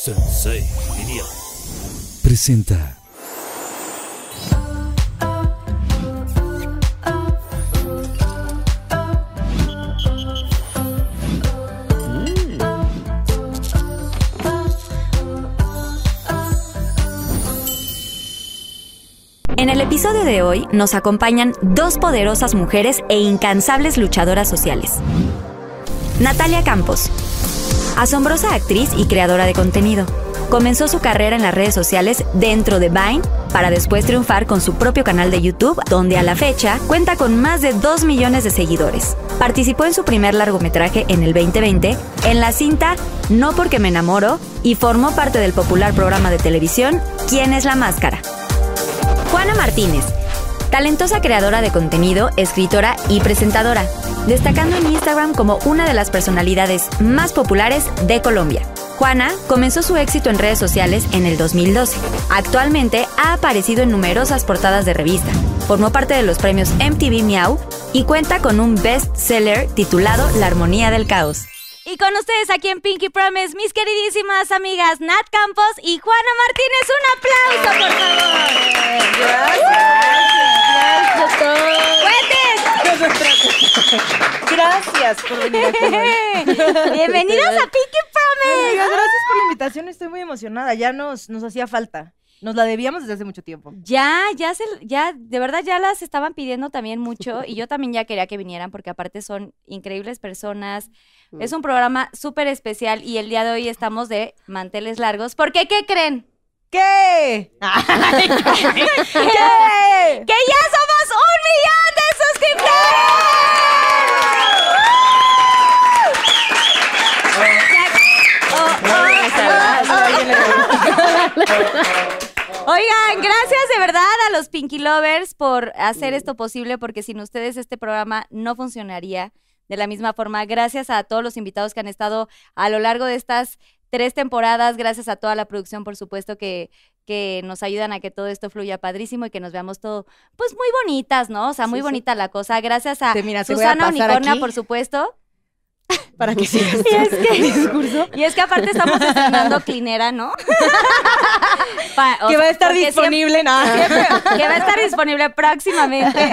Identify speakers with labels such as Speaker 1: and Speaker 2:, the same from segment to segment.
Speaker 1: Sensei Genial presenta
Speaker 2: En el episodio de hoy nos acompañan dos poderosas mujeres e incansables luchadoras sociales. Natalia Campos, asombrosa actriz y creadora de contenido. Comenzó su carrera en las redes sociales dentro de Vine para después triunfar con su propio canal de YouTube, donde a la fecha cuenta con más de 2 millones de seguidores. Participó en su primer largometraje en el 2020 en la cinta No porque me enamoro y formó parte del popular programa de televisión ¿Quién es la máscara? Juana Martínez, talentosa creadora de contenido, escritora y presentadora, destacando en Instagram como una de las personalidades más populares de Colombia. Juana comenzó su éxito en redes sociales en el 2012. Actualmente ha aparecido en numerosas portadas de revista, formó parte de los premios MTV Miau y cuenta con un bestseller titulado La Armonía del Caos.
Speaker 3: Y con ustedes aquí en Pinky Promise, mis queridísimas amigas Nat Campos y Juana Martínez. ¡Un aplauso, por favor! ¡Fuentes!
Speaker 4: Gracias por venir. aquí hoy.
Speaker 5: ¡Eh!
Speaker 3: ¡Bienvenidos a Pinky Promise!
Speaker 4: Amiga, gracias por la invitación, estoy muy emocionada. Ya nos, nos hacía falta. Nos la debíamos desde hace mucho tiempo.
Speaker 3: Ya, ya se, ya, de verdad ya las estaban pidiendo también mucho y yo también ya quería que vinieran porque aparte son increíbles personas.
Speaker 5: Mm.
Speaker 3: Es un programa súper especial y el día de hoy estamos de manteles largos porque ¿qué creen?
Speaker 4: ¿Qué? ¿Qué?
Speaker 3: que ya somos un millón de suscriptores. Oh, Oigan, gracias de verdad a los Pinky Lovers por hacer esto posible, porque sin ustedes este programa no funcionaría de la misma forma. Gracias a todos los invitados que han estado a lo largo de estas tres temporadas, gracias a toda la producción, por supuesto, que, que nos ayudan a que todo esto fluya padrísimo y que nos veamos todo, pues muy bonitas, ¿no? O sea, muy
Speaker 4: Sí, sí.
Speaker 3: bonita la cosa. Gracias a
Speaker 4: Te- mira, te voy a
Speaker 3: Susana
Speaker 4: pasar
Speaker 3: Unicornia,
Speaker 4: aquí.
Speaker 3: por supuesto.
Speaker 4: Para que sigas
Speaker 3: Y es que-
Speaker 4: mi discurso.
Speaker 3: Y es que aparte estamos estrenando Clinera, ¿no? Pa- o
Speaker 4: Que va
Speaker 3: sea,
Speaker 4: a estar
Speaker 3: porque siempre-
Speaker 4: disponible. Ah. nada.
Speaker 3: que va a estar disponible próximamente.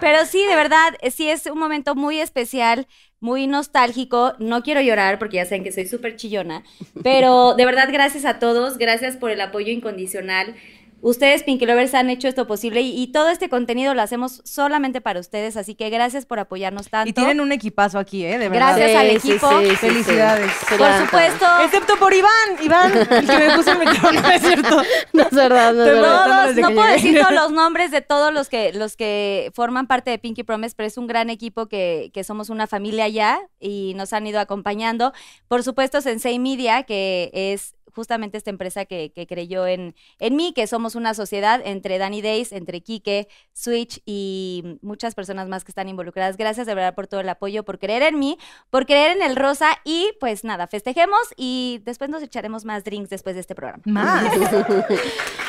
Speaker 3: Pero sí, de verdad, sí es un momento muy especial, muy nostálgico. No quiero llorar porque ya saben que soy súper chillona. Pero de verdad, gracias a todos. Gracias por el apoyo incondicional. Ustedes, Pinky Lovers, han hecho esto posible y, y todo este contenido lo hacemos solamente para ustedes. Así que gracias por apoyarnos tanto.
Speaker 4: Y tienen un equipazo aquí, ¿eh? De verdad.
Speaker 3: Gracias al equipo.
Speaker 4: Felicidades.
Speaker 3: Por supuesto,
Speaker 4: Excepto por Iván. Iván, el que me puso el micrófono, es cierto.
Speaker 5: No es verdad, no es
Speaker 4: Te
Speaker 5: verdad.
Speaker 4: Pero
Speaker 3: todos,
Speaker 4: desde que
Speaker 3: no puedo
Speaker 4: llegué.
Speaker 3: decir todos los nombres de todos los que, los que forman parte de Pinky Promise, pero es un gran equipo que, que somos una familia ya y nos han ido acompañando. Por supuesto, Sensei Media, que es justamente esta empresa que, que creyó en, en mí, que somos una sociedad entre Danny Days, entre Quique, Switch y muchas personas más que están involucradas. Gracias de verdad por todo el apoyo, por creer en mí, por creer en el Rosa y pues nada, festejemos y después nos echaremos más drinks después de este programa.
Speaker 4: Más.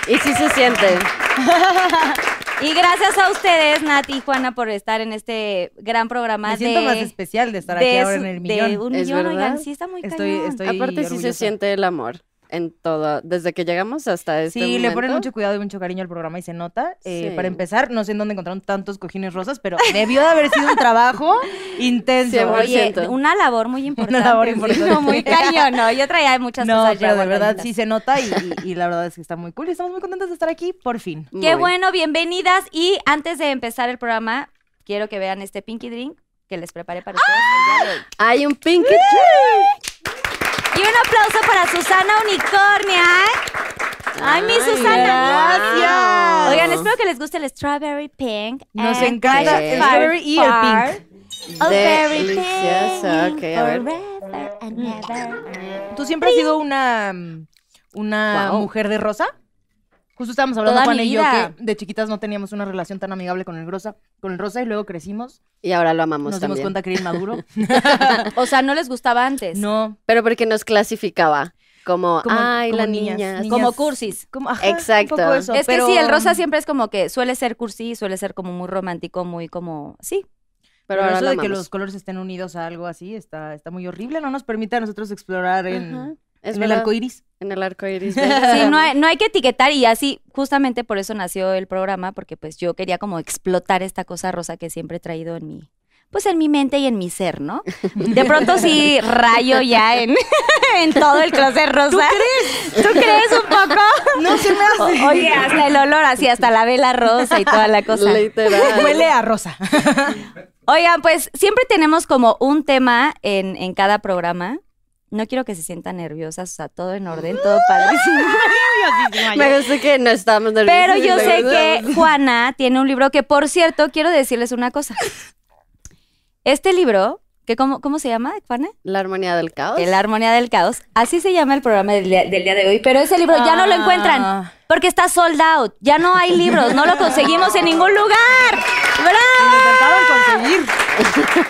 Speaker 5: Y sí se siente.
Speaker 3: Y gracias a ustedes, Nati y Juana, por estar en este gran programa
Speaker 4: Me siento
Speaker 3: de,
Speaker 4: más especial de estar
Speaker 3: de
Speaker 4: aquí ahora
Speaker 3: su-
Speaker 4: en
Speaker 3: de
Speaker 4: el millón.
Speaker 3: un
Speaker 5: ¿Es
Speaker 3: millón, oigan,
Speaker 5: verdad?
Speaker 3: sí está muy
Speaker 4: Estoy,
Speaker 3: cañón.
Speaker 4: estoy
Speaker 5: Aparte sí se
Speaker 4: orgullosa.
Speaker 5: siente el amor en todo, desde que llegamos hasta este
Speaker 4: Sí, le ponen
Speaker 5: momento.
Speaker 4: mucho cuidado y mucho cariño al programa y se nota. Eh,
Speaker 5: Sí.
Speaker 4: Para empezar, no sé en dónde encontraron tantos cojines rosas, pero debió de haber sido un trabajo intenso.
Speaker 5: Cien por
Speaker 3: Oye,
Speaker 5: siento.
Speaker 3: una labor muy importante.
Speaker 4: labor
Speaker 3: sí,
Speaker 4: importante.
Speaker 3: no, muy cañón, no, yo traía muchas
Speaker 4: no,
Speaker 3: cosas ya
Speaker 4: pero de verdad
Speaker 3: guardaditas.
Speaker 4: sí se nota y, y- y la verdad es que está muy cool. Y estamos muy contentos de estar aquí, por fin.
Speaker 3: Qué
Speaker 5: Muy.
Speaker 3: bueno, bienvenidas. Y antes de empezar el programa, quiero que vean este Pinky Drink que les preparé para ustedes. el día de hoy.
Speaker 5: Hay un pinky
Speaker 3: Y un aplauso para Susana Unicornia. Ay, mi
Speaker 5: Ay,
Speaker 3: Susana.
Speaker 5: gracias.
Speaker 3: Oigan, espero que les guste el Strawberry Pink.
Speaker 4: Nos
Speaker 3: and
Speaker 4: encanta
Speaker 3: Fresh
Speaker 5: el
Speaker 4: strawberry y el
Speaker 3: Far.
Speaker 5: pink.
Speaker 3: Oh, very
Speaker 5: Deliciosa.
Speaker 3: pink,
Speaker 5: Ok, a ver.
Speaker 3: forever and never.
Speaker 4: ¿Tú siempre has sido una, mm, una
Speaker 5: Wow.
Speaker 4: mujer de rosa? Justo estábamos hablando,
Speaker 3: Toda
Speaker 4: Juan
Speaker 3: mi
Speaker 4: y yo,
Speaker 3: vida.
Speaker 4: que de chiquitas no teníamos una relación tan amigable con el rosa, con el rosa y luego crecimos.
Speaker 5: Y ahora lo amamos
Speaker 4: nos dimos
Speaker 5: también.
Speaker 4: cuenta que era inmaduro.
Speaker 3: O sea, no les gustaba antes.
Speaker 4: no,
Speaker 5: Pero porque nos clasificaba como,
Speaker 4: Como-
Speaker 5: ay,
Speaker 4: como
Speaker 5: la
Speaker 4: niñas,
Speaker 5: niña.
Speaker 4: niñas.
Speaker 3: Como cursis.
Speaker 4: como, ajá, un
Speaker 5: Exacto.
Speaker 4: poco eso,
Speaker 3: Es
Speaker 4: pero-
Speaker 3: que sí, el rosa siempre es como que suele ser cursi, suele ser como muy romántico, muy como. Sí.
Speaker 5: Pero ahora
Speaker 4: eso
Speaker 5: lo
Speaker 4: de que
Speaker 5: amamos.
Speaker 4: los colores estén unidos a algo así está, está muy horrible, no nos permite a nosotros explorar en,
Speaker 5: Ajá. Es
Speaker 4: en el
Speaker 5: verdad,
Speaker 4: arco iris.
Speaker 5: En el arco iris.
Speaker 3: Sí, no hay, no hay que etiquetar y así, justamente por eso nació el programa, porque pues yo quería como explotar esta cosa rosa que siempre he traído en mi, pues en mi mente y en mi ser, ¿no? De pronto sí rayo ya en, en todo el closet rosa. ¿Tú crees? ¿Tú crees un poco?
Speaker 4: No se me hace.
Speaker 3: O- Oye, hasta el olor, así hasta la vela rosa y toda la cosa.
Speaker 5: Literal.
Speaker 4: Huele a rosa.
Speaker 3: Oigan, pues siempre tenemos como un tema en, en cada programa. No quiero que se sientan nerviosas, o sea, todo en orden, todo padrísimo.
Speaker 5: Me gusta que no estamos nerviosos.
Speaker 3: Pero yo
Speaker 5: me
Speaker 3: sé
Speaker 5: gusta.
Speaker 3: que Juana tiene un libro que, por cierto, quiero decirles una cosa. Este libro, que cómo, ¿cómo se llama, Juana?
Speaker 5: La armonía del caos.
Speaker 3: Que La armonía del caos. Así se llama el programa del día, del día de hoy. Pero ese libro ya no lo encuentran
Speaker 4: Ah.
Speaker 3: porque está sold out. Ya no hay libros, no lo conseguimos en ningún lugar. ¡Bravo!
Speaker 4: Intentaron conseguir.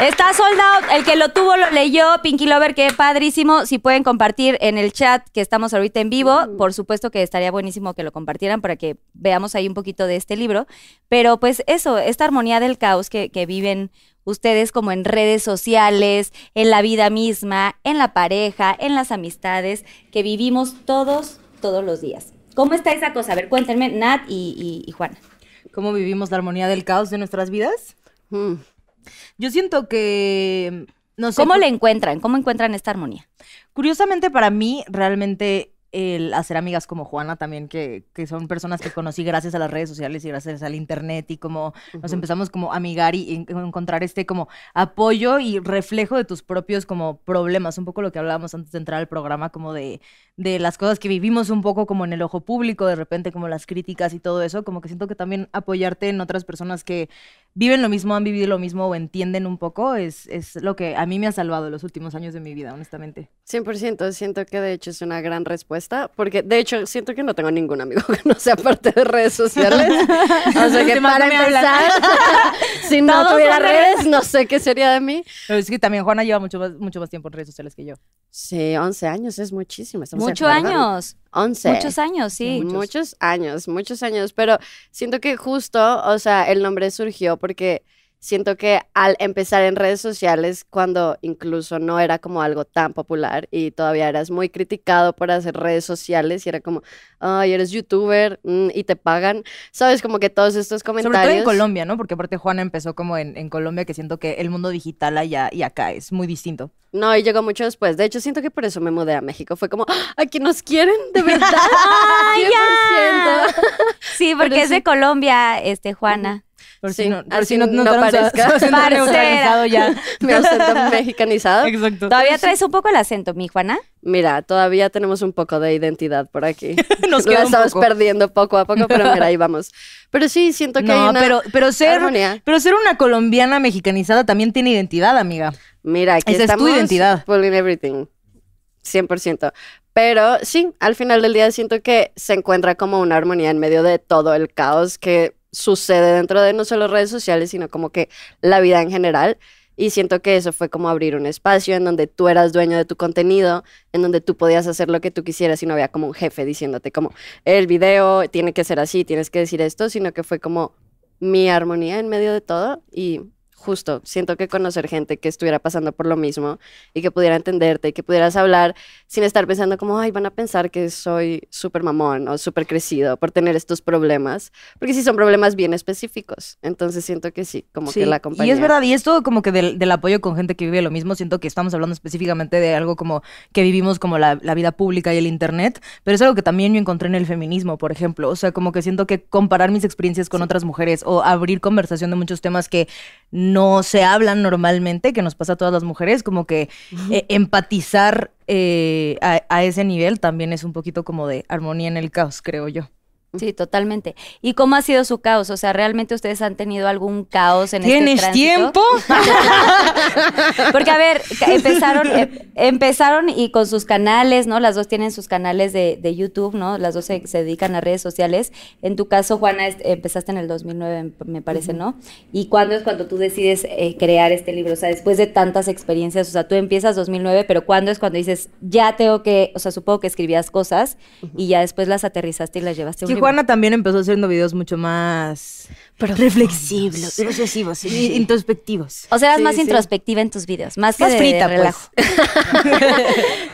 Speaker 3: Está soldado. El que lo tuvo lo leyó. Pinky Lover, qué padrísimo. Si pueden compartir en el chat que estamos ahorita en vivo, por supuesto que estaría buenísimo que lo compartieran para que veamos ahí un poquito de este libro. Pero pues eso, esta armonía del caos que, que viven ustedes como en redes sociales, en la vida misma, en la pareja, en las amistades, que vivimos todos, todos los días. ¿Cómo está esa cosa? A ver, cuéntenme, Nat y, y- y Juana.
Speaker 4: ¿Cómo vivimos la armonía del caos de nuestras vidas?
Speaker 5: Mm.
Speaker 4: Yo siento que. No sé.
Speaker 3: ¿Cómo
Speaker 4: cu-
Speaker 3: le encuentran? ¿Cómo encuentran esta armonía?
Speaker 4: Curiosamente, para mí, realmente el hacer amigas como Juana también, que, que son personas que conocí gracias a las redes sociales y gracias al internet y como nos empezamos como a amigar y, en- encontrar este como apoyo y reflejo de tus propios como problemas, un poco lo que hablábamos antes de entrar al programa, como de, de las cosas que vivimos un poco como en el ojo público, de repente como las críticas y todo eso, como que siento que también apoyarte en otras personas que viven lo mismo, han vivido lo mismo o entienden un poco, es, es lo que a mí me ha salvado en los últimos años de mi vida, honestamente.
Speaker 5: 100%, siento que de hecho es una gran respuesta, porque de hecho siento que no tengo ningún amigo que no sea parte de redes sociales. O sea que
Speaker 4: Los demás
Speaker 5: para
Speaker 4: no me hablan.
Speaker 5: empezar, si no
Speaker 3: Todos
Speaker 5: tuviera
Speaker 3: son de redes.
Speaker 5: redes, no sé qué sería de mí.
Speaker 4: Pero es que también Juana lleva mucho más, mucho más tiempo en redes sociales que yo.
Speaker 5: Sí, 11 años es muchísimo. estamos de
Speaker 3: Muchos
Speaker 5: acuerdo.
Speaker 3: años.
Speaker 5: 11.
Speaker 3: Muchos años, sí.
Speaker 5: Muchos. años, muchos años, pero siento que justo, o sea, el nombre surgió porque siento que al empezar en redes sociales, cuando incluso no era como algo tan popular y todavía eras muy criticado por hacer redes sociales y era como, ay, eres youtuber mm, y te pagan, sabes, como que todos estos
Speaker 4: Sobre
Speaker 5: comentarios.
Speaker 4: todo en Colombia, ¿no? Porque aparte Juana empezó como en, en Colombia, que siento que el mundo digital allá y acá es muy distinto.
Speaker 5: No, y llegó mucho después. De hecho, siento que por eso me mudé a México. Fue como, ¡Ah! aquí nos quieren, de verdad.
Speaker 3: ¡Ay, ya!
Speaker 5: 100%.
Speaker 3: Sí, porque
Speaker 5: Pero
Speaker 3: es de
Speaker 5: sí.
Speaker 3: Colombia, este, Juana.
Speaker 4: Por
Speaker 5: Sí,
Speaker 4: si no, por
Speaker 5: así
Speaker 4: si no,
Speaker 5: no
Speaker 4: notaron,
Speaker 5: parezca.
Speaker 4: se- se han neutralizado ya.
Speaker 5: Me ausento mexicanizado.
Speaker 4: Exacto.
Speaker 3: Todavía traes un poco el acento, mi Juana.
Speaker 5: Mira, todavía tenemos un poco de identidad por aquí.
Speaker 4: Nos
Speaker 5: La
Speaker 4: queda un
Speaker 5: estamos
Speaker 4: poco.
Speaker 5: perdiendo poco a poco, pero mira, ahí vamos. Pero sí, siento que hay
Speaker 4: No,
Speaker 5: una
Speaker 4: pero, pero, ser,
Speaker 5: armonía.
Speaker 4: pero ser una colombiana mexicanizada también tiene identidad, amiga.
Speaker 5: Mira, aquí
Speaker 4: Esa es tu
Speaker 5: estamos
Speaker 4: identidad.
Speaker 5: pulling everything. 100%. Pero sí, al final del día siento que se encuentra como una armonía en medio de todo el caos que sucede dentro de no solo redes sociales, sino como que la vida en general. Y siento que eso fue como abrir un espacio en donde tú eras dueño de tu contenido, en donde tú podías hacer lo que tú quisieras y no había como un jefe diciéndote como el video tiene que ser así, tienes que decir esto, sino que fue como mi armonía en medio de todo y justo siento que conocer gente que estuviera pasando por lo mismo y que pudiera entenderte y que pudieras hablar sin estar pensando como, ay, van a pensar que soy súper mamón o súper crecido por tener estos problemas, porque sí son problemas bien específicos, entonces siento que sí, como que la compañía.
Speaker 4: Y es verdad, y esto como que del, del apoyo con gente que vive lo mismo, siento que estamos hablando específicamente de algo como que vivimos como la, la vida pública y el internet, pero es algo que también yo encontré en el feminismo, por ejemplo, o sea, como que siento que comparar mis experiencias con otras mujeres o abrir conversación de muchos temas que no se hablan normalmente, que nos pasa a todas las mujeres, como que eh, empatizar eh, a, a ese nivel también es un poquito como de armonía en el caos, creo yo.
Speaker 3: Sí, totalmente. ¿Y cómo ha sido su caos? O sea, ¿realmente ustedes han tenido algún caos en este
Speaker 4: ¿Tienes
Speaker 3: tránsito?
Speaker 4: tiempo?
Speaker 3: Porque, a ver, ca- empezaron, em- empezaron y con sus canales, ¿no? Las dos tienen sus canales de, de YouTube, ¿no? Las dos se, se dedican a redes sociales. En tu caso, Juana, es- empezaste en el 2009, em- me parece, ¿no? ¿Y cuándo es cuando tú decides eh, crear este libro? O sea, después de tantas experiencias, o sea, tú empiezas 2009, pero ¿cuándo es cuando dices, ya tengo que, o sea, supongo que escribías cosas y ya después las aterrizaste y las llevaste a un
Speaker 4: Yo Y Juana también empezó haciendo videos mucho más
Speaker 5: Pero-
Speaker 4: reflexivos, reflexivos, y introspectivos.
Speaker 3: O sea, eras
Speaker 5: Sí,
Speaker 3: más
Speaker 5: sí.
Speaker 3: introspectiva en tus videos, más que
Speaker 4: Más
Speaker 3: de
Speaker 4: frita, pues.
Speaker 3: relajo.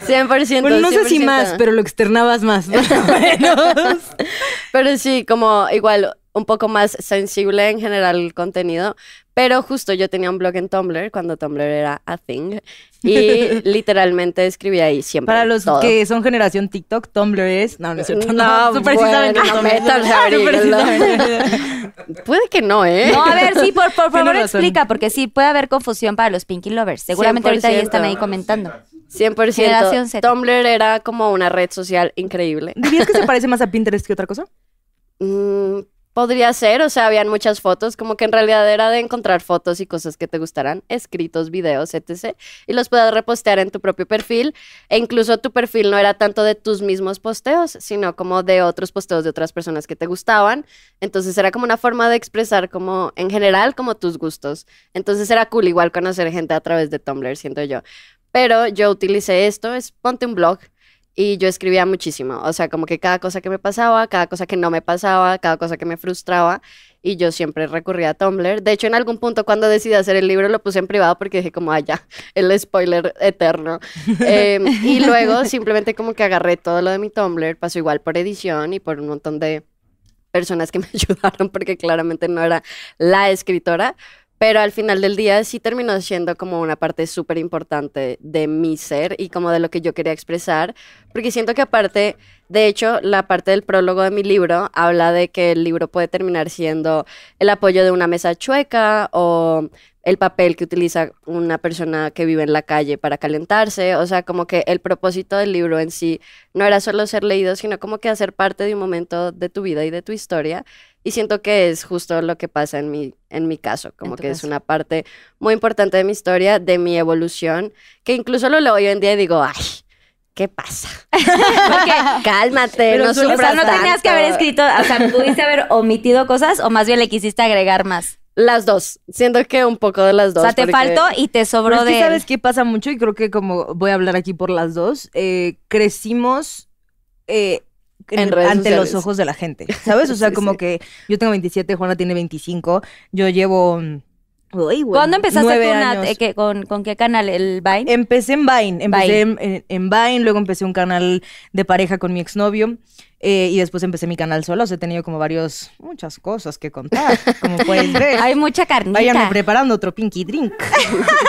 Speaker 5: 100%.
Speaker 4: Bueno, no sé si
Speaker 5: 100%.
Speaker 4: más, pero lo externabas más, más o menos.
Speaker 5: Pero sí, como igual un poco más sensible en general el contenido. Pero justo yo tenía un blog en Tumblr cuando Tumblr era a thing y literalmente escribía ahí siempre.
Speaker 4: Para los
Speaker 5: todo.
Speaker 4: que son generación TikTok, Tumblr es. No, no es cierto.
Speaker 5: No,
Speaker 4: súper sí saben que
Speaker 5: bueno,
Speaker 4: Tumblr es-
Speaker 5: métanse a
Speaker 4: Ah, súper sí
Speaker 5: abrirlo.
Speaker 4: saben.
Speaker 5: Puede que no, ¿eh?
Speaker 3: No, a ver, sí, por, por favor
Speaker 4: Tienes razón.
Speaker 3: explica, porque sí, puede haber confusión para los Pinky Lovers. Seguramente ahorita ya están ahí
Speaker 5: 100%.
Speaker 3: comentando.
Speaker 5: 100%.
Speaker 3: Generación Z.
Speaker 5: Tumblr era como una red social increíble.
Speaker 4: ¿Dirías que se parece más a Pinterest que otra cosa?
Speaker 5: Mm, podría ser, o sea, habían muchas fotos, como que en realidad era de encontrar fotos y cosas que te gustaran, escritos, videos, etc. Y los puedas repostear en tu propio perfil. E incluso tu perfil no era tanto de tus mismos posteos, sino como de otros posteos de otras personas que te gustaban. Entonces era como una forma de expresar como en general como tus gustos. Entonces era cool igual conocer gente a través de Tumblr, siento yo. Pero yo utilicé esto, es ponte un blog y yo escribía muchísimo, o sea, como que cada cosa que me pasaba, cada cosa que no me pasaba, cada cosa que me frustraba, y yo siempre recurría a Tumblr. De hecho, en algún punto cuando decidí hacer el libro lo puse en privado porque dije como, ah, ya, el spoiler eterno. Eh, y luego simplemente como que agarré todo lo de mi Tumblr, pasó igual por edición y por un montón de personas que me ayudaron porque claramente no era la escritora. Pero al final del día sí terminó siendo como una parte súper importante de mi ser y como de lo que yo quería expresar. Porque siento que aparte, de hecho, la parte del prólogo de mi libro habla de que el libro puede terminar siendo el apoyo de una mesa chueca o el papel que utiliza una persona que vive en la calle para calentarse. O sea, como que el propósito del libro en sí no era solo ser leído, sino como que hacer parte de un momento de tu vida y de tu historia. Y siento que es justo lo que pasa en mi, en mi caso, como
Speaker 3: tu
Speaker 5: que es
Speaker 3: caso.
Speaker 5: una parte muy importante de mi historia, de mi evolución, que incluso lo leo hoy en día y digo, ay, ¿qué pasa? Cálmate, no
Speaker 3: O sea,
Speaker 5: sufras
Speaker 3: no tenías
Speaker 5: tanto.
Speaker 3: que haber escrito, o sea, pudiste haber omitido cosas o más bien le quisiste agregar más.
Speaker 5: Las dos. Siento que un poco de las
Speaker 3: O
Speaker 5: dos.
Speaker 3: sea, te
Speaker 5: porque-
Speaker 3: faltó y te
Speaker 4: Pero
Speaker 3: sobró
Speaker 4: Pues es que
Speaker 3: de...
Speaker 4: sabes qué pasa mucho y creo que como voy a hablar aquí por las dos, eh, crecimos eh,
Speaker 5: En
Speaker 4: en-
Speaker 5: redes
Speaker 4: ante
Speaker 5: sociales.
Speaker 4: los ojos de la gente, ¿sabes? O sea,
Speaker 5: Sí,
Speaker 4: como
Speaker 5: sí.
Speaker 4: que yo tengo 27, Juana tiene 25, yo llevo... mm, uy, güey,
Speaker 3: ¿Cuándo empezaste
Speaker 4: nueve
Speaker 3: tú, Nat,
Speaker 4: años.
Speaker 3: eh, que- con, con qué canal? ¿El Vine?
Speaker 4: Empecé en Vine, empecé
Speaker 3: Vine.
Speaker 4: En, en- en Vine, luego empecé un canal de pareja con mi exnovio eh, y después empecé mi canal sola, o sea, he tenido como varios, muchas cosas que contar, como puedes ver.
Speaker 3: Hay mucha carnita.
Speaker 4: Váyanme preparando otro pinky drink.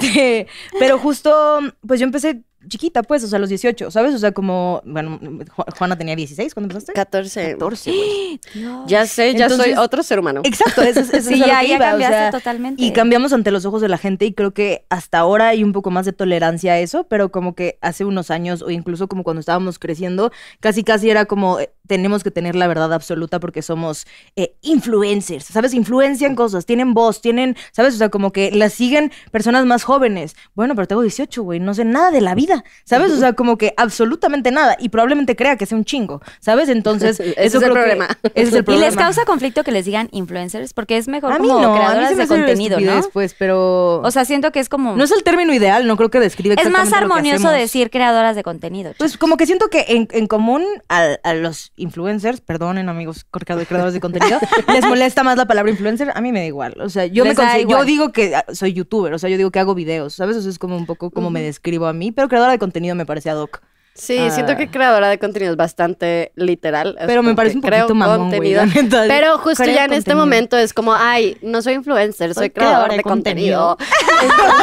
Speaker 4: Este, pero justo, pues yo empecé chiquita, pues, o sea, a los 18, ¿sabes? O sea, como, bueno, Ju- Juana tenía 16 cuando empezaste.
Speaker 5: 14.
Speaker 4: 14, güey.
Speaker 5: Ya sé, ya
Speaker 4: Entonces-
Speaker 5: soy otro ser humano.
Speaker 4: Exacto, eso, es- eso
Speaker 3: Sí,
Speaker 4: es a lo
Speaker 3: ya,
Speaker 4: que
Speaker 3: ya
Speaker 4: iba, o
Speaker 3: cambiaste
Speaker 4: sea,
Speaker 3: totalmente.
Speaker 4: y cambiamos ante los ojos de la gente y creo que hasta ahora hay un poco más de tolerancia a eso, pero como que hace unos años o incluso como cuando estábamos creciendo, casi casi era como eh, tenemos que tener la verdad absoluta porque somos eh, influencers, ¿sabes? Influencian cosas, tienen voz, tienen, ¿sabes? O sea, como que las siguen personas más jóvenes. Bueno, pero tengo 18, güey, no sé nada de la vida, ¿sabes? O sea, como que absolutamente nada y probablemente crea que sea un chingo, ¿sabes? Entonces,
Speaker 5: Ese
Speaker 4: eso
Speaker 5: es el
Speaker 4: creo que-
Speaker 5: problema.
Speaker 4: ese es el
Speaker 3: ¿Y
Speaker 4: problema.
Speaker 3: les causa conflicto que les digan influencers? Porque es mejor
Speaker 4: a mí
Speaker 3: como
Speaker 4: no, a mí
Speaker 3: creadoras
Speaker 4: se me
Speaker 3: de
Speaker 4: hace una
Speaker 3: contenido, ¿no?
Speaker 4: estupidez, pues, pero
Speaker 3: O sea, siento que es como...
Speaker 4: no es el término ideal, no creo que describe
Speaker 3: es más
Speaker 4: exactamente lo que
Speaker 3: armonioso
Speaker 4: hacemos.
Speaker 3: decir creadoras de contenido.
Speaker 4: Pues como que siento que en, en común a, a los influencers, perdonen amigos creadores creadores de contenido, les molesta más la palabra influencer, a mí me da igual. O sea, yo
Speaker 3: Les
Speaker 4: me
Speaker 3: da
Speaker 4: consi- yo
Speaker 3: igual.
Speaker 4: digo que ah, soy youtuber, o sea, yo digo que hago videos, ¿sabes? Eso es como un poco como me describo a mí, pero creadora de contenido me parece ad hoc.
Speaker 5: Sí,
Speaker 4: Ah.
Speaker 5: siento que creadora de contenido es bastante literal. Es
Speaker 4: Pero me
Speaker 5: como
Speaker 4: parece
Speaker 5: que
Speaker 4: un poquito
Speaker 5: creo
Speaker 4: mamón, güey,
Speaker 5: contenido.
Speaker 4: la neta.
Speaker 5: Pero justo
Speaker 4: Creo
Speaker 5: ya en este
Speaker 4: contenido.
Speaker 5: momento es como, ay, no soy influencer, soy, creador de contenido.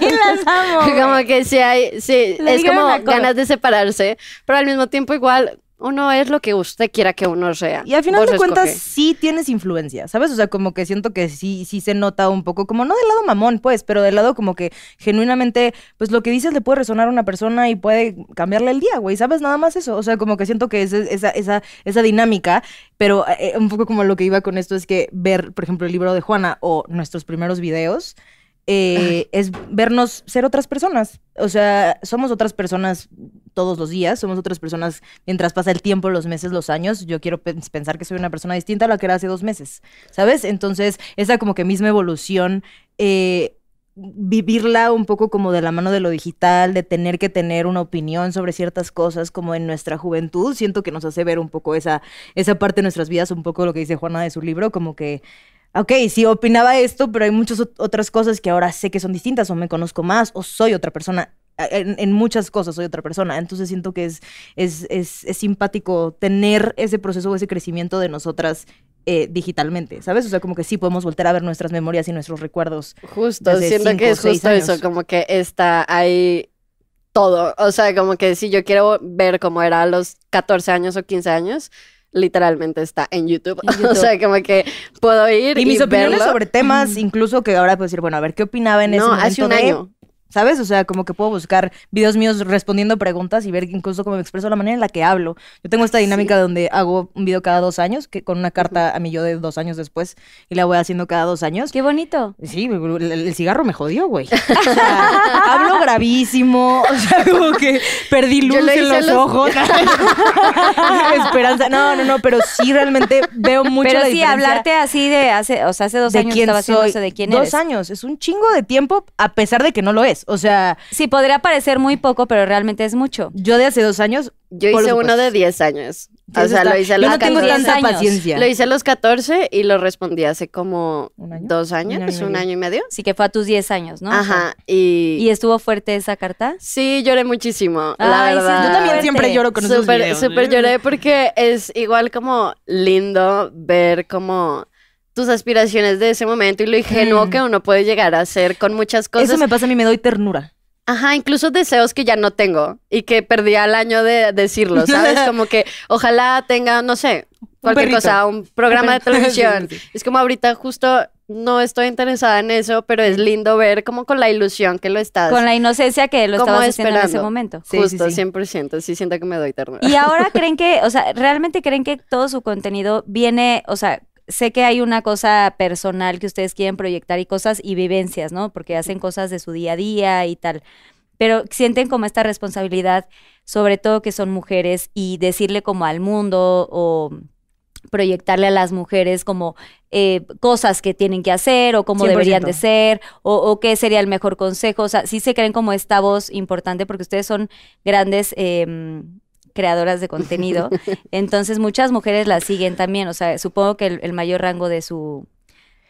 Speaker 3: las amo.
Speaker 5: Como que sí hay, sí,
Speaker 3: Lo
Speaker 5: es
Speaker 3: dijeron
Speaker 5: como
Speaker 3: a coro.
Speaker 5: ganas de separarse, pero al mismo tiempo igual uno es lo que usted quiera que uno sea.
Speaker 4: Y al final
Speaker 5: Vos
Speaker 4: de cuentas
Speaker 5: escoge.
Speaker 4: sí tienes influencia, ¿sabes? O sea, como que siento que sí, sí se nota un poco, como no del lado mamón, pues, pero del lado como que genuinamente, pues lo que dices le puede resonar a una persona y puede cambiarle el día, güey, ¿sabes? Nada más eso. O sea, como que siento que es es- esa, esa, esa dinámica, pero eh, un poco como lo que iba con esto es que ver, por ejemplo, el libro de Juana o nuestros primeros videos, eh, es vernos ser otras personas. O sea, somos otras personas todos los días, somos otras personas mientras pasa el tiempo, los meses, los años. Yo quiero pe- pensar que soy una persona distinta a la que era hace dos meses, ¿sabes? Entonces, esa como que misma evolución eh, vivirla un poco como de la mano de lo digital, de tener que tener una opinión sobre ciertas cosas como en nuestra juventud, siento que nos hace ver un poco esa, esa parte de nuestras vidas, un poco lo que dice Juana de su libro, como que, ok, sí opinaba esto, pero hay muchas ot- otras cosas que ahora sé que son distintas o me conozco más o soy otra persona. En, en muchas cosas soy otra persona, entonces siento que es, es, es, es simpático tener ese proceso o ese crecimiento de nosotras eh, digitalmente, ¿sabes? O sea, como que sí podemos volver a ver nuestras memorias y nuestros recuerdos.
Speaker 5: Justo,
Speaker 4: desde
Speaker 5: siento
Speaker 4: cinco,
Speaker 5: que es
Speaker 4: seis
Speaker 5: justo
Speaker 4: años.
Speaker 5: eso, como que está ahí todo. O sea, como que si yo quiero ver cómo era a los 14 años o 15 años, literalmente está en YouTube.
Speaker 4: En YouTube.
Speaker 5: O sea, como que puedo ir y,
Speaker 4: Y mis opiniones
Speaker 5: verlo.
Speaker 4: sobre temas, incluso que ahora puedo decir, bueno, a ver qué opinaba en ese
Speaker 5: no,
Speaker 4: momento.
Speaker 5: hace un
Speaker 4: de-
Speaker 5: año.
Speaker 4: ¿Sabes? O sea, como que puedo buscar videos míos respondiendo preguntas y ver incluso cómo me expreso la manera en la que hablo. Yo tengo esta dinámica donde hago un video cada dos años, que con una carta a mi yo de dos años después, y la voy haciendo cada dos años.
Speaker 3: Qué bonito.
Speaker 4: Sí, el, el cigarro me jodió, güey. O sea, hablo gravísimo, o sea, como que perdí
Speaker 5: Yo
Speaker 4: luz
Speaker 5: lo
Speaker 4: en
Speaker 5: hice a
Speaker 4: los,
Speaker 5: los-
Speaker 4: ojos. Esperanza. No, no, no, pero sí realmente veo mucho
Speaker 3: Pero
Speaker 4: la
Speaker 3: sí,
Speaker 4: diferencia
Speaker 3: hablarte así de hace, o sea, hace dos
Speaker 4: de
Speaker 3: años
Speaker 4: quién
Speaker 3: estaba
Speaker 4: soy.
Speaker 3: haciéndose de quién
Speaker 4: dos
Speaker 3: eres.
Speaker 4: años, es un chingo de tiempo, a pesar de que no lo es. O sea,
Speaker 3: Sí, podría parecer muy poco, pero realmente es mucho.
Speaker 4: yo de hace dos años.
Speaker 5: Yo
Speaker 4: por
Speaker 5: hice uno
Speaker 4: supuesto,
Speaker 5: de 10 años.
Speaker 4: sí,
Speaker 5: o sea,
Speaker 4: está-
Speaker 5: lo hice a
Speaker 4: Yo
Speaker 5: los
Speaker 4: no tengo
Speaker 5: 14.
Speaker 4: tanta
Speaker 3: años.
Speaker 4: paciencia.
Speaker 5: Lo hice a los 14 y lo respondí hace como
Speaker 4: ¿Un año?
Speaker 5: dos
Speaker 4: año y
Speaker 5: años, un
Speaker 4: medio. Ah,
Speaker 5: año y medio.
Speaker 3: Sí, que fue a tus 10 años, ¿no? O sea,
Speaker 5: Ajá. Y,
Speaker 3: ¿Y estuvo fuerte esa carta?
Speaker 5: sí, lloré muchísimo, la
Speaker 3: Ay, sí,
Speaker 5: verdad.
Speaker 4: Yo también
Speaker 3: Fuerte.
Speaker 4: siempre lloro con esos
Speaker 5: Súper,
Speaker 4: videos. ¿eh?
Speaker 5: súper lloré porque es igual como lindo ver como tus aspiraciones de ese momento y lo ingenuo
Speaker 4: Mm.
Speaker 5: que uno puede llegar a ser con muchas cosas.
Speaker 4: Eso me pasa a mí, me doy ternura.
Speaker 5: Ajá, incluso deseos que ya no tengo y que perdí al año de decirlo, ¿sabes? Como que ojalá tenga, no sé, cualquier
Speaker 4: perrito.
Speaker 5: cosa, un programa de
Speaker 4: perrito.
Speaker 5: televisión.
Speaker 4: Sí, sí,
Speaker 5: Es como ahorita justo no estoy interesada en eso, pero es lindo ver como con la ilusión que lo estás.
Speaker 3: Con la inocencia que lo
Speaker 5: Como
Speaker 3: estabas haciendo en ese
Speaker 5: esperando.
Speaker 3: momento.
Speaker 4: Sí, sí,
Speaker 5: Justo,
Speaker 4: sí.
Speaker 5: 100%, sí siento que me doy ternura.
Speaker 3: Y ahora creen que, o sea, realmente creen que todo su contenido viene, o sea, sé que hay una cosa personal que ustedes quieren proyectar y cosas y vivencias, ¿no? Porque hacen cosas de su día a día y tal. Pero sienten como esta responsabilidad, sobre todo que son mujeres, y decirle como al mundo o proyectarle a las mujeres como eh, cosas que tienen que hacer o cómo deberían de
Speaker 4: 100%.
Speaker 3: ser o, o qué sería el mejor consejo. O sea, sí se creen como esta voz importante porque ustedes son grandes eh, creadoras de contenido. Entonces muchas mujeres las siguen también. O sea, supongo que el, el mayor rango de su...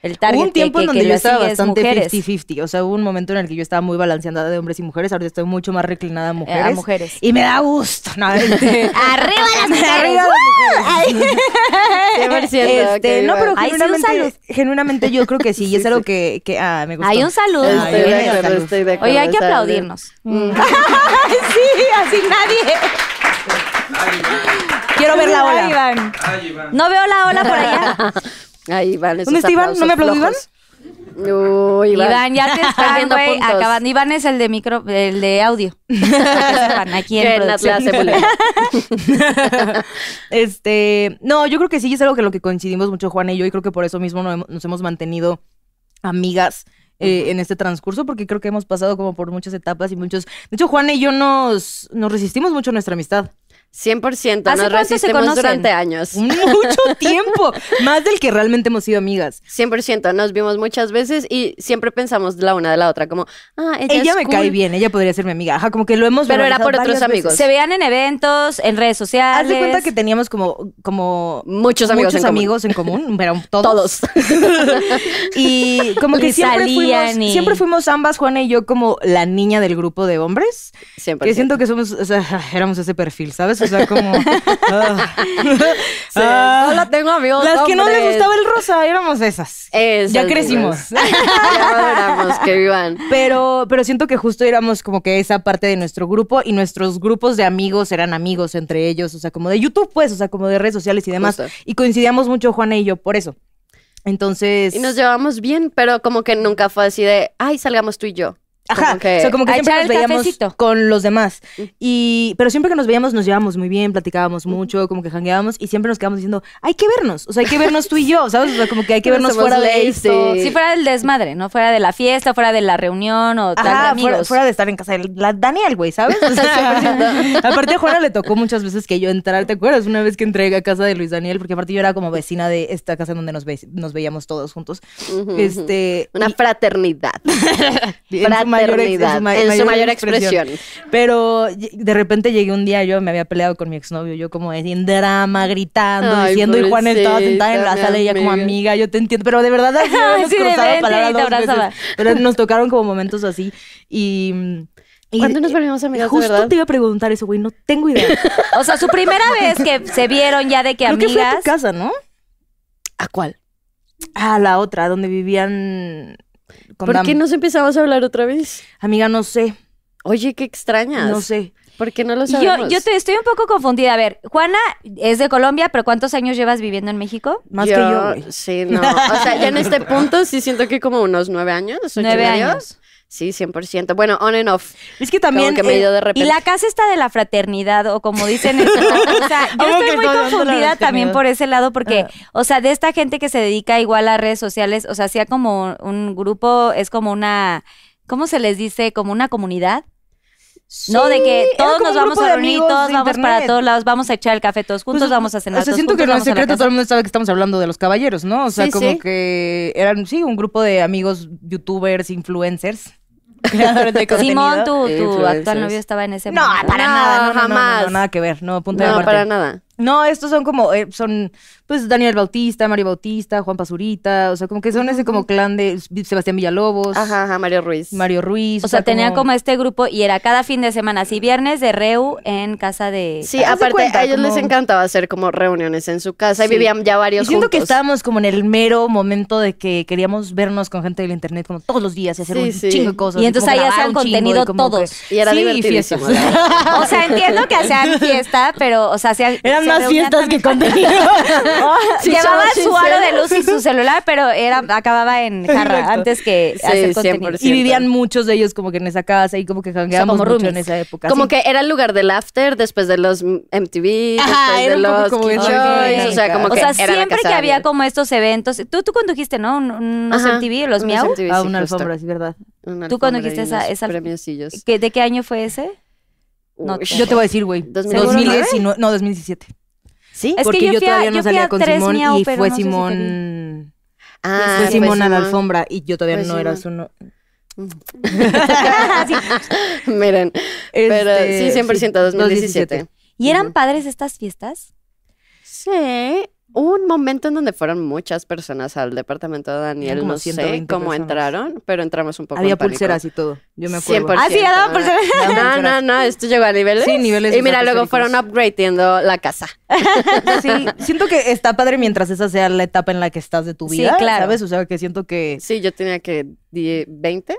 Speaker 3: El target
Speaker 4: Hubo un tiempo
Speaker 3: que,
Speaker 4: en
Speaker 3: que-
Speaker 4: donde
Speaker 3: que
Speaker 4: yo
Speaker 3: las
Speaker 4: estaba
Speaker 3: sigue es
Speaker 4: bastante
Speaker 3: mujeres,
Speaker 4: 50-50. O sea, hubo un momento en el que yo estaba muy balanceada de hombres y mujeres. Ahora estoy mucho más reclinada a
Speaker 3: eh,
Speaker 4: mujeres.
Speaker 3: a mujeres.
Speaker 4: Y me da gusto. No, este,
Speaker 3: ¡Arriba las mujeres!
Speaker 4: Arriba las mujeres.
Speaker 5: 100%.
Speaker 4: Este,
Speaker 5: ok,
Speaker 4: no, pero
Speaker 5: bueno.
Speaker 3: Ay, sí, un
Speaker 4: genuinamente,
Speaker 3: saludo.
Speaker 4: genuinamente yo creo que sí, y es algo que, que ah, me gusta.
Speaker 3: Hay un saludo.
Speaker 4: Ay,
Speaker 5: Estoy
Speaker 4: bien,
Speaker 5: de acuerdo,
Speaker 4: salud.
Speaker 5: estoy de acuerdo.
Speaker 3: Oye, hay que
Speaker 5: salud.
Speaker 3: aplaudirnos.
Speaker 5: Mm.
Speaker 4: sí, así nadie. Quiero ver la
Speaker 3: Ay,
Speaker 4: ola.
Speaker 3: Iván. No veo la ola por allá.
Speaker 5: Ahí van esos
Speaker 4: ¿Dónde está Iván? ¿No me
Speaker 5: aplausos flojos. Uy, Iván.
Speaker 3: Iván, ya te
Speaker 5: Están
Speaker 3: están,
Speaker 5: viendo
Speaker 3: güey,
Speaker 5: puntos.
Speaker 3: acabando. Iván es el de micro, el de audio. Iván, aquí
Speaker 5: Que
Speaker 3: en
Speaker 5: Nat le
Speaker 3: producción.
Speaker 5: hace bullying.
Speaker 4: Este, no, yo creo que sí, es algo que lo que coincidimos mucho Juan y yo, y creo que por eso mismo no hemos- nos hemos mantenido amigas eh, en este transcurso, porque creo que hemos pasado como por muchas etapas y muchos... De hecho, Juan y yo nos, nos resistimos mucho a nuestra amistad.
Speaker 5: 100%,
Speaker 3: ¿Hace
Speaker 5: nos
Speaker 3: cuánto se
Speaker 5: resistimos
Speaker 3: conocen?
Speaker 5: durante años.
Speaker 4: Mucho tiempo, más del que realmente hemos sido amigas.
Speaker 5: 100%, nos vimos muchas veces y siempre pensamos la una de la otra, como, ah, ella,
Speaker 4: Ella
Speaker 5: es
Speaker 4: me
Speaker 5: cool.
Speaker 4: cae bien, ella podría ser mi amiga. Ajá, como que lo hemos
Speaker 5: Pero era
Speaker 4: verbalizado
Speaker 5: por otros
Speaker 4: varias veces.
Speaker 5: amigos.
Speaker 3: Se vean en eventos, en redes sociales.
Speaker 4: Haz de cuenta que teníamos como, como
Speaker 5: Muchos amigos.
Speaker 4: muchos
Speaker 5: en común.
Speaker 4: amigos en común, pero
Speaker 5: Todos.
Speaker 4: todos. Y como que
Speaker 3: Y
Speaker 4: siempre fuimos,
Speaker 3: salían y-
Speaker 4: siempre fuimos ambas, Juana y yo, como la niña del grupo de hombres.
Speaker 5: 100%.
Speaker 4: Que siento que somos, o sea, éramos ese perfil, ¿sabes? O sea, como. ah.
Speaker 5: Sí,
Speaker 4: Ah.
Speaker 5: no la tengo amigos.
Speaker 4: Las que no les
Speaker 5: hombres.
Speaker 4: gustaba el rosa, éramos esas.
Speaker 5: Esas
Speaker 4: ya
Speaker 5: mismas.
Speaker 4: crecimos.
Speaker 5: Ya maduramos, que vivan.
Speaker 4: Pero, pero siento que justo éramos como que esa parte de nuestro grupo y nuestros grupos de amigos eran amigos entre ellos, o sea, como de YouTube, pues, o sea, como de redes sociales y demás.
Speaker 5: Justo.
Speaker 4: Y coincidíamos mucho Juana y yo por eso. Entonces.
Speaker 5: Y nos llevamos bien, pero como que nunca fue así de, ay, salgamos tú y yo.
Speaker 4: Ajá,
Speaker 5: que-
Speaker 4: o sea, como que
Speaker 3: a
Speaker 4: siempre
Speaker 3: echar
Speaker 4: nos
Speaker 3: el
Speaker 4: veíamos
Speaker 3: cafecito.
Speaker 4: con los demás. Y, pero siempre que nos veíamos nos llevábamos muy bien, platicábamos mucho, como que jangueábamos y siempre nos quedamos diciendo, hay que vernos, o sea, hay que vernos tú y yo, ¿sabes? O sea, como que hay que
Speaker 5: No
Speaker 4: vernos
Speaker 5: somos
Speaker 4: fuera de
Speaker 5: lazy.
Speaker 4: esto.
Speaker 5: Sí.
Speaker 3: Si fuera del desmadre, ¿no? Fuera de la fiesta, fuera de la reunión o tal,
Speaker 4: Ajá,
Speaker 3: amigos.
Speaker 4: fuera, fuera de estar en casa de la Daniel, güey, ¿sabes? O sea, siempre- aparte a Juana le tocó muchas veces que yo entrar, ¿te acuerdas? Una vez que entré a casa de Luis Daniel, porque aparte yo era como vecina de esta casa en donde nos, ve- nos veíamos todos juntos.
Speaker 5: Ujú,
Speaker 4: Este,
Speaker 5: Una fraternidad.
Speaker 4: en su mayor ex- en
Speaker 5: fraternidad.
Speaker 4: su ma-
Speaker 5: en su
Speaker 4: mayor
Speaker 5: mayor
Speaker 4: expresión.
Speaker 5: expresión.
Speaker 4: Pero ll- de repente llegué un día, yo me había peleado con mi exnovio, yo como en drama, gritando,
Speaker 5: Ay,
Speaker 4: diciendo, y Juan estaba
Speaker 5: pobrecita,
Speaker 4: sentada en la
Speaker 5: mi
Speaker 4: sala y ella como
Speaker 5: amiga.
Speaker 4: amiga, yo te entiendo, pero de verdad así, nos
Speaker 3: Sí, de
Speaker 4: cruzaba
Speaker 3: vente
Speaker 4: palabra
Speaker 3: y te
Speaker 4: dos veces.
Speaker 3: abrazaba.
Speaker 4: pero nos tocaron como momentos así y... y-
Speaker 5: ¿Cuándo nos volvimos amigas de
Speaker 4: Justo
Speaker 5: verdad?
Speaker 4: te iba a preguntar eso, güey, no tengo idea.
Speaker 3: O sea, su primera vez que se vieron ya de que
Speaker 4: Creo que fue a
Speaker 3: amigas.
Speaker 4: tu casa, ¿no?
Speaker 5: ¿A cuál?
Speaker 4: Ah, la otra, donde vivían con
Speaker 5: ¿Por
Speaker 4: Dam.
Speaker 5: qué nos empezamos a hablar otra vez?
Speaker 4: Amiga, no sé,
Speaker 5: Oye, qué extrañas.
Speaker 4: no sé.
Speaker 5: ¿Por qué no lo
Speaker 3: Y yo-
Speaker 5: sabemos?
Speaker 3: yo, te estoy un poco confundida. A ver, Juana es de Colombia, pero ¿cuántos años llevas viviendo en México?
Speaker 4: Más que yo, güey.
Speaker 5: Sí, no. O sea, ya en este punto sí siento que como unos nueve años. ocho y
Speaker 3: Nueve
Speaker 5: medio.
Speaker 3: años.
Speaker 5: Sí, 100%. Bueno, on and off.
Speaker 4: Es que también...
Speaker 5: como que medio
Speaker 4: eh,
Speaker 5: de repente.
Speaker 3: Y la casa está de la fraternidad, o como dicen. en- o sea, yo
Speaker 4: Amo que
Speaker 3: estoy muy
Speaker 4: estoy hablando de la
Speaker 3: confundida también
Speaker 4: fraternidad.
Speaker 3: por ese lado, porque,
Speaker 4: Ah.
Speaker 3: o sea, de esta gente que se dedica igual a redes sociales, o sea, sea como un grupo, es como una. ¿Cómo se les dice? Como una comunidad. no, de que
Speaker 4: era
Speaker 3: todos
Speaker 4: como
Speaker 3: nos
Speaker 4: un
Speaker 3: vamos
Speaker 4: grupo de
Speaker 3: a reunir,
Speaker 4: amigos de
Speaker 3: todos vamos para
Speaker 4: internet.
Speaker 3: todos lados, vamos a echar el café todos juntos,
Speaker 4: Pues,
Speaker 3: vamos a cenar
Speaker 4: O sea,
Speaker 3: todos
Speaker 4: siento que
Speaker 3: juntos,
Speaker 4: no es
Speaker 3: vamos a la
Speaker 4: secreto,
Speaker 3: casa.
Speaker 4: todo el mundo sabe que estamos hablando de los caballeros, ¿no? O sea,
Speaker 5: Sí,
Speaker 4: como
Speaker 5: sí.
Speaker 4: que eran, sí, un grupo de amigos, youtubers, influencers. creadores de
Speaker 3: Simón,
Speaker 4: contenido.
Speaker 3: tu, tu
Speaker 5: Influencers.
Speaker 3: actual novio estaba en ese
Speaker 4: No,
Speaker 3: momento.
Speaker 4: para
Speaker 5: No,
Speaker 4: nada, no, no, no,
Speaker 5: jamás.
Speaker 4: no, nada que ver, no, punto de
Speaker 5: No,
Speaker 4: aparte.
Speaker 5: para nada.
Speaker 4: No, estos son como, eh, son, pues, Daniel Bautista, Mario Bautista, Juan Pasurita, o sea, como que son
Speaker 3: Mm.
Speaker 4: ese como clan de Sebastián Villalobos,
Speaker 5: Ajá, ajá, Mario Ruiz.
Speaker 4: Pues, Mario Ruiz.
Speaker 3: O sea, tenía como este grupo y era cada fin de semana, así viernes de Reu en casa de...
Speaker 5: Sí,
Speaker 4: Haz de
Speaker 5: aparte
Speaker 4: cuenta,
Speaker 5: a ellos les
Speaker 4: como-
Speaker 5: encantaba hacer como reuniones en su casa y
Speaker 4: Sí.
Speaker 5: vivían ya
Speaker 4: Y
Speaker 5: varios
Speaker 4: siento que
Speaker 5: juntos.
Speaker 4: estábamos como en el mero momento de que queríamos vernos con gente del internet como todos los días y hacer
Speaker 5: Sí,
Speaker 4: un
Speaker 5: sí.
Speaker 4: chingo de cosas.
Speaker 3: Y entonces
Speaker 4: como
Speaker 3: ahí
Speaker 4: grabar
Speaker 3: hacían
Speaker 4: un chingo
Speaker 3: contenido
Speaker 4: como que-
Speaker 3: todos.
Speaker 5: Y era
Speaker 4: Sí,
Speaker 5: divertidísimo,
Speaker 4: fiestas.
Speaker 5: la verdad.
Speaker 3: O sea, entiendo que hacían fiesta, pero, o sea, hacían...
Speaker 4: Eran
Speaker 3: se
Speaker 4: más
Speaker 3: reunían
Speaker 4: fiestas
Speaker 3: también-
Speaker 4: que contenido.
Speaker 5: Sí,
Speaker 3: Llevaba
Speaker 5: somos
Speaker 3: su aro de
Speaker 5: sinceros.
Speaker 3: luz y su celular, pero era acababa en jarra
Speaker 4: Exacto.
Speaker 3: antes que
Speaker 5: Sí,
Speaker 3: hacer contenido.
Speaker 5: 100%.
Speaker 4: y vivían muchos de ellos como que en esa casa y como que jangueábamos
Speaker 3: como
Speaker 4: mucho
Speaker 3: roomies.
Speaker 4: en esa época.
Speaker 5: Como
Speaker 4: sí.
Speaker 5: que era el lugar del after, después de los MTV,
Speaker 4: Ajá,
Speaker 5: después de
Speaker 4: era un poco
Speaker 5: los
Speaker 4: como
Speaker 5: Kid
Speaker 4: esa
Speaker 5: Choice, o sea,
Speaker 4: dinámica.
Speaker 5: como
Speaker 3: O
Speaker 5: que
Speaker 3: sea,
Speaker 5: era la
Speaker 3: siempre
Speaker 5: casa
Speaker 3: que había
Speaker 5: abierta.
Speaker 3: como estos eventos, tú, tú condujiste, ¿no? Un- Unos
Speaker 5: Ajá,
Speaker 3: MTV, los
Speaker 5: unos
Speaker 3: miau.
Speaker 5: MTV,
Speaker 4: Ah,
Speaker 5: sí,
Speaker 4: una
Speaker 5: justo.
Speaker 4: alfombra, sí, verdad.
Speaker 5: Una
Speaker 3: ¿Tú cuando
Speaker 5: alfombra y
Speaker 3: dijiste esa-
Speaker 5: unos
Speaker 3: esa-
Speaker 4: Pues
Speaker 5: Premiosillos.
Speaker 3: ¿Qué- ¿De qué año fue ese? No,
Speaker 5: Uy,
Speaker 4: Yo te voy a decir, güey.
Speaker 5: 2019.
Speaker 4: 2019, no, 2017.
Speaker 5: ¿Sí?
Speaker 3: Es que
Speaker 4: Porque
Speaker 3: yo
Speaker 4: yo,
Speaker 3: fui a- yo
Speaker 4: todavía no
Speaker 3: fui
Speaker 4: salía
Speaker 3: a
Speaker 4: con
Speaker 3: tres
Speaker 4: Simón
Speaker 3: miau,
Speaker 4: y
Speaker 3: pero
Speaker 4: fue
Speaker 3: no sé si te
Speaker 4: Simón.
Speaker 5: Ah,
Speaker 4: fue
Speaker 5: pues
Speaker 4: Simón a la
Speaker 5: Simón.
Speaker 4: alfombra y yo todavía
Speaker 5: Fue
Speaker 4: no era
Speaker 5: Simón.
Speaker 4: su no-
Speaker 5: Miren, pero
Speaker 4: Este,
Speaker 5: sí, 100% 2017.
Speaker 3: ¿Y eran padres estas fiestas?
Speaker 5: Sí. Hubo un momento en donde fueron muchas personas al departamento de Daniel,
Speaker 4: Eran como
Speaker 5: no sé
Speaker 4: 120
Speaker 5: cómo
Speaker 4: personas.
Speaker 5: entraron, pero entramos un poco
Speaker 4: Había
Speaker 5: en pánico.
Speaker 4: pulseras y todo. Yo me acuerdo.
Speaker 5: 100%.
Speaker 3: Ah, sí, ya daban pulseras.
Speaker 5: No, no, no, esto llegó a niveles.
Speaker 4: Sí, niveles
Speaker 5: Y mira, luego
Speaker 4: estratosféricos.
Speaker 5: fueron upgradeando la casa.
Speaker 4: Sí, siento que está padre mientras esa sea la etapa en la que estás de tu
Speaker 3: Sí,
Speaker 4: vida.
Speaker 3: claro.
Speaker 4: ¿Sabes? O sea, que siento que
Speaker 5: Sí, yo tenía que die- 20,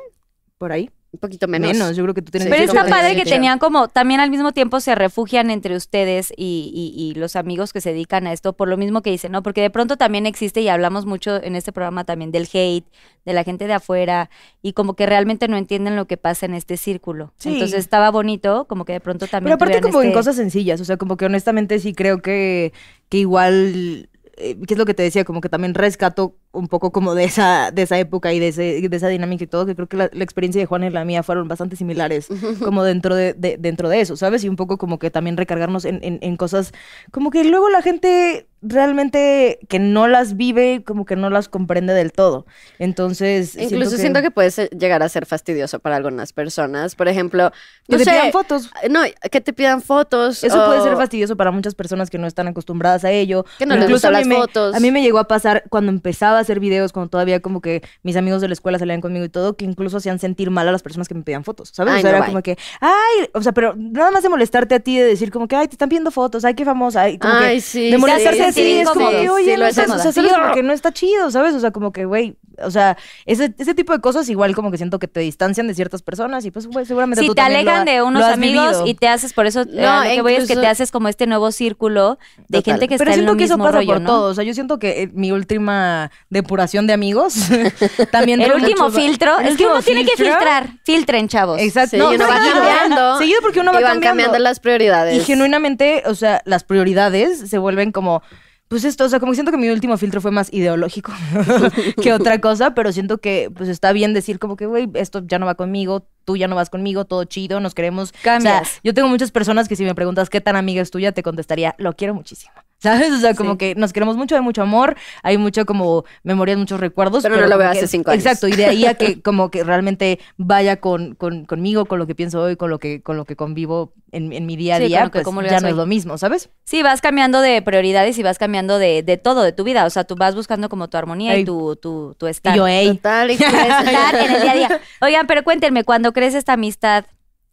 Speaker 4: por ahí.
Speaker 5: un poquito menos.
Speaker 4: Menos. Yo creo que tú tienes
Speaker 5: Sí,
Speaker 3: Pero
Speaker 5: sí,
Speaker 3: está
Speaker 5: sí,
Speaker 3: padre
Speaker 5: sí,
Speaker 3: que
Speaker 5: sí.
Speaker 3: tenían como, también al mismo tiempo se refugian entre ustedes y, y- y los amigos que se dedican a esto, por lo mismo que dicen, ¿no? Porque de pronto también existe y hablamos mucho en este programa también del hate, de la gente de afuera, y como que realmente no entienden lo que pasa en este círculo.
Speaker 4: Sí.
Speaker 3: Entonces estaba bonito, como que de pronto
Speaker 4: Pero
Speaker 3: también.
Speaker 4: aparte
Speaker 3: tuvieran
Speaker 4: como en
Speaker 3: este-
Speaker 4: cosas sencillas, o sea, como que honestamente sí creo que, que igual, eh, ¿qué es lo que te decía? Como que también rescato un poco como de esa, de esa época y de, ese, de esa dinámica y todo, que creo que la, la experiencia de Juan y la mía fueron bastante similares como dentro de, de- dentro de eso, ¿sabes? Y un poco como que también recargarnos en, en- en cosas como que luego la gente realmente que no las vive, como que no las comprende del todo. Entonces...
Speaker 5: Incluso siento que... puedes eh, llegar a ser fastidioso para algunas personas. Por ejemplo,
Speaker 4: Que
Speaker 5: no
Speaker 4: te
Speaker 5: sé,
Speaker 4: pidan fotos.
Speaker 5: no, que te pidan fotos.
Speaker 4: Eso puede ser
Speaker 5: o-
Speaker 4: fastidioso para muchas personas que no están acostumbradas a ello.
Speaker 5: Que no les
Speaker 4: Incluso
Speaker 5: gustan
Speaker 4: a
Speaker 5: las
Speaker 4: mí me-
Speaker 5: fotos.
Speaker 4: A mí me llegó a pasar cuando empezaba a hacer videos, cuando todavía como que mis amigos de la escuela salían conmigo y todo, que incluso hacían sentir mal a las personas que me pedían fotos, ¿sabes?
Speaker 5: Ay,
Speaker 4: o sea,
Speaker 5: no,
Speaker 4: era
Speaker 5: bye.
Speaker 4: como que, ay, o sea, pero nada más de molestarte a ti, de decir como que, ay, te están pidiendo fotos, ay, qué famosa, ay, como
Speaker 5: Ay,
Speaker 4: que
Speaker 5: sí.
Speaker 4: de molestarse
Speaker 5: sí,
Speaker 4: a ti,
Speaker 5: sí,
Speaker 4: es como
Speaker 5: sí,
Speaker 4: que, oye,
Speaker 5: sí, lo
Speaker 4: no
Speaker 5: haces
Speaker 4: sabes, o sea,
Speaker 5: así.
Speaker 4: sabes como que no está chido, ¿sabes? O sea, como que, güey, o sea, ese, ese tipo de cosas igual como que siento que te distancian de ciertas personas y pues güey, seguramente
Speaker 3: Si
Speaker 4: tú
Speaker 3: te
Speaker 4: también lo
Speaker 3: alegan
Speaker 4: ha-
Speaker 3: de
Speaker 4: lo
Speaker 3: unos
Speaker 4: has
Speaker 3: amigos
Speaker 4: vivido.
Speaker 3: y te haces, por eso eh,
Speaker 5: No,
Speaker 3: a lo que voy es que te
Speaker 5: incluso-
Speaker 3: haces como este nuevo círculo de
Speaker 4: Total.
Speaker 3: gente que
Speaker 4: Pero
Speaker 3: está en
Speaker 4: siento
Speaker 3: lo
Speaker 4: que eso
Speaker 3: mismo
Speaker 4: pasa
Speaker 3: rollo,
Speaker 4: por
Speaker 3: ¿no?
Speaker 4: todo. O sea, yo siento que eh, mi última depuración de amigos también
Speaker 3: El
Speaker 4: tuvo
Speaker 3: último
Speaker 4: muchos-
Speaker 3: filtro,
Speaker 4: el
Speaker 3: es que
Speaker 4: último
Speaker 3: uno tiene que
Speaker 4: filtro.
Speaker 3: filtrar, filtren, chavos.
Speaker 4: Exacto.
Speaker 5: Sí, y uno va
Speaker 4: seguido.
Speaker 5: cambiando.
Speaker 4: Seguido porque uno va
Speaker 5: y van
Speaker 4: cambiando.
Speaker 5: cambiando las prioridades.
Speaker 4: Y genuinamente, o sea, las prioridades se vuelven como, pues esto, o sea, como que siento que mi último filtro fue más ideológico que otra cosa, pero siento que pues está bien decir como que, güey, esto ya no va conmigo, tú ya no vas conmigo, todo chido, nos queremos. O
Speaker 3: Cambias.
Speaker 4: sea, yo tengo muchas personas que si me preguntas qué tan amiga es tuya, te contestaría, lo quiero muchísimo. ¿Sabes? O sea, como
Speaker 3: Sí.
Speaker 4: que nos queremos mucho, hay mucho amor, hay mucho como memorias, muchos recuerdos.
Speaker 5: Pero no lo
Speaker 4: como
Speaker 5: veo
Speaker 4: que-
Speaker 5: hace cinco años.
Speaker 4: Exacto, y de ahí a que como que realmente vaya con, con- conmigo, con lo que pienso hoy, con lo que, con lo que convivo en, en mi día a
Speaker 3: Sí,
Speaker 4: día,
Speaker 3: con lo que
Speaker 4: pues
Speaker 3: comulgas
Speaker 4: ya no
Speaker 3: hoy.
Speaker 4: es lo mismo, ¿sabes?
Speaker 3: Sí, vas cambiando de prioridades y vas cambiando de, de todo, de tu vida. O sea, tú vas buscando como tu armonía
Speaker 4: Ey.
Speaker 3: y tu, tu, tu estar.
Speaker 4: Y yo, ey,
Speaker 5: Total, y
Speaker 3: estar en el día a día. Oigan, pero cuéntenme, cuando crees esta amistad,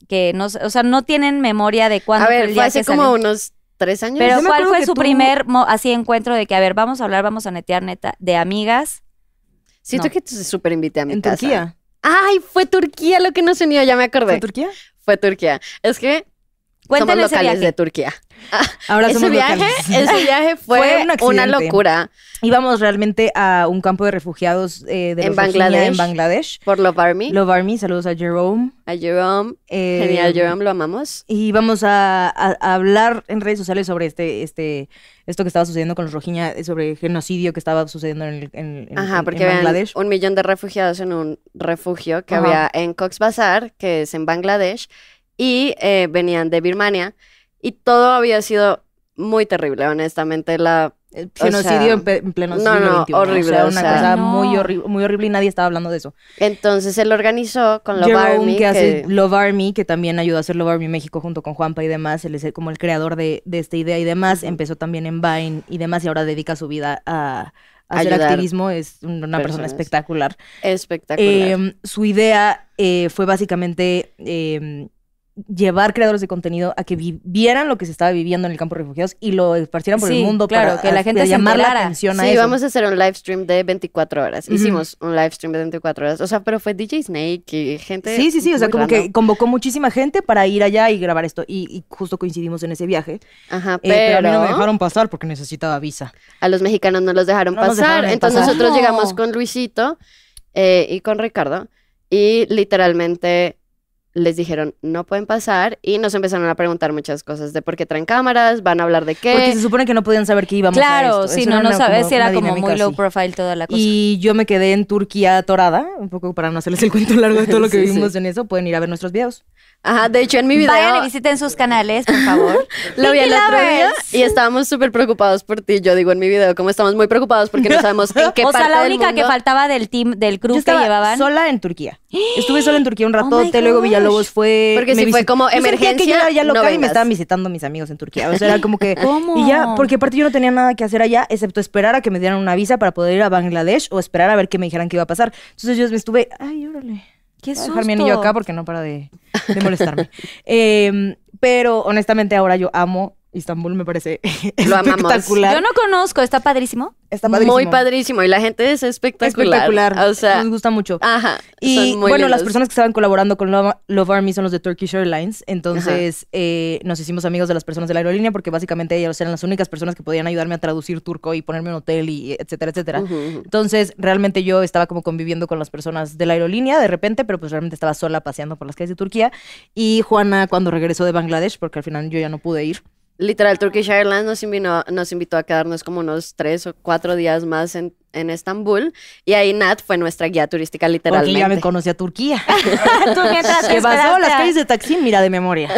Speaker 3: que no, sé- o sea, no tienen memoria de cuándo
Speaker 5: A
Speaker 3: fue
Speaker 5: ver,
Speaker 3: el
Speaker 5: fue
Speaker 3: día
Speaker 5: hace
Speaker 3: que
Speaker 5: como
Speaker 3: salió.
Speaker 5: unos tres años.
Speaker 3: Pero
Speaker 4: Yo me
Speaker 3: ¿cuál
Speaker 4: acuerdo
Speaker 3: fue
Speaker 4: que
Speaker 3: su
Speaker 4: tú-
Speaker 3: primer mo- así encuentro de que, a ver, vamos a hablar, vamos a netear neta de amigas?
Speaker 5: Siento
Speaker 3: no.
Speaker 5: que te súper invité a mi
Speaker 4: en
Speaker 5: casa.
Speaker 4: Turquía.
Speaker 5: Ay, fue Turquía lo que nos unió, ya me acordé.
Speaker 4: ¿Fue
Speaker 5: Fue,
Speaker 4: en Turquía?
Speaker 5: Turquía. Es que
Speaker 3: Cuéntale
Speaker 5: somos
Speaker 3: ese
Speaker 5: locales
Speaker 3: viaje.
Speaker 5: de Turquía.
Speaker 4: Ahora
Speaker 5: Ese
Speaker 4: somos
Speaker 5: viaje,
Speaker 4: locales.
Speaker 5: ese viaje fue,
Speaker 4: Fue un
Speaker 5: una
Speaker 4: accidente.
Speaker 5: locura
Speaker 4: Íbamos realmente a un campo de refugiados eh, de
Speaker 5: En
Speaker 4: los Rohingya,
Speaker 5: Bangladesh.
Speaker 4: en Bangladesh.
Speaker 5: por Love Army,
Speaker 4: Love Army, saludos a Jerome.
Speaker 5: a Jerome.
Speaker 4: eh,
Speaker 5: Genial, Jerome, lo amamos.
Speaker 4: Y vamos a, a- a hablar en redes sociales sobre este, este, esto que estaba sucediendo con los Rohingya, eh, sobre el genocidio que estaba sucediendo en, el- en- en-
Speaker 5: Ajá,
Speaker 4: en-
Speaker 5: porque
Speaker 4: en
Speaker 5: vean,
Speaker 4: Bangladesh.
Speaker 5: un millón de refugiados en un refugio que
Speaker 4: Ajá.
Speaker 5: había en Cox's Bazar, que es en Bangladesh, y eh, venían de Birmania, y todo había sido muy terrible, honestamente. La,
Speaker 4: El
Speaker 5: o sea,
Speaker 4: genocidio en, pe- en pleno
Speaker 5: no,
Speaker 4: siglo
Speaker 5: no,
Speaker 4: XXI,
Speaker 5: horrible,
Speaker 4: O sea,
Speaker 5: o
Speaker 4: una
Speaker 5: sea.
Speaker 4: cosa
Speaker 3: No.
Speaker 4: muy, horri- muy horrible y nadie estaba hablando de eso.
Speaker 5: entonces él organizó con Love
Speaker 4: Jerome,
Speaker 5: Army,
Speaker 4: que hace
Speaker 5: que-
Speaker 4: Love Army, que también ayudó a hacer Love Army México junto con Juanpa y demás, él es el- como el creador de, de esta idea y demás, empezó también en Vine y demás, y ahora dedica su vida a, a hacer
Speaker 5: Ayudar
Speaker 4: activismo, es un- una persona
Speaker 5: personas.
Speaker 4: espectacular.
Speaker 5: espectacular.
Speaker 4: Eh, su idea eh, fue básicamente eh, llevar creadores de contenido a que vi- vieran lo que se estaba viviendo en el campo de refugiados y lo esparcieran por el
Speaker 3: Sí,
Speaker 4: mundo
Speaker 3: claro,
Speaker 4: para
Speaker 3: que la
Speaker 4: a-
Speaker 3: gente se
Speaker 4: llamar la
Speaker 3: enterara.
Speaker 4: atención a
Speaker 5: sí,
Speaker 4: eso.
Speaker 5: vamos a hacer un live stream de 24 horas.
Speaker 4: Ujú.
Speaker 5: Hicimos un live stream de 24 horas. O sea, pero fue DJ Snake y gente.
Speaker 4: Sí, sí, sí, o sea,
Speaker 5: muy
Speaker 4: como
Speaker 5: random.
Speaker 4: que convocó muchísima gente para ir allá y grabar esto y, y justo coincidimos en ese viaje.
Speaker 5: Ajá,
Speaker 4: Eh,
Speaker 5: pero,
Speaker 4: a mí no me dejaron pasar porque necesitaba visa.
Speaker 5: a los mexicanos no los dejaron
Speaker 4: No nos
Speaker 5: pasar.
Speaker 4: dejaron
Speaker 5: Entonces
Speaker 4: pasar.
Speaker 5: nosotros
Speaker 3: No.
Speaker 5: llegamos con Luisito eh, y con Ricardo y literalmente les dijeron no pueden pasar y nos empezaron a preguntar muchas cosas de por qué traen cámaras, van a hablar de
Speaker 4: Porque
Speaker 5: qué.
Speaker 4: se supone que no podían saber que íbamos a
Speaker 3: Claro,
Speaker 4: esto.
Speaker 3: sí,
Speaker 4: Eso
Speaker 3: no, no
Speaker 4: una-
Speaker 3: sabes si era
Speaker 4: una
Speaker 3: como
Speaker 4: dinámica
Speaker 3: muy low
Speaker 4: así.
Speaker 3: profile toda la cosa.
Speaker 4: Y yo me quedé en Turquía atorada, un poco para no hacerles el cuento largo de todo lo que
Speaker 5: Sí, sí.
Speaker 4: vivimos en eso, pueden ir a ver nuestros videos.
Speaker 5: Ajá, de hecho en mi video
Speaker 3: Vayan y visiten sus canales, por favor.
Speaker 5: lo vi el
Speaker 3: Pinky
Speaker 5: otro día
Speaker 3: lovers.
Speaker 5: y estábamos súper preocupados por ti. Yo digo en mi video como estamos muy preocupados porque no sabemos en qué
Speaker 3: o sea,
Speaker 5: parte
Speaker 3: la
Speaker 5: del
Speaker 3: única que
Speaker 5: mundo-
Speaker 3: faltaba del team, del crew
Speaker 4: Yo
Speaker 3: que
Speaker 4: estaba
Speaker 3: llevaban.
Speaker 4: sola en Turquía. Estuve sola en Turquía un
Speaker 3: Oh my
Speaker 4: ratote, luego
Speaker 3: gosh.
Speaker 4: Villalobos fue...
Speaker 5: Porque
Speaker 4: me
Speaker 5: si fue como
Speaker 4: Yo sentía que yo
Speaker 5: emergencia,
Speaker 4: era ya
Speaker 5: no
Speaker 4: local y me
Speaker 5: vengas.
Speaker 4: estaban visitando mis amigos en Turquía. O sea, era como que...
Speaker 3: ¿Cómo?
Speaker 4: Y ya, porque aparte yo no tenía nada que hacer allá, excepto esperar a que me dieran una visa para poder ir a Bangladesh o esperar a ver qué me dijeran que iba a pasar. Entonces yo me estuve... Ay, órale.
Speaker 3: Qué
Speaker 4: Voy a dejar mi
Speaker 3: susto.
Speaker 4: anillo acá porque no para de, de molestarme. Eh, pero honestamente ahora yo amo Istambul, me parece
Speaker 5: Lo amamos.
Speaker 4: espectacular.
Speaker 3: Yo no conozco, está padrísimo.
Speaker 4: Está padrísimo.
Speaker 5: Muy padrísimo y la gente es espectacular.
Speaker 4: Espectacular.
Speaker 5: O sea,
Speaker 4: Nos gusta mucho.
Speaker 5: ajá.
Speaker 4: Y
Speaker 5: son muy
Speaker 4: bueno, las
Speaker 5: lindos.
Speaker 4: personas que estaban colaborando con Love, Love Army son los de Turkish Airlines. Entonces eh, nos hicimos amigos de las personas de la aerolínea porque básicamente ellas eran las únicas personas que podían ayudarme a traducir turco y ponerme un hotel y etcétera, etcétera.
Speaker 5: Ujú, ujú.
Speaker 4: Entonces, realmente yo estaba como conviviendo con las personas de la aerolínea de repente, pero pues realmente estaba sola paseando por las calles de Turquía. Y Juana, cuando regresó de Bangladesh, porque al final yo ya no pude ir.
Speaker 5: Literal, Turkish Airlines nos invitó, nos invitó a quedarnos como unos tres o cuatro días más en, en Estambul. Y ahí Nat fue nuestra guía turística,
Speaker 4: Porque ya me
Speaker 5: literalmente.
Speaker 4: conocí a Turquía.
Speaker 3: Tú mientras
Speaker 4: que pasó
Speaker 3: esperaste
Speaker 4: las
Speaker 3: a-
Speaker 4: calles de Taksim, mira, de memoria.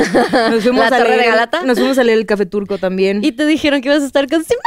Speaker 4: Nos
Speaker 5: ¿La Torre de Galata?
Speaker 4: Nos fuimos a leer el café turco también.
Speaker 5: Y te dijeron que ibas a estar con Simón.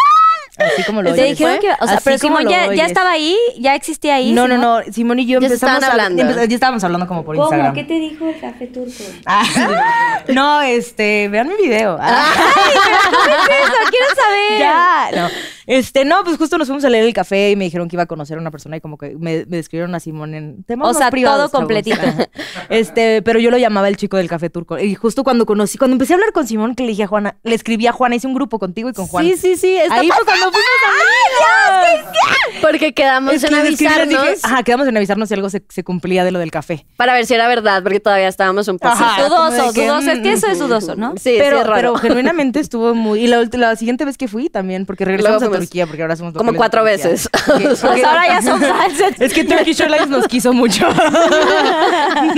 Speaker 4: así como lo
Speaker 3: Te
Speaker 4: oyes.
Speaker 3: dijeron que, o sea,
Speaker 4: Así
Speaker 3: pero
Speaker 4: como
Speaker 3: Simón
Speaker 4: lo
Speaker 3: ya, ya
Speaker 4: oyes.
Speaker 3: estaba ahí, ya existía ahí.
Speaker 4: No, no,
Speaker 3: Simón?
Speaker 4: no. Simón y yo
Speaker 5: Ya se
Speaker 4: empezamos
Speaker 5: estaban
Speaker 4: a-
Speaker 5: hablando.
Speaker 4: empe- ya estábamos hablando como por Instagram.
Speaker 3: te dijo el café turco?
Speaker 4: Ah, no, este, vean mi video. Ah.
Speaker 3: ¿Qué es eso? Quiero saber.
Speaker 4: Ya, no. Este, no, pues justo nos fuimos a leer el café y me dijeron que iba a conocer a una persona y como que me, me describieron a Simón en temas
Speaker 3: O
Speaker 4: más
Speaker 3: sea,
Speaker 4: privados,
Speaker 3: todo completito.
Speaker 4: chavos. Ajá. este, pero yo lo llamaba el chico del café turco. Y justo cuando conocí, cuando empecé a hablar con Simón, que le dije a Juana, le escribí a Juana, hice un grupo contigo y con Juana.
Speaker 3: Sí, sí, sí. está
Speaker 4: Ahí
Speaker 3: pa- ¡Ah,
Speaker 4: fue cuando fuimos a
Speaker 5: Porque quedamos en avisarnos
Speaker 4: ajá, quedamos en avisarnos si algo se, se cumplía de lo del café.
Speaker 5: para ver si era verdad, porque todavía estábamos un poco.
Speaker 4: Ajá. como de
Speaker 3: dudoso,
Speaker 4: que,
Speaker 3: dudoso. Es que eso es dudoso, ¿no?
Speaker 5: mm, Sí,
Speaker 4: pero,
Speaker 5: sí, es raro.
Speaker 4: pero genuinamente estuvo muy. Y la, ulti- la siguiente vez que fui también, porque regresamos
Speaker 5: Luego
Speaker 4: a
Speaker 5: fuimos
Speaker 4: Turquía, porque ahora somos
Speaker 5: como
Speaker 4: locales de
Speaker 5: cuatro
Speaker 4: Turquía.
Speaker 5: veces.
Speaker 4: Porque- porque-
Speaker 3: Pues ahora ya son falsets.
Speaker 4: Es que Turkish Airlines nos quiso mucho.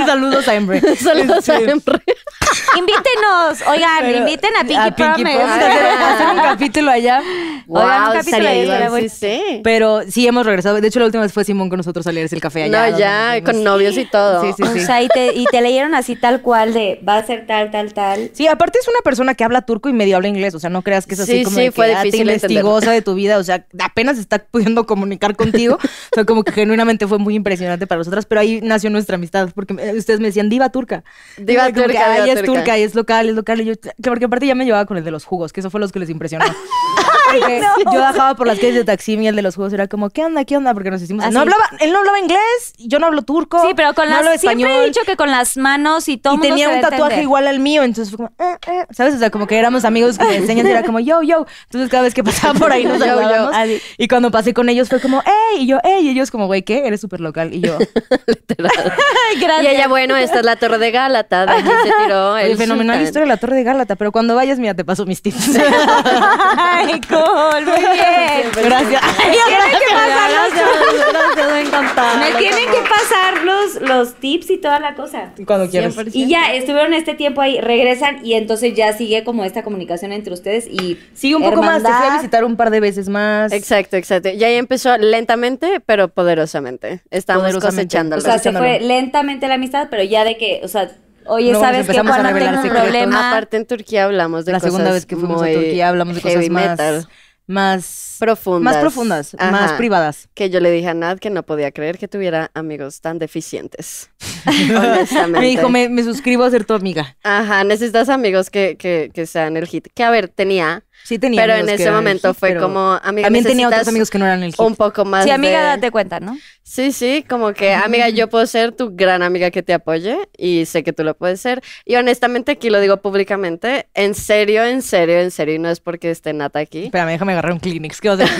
Speaker 4: Saludos a Emre.
Speaker 5: Saludos a
Speaker 4: Este,
Speaker 5: Emre.
Speaker 3: Invítenos. Oigan,
Speaker 4: pero-
Speaker 3: inviten a Pinky, Promise.
Speaker 4: Hacer, hacer un capítulo allá.
Speaker 3: Oigan, un
Speaker 5: Guau,
Speaker 3: capítulo
Speaker 5: estaría
Speaker 3: ahí,
Speaker 5: bien,
Speaker 3: estaría bueno.
Speaker 5: sí, sí.
Speaker 4: Pero sí hemos regresado. De hecho, la última vez fue Simón con nosotros a leer el café allá.
Speaker 5: No,
Speaker 4: donde
Speaker 5: ya,
Speaker 4: nos
Speaker 5: con
Speaker 4: vimos.
Speaker 5: novios y todo. Pues
Speaker 4: Sí, sí,
Speaker 3: O
Speaker 4: sí.
Speaker 3: sea, y te, y te leyeron así tal cual de va a ser tal, tal, tal.
Speaker 4: Sí, aparte es una persona que habla turco y medio habla inglés, o sea, no creas que es así
Speaker 5: Sí,
Speaker 4: como
Speaker 5: sí,
Speaker 4: de que,
Speaker 5: fue
Speaker 4: ah, te
Speaker 5: difícil entenderlo.
Speaker 4: investigosa de tu vida, o sea, apenas está pudiendo comunicar contigo, o sea, como que genuinamente fue muy impresionante para nosotras, pero ahí nació nuestra amistad, porque me- ustedes me decían diva turca.
Speaker 5: Diva
Speaker 4: Y como que,
Speaker 5: turca,
Speaker 4: "Ah,
Speaker 5: diva
Speaker 4: ella es
Speaker 5: turca".
Speaker 4: turca, y es local, es local, y yo, que porque aparte ya me llevaba con el de los jugos, que eso fue los que les impresionó. Porque Yo bajaba por las calles de Taksim y el de los jugos era como, ¿qué onda, qué onda? Porque nos hicimos...
Speaker 5: Ah,
Speaker 3: Así.
Speaker 4: No hablaba, él no hablaba inglés, yo no hablo turco,
Speaker 3: Sí, pero con
Speaker 4: no hablo
Speaker 3: las. Siempre he
Speaker 4: español
Speaker 3: dicho que con las manos y todo.
Speaker 4: y
Speaker 3: mundo
Speaker 4: tenía
Speaker 3: se
Speaker 4: un
Speaker 3: va a
Speaker 4: tatuaje
Speaker 3: entender.
Speaker 4: igual al mío, entonces fue como, eh, eh, ¿sabes? O sea, como que éramos amigos con enseñas y era como, yo, yo. Entonces cada vez que pasaba por ahí nos
Speaker 5: Yo, yo.
Speaker 4: saludábamos.
Speaker 3: Así.
Speaker 4: Y cuando pasé con ellos fue como, ¡ey! Y yo, ¡ey! Y ellos como, güey, ¿qué? Eres súper local. Y yo,
Speaker 3: Ay, gracias.
Speaker 5: Y ella, bueno, esta es la torre de Gálata, de aquí se tiró el
Speaker 4: el fenomenal
Speaker 5: sultán.
Speaker 4: historia de la Torre de Gálata, pero cuando vayas, mira, te paso mis tips.
Speaker 3: Ay, cool, muy bien.
Speaker 4: Gracias.
Speaker 3: Tienen que pasar los-
Speaker 5: Me
Speaker 3: Me tienen que pasar los, los tips y toda la cosa.
Speaker 4: Cuando quieras.
Speaker 5: Y
Speaker 3: Y ya estuvieron este tiempo ahí, regresan y entonces ya sigue como esta comunicación entre ustedes y
Speaker 4: Sí, un poco más. Te fui a
Speaker 3: hermandad.
Speaker 4: visitar un par de veces más.
Speaker 5: Exacto, exacto. Y ahí empezó lentamente, pero poderosamente. Estamos
Speaker 4: Poderosamente.
Speaker 5: cosechándolo.
Speaker 3: O sea, se fue
Speaker 4: Escuchándolo.
Speaker 3: lentamente la amistad, pero ya de que, o sea, oye,
Speaker 4: No,
Speaker 3: sabes que
Speaker 4: empezamos a
Speaker 3: Juana
Speaker 4: revelar
Speaker 3: tengo un
Speaker 4: secretos.
Speaker 3: problema.
Speaker 5: Aparte en Turquía hablamos de
Speaker 4: la
Speaker 5: cosas
Speaker 4: segunda vez que fuimos a
Speaker 5: muy
Speaker 4: Turquía hablamos de cosas
Speaker 5: heavy
Speaker 4: más,
Speaker 5: metal,
Speaker 4: más
Speaker 5: profundas.
Speaker 4: más profundas, más
Speaker 5: Ajá.
Speaker 4: privadas.
Speaker 5: Que yo le dije a Nat que no podía creer que tuviera amigos tan deficientes. Honestamente.
Speaker 4: Me dijo, me, me suscribo a ser tu amiga.
Speaker 5: Ajá, necesitas amigos que, que, que sean el hit. Que a ver, tenía,
Speaker 4: Sí tenía
Speaker 5: pero
Speaker 4: amigos
Speaker 5: en
Speaker 4: que
Speaker 5: ese
Speaker 4: eran el
Speaker 5: momento
Speaker 4: hit,
Speaker 5: fue
Speaker 4: pero
Speaker 5: como, amiga,
Speaker 4: También tenía otros
Speaker 5: necesitas
Speaker 4: amigos que no eran el hit.
Speaker 5: un poco más
Speaker 3: Sí, amiga,
Speaker 5: de-
Speaker 3: date cuenta, ¿no?
Speaker 5: Sí, sí, como que, amiga, yo puedo ser tu gran amiga que te apoye y sé que tú lo puedes ser. Y honestamente, aquí lo digo públicamente, en serio, en serio, en serio, y no es porque esté Nata aquí.
Speaker 4: Espérame, déjame agarrar un Kleenex. ¿Qué vas a hacer?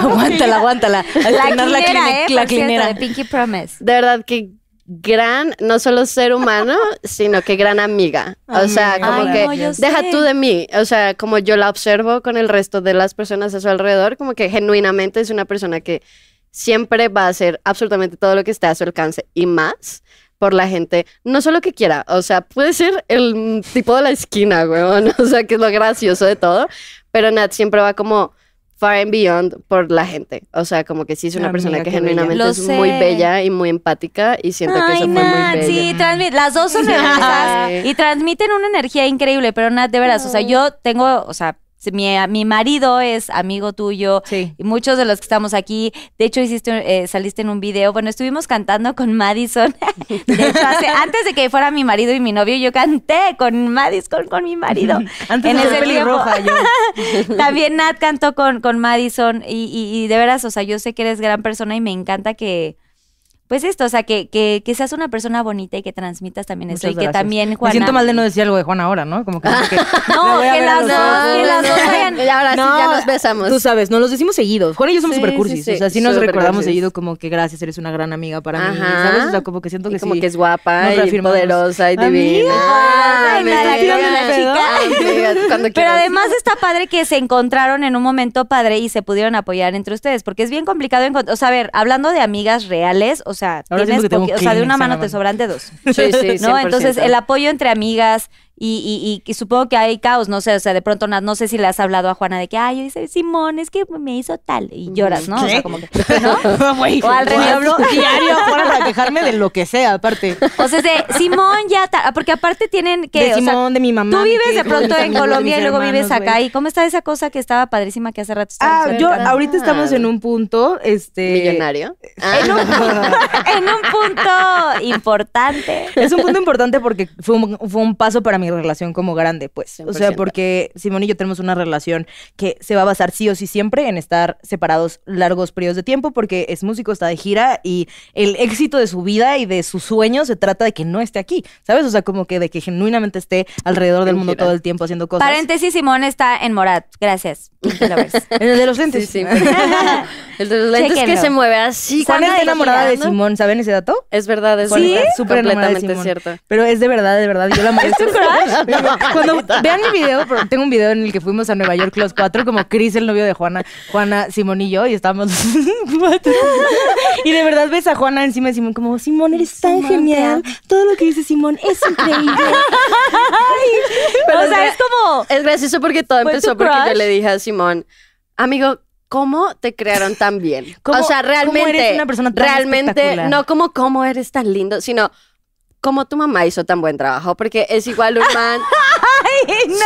Speaker 4: aguántala, aguántala. Al
Speaker 3: La
Speaker 4: terminar
Speaker 3: clinera,
Speaker 4: Kleenex-
Speaker 3: ¿eh?
Speaker 4: la
Speaker 3: Por cierto,
Speaker 4: clinera.
Speaker 3: de Pinky Promise.
Speaker 5: De verdad que gran, no solo ser humano, sino que gran amiga. O sea,
Speaker 4: Amiga.
Speaker 5: como
Speaker 4: Ay,
Speaker 5: que
Speaker 3: no, yo
Speaker 5: deja
Speaker 3: sé.
Speaker 5: tú de mí, o sea, como yo la observo con el resto de las personas a su alrededor, como que genuinamente es una persona que siempre va a hacer absolutamente todo lo que esté a su alcance y más por la gente, no solo que quiera, o sea, puede ser el mm, tipo de la esquina, weón, o sea, que es lo gracioso de todo, pero Nat siempre va como far and beyond por la gente, o sea, como que sí es una
Speaker 3: Ah,
Speaker 4: Amiga,
Speaker 5: persona
Speaker 4: qué
Speaker 5: que
Speaker 4: bella.
Speaker 5: genuinamente
Speaker 3: Lo
Speaker 5: es muy
Speaker 3: sé.
Speaker 5: bella y muy empática y siento que eso fue muy bello.
Speaker 3: sí, transmite. Las dos son hermosas
Speaker 5: Sí.
Speaker 3: y transmiten una energía increíble, pero Nat, de veras, o sea, yo tengo, o sea, mi, mi marido es amigo tuyo,
Speaker 4: Sí.
Speaker 3: Y muchos de los que estamos aquí, de hecho hiciste, eh, saliste en un video, bueno, estuvimos cantando con Madison. De hecho, hace- antes de que fuera mi marido y mi novio, yo canté con Madison, con, con mi marido.
Speaker 4: Antes
Speaker 3: En
Speaker 4: de ser
Speaker 3: ese tiempo.
Speaker 4: pelirroja, yo.
Speaker 3: También Nat cantó con, con Madison y, y- y de veras, o sea, yo sé que eres gran persona y me encanta que... Pues esto, o sea, que, que, que seas una persona bonita y que transmitas también eso.
Speaker 4: Muchas
Speaker 3: y que
Speaker 4: gracias.
Speaker 3: también, Juana...
Speaker 4: Me siento mal de no decir algo de Juan ahora, ¿no? Como que... que
Speaker 3: No, que las
Speaker 5: No,
Speaker 3: dos, que las dos hayan-
Speaker 5: Y ahora sí ya nos besamos.
Speaker 4: Tú sabes, no los decimos seguidos. Juan y yo somos
Speaker 5: Sí,
Speaker 4: super
Speaker 5: sí,
Speaker 4: cursis.
Speaker 5: sí,
Speaker 4: O sea, sí nos
Speaker 5: súper
Speaker 4: recordamos
Speaker 5: cursis.
Speaker 4: seguido como que gracias, eres una gran amiga para mí.
Speaker 5: Ajá.
Speaker 4: ¿Sabes? O sea, como que siento
Speaker 5: Y
Speaker 4: que
Speaker 5: como
Speaker 4: sí.
Speaker 5: que es guapa
Speaker 4: Nos
Speaker 5: y
Speaker 4: reafirmamos.
Speaker 5: poderosa y
Speaker 4: Amiga,
Speaker 5: divina.
Speaker 4: poderosa y
Speaker 5: me
Speaker 4: me la
Speaker 5: la
Speaker 4: tiran
Speaker 5: ganas,
Speaker 4: de pedo.
Speaker 5: chica. Amiga, cuando
Speaker 3: Pero
Speaker 5: quieras.
Speaker 3: además está padre que se encontraron en un momento padre y se pudieron apoyar entre ustedes, porque es bien complicado encontrar, o sea, a ver, hablando de amigas reales, o sea,
Speaker 4: Ahora
Speaker 3: tienes
Speaker 4: siento que tengo
Speaker 3: poqui- o sea, de
Speaker 4: Kleenex
Speaker 3: una
Speaker 4: en la
Speaker 3: mano te
Speaker 4: mano.
Speaker 3: sobran dedos.
Speaker 5: Sí, sí,
Speaker 3: ¿No?
Speaker 5: 100%.
Speaker 3: Entonces, el apoyo entre amigas y, y- y- y supongo que hay caos, no sé, o sea, de pronto no, no sé si le has hablado a Juana de que, ay, dice Simón, es que me hizo tal y lloras, ¿no? O sea,
Speaker 4: Mm, ¿Qué?
Speaker 3: como que-
Speaker 4: No, güey.
Speaker 3: O al revés.
Speaker 4: hablo diario a Juan para quejarme de lo que sea, aparte.
Speaker 3: O sea, es de Simón ya, ta- porque aparte tienen que,
Speaker 4: de
Speaker 3: o sea,
Speaker 4: Simón, de mi mamá.
Speaker 3: Tú
Speaker 4: de
Speaker 3: vives
Speaker 4: que-
Speaker 3: de pronto
Speaker 4: mis
Speaker 3: en
Speaker 4: amigos, de
Speaker 3: Colombia y
Speaker 4: mis
Speaker 3: luego vives
Speaker 4: hermanos,
Speaker 3: acá.
Speaker 4: güey.
Speaker 3: ¿Y cómo está esa cosa que estaba padrísima que hace rato estábamos
Speaker 4: Ah, yo
Speaker 3: platicando?
Speaker 4: ahorita estamos en un punto, este...
Speaker 5: Millonario. Ah,
Speaker 3: en un punto importante.
Speaker 4: Es un punto importante porque fue un, fue un paso para mi relación como grande, pues. O sea,
Speaker 5: 100%.
Speaker 4: porque Simón y yo tenemos una relación que se va a basar sí o sí siempre en estar separados largos periodos de tiempo, porque es músico, está de gira y el éxito de su vida y de sus sueños se trata de que no esté aquí, ¿sabes? O sea, como que de que genuinamente esté alrededor del
Speaker 5: En
Speaker 4: mundo
Speaker 5: gira.
Speaker 4: todo el tiempo haciendo cosas.
Speaker 3: Paréntesis, Simón está en Morat. Gracias. Pinky Lovers.
Speaker 4: El de los lentes.
Speaker 5: Sí, sí. El de los lentes que
Speaker 3: Chéquenlo.
Speaker 5: se mueve así.
Speaker 4: Juana
Speaker 5: cuando
Speaker 4: está enamorada de
Speaker 5: girando.
Speaker 4: Simón, ¿saben ese dato?
Speaker 5: Es verdad, es
Speaker 4: Sí,
Speaker 5: verdad.
Speaker 4: súper enamorada de
Speaker 5: completamente
Speaker 4: Simón.
Speaker 5: cierto.
Speaker 4: Pero es de verdad, de verdad. Yo la amé. ¿Es tu crush? Cuando vean mi video, pero tengo un video en el que fuimos a Nueva York los cuatro, como Chris, el novio de Juana, Juana, Simón y yo, y estábamos los cuatro. Y de verdad ves a Juana encima de Simón como, Simón, eres tan genial. Todo lo que dice Simón es increíble.
Speaker 5: Pero
Speaker 3: o sea,
Speaker 5: es
Speaker 3: es como.
Speaker 5: Es gracioso porque todo
Speaker 3: ¿Fue tu
Speaker 5: empezó porque yo
Speaker 3: crush?
Speaker 5: le dije a Simón, amigo, ¿cómo te crearon tan bien?
Speaker 4: ¿Cómo-
Speaker 5: o sea,
Speaker 4: cómo
Speaker 5: realmente,
Speaker 4: eres una persona tan
Speaker 5: realmente,
Speaker 4: espectacular?
Speaker 5: no como cómo eres tan lindo, sino cómo tu mamá hizo tan buen trabajo, porque es igual un man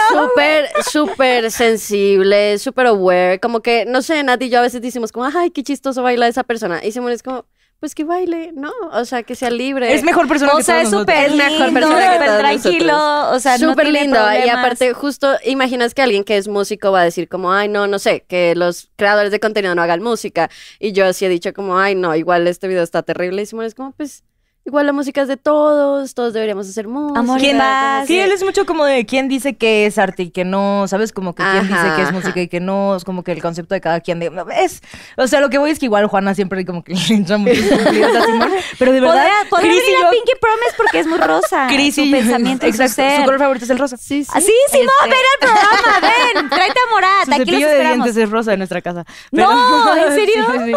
Speaker 5: súper, súper sensible, súper aware, como que, no sé, Nati y yo a veces decimos como, ay, qué chistoso baila esa persona, y Simón es como, pues que baile, ¿no? O sea, que sea libre.
Speaker 4: Es mejor persona
Speaker 3: O
Speaker 4: que
Speaker 3: sea, es
Speaker 4: todos nosotros.
Speaker 3: súper
Speaker 5: Es mejor
Speaker 3: lindo,
Speaker 5: persona que todos
Speaker 3: súper tranquilo.
Speaker 5: nosotros.
Speaker 3: O sea, no
Speaker 5: Súper
Speaker 3: tiene
Speaker 5: lindo. Y
Speaker 3: problemas.
Speaker 5: aparte, justo imaginas que alguien que es músico va a decir como, ay, no, no sé, que los creadores de contenido no hagan música. Y yo sí he dicho como, ay, no, igual este video está terrible. Y Simón es como, pues, igual la música es de todos, todos deberíamos hacer música.
Speaker 3: Amor y
Speaker 5: ¿Quién-
Speaker 3: paz.
Speaker 4: Sí, él es mucho como de quién dice que es arte y que no, ¿sabes? Como que quién
Speaker 5: Ajá,
Speaker 4: dice que es
Speaker 5: ajá.
Speaker 4: música y que no, es como que el concepto de cada quien de, es, o sea, lo que voy es que igual Juana siempre como que le entra muchos cumplidos a Simón, pero de verdad,
Speaker 3: Podría, podría
Speaker 4: Cris y
Speaker 3: venir
Speaker 4: yo-
Speaker 3: a Pinky Promise porque es muy rosa.
Speaker 4: Cris y
Speaker 3: su
Speaker 4: yo-
Speaker 3: pensamiento, y su
Speaker 4: exacto,
Speaker 3: ser.
Speaker 4: color favorito es el rosa.
Speaker 5: Sí, sí.
Speaker 3: Ah, sí, Simón, ven al programa, ven, tráete a Morat, aquí
Speaker 4: Su
Speaker 3: los
Speaker 4: cepillo de
Speaker 3: esperamos.
Speaker 4: dientes es rosa en nuestra casa.
Speaker 3: No, ¿en serio?
Speaker 4: Sí,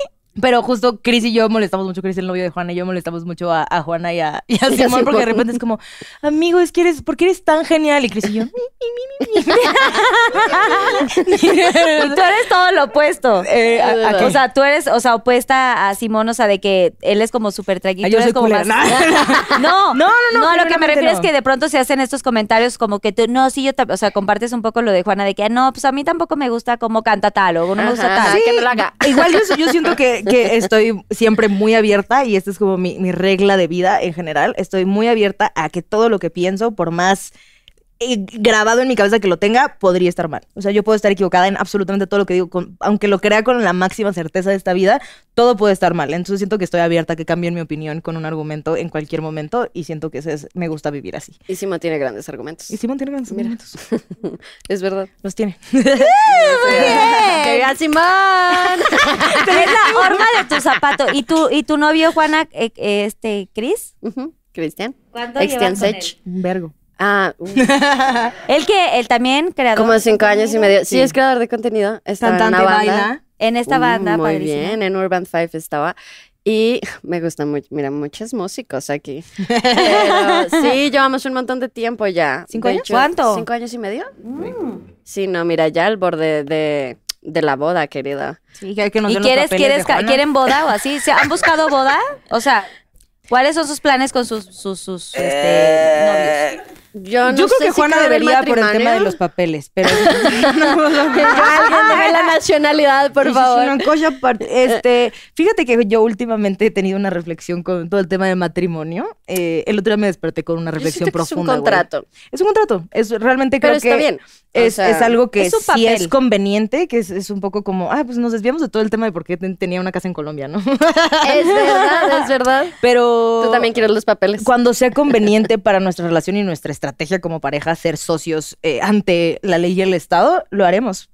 Speaker 4: sí. Pero justo Cris y yo molestamos mucho, Cris el novio de Juana y yo molestamos mucho a, a Juana y a, y a Simón
Speaker 5: Simón.
Speaker 4: porque de repente es como, amigo, es que eres, ¿por qué eres tan genial? Y Cris y yo, "Mi, mi, mi, mi, mi".
Speaker 3: Y tú eres todo lo opuesto.
Speaker 4: Eh, ¿a- a qué?
Speaker 3: o sea, tú eres, o sea, opuesta a Simón, o sea, de que él es como súper tranquilo.
Speaker 4: Ah, yo
Speaker 3: tú eres
Speaker 4: soy
Speaker 3: como
Speaker 4: culera.
Speaker 3: más- No,
Speaker 4: No, no, no,
Speaker 3: No, a lo que
Speaker 4: genuinamente
Speaker 3: me refiero es
Speaker 4: no.
Speaker 3: que de pronto se hacen estos comentarios como que tú, no, sí, yo, tam-", o sea, compartes un poco lo de Juana de que, "Ah, no, pues a mí tampoco me gusta cómo canta tal o no me gusta
Speaker 5: Ajá,
Speaker 3: tal.
Speaker 5: que no lo haga.
Speaker 4: Igual yo, yo siento que, que estoy siempre muy abierta y esta es como mi, mi regla de vida en general. Estoy muy abierta a que todo lo que pienso, por más eh, grabado en mi cabeza que lo tenga, podría estar mal. O sea, yo puedo estar equivocada en absolutamente todo lo que digo, con- aunque lo crea con la máxima certeza de esta vida, todo puede estar mal. Entonces siento que estoy abierta a que cambien mi opinión con un argumento en cualquier momento y siento que ese es, me gusta vivir así.
Speaker 5: Y Simón tiene grandes argumentos.
Speaker 4: Y Simón tiene grandes argumentos.
Speaker 5: Es verdad.
Speaker 4: Los tiene.
Speaker 5: ¡Que viva Simón!
Speaker 3: Es la horma de tu zapato. ¿Y tu, y tu novio, Juana, eh, eh, este, Cris?
Speaker 5: Ujú. Cristian.
Speaker 3: ¿Cuánto
Speaker 5: Cristian Sech.
Speaker 4: Vergo.
Speaker 5: Ah, uh,
Speaker 3: Él que, él también creador.
Speaker 5: como
Speaker 3: de
Speaker 5: cinco años y
Speaker 3: contenido.
Speaker 5: medio. Sí, es creador de contenido. Está en
Speaker 4: Cantante,
Speaker 5: una banda.
Speaker 4: baila.
Speaker 3: En esta
Speaker 5: Uh,
Speaker 3: banda,
Speaker 5: Muy
Speaker 3: padrísimo.
Speaker 5: bien, en Urban Five estaba. Y me gustan mucho, mira, muchos músicos aquí. Pero sí, llevamos un montón de tiempo ya.
Speaker 4: ¿Cinco
Speaker 5: De
Speaker 4: años? Mm.
Speaker 5: hecho,
Speaker 3: ¿Cuánto?
Speaker 5: ¿Cinco años y medio? Sí, no, mira, ya al borde de, de la boda, querida.
Speaker 4: Sí, que- que nos
Speaker 3: ¿Y
Speaker 4: den los
Speaker 3: quieres,
Speaker 4: papeles de
Speaker 3: quieres, ca-
Speaker 4: Juana.
Speaker 3: quieren boda o así? ¿Se han buscado boda? O sea, ¿cuáles son sus planes con sus, sus, sus este,
Speaker 5: Eh.
Speaker 3: novios?
Speaker 5: Yo, no
Speaker 4: Yo creo
Speaker 5: sé
Speaker 4: que
Speaker 5: si
Speaker 4: Juana
Speaker 5: creo en el
Speaker 4: debería por el tema de
Speaker 5: matrimonio.
Speaker 4: los papeles, pero
Speaker 5: Que alguien debe la nacionalidad, por
Speaker 4: Eso
Speaker 5: favor.
Speaker 4: Es una cosa aparte. Este, fíjate que yo últimamente he tenido una reflexión con todo el tema del matrimonio. Eh, el otro día me desperté con una
Speaker 5: Yo
Speaker 4: reflexión
Speaker 5: siento que es un
Speaker 4: profunda. güey.
Speaker 5: contrato,
Speaker 4: Es un contrato. Es realmente
Speaker 5: pero
Speaker 4: creo
Speaker 5: está
Speaker 4: que
Speaker 5: bien. O
Speaker 4: es,
Speaker 5: sea,
Speaker 4: es algo que
Speaker 3: es un
Speaker 4: sí es
Speaker 3: papel.
Speaker 4: conveniente, que es, es un poco como, ah, pues nos desviamos de todo el tema de por qué ten- tenía una casa en Colombia, ¿no?
Speaker 5: Es verdad, es verdad.
Speaker 4: Pero
Speaker 5: Tú también quieres los papeles.
Speaker 4: cuando sea conveniente para nuestra relación y nuestra estrategia como pareja ser socios eh, ante la ley y el Estado, lo haremos.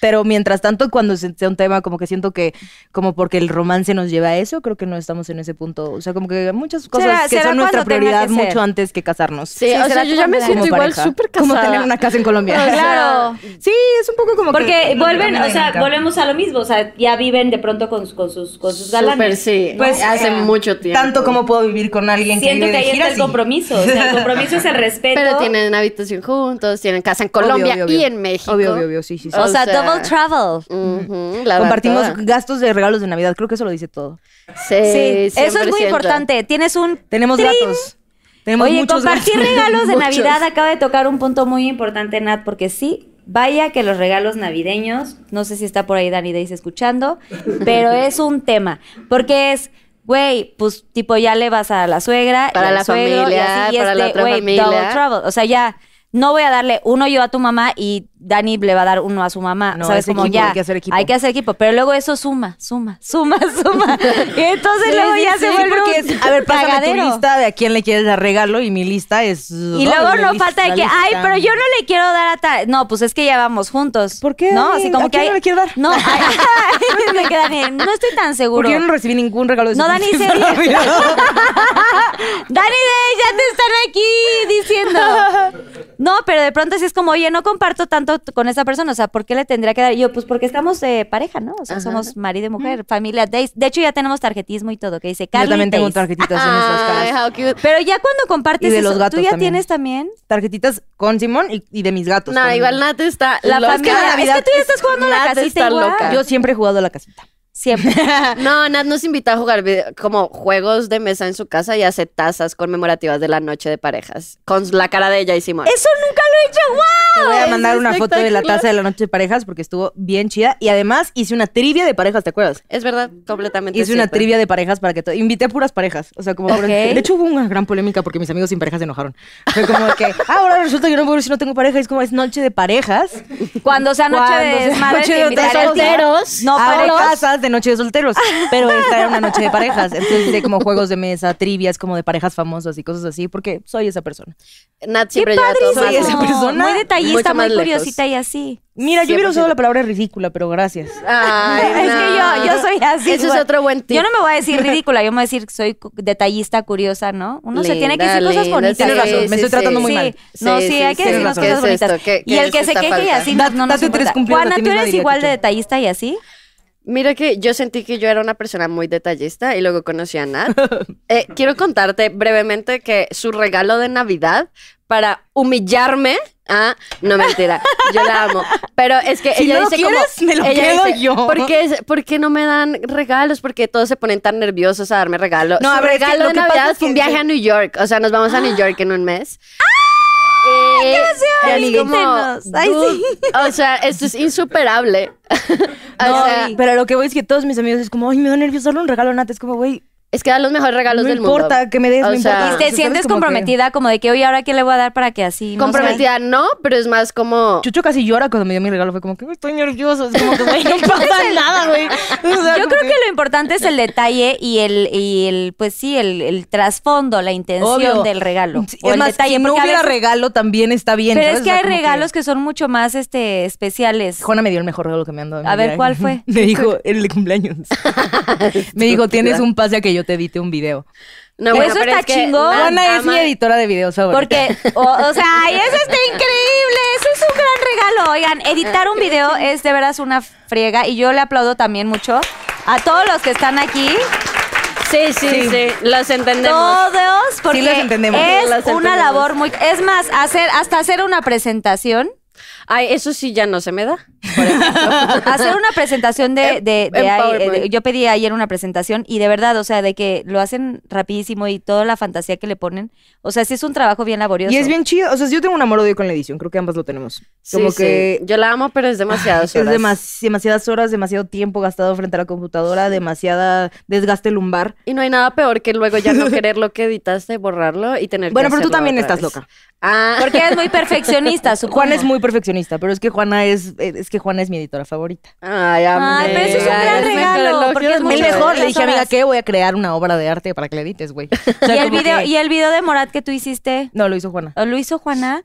Speaker 4: Pero mientras tanto, cuando se- sea un tema como que siento que, como porque el romance nos lleva a eso, creo que no estamos en ese punto. O sea, como que muchas cosas
Speaker 3: Será-
Speaker 4: que
Speaker 3: será
Speaker 4: son nuestra
Speaker 3: cuando tenga
Speaker 4: prioridad
Speaker 3: que ser.
Speaker 4: mucho antes que casarnos.
Speaker 5: Sí, o sea,
Speaker 3: será
Speaker 5: yo ya me
Speaker 3: como
Speaker 5: siento igual
Speaker 4: pareja.
Speaker 5: súper casada.
Speaker 4: Como tener una casa en Colombia.
Speaker 5: O sea,
Speaker 3: Claro.
Speaker 4: Sí, es un poco como que-
Speaker 3: Porque vuelven,
Speaker 4: una
Speaker 3: o sea,
Speaker 4: dinámica.
Speaker 3: volvemos a lo mismo, o sea, ya viven de pronto con, con sus, con sus
Speaker 5: Súper,
Speaker 3: galanes.
Speaker 5: sí.
Speaker 4: Pues,
Speaker 5: hace
Speaker 4: eh,
Speaker 5: mucho tiempo.
Speaker 4: Tanto como puedo vivir con alguien
Speaker 3: Siento
Speaker 4: que vive
Speaker 3: que
Speaker 4: de
Speaker 3: ahí
Speaker 4: gira,
Speaker 3: está el
Speaker 4: sí.
Speaker 3: compromiso, o sea, el compromiso es el respeto.
Speaker 5: Pero tienen habitación juntos, tienen casa en
Speaker 4: Obvio,
Speaker 5: Colombia
Speaker 4: obvio, obvio.
Speaker 5: y en México.
Speaker 4: Obvio, obvio, obvio, sí, sí, sí.
Speaker 3: o, sea,
Speaker 5: o sea,
Speaker 3: double travel.
Speaker 5: Ujú, la
Speaker 4: Compartimos
Speaker 5: verdad.
Speaker 4: gastos de regalos de Navidad, creo que eso lo dice todo.
Speaker 5: Sí,
Speaker 3: Sí, eso es muy
Speaker 5: 100%.
Speaker 3: importante. Tienes un
Speaker 4: Tenemos
Speaker 3: Trin.
Speaker 4: datos. Tenemos
Speaker 3: Oye,
Speaker 4: muchos
Speaker 3: compartir
Speaker 4: gatos.
Speaker 3: regalos de
Speaker 5: Muchos.
Speaker 3: Navidad acaba de tocar un punto muy importante, Nat, porque sí, vaya que los regalos navideños, no sé si está por ahí Dani Days escuchando, pero es un tema, porque es güey, pues tipo ya le vas a la suegra, y
Speaker 5: Para
Speaker 3: al
Speaker 5: la
Speaker 3: suegro,
Speaker 5: familia,
Speaker 3: y así, y es
Speaker 5: para la
Speaker 3: de,
Speaker 5: otra
Speaker 3: güey,
Speaker 5: familia.
Speaker 3: double trouble. O sea, ya no voy a darle uno yo a tu mamá y Dani le va a dar uno a su mamá.
Speaker 4: No,
Speaker 3: ¿Sabes?
Speaker 4: es
Speaker 3: Como
Speaker 4: equipo,
Speaker 3: ya.
Speaker 4: hay que hacer equipo.
Speaker 3: Hay que hacer equipo. Pero luego eso suma, suma, suma, suma. y entonces luego ya se vuelve
Speaker 4: porque
Speaker 3: un
Speaker 4: es, a ver, pásame
Speaker 3: cagadero.
Speaker 4: tu lista de a quién le quieres dar regalo y mi lista es
Speaker 3: Y luego no falta de que, ay, pero yo no le quiero dar a tal. No, pues es que ya vamos juntos.
Speaker 4: ¿Por qué?
Speaker 3: No, así como que
Speaker 4: ¿A quién
Speaker 3: hay-
Speaker 4: no le quiero dar?
Speaker 3: No, ay, me queda Dani, no estoy tan seguro.
Speaker 4: porque yo no recibí ningún regalo de
Speaker 3: No,
Speaker 4: su
Speaker 3: Dani,
Speaker 4: cumpleaños
Speaker 3: sería-
Speaker 4: en la vida.
Speaker 3: Dani Day, ya te están aquí diciendo. No, pero de pronto sí es como, oye, no comparto tanto t- con esta persona, o sea, ¿por qué le tendría que dar? Y yo, pues porque estamos de pareja, ¿no? O sea, somos marido y mujer, familia Days. De hecho, ya tenemos tarjetismo y todo, que dice Carly
Speaker 4: Yo también tengo
Speaker 3: Days.
Speaker 4: tarjetitas en
Speaker 3: Ah,
Speaker 4: estas
Speaker 5: Ay,
Speaker 4: caras.
Speaker 5: how cute.
Speaker 3: Pero ya cuando compartes
Speaker 4: Y de los
Speaker 3: eso,
Speaker 4: gatos
Speaker 3: ¿tú ya
Speaker 4: también.
Speaker 3: tienes también?
Speaker 4: Tarjetitas con Simón y, y de mis gatos.
Speaker 5: No,
Speaker 4: con-
Speaker 5: igual Nat está.
Speaker 3: La
Speaker 5: loca.
Speaker 3: familia. Es que,
Speaker 4: Navidad
Speaker 3: tú ya estás jugando a la
Speaker 5: Nat
Speaker 3: casita
Speaker 5: está
Speaker 3: igual.
Speaker 5: loca.
Speaker 4: Ah. Yo siempre he jugado a la casita.
Speaker 3: Siempre.
Speaker 5: No, Nat nos invita a jugar vide- como juegos de mesa en su casa y hace tazas conmemorativas de la noche de parejas. Con la cara de ella y Simón.
Speaker 3: Eso nunca lo he hecho. ¡Wow!
Speaker 4: Te voy a
Speaker 5: es
Speaker 4: mandar una foto de la
Speaker 5: espectacular.
Speaker 4: taza de la noche de parejas porque estuvo bien chida. Y además hice una trivia de parejas, ¿te acuerdas?
Speaker 5: Es verdad, completamente.
Speaker 4: Hice una
Speaker 5: cierto.
Speaker 4: trivia de parejas para que todo. Invité a puras parejas. O sea, como. puras-
Speaker 3: Ok.
Speaker 4: De hecho, hubo una gran polémica porque mis amigos sin parejas se enojaron. Fue como que. "Ah, ahora resulta que no puedo ir si no tengo pareja. Y Es como, es noche de parejas.
Speaker 3: Cuando sea noche
Speaker 4: Cuando
Speaker 3: de
Speaker 4: sea
Speaker 3: desmadre,
Speaker 4: noche
Speaker 3: te
Speaker 4: de
Speaker 3: invitaré a ti.
Speaker 5: solteros,
Speaker 3: No,
Speaker 4: Abre
Speaker 3: parejas.
Speaker 4: casas de noche de solteros. Pero esta era una noche de parejas. Entonces hice como juegos de mesa, trivias, como de parejas famosas y cosas así, porque soy esa persona.
Speaker 5: Nat
Speaker 3: ¡Qué
Speaker 5: siempre lleva todo
Speaker 4: soy
Speaker 5: más-
Speaker 4: esa
Speaker 3: padrísimo!
Speaker 4: persona.
Speaker 3: Muy detallista, muy
Speaker 5: Mucho más lejos.
Speaker 3: curiosita y así.
Speaker 4: Mira, yo hubiera usado
Speaker 5: 100%.
Speaker 4: la palabra ridícula, pero gracias.
Speaker 5: Ay,
Speaker 3: Es que yo,
Speaker 5: no.
Speaker 3: yo soy así.
Speaker 5: Ah. Eso
Speaker 3: güey.
Speaker 5: es otro buen tip.
Speaker 3: Yo no me voy a decir ridícula, yo me voy a decir que soy cu- detallista, curiosa, ¿no? Uno se tiene que
Speaker 5: Linda,
Speaker 3: decir cosas
Speaker 5: linda,
Speaker 3: bonitas.
Speaker 5: sí,
Speaker 4: Tienes razón, me
Speaker 5: sí,
Speaker 4: estoy tratando
Speaker 5: sí.
Speaker 4: muy
Speaker 3: sí,
Speaker 4: mal.
Speaker 3: no,
Speaker 5: Sí,
Speaker 3: sí,
Speaker 5: sí,
Speaker 3: hay que
Speaker 5: sí.
Speaker 3: decirnos
Speaker 4: ¿Qué
Speaker 3: cosas
Speaker 5: es
Speaker 3: bonitas.
Speaker 5: esto? ¿Qué-
Speaker 3: y
Speaker 5: qué
Speaker 3: el
Speaker 5: es
Speaker 3: que se
Speaker 5: esta
Speaker 3: queje y
Speaker 5: falta?
Speaker 3: así
Speaker 4: Da-
Speaker 3: no, no nos
Speaker 4: date tres
Speaker 3: importa.
Speaker 4: cumplidos a
Speaker 3: Juana,
Speaker 4: ti
Speaker 3: ¿tú
Speaker 4: misma,
Speaker 3: eres
Speaker 4: diría
Speaker 3: igual de
Speaker 4: Chucho.
Speaker 3: detallista y así?
Speaker 5: Mira que yo sentí que yo era una persona muy detallista y luego conocí a Nat. Eh, quiero contarte brevemente que su regalo de Navidad para humillarme. Ah, no mentira, yo la amo. Pero es que
Speaker 4: Si
Speaker 5: ella
Speaker 4: no lo
Speaker 5: dice
Speaker 4: quieres,
Speaker 5: como
Speaker 4: me lo
Speaker 5: ella
Speaker 4: quedo
Speaker 5: dice,
Speaker 4: yo.
Speaker 5: ¿por qué, es- por qué no me dan regalos? Porque todos se ponen tan nerviosos a darme regalos.
Speaker 4: No,
Speaker 5: No,
Speaker 4: a ver, es que
Speaker 5: regalo
Speaker 4: lo
Speaker 5: de
Speaker 4: que pasa
Speaker 5: Navidad
Speaker 4: es
Speaker 5: fue un
Speaker 4: que- ¡Ah!
Speaker 5: viaje a New York. O sea, nos vamos a New York en un mes. ¡Ah!
Speaker 3: emoción! Invítenos. Ay, sí.
Speaker 5: O sea, esto es insuperable. o
Speaker 4: No,
Speaker 5: sea,
Speaker 4: pero lo que voy es que todos mis amigos es como, ay, me da nervios darle un regalo a Nat. Es como, güey,
Speaker 5: es que da los mejores regalos
Speaker 4: no
Speaker 5: del mundo.
Speaker 4: importa que me des,
Speaker 5: O
Speaker 4: no importa.
Speaker 5: sea,
Speaker 3: Y te
Speaker 5: Ah,
Speaker 4: ¿sabes?
Speaker 3: este, sientes
Speaker 4: Como que-
Speaker 3: comprometida, como de que, oye, ¿ahora qué le voy a dar para que así? no
Speaker 5: Comprometida no, pero es más como...
Speaker 4: Chucho casi llora cuando me dio mi regalo. Fue como que "Güey, estoy nervioso. Es como que, güey, no pasa nada, güey. O sea,
Speaker 3: Yo
Speaker 4: como
Speaker 3: creo que lo importante es el detalle y el, y el pues sí, el, el trasfondo, la intención
Speaker 4: Obvio.
Speaker 3: del regalo.
Speaker 4: Sí,
Speaker 3: o
Speaker 4: es
Speaker 3: el
Speaker 4: más,
Speaker 3: detalle,
Speaker 4: si no
Speaker 3: porque a
Speaker 4: hubiera
Speaker 3: veces-
Speaker 4: regalo, también está bien.
Speaker 3: Pero
Speaker 4: ¿sabes?
Speaker 3: es
Speaker 4: O
Speaker 3: que
Speaker 4: sea,
Speaker 3: hay
Speaker 4: como
Speaker 3: regalos que... son mucho más este especiales.
Speaker 4: Juana me dio el mejor regalo que me han dado. en
Speaker 3: A
Speaker 4: mi
Speaker 3: ver,
Speaker 4: vida.
Speaker 3: ¿cuál fue?
Speaker 4: Me dijo, el de cumpleaños. me dijo, tienes un pase a que yo te edite un video.
Speaker 5: No,
Speaker 3: Eso
Speaker 5: bueno, pero
Speaker 3: está
Speaker 5: es que
Speaker 3: chingón.
Speaker 5: Nat
Speaker 4: Juana es
Speaker 5: ama-
Speaker 4: mi editora de videos favorita.
Speaker 3: Oh, Porque, o, o sea, ay, eso está increíble, eso es un gran regalo. Oigan, editar un video es de veras una friega y yo le aplaudo también mucho a todos los que están aquí,
Speaker 5: Sí, sí, sí, los entendemos.
Speaker 3: todos, porque
Speaker 4: Sí, los entendemos.
Speaker 3: es
Speaker 5: Sí, los
Speaker 3: una
Speaker 5: entendemos.
Speaker 3: labor muy... Es más, hacer hasta hacer una presentación,
Speaker 5: Ay, eso sí ya no se me da.
Speaker 3: hacer una presentación de... de- de-
Speaker 5: Empowerment.
Speaker 3: eh, de- yo pedí ayer una presentación y de verdad, o sea, de que lo hacen rapidísimo y toda la fantasía que le ponen, o sea, sí es un trabajo bien laborioso.
Speaker 4: Y es bien chido. O sea, yo tengo un amor odio con la edición. Creo que ambas lo tenemos.
Speaker 5: Sí,
Speaker 4: Como
Speaker 5: sí.
Speaker 4: que
Speaker 5: Yo la amo, pero es demasiado
Speaker 4: es demas- demasiadas horas, demasiado tiempo gastado frente a la computadora, demasiada desgaste lumbar.
Speaker 5: Y no hay nada peor que luego ya no querer lo que editaste, borrarlo y tener que
Speaker 4: Bueno, pero tú
Speaker 5: hacerlo
Speaker 4: también
Speaker 5: otra
Speaker 4: estás
Speaker 5: vez.
Speaker 4: loca.
Speaker 5: Ah,
Speaker 3: Porque es muy perfeccionista, supongo.
Speaker 4: Juana es muy perfeccionista, pero es que Juana es, es que Juana es mi editora favorita.
Speaker 5: Ay,
Speaker 3: Ay, pero eso es un
Speaker 5: amiga,
Speaker 3: gran
Speaker 5: eres mejor,
Speaker 3: regalo,
Speaker 5: lo
Speaker 3: porque
Speaker 5: quiero
Speaker 3: es
Speaker 5: mucho.
Speaker 3: muy
Speaker 4: El mejor, le dije,
Speaker 3: horas.
Speaker 4: amiga, ¿qué? Voy a crear una obra de arte para que la edites, güey. O sea,
Speaker 3: y el
Speaker 4: como
Speaker 3: video
Speaker 4: que-
Speaker 3: y el video de Morat que tú hiciste
Speaker 4: No, lo hizo Juana.
Speaker 3: ¿o lo hizo Juana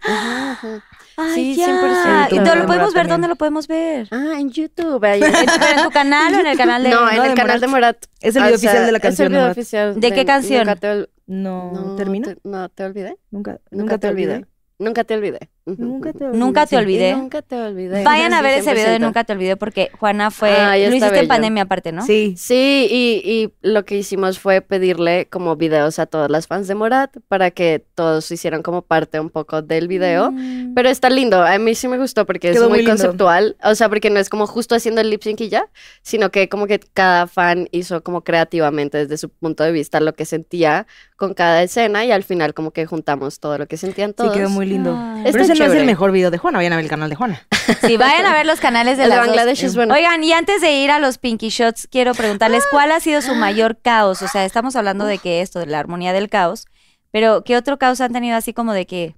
Speaker 3: Ay,
Speaker 5: Sí,
Speaker 3: ya.
Speaker 5: 100%.
Speaker 3: y todo lo podemos
Speaker 4: Morat
Speaker 3: ver
Speaker 4: también.
Speaker 3: dónde lo podemos ver
Speaker 5: Ah, en YouTube. ahí en-
Speaker 3: en tu canal o en el canal de
Speaker 5: no, en
Speaker 4: no,
Speaker 5: el
Speaker 4: de
Speaker 5: canal de Morat. Ah,
Speaker 4: Es el video oficial de
Speaker 5: Es
Speaker 4: la
Speaker 5: el
Speaker 4: canción de
Speaker 5: video
Speaker 4: Morat.
Speaker 5: oficial.
Speaker 3: ¿De qué canción?
Speaker 5: Nunca te, ol-
Speaker 4: No,
Speaker 5: no,
Speaker 4: termina.
Speaker 5: te- no, te olvidé.
Speaker 4: Nunca,
Speaker 5: Nunca, te, olvidé. Nunca te olvidé. Ujú,
Speaker 4: Nunca
Speaker 5: ujú.
Speaker 4: te olvidé.
Speaker 3: Nunca te
Speaker 4: sí.
Speaker 3: olvidé.
Speaker 5: Y Nunca te olvidé.
Speaker 3: vayan a ver ese video de
Speaker 5: 100%.
Speaker 3: nunca te olvidé porque Juana fue
Speaker 5: Ay,
Speaker 3: lo
Speaker 5: Ah, está
Speaker 3: hiciste en
Speaker 5: bello.
Speaker 3: pandemia aparte no
Speaker 4: Sí.
Speaker 5: Sí, y, y lo que hicimos fue pedirle como videos a todas las fans de Morat para que todos hicieran como parte un poco del video.
Speaker 3: Mm.
Speaker 5: Pero está lindo, a mí sí me gustó porque
Speaker 4: Quedó
Speaker 5: es muy,
Speaker 4: muy lindo.
Speaker 5: conceptual, o sea, porque no es como justo haciendo el lip sync y ya, sino que como que cada fan hizo como creativamente desde su punto de vista lo que sentía con cada escena y al final como que juntamos todo lo que sentían
Speaker 4: Sí,
Speaker 5: todos.
Speaker 4: quedó muy lindo.
Speaker 3: Ay.
Speaker 5: Está
Speaker 4: Pero ese ese no es el
Speaker 5: chévere.
Speaker 4: mejor video de Juana, vayan a ver el canal de Juana.
Speaker 3: Si vayan a ver los canales de
Speaker 5: El
Speaker 3: las dos.
Speaker 5: Bangladesh
Speaker 4: eh.
Speaker 5: es bueno.
Speaker 3: Oigan, y antes de ir a los Pinky Shots, quiero preguntarles cuál ha sido su mayor caos. O sea, estamos hablando de que esto, de la armonía del caos, pero ¿qué otro caos han tenido así como de que,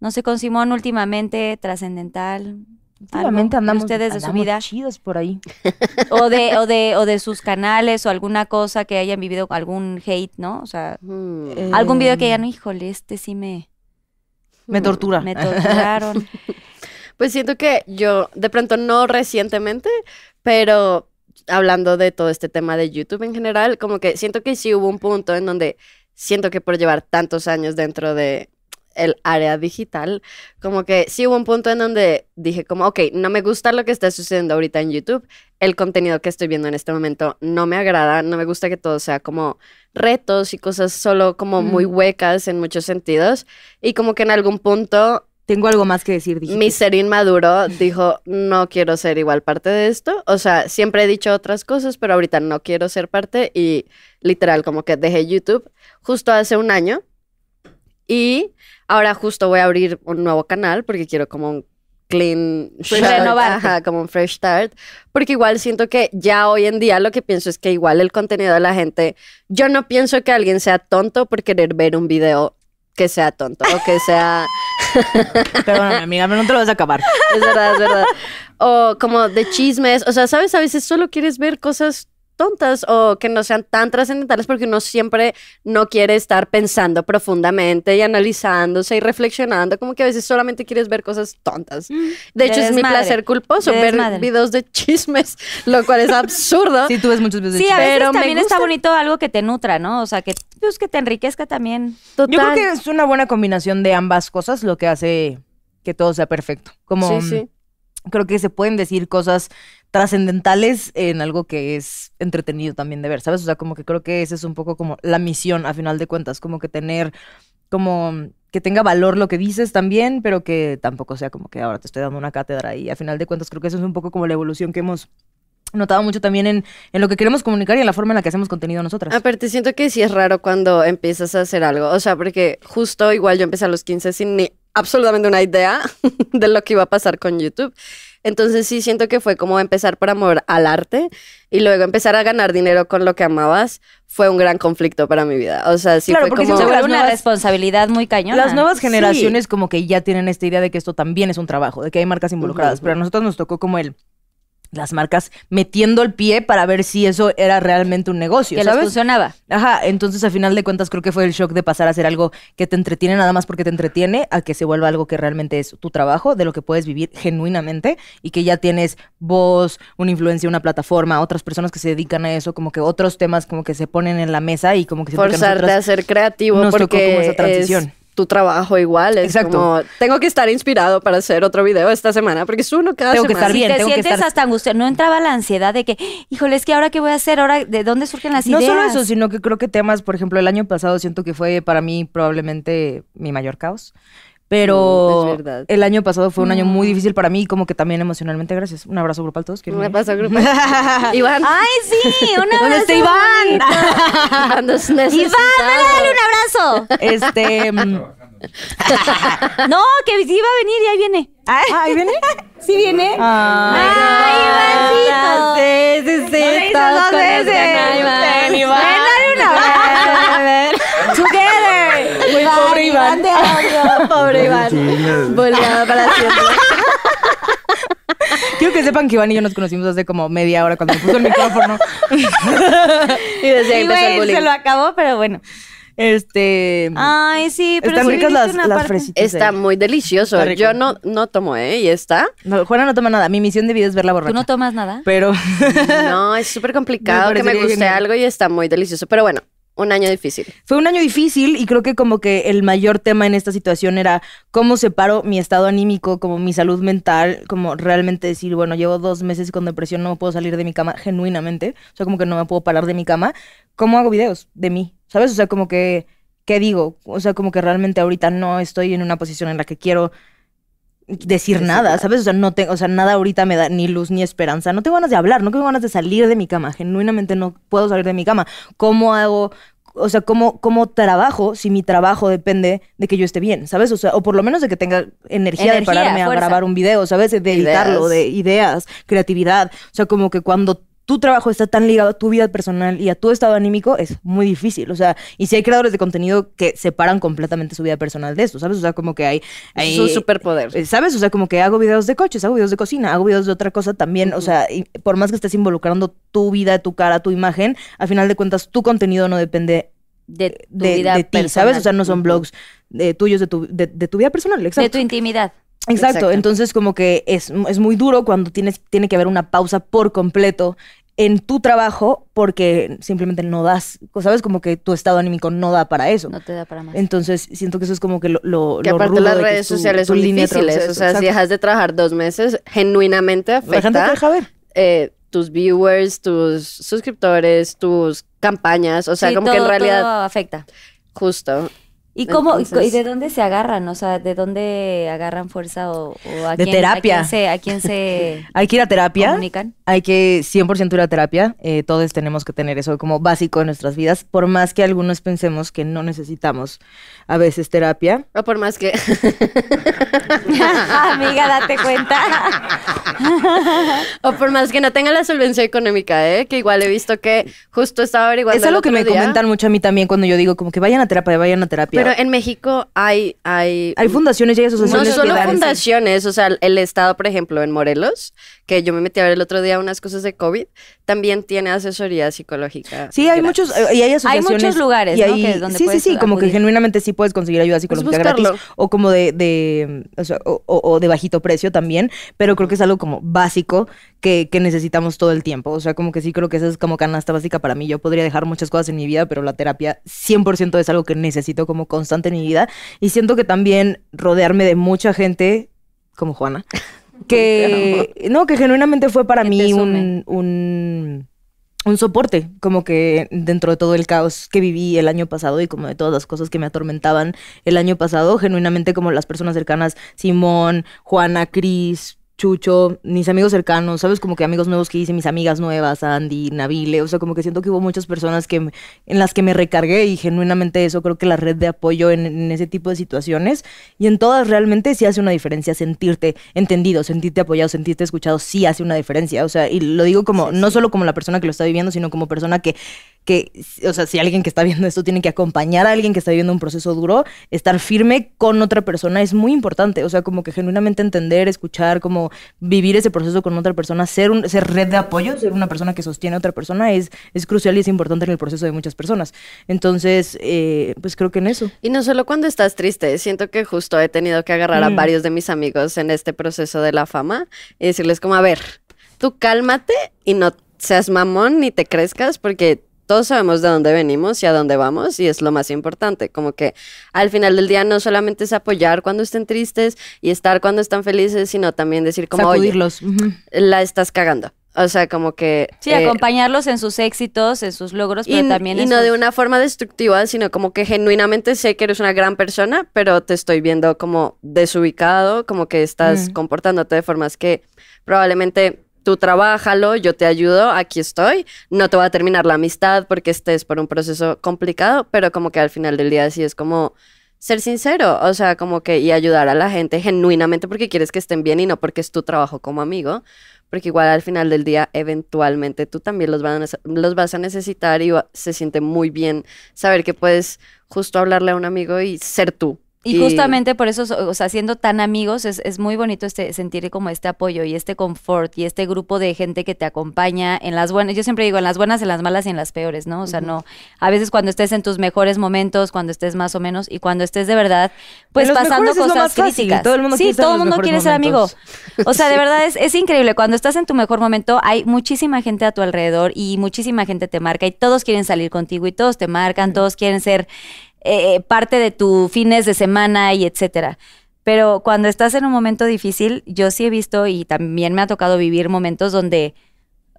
Speaker 3: no sé, con Simón últimamente, trascendental?
Speaker 4: Últimamente
Speaker 3: algo de
Speaker 4: andamos,
Speaker 3: ustedes de su
Speaker 4: andamos
Speaker 3: vida
Speaker 4: chidos por ahí.
Speaker 3: o de o de o de sus canales o alguna cosa que hayan vivido algún hate, ¿no? O sea,
Speaker 5: Mm.
Speaker 3: algún video que
Speaker 4: Eh,
Speaker 3: digan, "Híjole, este sí me
Speaker 4: Me
Speaker 5: mm.
Speaker 4: tortura.
Speaker 3: me torturaron."
Speaker 5: Pues siento que yo, de pronto no recientemente, pero hablando de todo este tema de YouTube en general, como que siento que sí hubo un punto en donde siento que por llevar tantos años dentro de el área digital, como que sí hubo un punto en donde dije como, ok, no me gusta lo que está sucediendo ahorita en YouTube, el contenido que estoy viendo en este momento no me agrada, no me gusta que todo sea como retos y cosas solo como muy huecas en muchos sentidos, y como que en algún punto
Speaker 4: Tengo algo más que decir, dije.
Speaker 5: mi ser inmaduro dijo, no quiero ser igual parte de esto. O sea, siempre he dicho otras cosas, pero ahorita no quiero ser parte y literal como que dejé YouTube justo hace un año. Y ahora justo voy a abrir un nuevo canal porque quiero como un clean
Speaker 3: Fresh
Speaker 5: start,
Speaker 3: renovarte.
Speaker 5: ajá, como un fresh start, porque igual siento que ya hoy en día lo que pienso es que igual el contenido de la gente, yo no pienso que alguien sea tonto por querer ver un video que sea tonto o que sea
Speaker 4: Perdóname, amiga, pero no te lo vas a acabar.
Speaker 5: es verdad, es verdad. O como de chismes. O sea, ¿sabes? A veces solo quieres ver cosas tontas o que no sean tan trascendentales porque uno siempre no quiere estar pensando profundamente y analizándose y reflexionando. Como que a veces solamente quieres ver cosas tontas. De hecho,
Speaker 3: De
Speaker 5: es mi
Speaker 3: desmadre.
Speaker 5: placer culposo
Speaker 3: De
Speaker 5: ver
Speaker 3: desmadre.
Speaker 5: videos de chismes, lo cual es absurdo.
Speaker 4: Sí, tú ves muchos videos de
Speaker 3: Sí, a
Speaker 4: chismes.
Speaker 3: veces
Speaker 5: Pero me
Speaker 3: también está
Speaker 5: gusta.
Speaker 3: bonito algo que te nutra, ¿no? O sea, que pues, que te enriquezca también.
Speaker 5: Total.
Speaker 4: Yo creo que es una buena combinación de ambas cosas lo que hace que todo sea perfecto. Como
Speaker 5: Sí, sí.
Speaker 4: creo que se pueden decir cosas trascendentales en algo que es entretenido también de ver, ¿sabes? O sea, como que creo que esa es un poco como la misión a final de cuentas, como que tener, como mm, que tenga valor lo que dices también, pero que tampoco sea como que ahora te estoy dando una cátedra y a final de cuentas creo que eso es un poco como la evolución que hemos notado mucho también en, en lo que queremos comunicar y en la forma en la que hacemos contenido nosotras.
Speaker 5: Aparte, siento que sí es raro cuando empiezas a hacer algo. O sea, porque justo igual yo empecé a los 15 sin ni absolutamente una idea de lo que iba a pasar con YouTube. Entonces sí siento que fue como empezar por amor al arte y luego empezar a ganar dinero con lo que amabas fue un gran conflicto para mi vida. O sea, sí
Speaker 4: Claro,
Speaker 5: fue
Speaker 4: porque
Speaker 5: como...
Speaker 3: Se
Speaker 4: siento que
Speaker 3: vuelve
Speaker 4: las
Speaker 3: una
Speaker 4: nuevas-
Speaker 3: responsabilidad muy cañona.
Speaker 4: Las nuevas
Speaker 5: Sí.
Speaker 4: generaciones como que ya tienen esta idea de que esto también es un trabajo, de que hay marcas involucradas,
Speaker 5: Ujú,
Speaker 4: pero a nosotros nos tocó como el las marcas metiendo el pie para ver si eso era realmente un negocio,
Speaker 3: que les
Speaker 4: ¿sabes?
Speaker 3: funcionaba.
Speaker 4: Ajá, entonces a final de cuentas creo que fue el shock de pasar a hacer algo que te entretiene nada más porque te entretiene a que se vuelva algo que realmente es tu trabajo, de lo que puedes vivir genuinamente y que ya tienes voz, una influencia, una plataforma, otras personas que se dedican a eso, como que otros temas como que se ponen en la mesa y como que siento que
Speaker 5: forzarte
Speaker 4: nosotras-
Speaker 5: a ser creativo
Speaker 4: nos tocó
Speaker 5: porque
Speaker 4: como esa
Speaker 5: es
Speaker 4: transición.
Speaker 5: tu trabajo igual. Es
Speaker 4: Exacto.
Speaker 5: como, tengo que estar inspirado para hacer otro video esta semana porque es uno cada
Speaker 4: Tengo que
Speaker 5: semana.
Speaker 4: estar bien,
Speaker 3: te
Speaker 4: tengo que
Speaker 3: sientes
Speaker 4: estar-
Speaker 3: hasta angustiado. No entraba la ansiedad de que, híjole, es que ahora qué voy a hacer, ahora de dónde surgen las
Speaker 4: no
Speaker 3: ideas.
Speaker 4: solo eso, sino que creo que temas, por ejemplo, el año pasado siento que fue para mí probablemente mi mayor caos.
Speaker 5: Mm,
Speaker 4: Pero
Speaker 5: es verdad.
Speaker 4: el año pasado fue un año muy difícil para mí y como que también emocionalmente, gracias. Un abrazo grupal a todos. ¿quién
Speaker 5: Me
Speaker 4: viene?
Speaker 5: pasó grupo.
Speaker 4: Ah,
Speaker 5: Iván.
Speaker 3: Ay, sí, un abrazo.
Speaker 4: ¿Dónde está Iván?
Speaker 5: Cuando es
Speaker 3: Iván,
Speaker 5: necesitado.
Speaker 3: dale un abrazo.
Speaker 4: Este. mm,
Speaker 3: No, que sí iba a venir y ahí viene.
Speaker 4: ah, ¿ahí viene?
Speaker 3: Sí viene.
Speaker 4: Ay,
Speaker 3: Ay, Ivancito.
Speaker 4: Sí, sí, sí. estás con las ganas, Ven, Iván.
Speaker 3: Ven, dale un abrazo. Together.
Speaker 4: Muy pobre Iván.
Speaker 5: Pobre Iván. Boleado para siempre.
Speaker 4: Quiero que sepan que Iván y yo nos conocimos hace como media hora cuando me puso el micrófono.
Speaker 5: Y desde
Speaker 3: Y,
Speaker 5: ahí empezó
Speaker 3: güey,
Speaker 5: el bullying.
Speaker 3: se lo acabó, pero bueno.
Speaker 4: Este.
Speaker 3: Ay, Ah, sí, pero
Speaker 4: están
Speaker 3: sí
Speaker 4: ricas
Speaker 3: viniste
Speaker 4: las,
Speaker 3: una
Speaker 4: las
Speaker 3: parte.
Speaker 4: fresitas.
Speaker 5: Está
Speaker 4: eh.
Speaker 5: muy delicioso.
Speaker 4: Está rico.
Speaker 5: Yo no, no tomo, ¿eh? Y está.
Speaker 4: No, Juana no toma nada. Mi misión de vida es verla borracha.
Speaker 3: ¿Tú no tomas nada?
Speaker 4: pero
Speaker 5: No, es súper complicado
Speaker 4: Me
Speaker 5: que me
Speaker 4: parecería
Speaker 5: guste
Speaker 4: genial.
Speaker 5: algo y está muy delicioso. Pero bueno, un año difícil.
Speaker 4: fue un año difícil y creo que como que el mayor tema en esta situación era cómo separo mi estado anímico, como mi salud mental, como realmente decir, bueno, llevo dos meses con depresión, no me puedo salir de mi cama genuinamente, o sea, como que no me puedo parar de mi cama. ¿Cómo hago videos de mí? ¿Sabes? O sea, como que, ¿qué digo? O sea, como que realmente ahorita no estoy en una posición en la que quiero decir nada, ¿sabes? O sea, no tengo, o sea, nada ahorita me da ni luz ni esperanza. No tengo ganas de hablar, no tengo ganas de salir de mi cama. Genuinamente no puedo salir de mi cama. ¿Cómo hago? o sea, cómo, cómo trabajo si mi trabajo depende de que yo esté bien, ¿sabes? O sea, o por lo menos de que tenga energía, de
Speaker 3: Energía,
Speaker 4: pararme
Speaker 3: fuerza.
Speaker 4: a grabar un video, ¿sabes? De editarlo,
Speaker 5: Ideas.
Speaker 4: de ideas, creatividad. O sea, como que cuando tu trabajo está tan ligado a tu vida personal y a tu estado anímico, es muy difícil. O sea, y si hay creadores de contenido que separan completamente su vida personal de esto, ¿sabes? O sea, como que hay... hay
Speaker 5: Es un superpoder.
Speaker 4: eh, ¿Sabes? O sea, como que hago videos de coches, hago videos de cocina, hago videos de otra cosa también. O sea, y por más que estés involucrando tu vida, tu cara, tu imagen, al final de cuentas tu contenido no
Speaker 3: Eh,
Speaker 4: depende
Speaker 3: de tu
Speaker 4: de,
Speaker 3: vida
Speaker 4: de ti,
Speaker 3: personal.
Speaker 4: ¿sabes? O sea, no son blogs eh, tuyos de tu, de, de tu vida personal,
Speaker 3: de
Speaker 4: exacto.
Speaker 3: tu intimidad.
Speaker 4: exacto.
Speaker 5: Exacto.
Speaker 4: Entonces, como que es, es muy duro cuando tienes, tiene que haber una pausa por completo en tu trabajo porque simplemente no das, ¿sabes? Como que tu estado anímico no da para eso.
Speaker 3: No te da para más.
Speaker 4: Entonces, siento que eso es como que lo... lo
Speaker 5: Que
Speaker 4: lo
Speaker 5: aparte
Speaker 4: rudo
Speaker 5: las
Speaker 4: de que
Speaker 5: redes
Speaker 4: tu-
Speaker 5: sociales
Speaker 4: tu
Speaker 5: son
Speaker 4: línea de
Speaker 5: difíciles. O
Speaker 4: trabajo-
Speaker 5: sea, si
Speaker 4: exacto.
Speaker 5: dejas de trabajar dos meses, genuinamente
Speaker 4: La gente te
Speaker 5: afecta
Speaker 4: deja ver.
Speaker 5: eh, tus viewers, tus suscriptores, tus campañas. O sea,
Speaker 3: Sí,
Speaker 5: como
Speaker 3: todo,
Speaker 5: que en realidad,
Speaker 3: todo afecta.
Speaker 5: justo.
Speaker 3: ¿Y cómo y co- y
Speaker 5: Entonces-
Speaker 3: de dónde se agarran? O sea, ¿de dónde agarran fuerza o, o a
Speaker 4: De
Speaker 3: quién
Speaker 4: terapia.
Speaker 3: a quién se, a quién se
Speaker 4: Hay que ir a terapia.
Speaker 3: comunican?
Speaker 4: Hay que 100% ir a terapia. eh, todos tenemos que tener eso como básico en nuestras vidas, por más que algunos pensemos que no necesitamos a veces terapia.
Speaker 5: O por más que.
Speaker 3: Amiga, date cuenta.
Speaker 5: o por más que no tenga la solvencia económica, ¿eh? Que igual he visto que justo estaba averiguando.
Speaker 4: es algo
Speaker 5: el
Speaker 4: que
Speaker 5: otro
Speaker 4: me
Speaker 5: día,
Speaker 4: comentan mucho a mí también cuando yo digo como que vayan a terapia, vayan a terapia.
Speaker 5: Pero en México hay. Hay,
Speaker 4: hay fundaciones y hay
Speaker 5: No
Speaker 4: asociaciones que
Speaker 5: solo
Speaker 4: dan-
Speaker 5: fundaciones, o sea, el Estado, por ejemplo, en Morelos, que yo me metí a ver el otro día unas cosas de COVID, también tiene asesoría psicológica.
Speaker 4: Sí, hay
Speaker 5: gratis.
Speaker 4: muchos eh, y hay asociaciones.
Speaker 3: muchos lugares,
Speaker 4: y
Speaker 3: ¿no?
Speaker 4: hay-
Speaker 3: que donde
Speaker 4: sí, sí,
Speaker 3: puedes
Speaker 4: sí, como que
Speaker 3: acudir. Pues
Speaker 4: genuinamente sí puedes conseguir ayuda psicológica gratis
Speaker 5: buscarlo.
Speaker 4: o como de de o, sea, o- o- o de bajito precio también, pero creo que es algo como básico que, que necesitamos todo el tiempo, o sea, como que sí creo que esa es como canasta básica para mí. Yo podría dejar muchas cosas en mi vida, pero la terapia 100% es algo que necesito como constante en mi vida y siento que también rodearme de mucha gente como Juana que no que genuinamente fue para
Speaker 3: Que te
Speaker 4: mí
Speaker 3: sume.
Speaker 4: un, un un soporte, como que dentro de todo el caos que viví el año pasado y como de todas las cosas que me atormentaban el año pasado, genuinamente como las personas cercanas, Simón, Juana, Cris, Chucho, mis amigos cercanos, ¿sabes? Como que amigos nuevos que hice, mis amigas nuevas, Andy, Nabile, o sea, como que siento que hubo muchas personas que, me- en las que me recargué y genuinamente eso creo que la red de apoyo en, en ese tipo de situaciones y en todas realmente sí hace una diferencia sentirte entendido, sentirte apoyado, sentirte escuchado, sí hace una diferencia, o sea, y lo digo como, no solo como la persona que lo está viviendo, sino como persona que que, o sea, si alguien que está viendo esto tiene que acompañar a alguien que está viviendo un proceso duro, estar firme con otra persona es muy importante. O sea, como que genuinamente entender, escuchar, como vivir ese proceso con otra persona, ser, un, ser red de apoyo, ser una persona que sostiene a otra persona es, es crucial y es importante en el proceso de muchas personas. Entonces, eh, pues creo que en eso.
Speaker 5: Y no solo cuando estás triste, siento que justo he tenido que agarrar a
Speaker 4: Mm.
Speaker 5: varios de mis amigos en este proceso de la fama y decirles como, a ver, tú cálmate y no seas mamón ni te crezcas porque todos sabemos de dónde venimos y a dónde vamos y es lo más importante, como que al final del día no solamente es apoyar cuando estén tristes y estar cuando están felices, sino también decir como, oye,
Speaker 4: Sacudirlos. ujú.
Speaker 5: la estás cagando. O sea, como que...
Speaker 3: Sí,
Speaker 5: eh,
Speaker 3: acompañarlos en sus éxitos, en sus logros,
Speaker 5: y,
Speaker 3: pero también
Speaker 5: y
Speaker 3: en
Speaker 5: no
Speaker 3: sus-
Speaker 5: de una forma destructiva, sino como que genuinamente sé que eres una gran persona, pero te estoy viendo como desubicado, como que estás
Speaker 4: Mm.
Speaker 5: comportándote de formas que probablemente tú trabájalo, yo te ayudo, aquí estoy, no te va a terminar la amistad porque estés por un proceso complicado, pero como que al final del día sí es como ser sincero, o sea, como que y ayudar a la gente genuinamente porque quieres que estén bien y no porque es tu trabajo como amigo, porque igual al final del día eventualmente tú también los, van a nece- los vas a necesitar y va- se siente muy bien saber que puedes justo hablarle a un amigo y ser tú.
Speaker 3: Y justamente por eso, o sea, siendo tan amigos, es, es muy bonito este, sentir como este apoyo y este confort y este grupo de gente que te acompaña en las buenas. Yo siempre digo, en las buenas, en las malas y en las peores, ¿no? O sea, no. A veces cuando estés en tus mejores momentos, cuando estés más o menos y cuando estés de verdad, pues
Speaker 4: En los
Speaker 3: pasando
Speaker 4: mejores es
Speaker 3: cosas
Speaker 4: lo más fácil,
Speaker 3: críticas.
Speaker 4: todo el mundo
Speaker 3: sí,
Speaker 4: quiere estar en
Speaker 3: todo el
Speaker 4: los
Speaker 3: mundo
Speaker 4: mejores
Speaker 3: quiere ser amigo.
Speaker 4: momentos.
Speaker 3: O sea, de verdad es, es increíble. Cuando estás en tu mejor momento, hay muchísima gente a tu alrededor y muchísima gente te marca y todos quieren salir contigo y todos te marcan, todos quieren ser eh, parte de tu fines de semana y etcétera. Pero cuando estás en un momento difícil, yo sí he visto y también me ha tocado vivir momentos donde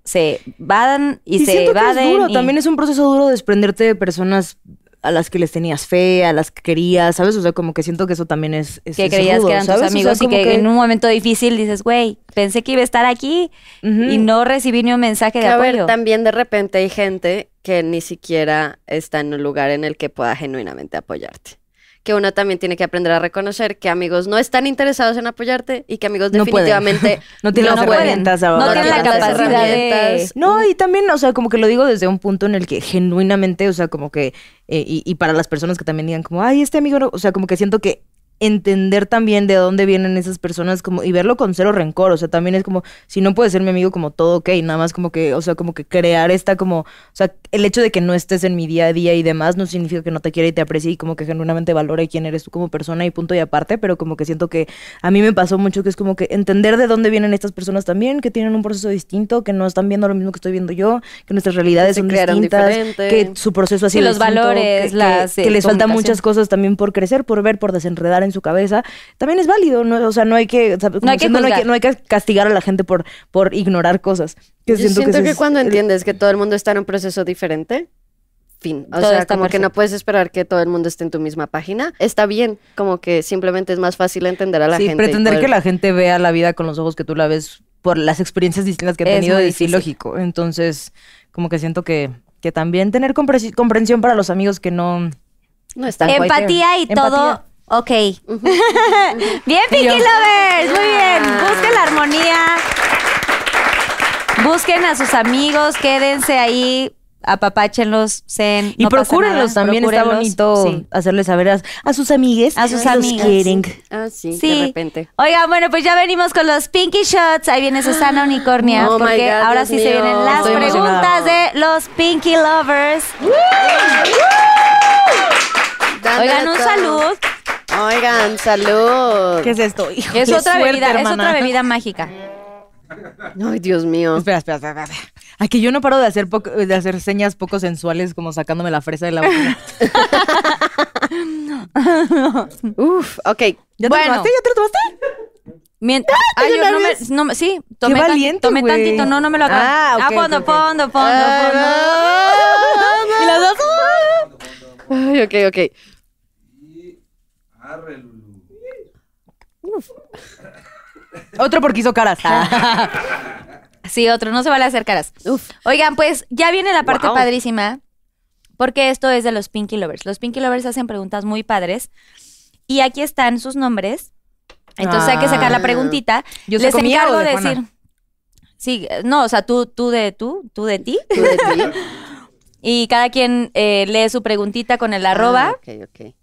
Speaker 3: se van y, se
Speaker 4: siento que es
Speaker 3: evaden.
Speaker 4: duro,
Speaker 3: y-
Speaker 4: también es un proceso duro desprenderte de personas a las que les tenías fe, a las que querías, ¿sabes? O sea, como que siento que eso también es... es
Speaker 3: que
Speaker 4: es
Speaker 3: creías
Speaker 4: rudo,
Speaker 3: que eran
Speaker 4: ¿sabes? O
Speaker 3: tus
Speaker 4: sea,
Speaker 3: amigos y
Speaker 4: como
Speaker 3: que, en un momento difícil dices, güey, pensé que iba a estar aquí
Speaker 4: Ujú.
Speaker 3: y no recibí ni un mensaje de
Speaker 5: Que, a ver,
Speaker 3: apoyo.
Speaker 5: también de repente hay gente que ni siquiera está en un lugar en el que pueda genuinamente apoyarte. Que uno también tiene que aprender a reconocer que amigos no están interesados en apoyarte y que amigos
Speaker 4: No pueden.
Speaker 5: definitivamente
Speaker 4: No tiene
Speaker 5: No
Speaker 4: las
Speaker 5: pueden.
Speaker 4: herramientas ahora.
Speaker 3: no tienen la
Speaker 5: tienen las
Speaker 3: capacidad de...
Speaker 5: herramientas.
Speaker 4: No, y también, o sea, como que lo digo desde un punto en el que genuinamente, o sea, como que, eh, y, y para las personas que también digan como, ay, este amigo, no", o sea, como que siento que entender también de dónde vienen esas personas como y verlo con cero rencor, o sea, también es como, si no puede ser mi amigo como todo, ok, nada más como que, o sea, como que crear esta como, o sea, el hecho de que no estés en mi día a día y demás no significa que no te quiera y te aprecie y como que genuinamente valore quién eres tú como persona y punto y aparte, pero como que siento que a mí me pasó mucho que es como que entender de dónde vienen estas personas también, que tienen un proceso distinto, que no están viendo lo mismo que estoy viendo yo, que nuestras realidades
Speaker 5: se
Speaker 4: son
Speaker 5: crearon
Speaker 4: distintas,
Speaker 5: diferente.
Speaker 4: que su proceso ha
Speaker 3: Sí,
Speaker 4: sido
Speaker 3: los
Speaker 4: distinto,
Speaker 3: valores,
Speaker 4: que- que,
Speaker 3: las, eh,
Speaker 4: que les faltan
Speaker 3: comunicación.
Speaker 4: muchas cosas también por crecer, por ver, por desenredar en su cabeza, también es válido, ¿no? o sea, no hay que, o sea, como
Speaker 3: hay que
Speaker 4: diciendo, no, hay
Speaker 3: juzgar.
Speaker 4: que no hay que castigar a la gente por, por ignorar cosas. Que
Speaker 5: Yo siento,
Speaker 4: eso
Speaker 5: que,
Speaker 4: es
Speaker 5: cuando
Speaker 4: el-
Speaker 5: entiendes que todo el mundo está en un proceso diferente, fin. O
Speaker 3: Todo
Speaker 5: sea,
Speaker 3: está
Speaker 5: como que no
Speaker 3: perfecto.
Speaker 5: puedes esperar que todo el mundo esté en tu misma página. Está bien, como que simplemente es más fácil entender a la
Speaker 4: sí,
Speaker 5: gente. y
Speaker 4: pretender
Speaker 5: poder-
Speaker 4: que la gente vea la vida con los ojos que tú la ves por las experiencias distintas que ha
Speaker 3: Es
Speaker 4: tenido
Speaker 3: muy
Speaker 4: es
Speaker 3: difícil.
Speaker 4: ilógico. Entonces, como que siento que, que también tener compre- comprensión para los amigos que no...
Speaker 5: No está
Speaker 3: Empatía y
Speaker 4: Empatía.
Speaker 3: todo. Ok. bien, Pinky Lovers. Muy
Speaker 5: Ah.
Speaker 3: bien. Busquen la armonía. Busquen a sus amigos. Quédense ahí. Apapáchenlos. Zen,
Speaker 4: Y procúrenlos también, está bonito hacerles saber a, a sus amigues
Speaker 3: A sus
Speaker 4: que los
Speaker 3: amigas.
Speaker 4: quieren.
Speaker 5: Ah, sí,
Speaker 3: Sí.
Speaker 5: de repente.
Speaker 3: Oigan, bueno, pues ya venimos con los Pinky Shots. Ahí viene Susana Unicornia.
Speaker 5: Oh my
Speaker 3: porque
Speaker 5: God,
Speaker 3: ahora
Speaker 5: Dios
Speaker 3: sí se
Speaker 5: mío.
Speaker 3: vienen las
Speaker 5: Estoy
Speaker 4: emocionada.
Speaker 3: preguntas de los Pinky Lovers. Oigan,
Speaker 5: Dándole
Speaker 3: un
Speaker 5: todo.
Speaker 3: salud.
Speaker 5: Oigan, salud.
Speaker 4: ¿Qué es esto? Hijo,
Speaker 3: Es
Speaker 4: qué
Speaker 3: otra
Speaker 4: suerte,
Speaker 3: bebida, es
Speaker 4: hermana.
Speaker 3: otra bebida mágica.
Speaker 5: Ay, Dios mío.
Speaker 4: Espera, espera, espera. espera. Ay, que yo no paro de hacer, poco- de hacer señas poco sensuales, como sacándome la fresa de la boca.
Speaker 5: Uf, ok.
Speaker 4: ¿Ya te
Speaker 3: Bueno.
Speaker 4: lo tomaste? ¿Ya te lo tomaste?
Speaker 3: Mien- Ay, yo no me, no me- sí, tomé,
Speaker 4: Qué
Speaker 3: tanti-
Speaker 4: valiente,
Speaker 3: tomé
Speaker 4: güey.
Speaker 3: tantito, no, no me lo acabo.
Speaker 4: Ah, ok,
Speaker 3: a fondo,
Speaker 4: ok, Ah, ok.
Speaker 3: fondo, fondo,
Speaker 4: Y las
Speaker 3: uh,
Speaker 4: dos... ¡ah!
Speaker 5: Ay, ok, ok.
Speaker 4: Otro porque hizo caras.
Speaker 3: fondo. Sí, otro, no se vale hacer caras. Oigan, pues ya viene la parte
Speaker 5: Wow.
Speaker 3: padrísima, porque esto es de los Pinky Lovers. Los Pinky Lovers hacen preguntas muy padres y aquí están sus nombres. Entonces hay que sacar la
Speaker 5: Ah.
Speaker 3: preguntita.
Speaker 4: Yo
Speaker 3: Les
Speaker 4: saco mía
Speaker 3: encargo
Speaker 4: o
Speaker 3: de
Speaker 4: de Juana.
Speaker 3: decir. Sí, eh, no, o sea, tú, tú de tú, tú de ti.
Speaker 5: ¿Tú de ti?
Speaker 3: Y cada quien eh, lee su preguntita con el arroba.
Speaker 5: Ah, ok, ok.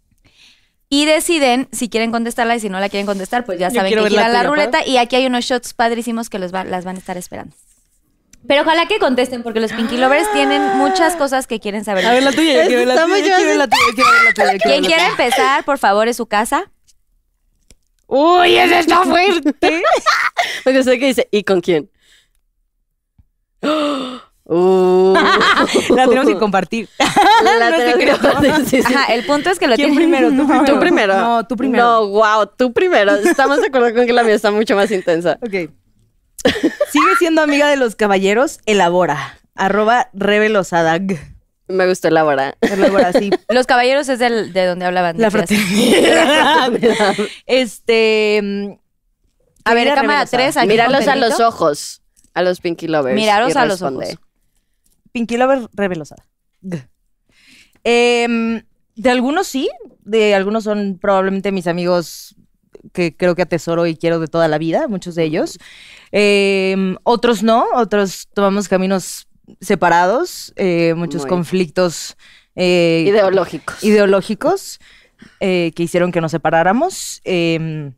Speaker 3: Y deciden si quieren contestarla y si no la quieren contestar, pues ya
Speaker 4: Yo
Speaker 3: saben que
Speaker 4: quiero ver la
Speaker 3: giran la,
Speaker 4: tuya,
Speaker 3: ruleta. Y aquí hay unos shots padrísimos que los va- las van a estar esperando. Pero ojalá que contesten, porque los Pinky Lovers tienen muchas cosas que quieren saber.
Speaker 4: Ah. A ver la tuya, yo quiero ver la tuya,
Speaker 5: Estamos
Speaker 4: yo quiero ver la tuya, yo quiero ver la tuya. yo quiero
Speaker 3: Quien
Speaker 4: ver la
Speaker 3: quiera
Speaker 4: tuya.
Speaker 3: empezar, por favor, es su casa.
Speaker 4: Uy, ese está fuerte.
Speaker 5: Porque sé que dice, ¿y con quién? Uh,
Speaker 4: la tenemos que compartir.
Speaker 5: la
Speaker 4: No es
Speaker 5: tenemos que compartir, sí, sí.
Speaker 3: Ajá, el punto es que lo
Speaker 4: ¿Quién
Speaker 3: tienen.
Speaker 4: primero?
Speaker 5: Tú
Speaker 4: ¿Tú primero?
Speaker 5: primero.
Speaker 4: No, tú primero.
Speaker 5: No, wow, tú primero. Estamos de acuerdo con que la mía está mucho más intensa.
Speaker 4: Ok. Sigue siendo amiga de los caballeros, elabora. Arroba revelosadag.
Speaker 5: Me gustó elaborar.
Speaker 4: Elabora, sí.
Speaker 3: Los caballeros es del- de donde hablaban.
Speaker 4: La
Speaker 3: mentiras.
Speaker 4: fraternidad. este. mm,
Speaker 3: A ver,
Speaker 4: querida
Speaker 3: cámara
Speaker 4: revelosadag.
Speaker 3: 3.
Speaker 5: Míralos a los ojos, a los Pinky Lovers.
Speaker 3: Miraros
Speaker 5: y
Speaker 3: a los
Speaker 5: responde.
Speaker 3: ojos.
Speaker 4: Pinky Lover revelosadag. Em, de algunos sí, de algunos son probablemente mis amigos que creo que atesoro y quiero de toda la vida, muchos de ellos. Em, otros no, otros tomamos caminos separados, eh, muchos
Speaker 5: Muy.
Speaker 4: conflictos eh,
Speaker 5: Ideológicos.
Speaker 4: ideológicos eh, que hicieron que nos separáramos. Em,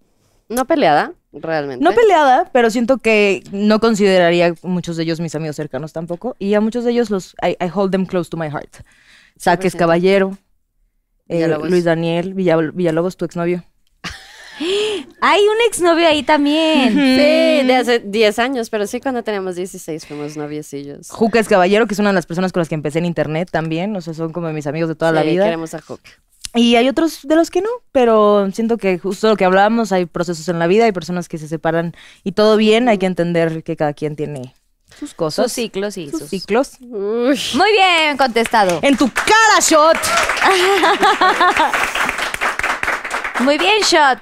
Speaker 5: no peleada, realmente.
Speaker 4: no peleada, pero siento que no consideraría muchos de ellos mis amigos cercanos tampoco. Y a muchos de ellos los I, I hold them close to my heart. Saques
Speaker 5: 100%.
Speaker 4: Caballero, eh,
Speaker 5: Villalobos.
Speaker 4: Luis Daniel, Villal- Villalobos, tu exnovio.
Speaker 3: Hay un exnovio ahí también.
Speaker 5: Sí,
Speaker 4: Mm.
Speaker 5: de hace 10 años, pero sí cuando teníamos 16 fuimos noviecillos.
Speaker 4: Juca es Caballero, que es una de las personas con las que empecé en internet también. O sea, son como mis amigos de toda la
Speaker 5: Sí,
Speaker 4: vida.
Speaker 5: Queremos a Hook.
Speaker 4: Y hay otros de los que no, pero siento que justo lo que hablábamos, hay procesos en la vida, hay personas que se separan y todo bien, hay que entender que cada quien tiene sus cosas.
Speaker 3: Sus ciclos y
Speaker 4: sus
Speaker 3: sus-
Speaker 4: ciclos. Eh.
Speaker 5: Uy.
Speaker 3: Muy bien contestado.
Speaker 4: En tu cara, shot.
Speaker 3: Muy bien, Shot.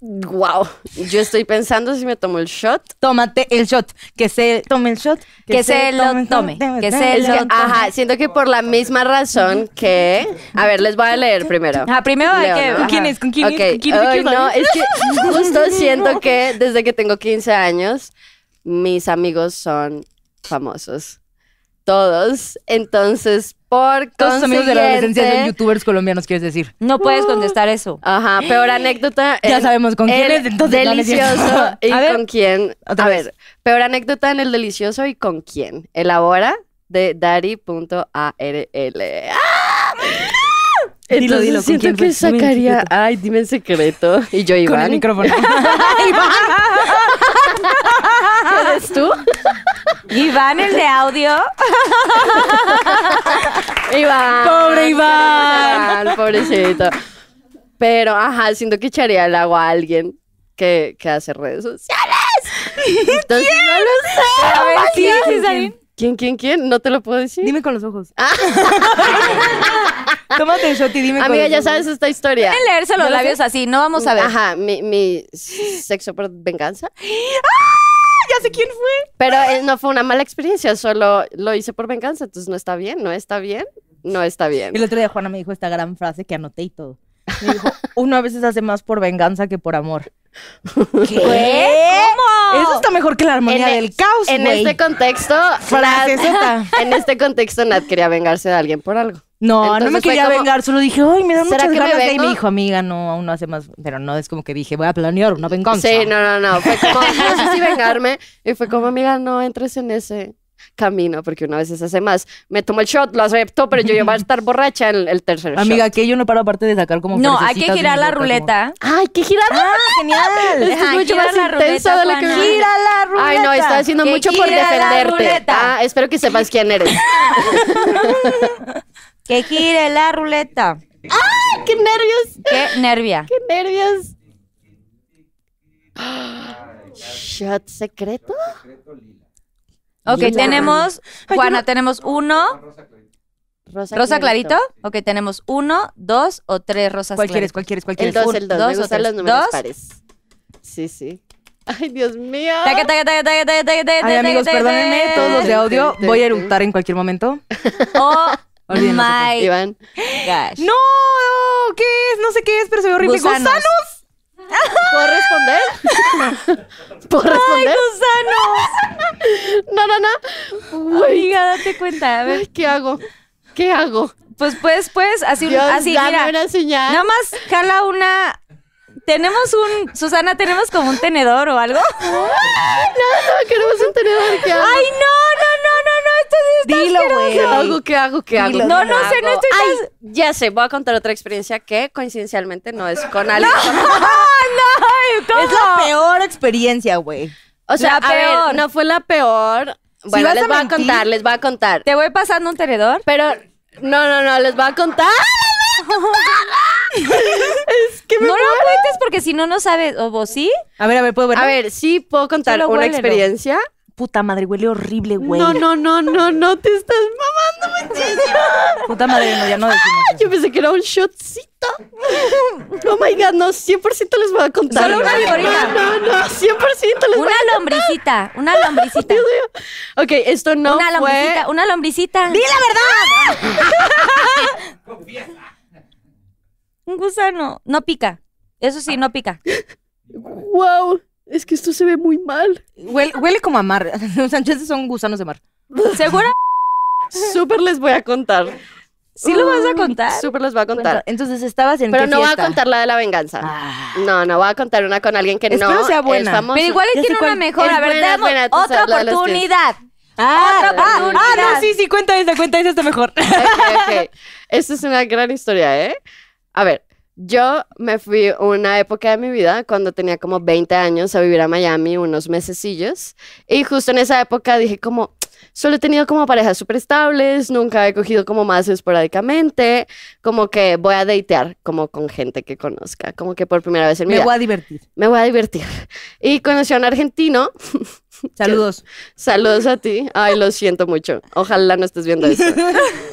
Speaker 5: Wow. Yo estoy pensando si me tomo el shot.
Speaker 4: Tómate el shot. Que se tome el shot.
Speaker 3: Que se lo tome, que se
Speaker 4: el
Speaker 3: lo
Speaker 4: shot.
Speaker 5: Ajá, siento que por la misma razón que. A ver, les voy a leer primero.
Speaker 3: Ah, primero hay
Speaker 5: Leo,
Speaker 3: que-
Speaker 5: ¿no?
Speaker 3: ¿Con
Speaker 4: quién
Speaker 5: Ajá.
Speaker 4: es? ¿Con quién es?
Speaker 5: Ok.
Speaker 4: ¿Con quién es?
Speaker 5: Ay,
Speaker 4: ¿Quién es?
Speaker 5: no, es que justo siento que desde que tengo 15 años, mis amigos son famosos. Todos. Entonces, por
Speaker 4: Todos tus amigos de la adolescencia son
Speaker 5: consiguiente-
Speaker 4: youtubers colombianos, quieres decir.
Speaker 3: No puedes contestar eso.
Speaker 5: Ajá, peor anécdota.
Speaker 4: Ya
Speaker 5: el-
Speaker 4: sabemos con quién
Speaker 5: el
Speaker 4: es, entonces no, no es cierto.
Speaker 5: Delicioso y
Speaker 4: A ver,
Speaker 5: con quién.
Speaker 4: otra
Speaker 5: a
Speaker 4: vez.
Speaker 5: ver, peor anécdota en el delicioso y con quién. Elabora de dari.arl. ¡Ah!
Speaker 4: Dilo, dilo,
Speaker 5: Entonces
Speaker 4: ¿con
Speaker 5: siento
Speaker 4: quién
Speaker 5: que
Speaker 4: fue? Dime en
Speaker 5: sacaría.
Speaker 4: secreto.
Speaker 5: Ay, dime en secreto. Y yo,
Speaker 4: Con el
Speaker 5: Iván.
Speaker 4: micrófono.
Speaker 5: Ah, ¿Eres tú?
Speaker 4: Uh.
Speaker 3: Iván, el de audio.
Speaker 5: Iván.
Speaker 4: Pobre Iván.
Speaker 5: Iván, Pobrecito. Pero, ajá, siento que echaría al agua a alguien que, que hace redes sociales. Entonces, no lo sé.
Speaker 3: A ver, sí,
Speaker 4: ¿quién?
Speaker 3: sí,
Speaker 4: ¿Quién?
Speaker 3: Sarin.
Speaker 5: ¿Quién, quién, quién? No te lo puedo decir.
Speaker 4: Dime con los ojos. Tómate el shot y dime
Speaker 5: Amiga,
Speaker 4: con
Speaker 5: ya
Speaker 4: los ojos.
Speaker 5: sabes esta historia.
Speaker 3: Pueden leerse los labios así, no vamos a ver.
Speaker 5: Ajá, mi, mi sexo por venganza.
Speaker 4: ¡Ah! Ya sé quién fue.
Speaker 5: Pero eh, no fue una mala experiencia, solo lo hice por venganza, entonces no está bien, no está bien, no está bien.
Speaker 4: El otro día Juana me dijo esta gran frase que anoté y todo. Me dijo, uno a veces hace más por venganza que por amor.
Speaker 3: ¿Qué? ¿Cómo?
Speaker 4: Eso está mejor que la armonía
Speaker 5: En e-
Speaker 4: del caos,
Speaker 5: En
Speaker 4: güey.
Speaker 5: este contexto,
Speaker 4: Frasezota.
Speaker 5: Nat, en este contexto Nat quería vengarse de alguien por algo.
Speaker 4: No, no
Speaker 5: Entonces
Speaker 4: me
Speaker 5: fue
Speaker 4: quería
Speaker 5: como,
Speaker 4: vengar, solo dije, ay, me dan
Speaker 5: ¿será
Speaker 4: muchas
Speaker 5: que me
Speaker 4: ganas de... Y me
Speaker 5: vengo?
Speaker 4: dijo, amiga, no, aún no hace más... Pero no, es como que dije, voy a planear una venganza.
Speaker 5: Sí, no, no, no, fue como, no sé si vengarme, y fue como, amiga, no entres en ese camino, porque una vez se hace más, me tomo el shot, lo acepto, pero yo iba a estar borracha en el tercer shot.
Speaker 4: Amiga, que yo no paro aparte de sacar como
Speaker 3: No, hay
Speaker 4: frasecitas
Speaker 3: que
Speaker 4: de
Speaker 3: girar
Speaker 4: mi
Speaker 3: la
Speaker 4: boca,
Speaker 3: ruleta.
Speaker 5: Ay, qué girada.
Speaker 4: como, ¡Genial!
Speaker 5: Esto es
Speaker 3: Ajá,
Speaker 5: mucho
Speaker 3: gira
Speaker 5: más
Speaker 3: la ruleta,
Speaker 5: intenso de lo que
Speaker 3: Juana.
Speaker 5: me-
Speaker 3: Gira
Speaker 4: la ruleta!
Speaker 5: Ay, no, está haciendo
Speaker 3: Que
Speaker 5: mucho por
Speaker 3: gira la
Speaker 5: defenderte.
Speaker 3: ruleta.
Speaker 5: Ah, espero que sepas quién eres.
Speaker 3: Que gire la ruleta.
Speaker 5: ¡Qué nervios!
Speaker 3: Qué nervia.
Speaker 5: ¡Qué nervios! ¿Shot secreto?
Speaker 3: Ok,
Speaker 5: Lila.
Speaker 3: tenemos, Juana, tenemos uno,
Speaker 5: Rosa,
Speaker 3: rosa clarito. Ok, tenemos uno, dos o tres rosas
Speaker 4: ¿Cuál
Speaker 3: claritas.
Speaker 4: quieres, cuál quieres, cuál
Speaker 5: El
Speaker 4: quieres?
Speaker 5: dos,
Speaker 3: Un,
Speaker 5: el dos.
Speaker 3: dos
Speaker 5: Me
Speaker 3: o
Speaker 5: gustan
Speaker 3: tres.
Speaker 5: los números
Speaker 3: Dos.
Speaker 5: pares. Sí, sí. ¡Ay, Dios mío!
Speaker 3: Taca, taca, taca, taca, taca, taca, taca,
Speaker 4: Ay,
Speaker 3: taca,
Speaker 4: amigos,
Speaker 3: taca, taca.
Speaker 4: perdónenme, todos los de audio,
Speaker 5: Ten, ten,
Speaker 4: voy a
Speaker 5: ten.
Speaker 4: eructar en cualquier momento.
Speaker 3: Oh
Speaker 4: Olvídenlo, se fue.
Speaker 3: my
Speaker 5: Iván.
Speaker 3: gosh.
Speaker 4: ¡No! ¿Qué es? No sé qué es, pero se ve horrible.
Speaker 3: Gusanos.
Speaker 4: ¡Gusano!
Speaker 5: ¿Puedo responder? ¿Puedo responder? No, no, no. Uy,
Speaker 3: Amiga, date cuenta. A ver,
Speaker 5: ay, ¿Qué hago? ¿Qué hago?
Speaker 3: pues, pues, pues, así, un-
Speaker 5: Dios,
Speaker 3: así,
Speaker 5: dame
Speaker 3: mira.
Speaker 5: una señal.
Speaker 3: Nada más jala una. Tenemos un. Susana, ¿tenemos como un tenedor o algo?
Speaker 5: no, queremos un tenedor. ¿Qué hago?
Speaker 3: ¡Ay, no, no, no, no, no! Esto sí está
Speaker 4: Dilo,
Speaker 3: asqueroso.
Speaker 5: ¿Qué hago? ¿Qué hago? ¿Qué hago?
Speaker 3: Dilo. No, no sé, no estoy
Speaker 5: Ay, ya sé, voy a contar otra experiencia que coincidencialmente no es con alguien.
Speaker 3: ¡Ay, ¿cómo?
Speaker 4: Es la peor experiencia, güey.
Speaker 5: O sea,
Speaker 3: La
Speaker 5: a ver,
Speaker 3: peor.
Speaker 5: no fue la peor. Bueno,
Speaker 4: vas
Speaker 5: les
Speaker 4: a
Speaker 5: voy a
Speaker 4: mentir-
Speaker 5: contar, les voy a contar.
Speaker 3: ¿Te voy pasando un tenedor?
Speaker 5: Pero, no, no, no, les voy a contar.
Speaker 3: no lo cuentes porque si no, no sabes. ¿O vos sí?
Speaker 4: A ver, a ver, ¿puedo verlo?
Speaker 5: A ver, sí puedo contar
Speaker 3: Solo
Speaker 5: una
Speaker 3: huélelo.
Speaker 5: experiencia.
Speaker 4: Puta madre, huele horrible, güey.
Speaker 5: No, no, no, no, no, te estás mamando muchísimo.
Speaker 4: Puta madre, no, ya no decimos eso.
Speaker 5: Yo pensé que era un shotcito. Oh my god, no, 100% les voy a contar.
Speaker 3: Solo una viborita.
Speaker 5: No, no, no, 100% les voy
Speaker 3: Una
Speaker 5: a
Speaker 3: lombricita, una lombricita.
Speaker 5: Dios mío. Ok, esto no
Speaker 3: una
Speaker 5: fue...
Speaker 3: lombricita, una lombricita. ¡Di la verdad! un gusano. No pica. Eso sí, no pica.
Speaker 5: Wow, es que esto se ve muy mal.
Speaker 4: Huele, huele como a mar. Los Sánchez son gusanos de mar.
Speaker 3: ¿Segura?
Speaker 5: Súper les voy a contar. Mm,
Speaker 3: ¿Sí lo vas a contar?
Speaker 5: Súper les voy a contar.
Speaker 4: Entonces estabas en
Speaker 5: Pero
Speaker 4: qué
Speaker 5: no voy a
Speaker 4: fiesta?
Speaker 5: contar la de la venganza.
Speaker 4: Ah.
Speaker 5: No, no voy a contar una con alguien que
Speaker 4: Espero
Speaker 5: no
Speaker 4: sea buena.
Speaker 5: es famoso.
Speaker 3: Pero igual
Speaker 4: Ya
Speaker 3: él
Speaker 4: sé
Speaker 3: tiene una
Speaker 4: cuál.
Speaker 3: mejor.
Speaker 5: Es
Speaker 3: A ver,
Speaker 5: buena, es
Speaker 3: damos
Speaker 5: buena, tú
Speaker 3: otra
Speaker 5: sabes la de los pies.
Speaker 3: oportunidad.
Speaker 4: Ah,
Speaker 3: Otra
Speaker 4: ah, ah, no,
Speaker 3: oportunidad.
Speaker 4: sí, sí, cuenta esa, cuenta esa, está mejor.
Speaker 5: Ok, ok. Esta es una gran historia, ¿eh? A ver, yo me fui una época de mi vida cuando tenía como 20 años a vivir a Miami unos mesecillos y justo en esa época dije como, solo he tenido como parejas súper estables, nunca he cogido como más esporádicamente, como que voy a datear como con gente que conozca, como que por primera vez en mi
Speaker 4: Me
Speaker 5: vida
Speaker 4: voy a divertir.
Speaker 5: me voy a divertir. Y conocí a un argentino
Speaker 4: Saludos.
Speaker 5: Saludos a ti. Ay, lo siento mucho. Ojalá no estés viendo esto.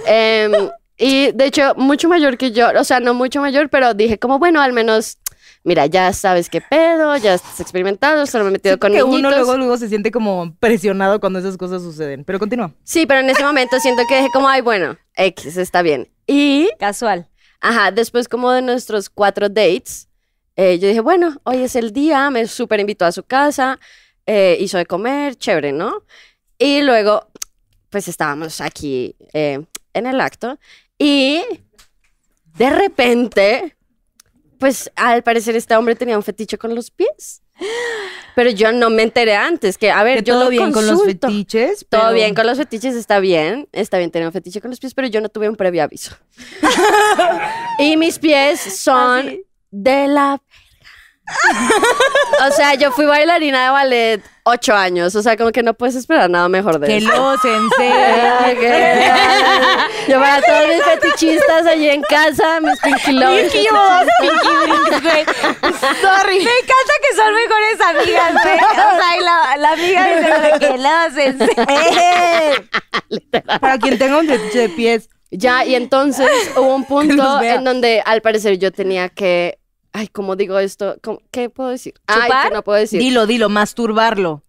Speaker 5: Em, y de hecho, mucho mayor que yo, o sea, no mucho mayor, pero dije como, bueno, al menos, mira, ya sabes qué pedo, ya estás experimentado, solo me he metido con
Speaker 4: que uno
Speaker 5: niñitos.
Speaker 4: luego, luego se siente como presionado cuando esas cosas suceden. Pero continúa.
Speaker 5: Sí, pero en ese momento siento que dije como, ay, bueno, X, está bien. Y
Speaker 3: Casual.
Speaker 5: Ajá, después como de nuestros cuatro dates, eh, yo dije, bueno, hoy es el día, me súper invitó a su casa, eh, hizo de comer, chévere, ¿no? Y luego, pues estábamos aquí eh, en el acto y de repente, pues al parecer este hombre tenía un fetiche con los pies. Pero yo no me enteré antes, que a ver,
Speaker 4: Que
Speaker 5: yo
Speaker 4: todo
Speaker 5: lo
Speaker 4: bien con los
Speaker 5: consulto.
Speaker 4: fetiches.
Speaker 5: Todo
Speaker 4: pero-
Speaker 5: bien con los fetiches, está bien. Está bien tener un fetiche con los pies, pero yo no tuve un previo aviso. y mis pies
Speaker 4: Ah,
Speaker 5: son de la verga. o sea, yo fui bailarina de ballet ocho años. O sea, como que no puedes esperar nada mejor de
Speaker 4: Que
Speaker 5: eso.
Speaker 4: los
Speaker 5: Ah,
Speaker 4: enseñe.
Speaker 5: qué tal. Yo para todos mis fetichistas allí en casa, mis pinky lovers.
Speaker 3: Pinky Lovers, Pinky Blinks, güey. Sorry. Me encanta que son mejores amigas, güey. O sea, y la, la amiga dice lo de que la sensei.
Speaker 4: Eh, Para quien tenga un fetiche de pies.
Speaker 5: Ya, y entonces hubo un punto
Speaker 4: los vea.
Speaker 5: en donde al parecer yo tenía que. Ay, ¿cómo digo esto? ¿Cómo- ¿Qué puedo decir? Ay,
Speaker 3: ¿Chupar?
Speaker 5: que no puedo decir.
Speaker 4: Dilo, dilo, masturbarlo.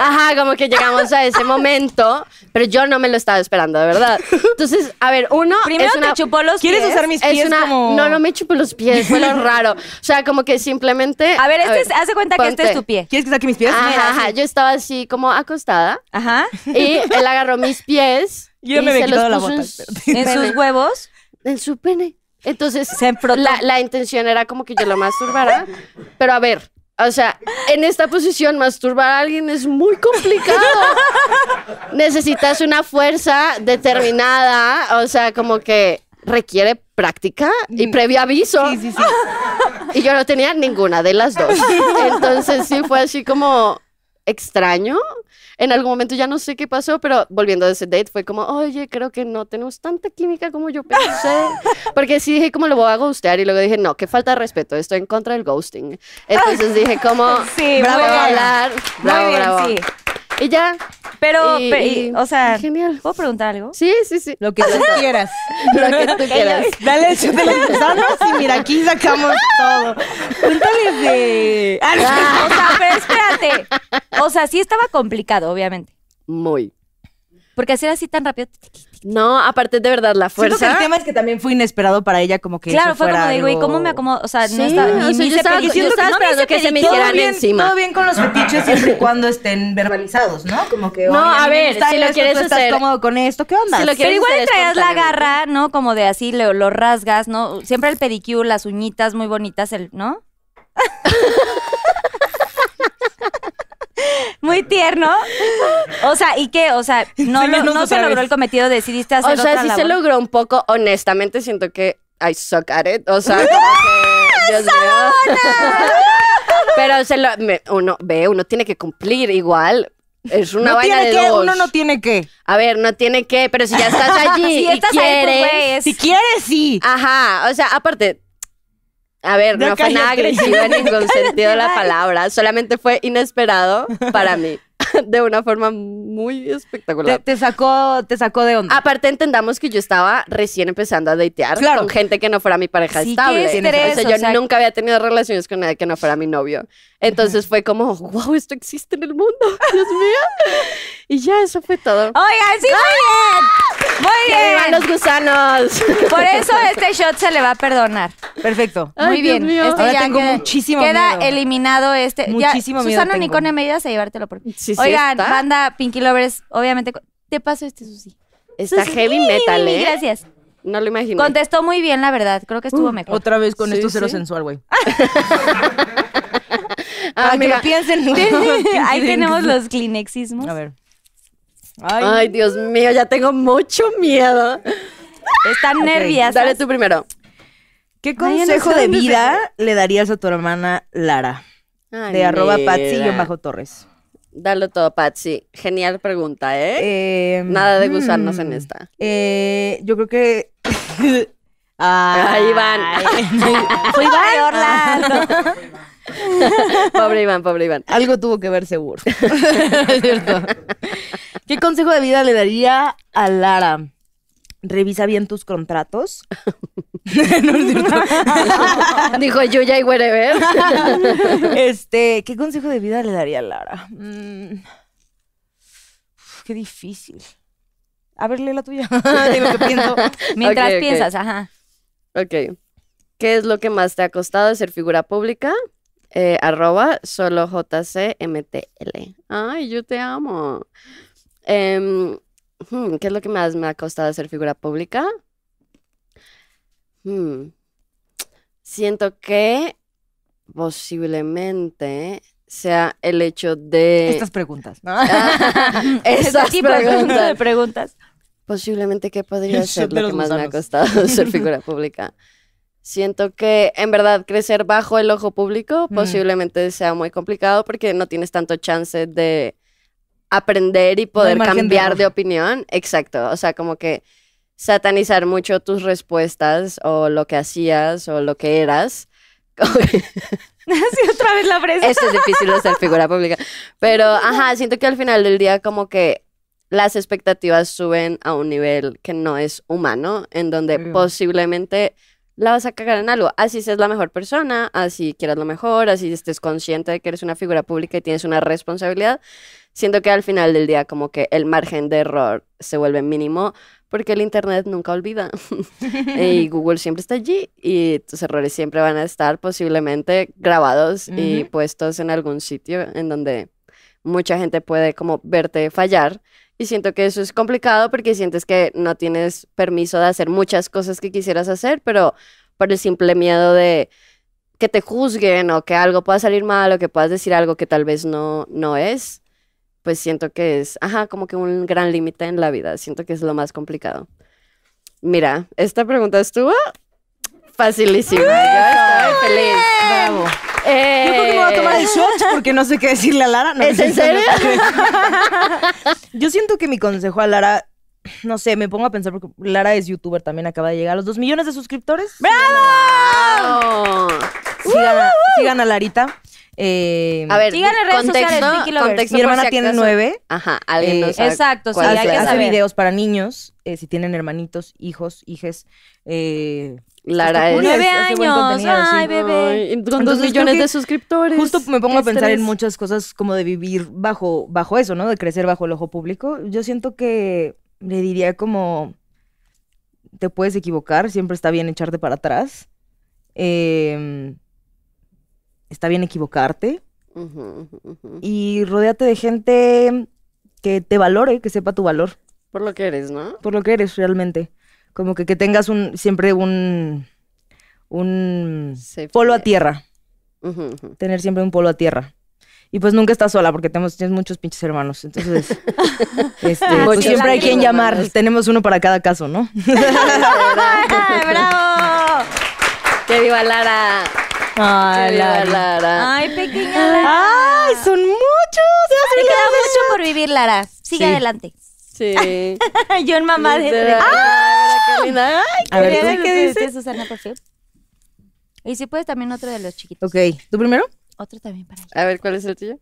Speaker 5: Ajá, como que llegamos a ese momento, pero yo no me lo estaba esperando, de verdad. Entonces, a ver, uno
Speaker 3: Primero
Speaker 5: es una,
Speaker 3: te chupó los
Speaker 4: ¿Quieres
Speaker 3: pies.
Speaker 4: usar mis
Speaker 5: es
Speaker 4: pies
Speaker 5: una-
Speaker 4: como.?
Speaker 5: no, no me chupó los pies, fue lo raro. O sea, como que simplemente
Speaker 3: A ver, este es- haz de cuenta que este es tu pie.
Speaker 4: ¿Quieres que saque mis pies?
Speaker 5: Ajá,
Speaker 4: Mira,
Speaker 5: ajá,
Speaker 4: así.
Speaker 5: yo estaba así como acostada
Speaker 3: Ajá.
Speaker 5: y él agarró mis pies
Speaker 4: Yo ya
Speaker 5: y
Speaker 4: me había
Speaker 5: se los
Speaker 4: quitado la
Speaker 5: puso en
Speaker 4: bota,
Speaker 5: su
Speaker 3: En
Speaker 5: pene.
Speaker 3: sus huevos.
Speaker 5: en su pene. Entonces,
Speaker 3: Se frotó.
Speaker 5: la, la intención era como que yo lo masturbara. Pero a ver, o sea, en esta posición, masturbar a alguien es muy complicado. Necesitas una fuerza determinada, o sea, como que requiere práctica y previo aviso.
Speaker 4: Sí, sí, sí.
Speaker 5: Y yo no tenía ninguna de las dos. Entonces sí fue así como extraño. En algún momento ya no sé qué pasó, pero volviendo de ese date fue como, oye, creo que no tenemos tanta química como yo pensé. Porque sí dije, como lo voy a ghostear. Y luego dije, no, qué falta de respeto, estoy en contra del ghosting. Entonces dije, como,
Speaker 3: Sí,
Speaker 5: bravo,
Speaker 3: muy bien.
Speaker 5: hablar, bravo,
Speaker 3: Muy bien,
Speaker 5: bravo.
Speaker 3: sí.
Speaker 5: Y ya.
Speaker 3: Pero,
Speaker 5: Y-
Speaker 3: pero- y-
Speaker 5: y-
Speaker 3: o sea,
Speaker 5: genial.
Speaker 3: ¿puedo preguntar algo?
Speaker 5: Sí, sí, sí.
Speaker 4: Lo que tú quieras.
Speaker 5: Lo que tú quieras.
Speaker 4: Dale el shot de las manzanas y mira, aquí sacamos todo. Cuéntales de. Ah, no.
Speaker 3: O sea, pero espérate. O sea, sí estaba complicado, obviamente.
Speaker 5: Muy.
Speaker 3: Porque hacer así tan rápido.
Speaker 5: No, aparte de verdad, la
Speaker 4: Siento que
Speaker 5: fuerza.
Speaker 4: el tema es que también fue inesperado para ella, como que.
Speaker 3: claro,
Speaker 4: eso
Speaker 3: fue
Speaker 4: fuera
Speaker 3: como de, güey,
Speaker 4: algo-
Speaker 3: ¿cómo me acomodo? O sea,
Speaker 5: Sí,
Speaker 3: no estaba.
Speaker 5: o
Speaker 3: Ni,
Speaker 5: sea,
Speaker 3: ni
Speaker 5: yo
Speaker 3: se
Speaker 5: estaba-
Speaker 3: pedí-
Speaker 5: yo
Speaker 3: siento
Speaker 5: estaba
Speaker 3: que no me
Speaker 5: esperando
Speaker 3: hice
Speaker 5: que se me
Speaker 3: pedicure.
Speaker 5: hicieran
Speaker 4: bien,
Speaker 5: encima.
Speaker 4: todo bien con los fetiches siempre y cuando estén verbalizados, ¿no? Como que.
Speaker 5: No,
Speaker 4: oye,
Speaker 5: a
Speaker 4: mí me
Speaker 5: ver,
Speaker 4: gusta
Speaker 5: si lo
Speaker 4: esto,
Speaker 5: quieres
Speaker 4: tú estás
Speaker 5: hacer-
Speaker 4: cómodo con esto? ¿Qué onda?
Speaker 5: Si lo
Speaker 3: Pero
Speaker 5: quieres
Speaker 3: igual le
Speaker 5: hacer
Speaker 3: traías la
Speaker 5: espontáneamente.
Speaker 3: garra, ¿no? Como de así, lo, lo rasgas, ¿no? Siempre el pedicure, las uñitas muy bonitas, el, ¿no? muy tierno. O sea, ¿y qué? O sea, no, lo-
Speaker 4: Díganos
Speaker 3: no se
Speaker 4: otra
Speaker 3: logró
Speaker 4: vez.
Speaker 3: el cometido, decidiste hacer
Speaker 5: O sea,
Speaker 3: otra
Speaker 5: sí se
Speaker 3: labor.
Speaker 5: logró un poco, honestamente siento que I suck at it, o sea, como que, Dios mío. Pero se lo, me- uno ve, uno tiene que cumplir igual. Es una
Speaker 4: no
Speaker 5: vaina
Speaker 4: tiene
Speaker 5: de
Speaker 4: que,
Speaker 5: dos.
Speaker 4: uno no tiene que.
Speaker 5: A ver, no tiene que, pero si ya estás allí
Speaker 3: Si
Speaker 5: y
Speaker 3: estás ahí, pues,
Speaker 5: quieres.
Speaker 3: güey, es-
Speaker 4: Si quieres, sí.
Speaker 5: Ah, Ajá, o sea, aparte, a ver,
Speaker 4: Ya
Speaker 5: no fue nada
Speaker 4: cállate.
Speaker 5: agresivo en ningún sentido la
Speaker 3: bye.
Speaker 5: palabra, solamente fue inesperado para mí, de una forma muy espectacular.
Speaker 4: Te, te sacó, te sacó de onda.
Speaker 5: Aparte entendamos que yo estaba recién empezando a datear
Speaker 4: Claro.
Speaker 5: con gente que no fuera mi pareja
Speaker 3: Sí,
Speaker 5: estable.
Speaker 3: qué estrés,
Speaker 5: o sea,
Speaker 3: o
Speaker 5: yo
Speaker 3: sea-
Speaker 5: nunca había tenido relaciones con nadie que no fuera mi novio. Entonces fue como, wow, esto existe en el mundo, Dios mío. Y ya, eso fue todo.
Speaker 3: Oigan, sí, muy
Speaker 5: ¡Ah! ¡Que
Speaker 3: bien. Muy
Speaker 5: vivan
Speaker 3: bien.
Speaker 5: los gusanos!
Speaker 3: Por eso este shot se le va a perdonar.
Speaker 5: Ah.
Speaker 4: Perfecto.
Speaker 5: Ay,
Speaker 3: Muy
Speaker 5: Dios
Speaker 3: bien.
Speaker 5: mío.
Speaker 3: Este
Speaker 4: Ahora
Speaker 3: ya
Speaker 4: tengo
Speaker 3: queda,
Speaker 4: muchísimo
Speaker 3: queda
Speaker 4: miedo.
Speaker 3: eliminado este. Ya,
Speaker 4: Muchísimo miedo
Speaker 3: Susana
Speaker 4: tengo.
Speaker 3: Nicone, me ayudas a llevártelo por
Speaker 5: Sí, sí
Speaker 3: Oigan,
Speaker 5: está.
Speaker 3: banda Pinky Lovers, obviamente. co- Te paso este, Susi.
Speaker 5: Está
Speaker 3: Susi,
Speaker 5: heavy
Speaker 3: mi,
Speaker 5: metal,
Speaker 3: mi, mi,
Speaker 5: ¿eh?
Speaker 3: Gracias.
Speaker 5: No lo imaginé.
Speaker 3: Contestó muy bien, la verdad. Creo que
Speaker 5: Uh,
Speaker 3: estuvo mejor.
Speaker 4: Otra vez con
Speaker 5: Sí,
Speaker 4: esto cero
Speaker 5: sí.
Speaker 4: sensual, güey.
Speaker 5: Ah,
Speaker 4: Para que
Speaker 5: mira.
Speaker 4: lo piensen.
Speaker 3: Ahí tenemos los clinexismos.
Speaker 4: A ver. Ay,
Speaker 5: Ay, Dios mío, ya tengo mucho miedo.
Speaker 3: Están nerviosas.
Speaker 5: Dale tú primero.
Speaker 4: ¿Qué
Speaker 3: Ay, ya no
Speaker 4: consejo
Speaker 3: sé
Speaker 4: de
Speaker 3: dónde se
Speaker 4: vida le darías a tu hermana Lara?
Speaker 5: Ay,
Speaker 4: De arroba
Speaker 5: mira.
Speaker 4: patsy-torres.
Speaker 5: Dalo todo, Patsy. Genial pregunta, ¿eh?
Speaker 4: Eh,
Speaker 5: Nada de gusanos en
Speaker 4: mm,
Speaker 5: esta.
Speaker 4: eh, yo creo que... Ay,
Speaker 5: Ahí van.
Speaker 4: Fue Iván.
Speaker 3: Orlando.
Speaker 5: pobre Iván, pobre Iván.
Speaker 6: Algo tuvo que ver seguro. es cierto. ¿Qué consejo de vida le daría a Lara? Revisa bien tus contratos. no es cierto.
Speaker 5: Dijo Yuya y Wherever.
Speaker 6: Este, ¿qué consejo de vida le daría a Lara? Mm, uf, qué difícil. A ver, lee la tuya. de lo que pienso.
Speaker 5: Eh,
Speaker 3: Mientras
Speaker 5: Ok, ok.
Speaker 3: piensas, ajá.
Speaker 5: Ok. ¿Qué es lo que más te ha costado de ser figura pública? Eh, arroba solo JCMTL. Ay, yo te amo. Em, hmm, ¿Qué es lo que más me ha costado de ser figura pública? Hmm. Siento que posiblemente sea el hecho de...
Speaker 4: Estas preguntas. ¿no?
Speaker 5: ah, Esas
Speaker 3: Este tipo de-
Speaker 5: preguntas.
Speaker 3: de preguntas.
Speaker 5: Posiblemente que podría
Speaker 4: El
Speaker 5: ser
Speaker 4: shot
Speaker 5: lo
Speaker 4: de
Speaker 5: que
Speaker 4: los
Speaker 5: más me ha
Speaker 4: gusanos.
Speaker 5: costado ser figura pública. Siento que en verdad crecer bajo el ojo público
Speaker 4: Mm.
Speaker 5: posiblemente sea muy complicado porque no tienes tanto chance de aprender y poder
Speaker 4: margen de
Speaker 5: cambiar
Speaker 4: error.
Speaker 5: de opinión. Exacto, o sea, como que satanizar mucho tus respuestas o lo que hacías o lo que eras.
Speaker 3: Así otra vez la fresa.
Speaker 5: Eso es difícil de ser figura pública. Pero, ajá, siento que al final del día como que las expectativas suben a un nivel que no es humano, en donde
Speaker 4: Mm.
Speaker 5: posiblemente la vas a cagar en algo. Así seas la mejor persona, así quieras lo mejor, así estés consciente de que eres una figura pública y tienes una responsabilidad. Siento que al final del día como que el margen de error se vuelve mínimo porque el Internet nunca olvida. y Google siempre está allí y tus errores siempre van a estar posiblemente grabados y
Speaker 4: Ujú.
Speaker 5: puestos en algún sitio en donde mucha gente puede como verte fallar. Y siento que eso es complicado porque sientes que no tienes permiso de hacer muchas cosas que quisieras hacer, pero por el simple miedo de que te juzguen o que algo pueda salir mal o que puedas decir algo que tal vez no, no es, pues siento que es, ajá, como que un gran límite en la vida. Siento que es lo más complicado. Mira, esta pregunta estuvo facilísima. Yo estoy feliz.
Speaker 4: Bravo.
Speaker 5: Eh,
Speaker 4: Yo creo que me voy a tomar el shot porque no sé qué decirle a Lara. No,
Speaker 5: ¿Es en serio?
Speaker 4: Yo siento que mi consejo a Lara, no sé, me pongo a pensar porque Lara es youtuber, también acaba de llegar a los 2 millones de suscriptores.
Speaker 5: ¡Bravo!
Speaker 4: Sigan, a- sigan a Larita. Eh,
Speaker 5: Uh-huh. A ver,
Speaker 3: Síganle en redes
Speaker 5: contexto,
Speaker 3: sociales, Vicky Lovers.
Speaker 5: contexto
Speaker 4: mi
Speaker 5: por
Speaker 4: hermana
Speaker 5: si
Speaker 4: tiene
Speaker 5: acaso-
Speaker 4: nueve.
Speaker 5: Ajá, alguien
Speaker 4: Eh,
Speaker 5: no sabe
Speaker 3: exacto, sí,
Speaker 5: cuál
Speaker 3: hay
Speaker 5: sea.
Speaker 3: que
Speaker 4: Hace
Speaker 3: saber.
Speaker 4: videos para niños, eh, si tienen hermanitos, hijos, hijes. eh,
Speaker 5: Lara es...
Speaker 4: Está cool.
Speaker 3: Nueve
Speaker 4: hace buen
Speaker 3: años.
Speaker 4: contenido, sí.
Speaker 3: Ay, bebé.
Speaker 5: Ay, con dos
Speaker 4: Entonces, creo
Speaker 5: millones
Speaker 4: que
Speaker 5: de suscriptores.
Speaker 4: Justo me pongo
Speaker 5: Qué
Speaker 4: a pensar en
Speaker 5: estrés.
Speaker 4: muchas cosas como de vivir bajo, bajo eso, ¿no? De crecer bajo el ojo público. Yo siento que le diría como, te puedes equivocar, siempre está bien echarte para atrás. Eh, está bien equivocarte.
Speaker 5: Ujú, ujú, ujú.
Speaker 4: Y rodéate de gente que te valore, que sepa tu valor
Speaker 5: Por lo que eres, ¿no?
Speaker 4: por lo que eres realmente. Como que, que tengas un, siempre un, un
Speaker 5: Safety
Speaker 4: polo a
Speaker 5: net.
Speaker 4: tierra.
Speaker 5: pues, Ujú, ujú.
Speaker 4: tener siempre un polo a tierra. Y pues nunca estás sola porque tenemos, tienes muchos pinches hermanos. Entonces, este, pues
Speaker 5: Muchos
Speaker 4: siempre hay quien
Speaker 5: pinches
Speaker 4: llamar.
Speaker 5: hermanos.
Speaker 4: Tenemos uno para cada caso, ¿no?
Speaker 3: Ay, ¡Bravo!
Speaker 5: Ah. ¡Que viva Lara! ¡Que
Speaker 4: Ay,
Speaker 5: viva
Speaker 4: Lara.
Speaker 5: Lara! Ah,
Speaker 3: Ay, pequeña Lara.
Speaker 4: Ay, son muchos.
Speaker 3: Te queda mucho por vivir, Lara. Sigue
Speaker 4: Sí.
Speaker 3: adelante.
Speaker 5: Sí.
Speaker 3: Yo en mamá de tres.
Speaker 5: Literal. Mira qué linda. Ay,
Speaker 4: A ver,
Speaker 3: ¿Qué,
Speaker 4: ¿tú qué dices?
Speaker 3: Susana, por favor? Y si puedes también otro de los chiquitos.
Speaker 4: Ok, ¿tú primero?
Speaker 3: Otro también para ella.
Speaker 5: A ver, ¿cuál es el tuyo?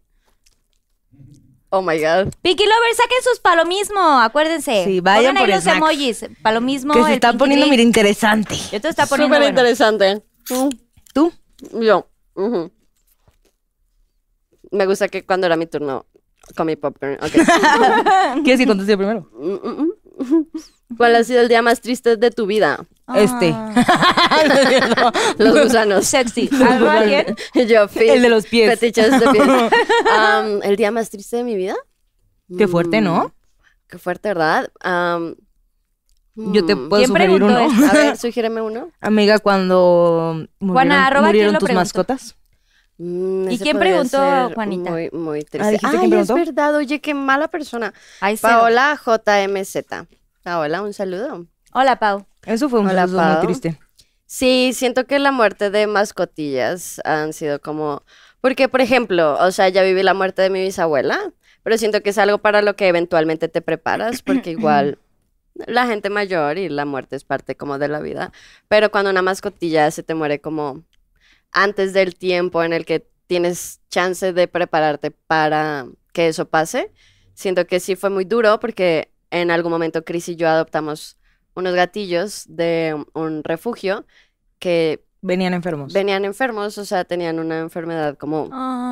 Speaker 5: Oh my god.
Speaker 3: Pinky Lovers, saquen sus palomismo, acuérdense.
Speaker 4: Sí, vayan
Speaker 3: Pongan ahí
Speaker 4: por
Speaker 3: los
Speaker 4: snacks.
Speaker 3: emojis. Palomismo.
Speaker 4: que se
Speaker 3: el
Speaker 4: está
Speaker 3: Pinky
Speaker 4: poniendo,
Speaker 3: Drink.
Speaker 4: mira, interesante.
Speaker 3: Esto está
Speaker 5: Súper
Speaker 3: poniendo bueno.
Speaker 5: interesante.
Speaker 4: ¿Tú?
Speaker 5: Yo. ujú. Me gusta que cuando era mi turno comí popcorn. Ok.
Speaker 4: ¿Quieres que conteste primero?
Speaker 5: Mm, mm, mm. ¿Cuál ha sido el día más triste de tu vida?
Speaker 4: Este.
Speaker 5: Los gusanos.
Speaker 3: Ah, Sexy. ¿Algo alguien?
Speaker 5: Yo, Phil.
Speaker 4: El de los pies.
Speaker 5: Fetiches de pies. Am, ¿El día más triste de mi vida? Mm,
Speaker 4: Qué fuerte, ¿no?
Speaker 5: Qué fuerte, ¿verdad? Am,
Speaker 4: Yo te
Speaker 5: mm,
Speaker 4: puedo
Speaker 3: ¿Quién
Speaker 4: sugerir
Speaker 3: preguntó
Speaker 4: uno.
Speaker 3: esto?
Speaker 5: A ver, sugiéreme uno.
Speaker 4: Amiga, cuando murieron,
Speaker 3: Juana, arroba, ¿quién
Speaker 4: murieron
Speaker 3: lo
Speaker 4: tus
Speaker 3: preguntó?
Speaker 4: mascotas.
Speaker 5: Mm,
Speaker 3: ¿Y
Speaker 5: ese
Speaker 3: quién
Speaker 5: podría
Speaker 3: preguntó,
Speaker 5: ser
Speaker 3: Juanita?
Speaker 5: Muy, muy triste.
Speaker 4: Ah, ¿dijiste
Speaker 5: Ay,
Speaker 4: quién
Speaker 5: es
Speaker 4: preguntó?
Speaker 5: verdad. Oye, qué mala persona.
Speaker 3: Ay, cero.
Speaker 5: Paola JMZ. Paola, un saludo.
Speaker 3: Hola, Pau.
Speaker 4: Eso fue un
Speaker 5: Hola,
Speaker 4: suceso muy
Speaker 5: Pau.
Speaker 4: triste.
Speaker 5: Sí, siento que la muerte de mascotillas han sido como... Porque, por ejemplo, o sea, ya viví la muerte de mi bisabuela, pero siento que es algo para lo que eventualmente te preparas, porque igual la gente mayor y la muerte es parte como de la vida. Pero cuando una mascotilla se te muere como antes del tiempo en el que tienes chance de prepararte para que eso pase. Siento que sí fue muy duro porque en algún momento Chris y yo adoptamos unos gatillos de un refugio que
Speaker 4: Venían enfermos.
Speaker 5: venían enfermos, o sea, tenían una enfermedad como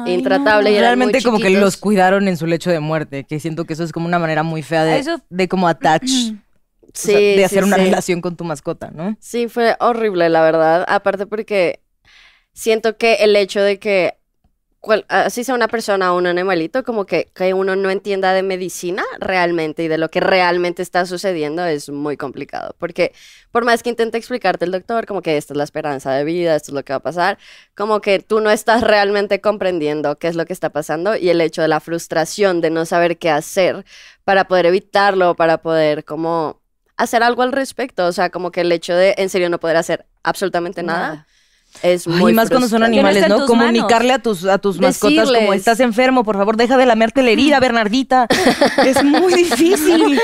Speaker 5: intratable y eran
Speaker 4: Realmente
Speaker 5: muy
Speaker 4: como que
Speaker 5: chiquitos.
Speaker 4: los cuidaron en su lecho de muerte, que siento que eso es como una manera muy fea de,
Speaker 3: Eso-
Speaker 4: de como attach,
Speaker 3: Mm.
Speaker 4: o
Speaker 5: sí,
Speaker 4: sea, de hacer
Speaker 5: sí,
Speaker 4: una
Speaker 5: sí.
Speaker 4: relación con tu mascota, ¿no?
Speaker 5: Sí, fue horrible, la verdad. Aparte porque siento que el hecho de que cual- así sea una persona o un animalito, como que, que uno no entienda de medicina realmente y de lo que realmente está sucediendo es muy complicado. Porque por más que intente explicarte el doctor, como que esta es la esperanza de vida, esto es lo que va a pasar, como que tú no estás realmente comprendiendo qué es lo que está pasando y el hecho de la frustración de no saber qué hacer para poder evitarlo, para poder como hacer algo al respecto. O sea, como que el hecho de en serio no poder hacer absolutamente nada, es
Speaker 4: Ay,
Speaker 5: muy
Speaker 4: y más cuando son
Speaker 5: frustrante.
Speaker 3: Que no
Speaker 4: animales,
Speaker 3: está en
Speaker 4: ¿no?
Speaker 3: tus
Speaker 4: Comunicarle a tus, a tus mascotas como
Speaker 5: Decirles.
Speaker 4: estás enfermo, por favor, deja de lamerte la herida, Bernardita. es muy difícil.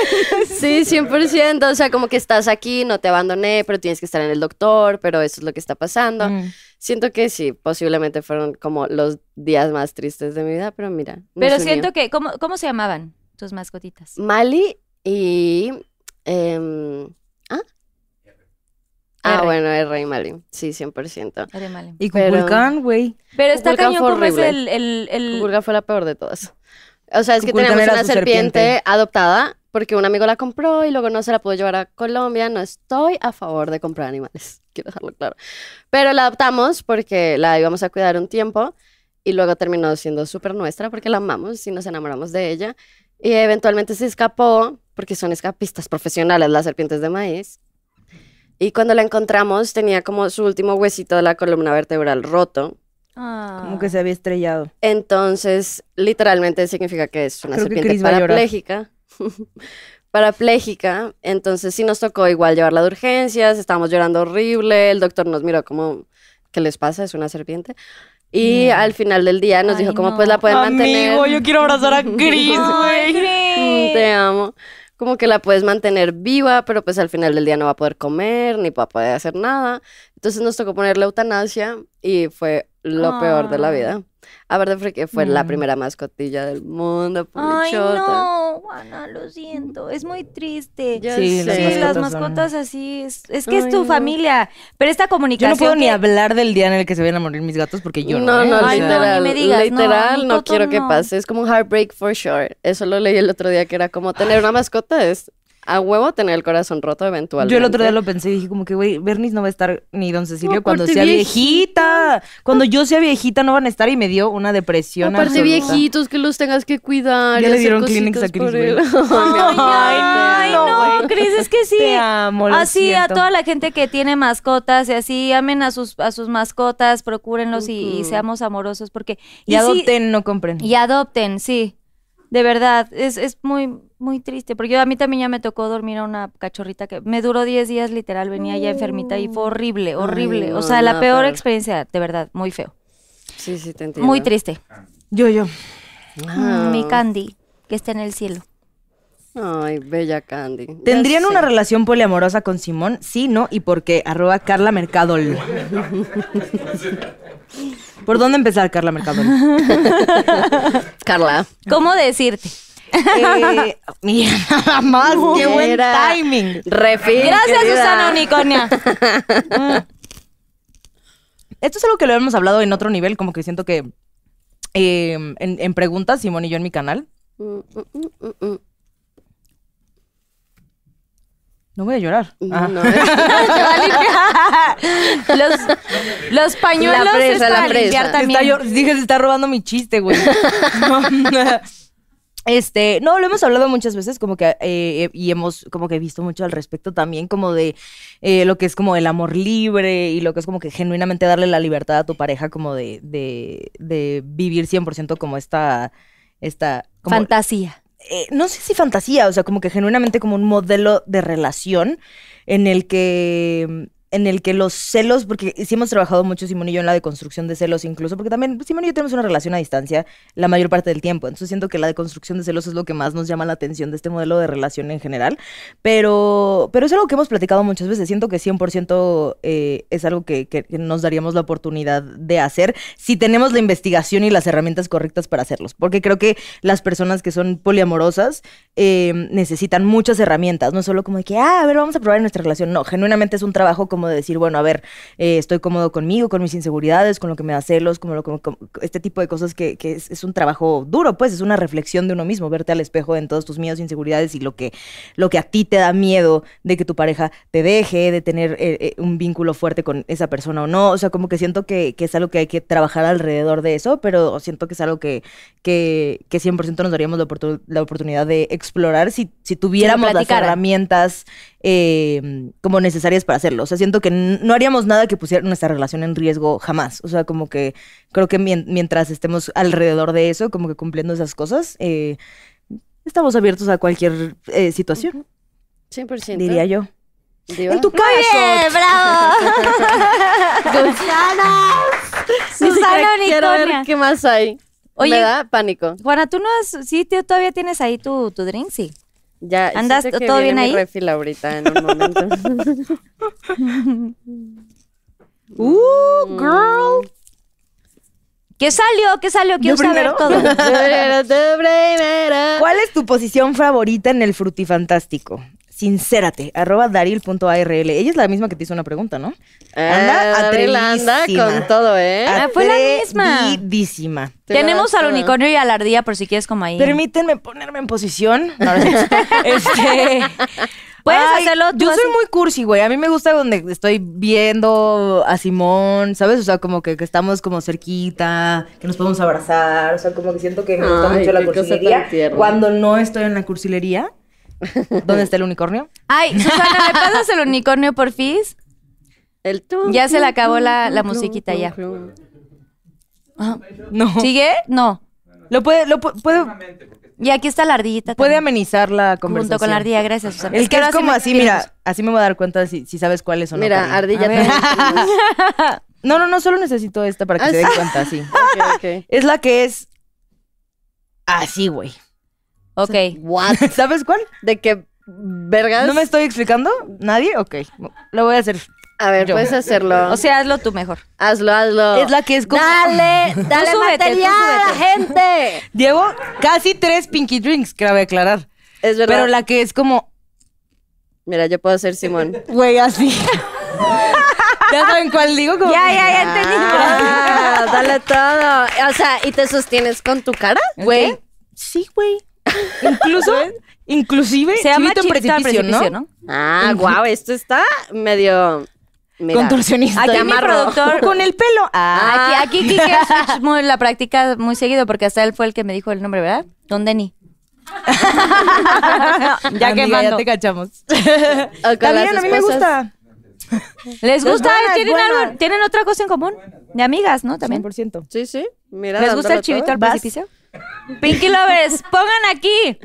Speaker 5: Sí, 100%. O sea, como que estás aquí, no te abandoné, pero tienes que estar en el doctor, pero eso es lo que está pasando.
Speaker 4: Mm.
Speaker 5: Siento que sí, posiblemente fueron como los días más tristes de mi vida, pero mira. nos
Speaker 3: Pero
Speaker 5: unió.
Speaker 3: siento que, ¿cómo, ¿cómo se llamaban tus mascotitas?
Speaker 5: Mali y. em, ¿Ah? Ah,
Speaker 3: R.
Speaker 5: bueno, R y Mali. Sí, 100%.
Speaker 4: Mm.
Speaker 3: Era Malem.
Speaker 4: Y
Speaker 5: Pero-
Speaker 4: Cuculcán, güey.
Speaker 3: Pero está
Speaker 5: Kukulkan
Speaker 3: cañón
Speaker 5: fue
Speaker 3: como es
Speaker 5: horrible.
Speaker 3: el... el, el-
Speaker 5: Kukulkan fue la peor de todas. O sea, es que
Speaker 4: Kukulkan
Speaker 5: tenemos
Speaker 4: era
Speaker 5: una
Speaker 4: su
Speaker 5: serpiente,
Speaker 4: serpiente.
Speaker 5: adoptada porque un amigo la compró y luego no se la pudo llevar a Colombia. No estoy a favor de comprar animales, quiero dejarlo claro. Pero la adoptamos porque la íbamos a cuidar un tiempo y luego terminó siendo súper nuestra porque la amamos y nos enamoramos de ella. Y eventualmente se escapó porque son escapistas profesionales las serpientes de maíz. Y cuando la encontramos tenía como su último huesito de la columna vertebral roto.
Speaker 3: Ah.
Speaker 4: Como que se había estrellado.
Speaker 5: Entonces, literalmente significa que es una
Speaker 4: Creo que
Speaker 5: serpiente
Speaker 4: Cris va a llorar.
Speaker 5: parapléjica. parapléjica. Entonces, sí nos tocó igual llevarla de urgencias, estábamos llorando horrible, el doctor nos miró como, ¿qué les pasa? Es una serpiente. Y al final del día nos
Speaker 3: Ay,
Speaker 5: dijo, como
Speaker 3: no.
Speaker 5: pues la pueden mantener.
Speaker 4: Mm. Amigo, yo quiero abrazar a Chris,
Speaker 3: Ay,
Speaker 4: güey.
Speaker 5: Mm,
Speaker 3: Chris.
Speaker 5: Te amo. Como que la puedes mantener viva, pero pues al final del día no va a poder comer, ni va a poder hacer nada. Entonces nos tocó ponerle eutanasia y fue lo peor de la
Speaker 3: Ah.
Speaker 5: vida. Aparte fue que fue la
Speaker 4: Mm.
Speaker 5: primera mascotilla del mundo,
Speaker 3: Ay,
Speaker 5: pobrechota.
Speaker 3: no, Juana, lo siento. Es muy triste.
Speaker 5: Ya
Speaker 4: Sí,
Speaker 5: sé.
Speaker 3: Sí, las
Speaker 4: mascotas son-
Speaker 3: mascotas así es. Es que es
Speaker 5: Ay,
Speaker 3: tu
Speaker 5: no.
Speaker 3: familia. Pero esta
Speaker 4: Yo
Speaker 3: comunicación.
Speaker 4: no puedo ni
Speaker 3: que-
Speaker 4: hablar del día en el que se vayan a morir mis gatos porque yo no.
Speaker 5: No,
Speaker 4: ¿eh?
Speaker 5: no,
Speaker 4: O
Speaker 3: Ay, no,
Speaker 4: sea,
Speaker 5: literal,
Speaker 3: ni me digas, no,
Speaker 5: literal,
Speaker 3: mi
Speaker 5: no,
Speaker 3: coto
Speaker 5: quiero que
Speaker 3: no.
Speaker 5: pase. Es como un heartbreak for sure. Eso lo leí el otro día, que era como tener una mascota es a huevo tener el corazón roto eventualmente.
Speaker 4: Yo el otro día lo pensé y dije como que, güey, Bernice no va a estar ni Don Cecilio
Speaker 5: No,
Speaker 4: cuando
Speaker 5: aparte
Speaker 4: sea viejita. Cuando yo sea viejita no van a estar y me dio una depresión
Speaker 5: Aparte
Speaker 4: absoluta.
Speaker 5: viejitos que los tengas que cuidar. y
Speaker 4: Ya le
Speaker 5: hacer
Speaker 4: dieron Kleenex
Speaker 5: cositas
Speaker 4: a Chris,
Speaker 5: por
Speaker 4: güey.
Speaker 5: él.
Speaker 3: Ay, ay,
Speaker 4: no,
Speaker 3: no,
Speaker 4: güey.
Speaker 3: Cris, es que sí.
Speaker 4: Te amo, lo
Speaker 3: así
Speaker 4: siento.
Speaker 3: a toda la gente que tiene mascotas y así amen a sus a sus mascotas, procúrenlos y, y
Speaker 5: Ujú.
Speaker 3: seamos amorosos porque
Speaker 4: Y,
Speaker 3: sí,
Speaker 4: adopten, no compren.
Speaker 3: y adopten, sí. De verdad, es, es muy muy triste porque yo- a mí también ya me tocó dormir a una cachorrita que me duró 10 días literal, venía ya enfermita y fue horrible, horrible.
Speaker 5: no,
Speaker 3: o sea, la
Speaker 5: nada,
Speaker 3: peor
Speaker 5: pero-
Speaker 3: experiencia, de verdad, muy feo.
Speaker 5: Sí, sí, te entiendo.
Speaker 3: Muy triste.
Speaker 4: Yo, yo.
Speaker 5: Ah.
Speaker 3: Mi Candy, que está en el cielo.
Speaker 5: Ay, bella Candy. Ya
Speaker 4: ¿Tendrían
Speaker 5: sé.
Speaker 4: una relación poliamorosa con Simón? Sí, no, y por qué. Arroba Carla Mercadol. ¿Por dónde empezar, Carla Mercadol?
Speaker 5: Carla.
Speaker 3: ¿Cómo decirte?
Speaker 4: Eh, mira, nada más, qué buen
Speaker 5: Era-
Speaker 4: timing.
Speaker 5: Refil.
Speaker 3: Gracias,
Speaker 5: querida.
Speaker 3: Susana Unicornia.
Speaker 4: Mm. Esto es algo que lo hemos hablado en otro nivel, como que siento que eh, en, en preguntas, Simón y yo en mi canal.
Speaker 5: Mm, mm, mm, mm, mm.
Speaker 4: No voy a llorar. Ah.
Speaker 5: No, eh.
Speaker 3: los, los pañuelos
Speaker 5: La presa,
Speaker 3: es para
Speaker 5: la presa.
Speaker 3: limpiar
Speaker 4: Se
Speaker 3: también.
Speaker 4: está llor- dije, se está robando mi chiste, güey. Este, no, lo hemos hablado muchas veces, como que, eh, y hemos como que visto mucho al respecto también, como de eh, lo que es como el amor libre y lo que es como que genuinamente darle la libertad a tu pareja, como de, de, de vivir 100% como esta, esta, como-
Speaker 3: Fantasía.
Speaker 4: eh, no sé si fantasía, o sea, como que genuinamente como un modelo de relación en el que en el que los celos, porque sí hemos trabajado mucho Simón y yo en la deconstrucción de celos incluso, porque también pues, Simón y yo tenemos una relación a distancia la mayor parte del tiempo, entonces siento que la deconstrucción de celos es lo que más nos llama la atención de este modelo de relación en general, pero, pero es algo que hemos platicado muchas veces, siento que 100% eh, es algo que, que, que, nos daríamos la oportunidad de hacer si tenemos la investigación y las herramientas correctas para hacerlos, porque creo que las personas que son poliamorosas eh, necesitan muchas herramientas, no solo como de que, ah, a ver, vamos a probar nuestra relación, no, genuinamente es un trabajo como de decir, bueno, a ver, eh, estoy cómodo conmigo, con mis inseguridades, con lo que me da celos, con, lo, con, con este tipo de cosas que, que es, es, un trabajo duro, pues es una reflexión de uno mismo, verte al espejo en todos tus miedos, inseguridades y lo que, lo que a ti te da miedo de que tu pareja te deje, de tener eh, un vínculo fuerte con esa persona o no. O sea, como que siento que, que, es algo que hay que trabajar alrededor de eso, pero siento que es algo que, que, que 100% nos daríamos la, oportun la, oportunidad de explorar si, si tuviéramos si las herramientas eh, como necesarias para hacerlo. O sea, siento que no haríamos nada que pusiera nuestra relación en riesgo jamás. O sea, como que creo que mientras estemos alrededor de eso, como que cumpliendo esas cosas, eh, estamos abiertos a cualquier eh, situación.
Speaker 5: 100%.
Speaker 4: Diría yo.
Speaker 5: ¿Diva?
Speaker 4: En tu caso.
Speaker 3: Bien, bravo. Susana. Susana
Speaker 5: Quiero ver qué más hay. Oye, Me da pánico.
Speaker 3: Juana, tú no has, sí, tío, todavía tienes ahí tu, tu drink, sí.
Speaker 5: Ya,
Speaker 3: ¿Andas
Speaker 5: que
Speaker 3: todo bien
Speaker 5: mi
Speaker 3: ahí?
Speaker 5: refil ahorita en un momento.
Speaker 4: uh, girl.
Speaker 3: ¿Qué salió? ¿Qué salió? Quiero saber todo.
Speaker 4: ¿Cuál es tu posición favorita en el frutifantástico? Sincérate, arroba daril.arl. Ella es la misma que te hizo una pregunta, ¿no?
Speaker 5: Anda eh, anda con todo, ¿eh?
Speaker 3: Ah, fue la misma.
Speaker 4: Atrevidísima.
Speaker 3: Tenemos al unicornio y a la ardilla, por si quieres como ahí.
Speaker 4: Permítanme ponerme en posición. No, este...
Speaker 3: Puedes Ay, hacerlo
Speaker 4: Yo soy así? muy cursi, güey. A mí me gusta donde estoy viendo a Simón, ¿sabes? O sea, como que, que estamos como cerquita, que nos podemos abrazar. O sea, como que siento que me gusta Ay, mucho la cursilería. Cuando no estoy en la cursilería, ¿dónde está el unicornio?
Speaker 3: Ay, Susana, ¿me pasas el unicornio por Fizz?
Speaker 5: El tú.
Speaker 3: Ya se le acabó la, la musiquita ya. Ah,
Speaker 4: no.
Speaker 3: ¿Sigue? No.
Speaker 4: Lo puede, lo puede.
Speaker 3: Y aquí está la ardillita.
Speaker 4: Puede también. amenizar la
Speaker 3: Junto
Speaker 4: conversación.
Speaker 3: con la ardilla, gracias, Susana.
Speaker 4: El que es como así, mira, así me voy a dar cuenta si, si sabes cuál es o no.
Speaker 5: Mira,
Speaker 4: Karin.
Speaker 5: ardilla.
Speaker 4: No, no, no, solo necesito esta para que se den cuenta, sí.
Speaker 5: okay, okay.
Speaker 4: Es la que es así, güey.
Speaker 3: Ok.
Speaker 5: What?
Speaker 4: ¿Sabes cuál?
Speaker 5: De que vergas.
Speaker 4: ¿No me estoy explicando? ¿Nadie? Ok. Lo voy a hacer.
Speaker 5: A ver, Yo. puedes hacerlo.
Speaker 3: O sea, hazlo tú mejor.
Speaker 5: Hazlo, hazlo.
Speaker 4: Es la que es como...
Speaker 5: Dale, dale súbete, material a la gente.
Speaker 4: Llevo casi tres Pinky Drinks, que la voy a aclarar.
Speaker 5: Es verdad.
Speaker 4: Pero la que es como...
Speaker 5: Mira, yo puedo ser Simón.
Speaker 4: Güey, así. ¿Ya saben cuál digo? Como...
Speaker 3: Ya, ya, ya entendí.
Speaker 5: Ah, dale todo. O sea, ¿y te sostienes con tu cara?
Speaker 4: Güey. Sí, güey. Incluso... Inclusive,
Speaker 3: se llama chivito, chivito en precipicio, precipicio ¿no?
Speaker 5: ¿no? Ah, guau, wow, esto está medio...
Speaker 4: Mira, contorsionista.
Speaker 3: Aquí mi productor
Speaker 4: con el pelo.
Speaker 3: Ah. Aquí, aquí Kike Switch muy, la practica muy seguido porque hasta él fue el que me dijo el nombre, ¿verdad? Don Denny.
Speaker 4: no, ya que ya te cachamos. También a mí me gusta.
Speaker 3: ¿Les gusta? Buenas, ¿Tienen, buenas. Algo, ¿Tienen otra cosa en común? De amigas, ¿no? También.
Speaker 4: 100%.
Speaker 5: Sí, sí. Mira,
Speaker 3: ¿Les gusta el chivito todo? al precipicio? Pinky Lovers, pongan aquí.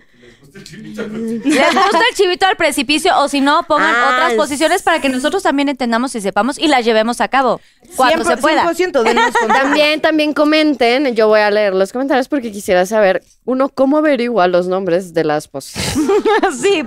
Speaker 3: ¿Les gusta el chivito al precipicio? O si no, pongan ah, otras posiciones para que nosotros también entendamos y sepamos y las llevemos a cabo. Cuando 100%, se pueda.
Speaker 4: 100%
Speaker 5: también, también comenten. Yo voy a leer los comentarios porque quisiera saber, uno, cómo averigua los nombres de las posiciones.
Speaker 3: sí.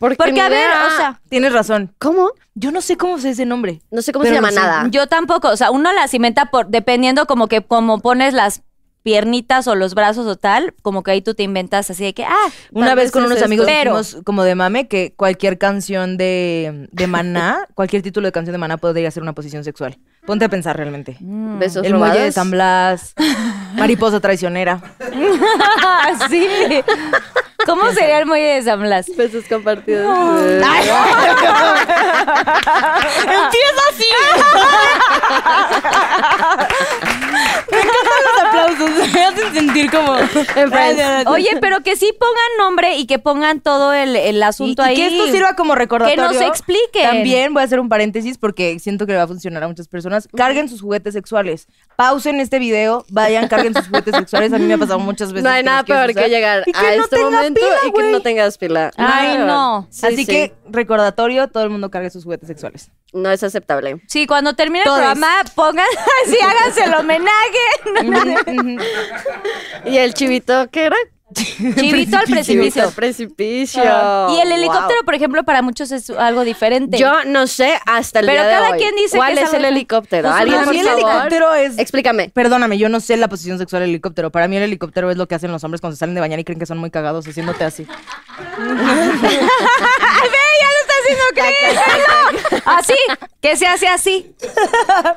Speaker 5: Porque,
Speaker 3: porque a ver,
Speaker 5: idea,
Speaker 3: o sea.
Speaker 4: Tienes razón.
Speaker 5: ¿Cómo?
Speaker 4: Yo no sé cómo se ese nombre.
Speaker 5: No sé cómo se llama
Speaker 3: no
Speaker 5: nada.
Speaker 3: Yo tampoco. O sea, uno las inventa por, dependiendo como que como pones las piernitas o los brazos o tal, como que ahí tú te inventas así de que, ah,
Speaker 4: una vez con unos amigos dijimos como de mame que cualquier canción de, de maná, cualquier título de canción de maná podría ser una posición sexual. Ponte a pensar realmente.
Speaker 5: Mm. Besos
Speaker 4: El
Speaker 5: robados.
Speaker 4: muelle de San Blas, mariposa traicionera.
Speaker 3: sí. ¿Cómo sería el muelle de San Blas?
Speaker 5: Besos compartidos.
Speaker 4: Oh. Ay, Empieza así. Me encantan los aplausos. me hacen sentir como...
Speaker 5: En Friends.
Speaker 3: Oye, pero que sí pongan nombre y que pongan todo el, el asunto
Speaker 4: Y-
Speaker 3: ahí.
Speaker 4: y que esto sirva como
Speaker 3: Que
Speaker 4: recordatorio.
Speaker 3: nos expliquen.
Speaker 4: También voy a hacer un paréntesis porque siento que le va a funcionar a muchas personas. Carguen sus juguetes sexuales. Pausen este video, vayan, carguen sus juguetes sexuales. A mí me ha pasado muchas veces.
Speaker 5: No hay
Speaker 4: que los
Speaker 5: nada
Speaker 4: quieres
Speaker 5: peor que
Speaker 4: usar.
Speaker 5: llegar
Speaker 4: Y que
Speaker 5: a
Speaker 4: no
Speaker 5: este
Speaker 4: tenga
Speaker 5: momento
Speaker 4: pila,
Speaker 5: y que
Speaker 4: güey.
Speaker 5: no tengas pila.
Speaker 3: Ay, no.
Speaker 5: Sí,
Speaker 4: Así
Speaker 5: sí.
Speaker 4: que, recordatorio, todo el mundo cargue sus juguetes sexuales.
Speaker 5: No es aceptable.
Speaker 3: Sí, cuando termine el programa, pongan así, háganse el homenaje.
Speaker 5: ¿Y el chivito qué era?
Speaker 3: Chivito al
Speaker 5: Chivito
Speaker 3: precipicio. Ah.
Speaker 5: al precipicio.
Speaker 3: Y el
Speaker 5: Wow.
Speaker 3: helicóptero, por ejemplo, para muchos es algo diferente.
Speaker 5: Yo no sé hasta el
Speaker 3: Pero
Speaker 5: día de
Speaker 3: cada
Speaker 5: hoy.
Speaker 3: quien dice
Speaker 5: ¿Cuál
Speaker 3: que es
Speaker 5: es el
Speaker 3: algo-
Speaker 5: helicóptero?
Speaker 3: Pues,
Speaker 5: ¿Alguien,
Speaker 3: para
Speaker 4: Para
Speaker 5: por
Speaker 4: mí el
Speaker 5: favor?
Speaker 4: helicóptero es...
Speaker 5: Explícame.
Speaker 4: Perdóname, yo no sé la posición sexual del helicóptero. Para mí el helicóptero es lo que hacen los hombres cuando se salen de bañar y creen que son muy cagados haciéndote así.
Speaker 3: Así, que se hace así.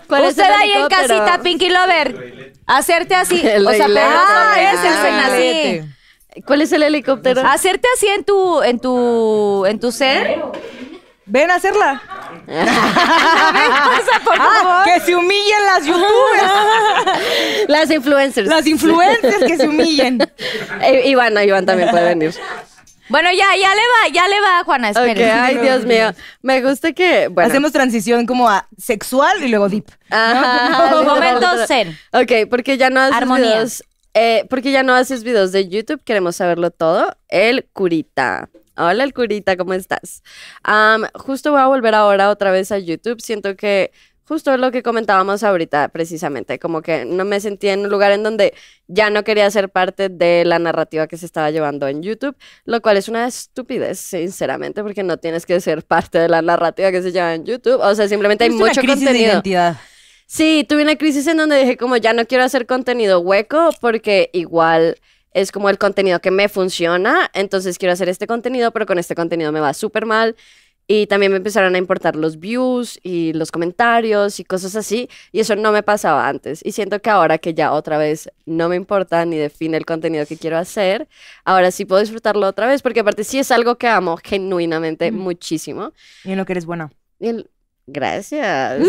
Speaker 5: ¿Cuál es
Speaker 3: Usted
Speaker 5: el
Speaker 3: ahí en
Speaker 5: helicóptero?
Speaker 3: casita, Pinky Lover, hacerte así.
Speaker 5: El
Speaker 3: o sea, pero
Speaker 5: reilete.
Speaker 3: no
Speaker 5: Ah,
Speaker 3: es el
Speaker 5: el
Speaker 3: cenací.
Speaker 4: reilete.
Speaker 5: ¿Cuál es el helicóptero?
Speaker 3: Hacerte así en tu, en tu, en tu ser.
Speaker 4: Ven a hacerla. Ah.
Speaker 3: Pasa,
Speaker 5: Ah.
Speaker 3: por favor.
Speaker 4: Que se humillen las youtubers,
Speaker 5: Las influencers.
Speaker 4: las influencers que se humillen.
Speaker 5: Eh, Iván, Iván también puede venir.
Speaker 3: Bueno, ya, ya le va, ya le va, Juana,
Speaker 5: Ok, ah.
Speaker 3: espere.
Speaker 5: ay, Dios mío. Me gusta que. Bueno.
Speaker 4: Hacemos transición como a sexual y luego deep.
Speaker 5: Ajá,
Speaker 3: Como
Speaker 5: sí,
Speaker 3: momento
Speaker 5: por otro-
Speaker 3: zen.
Speaker 5: Ok, porque ya no haces
Speaker 3: Armonía.
Speaker 5: videos. eh, porque ya no haces videos de YouTube, queremos saberlo todo. El curita. Hola, el curita, ¿cómo estás? Am, justo voy a volver ahora otra vez a YouTube. Siento que justo lo que comentábamos ahorita, precisamente, como que no me sentía en un lugar en donde ya no quería ser parte de la narrativa que se estaba llevando en YouTube, lo cual es una estupidez, sinceramente, porque no tienes que ser parte de la narrativa que se lleva en YouTube. O sea, simplemente hay
Speaker 4: Es una
Speaker 5: mucho
Speaker 4: crisis de
Speaker 5: contenido.
Speaker 4: identidad.
Speaker 5: Sí, tuve una crisis en donde dije como ya no quiero hacer contenido hueco porque igual es como el contenido que me funciona, entonces quiero hacer este contenido, pero con este contenido me va súper mal. Y también me empezaron a importar los views y los comentarios y cosas así. Y eso no me pasaba antes. Y siento que ahora que ya otra vez no me importa ni define el contenido que quiero hacer, ahora sí puedo disfrutarlo otra vez. Porque aparte sí es algo que amo genuinamente muchísimo.
Speaker 4: Y en lo que eres buena.
Speaker 5: Y el- Gracias.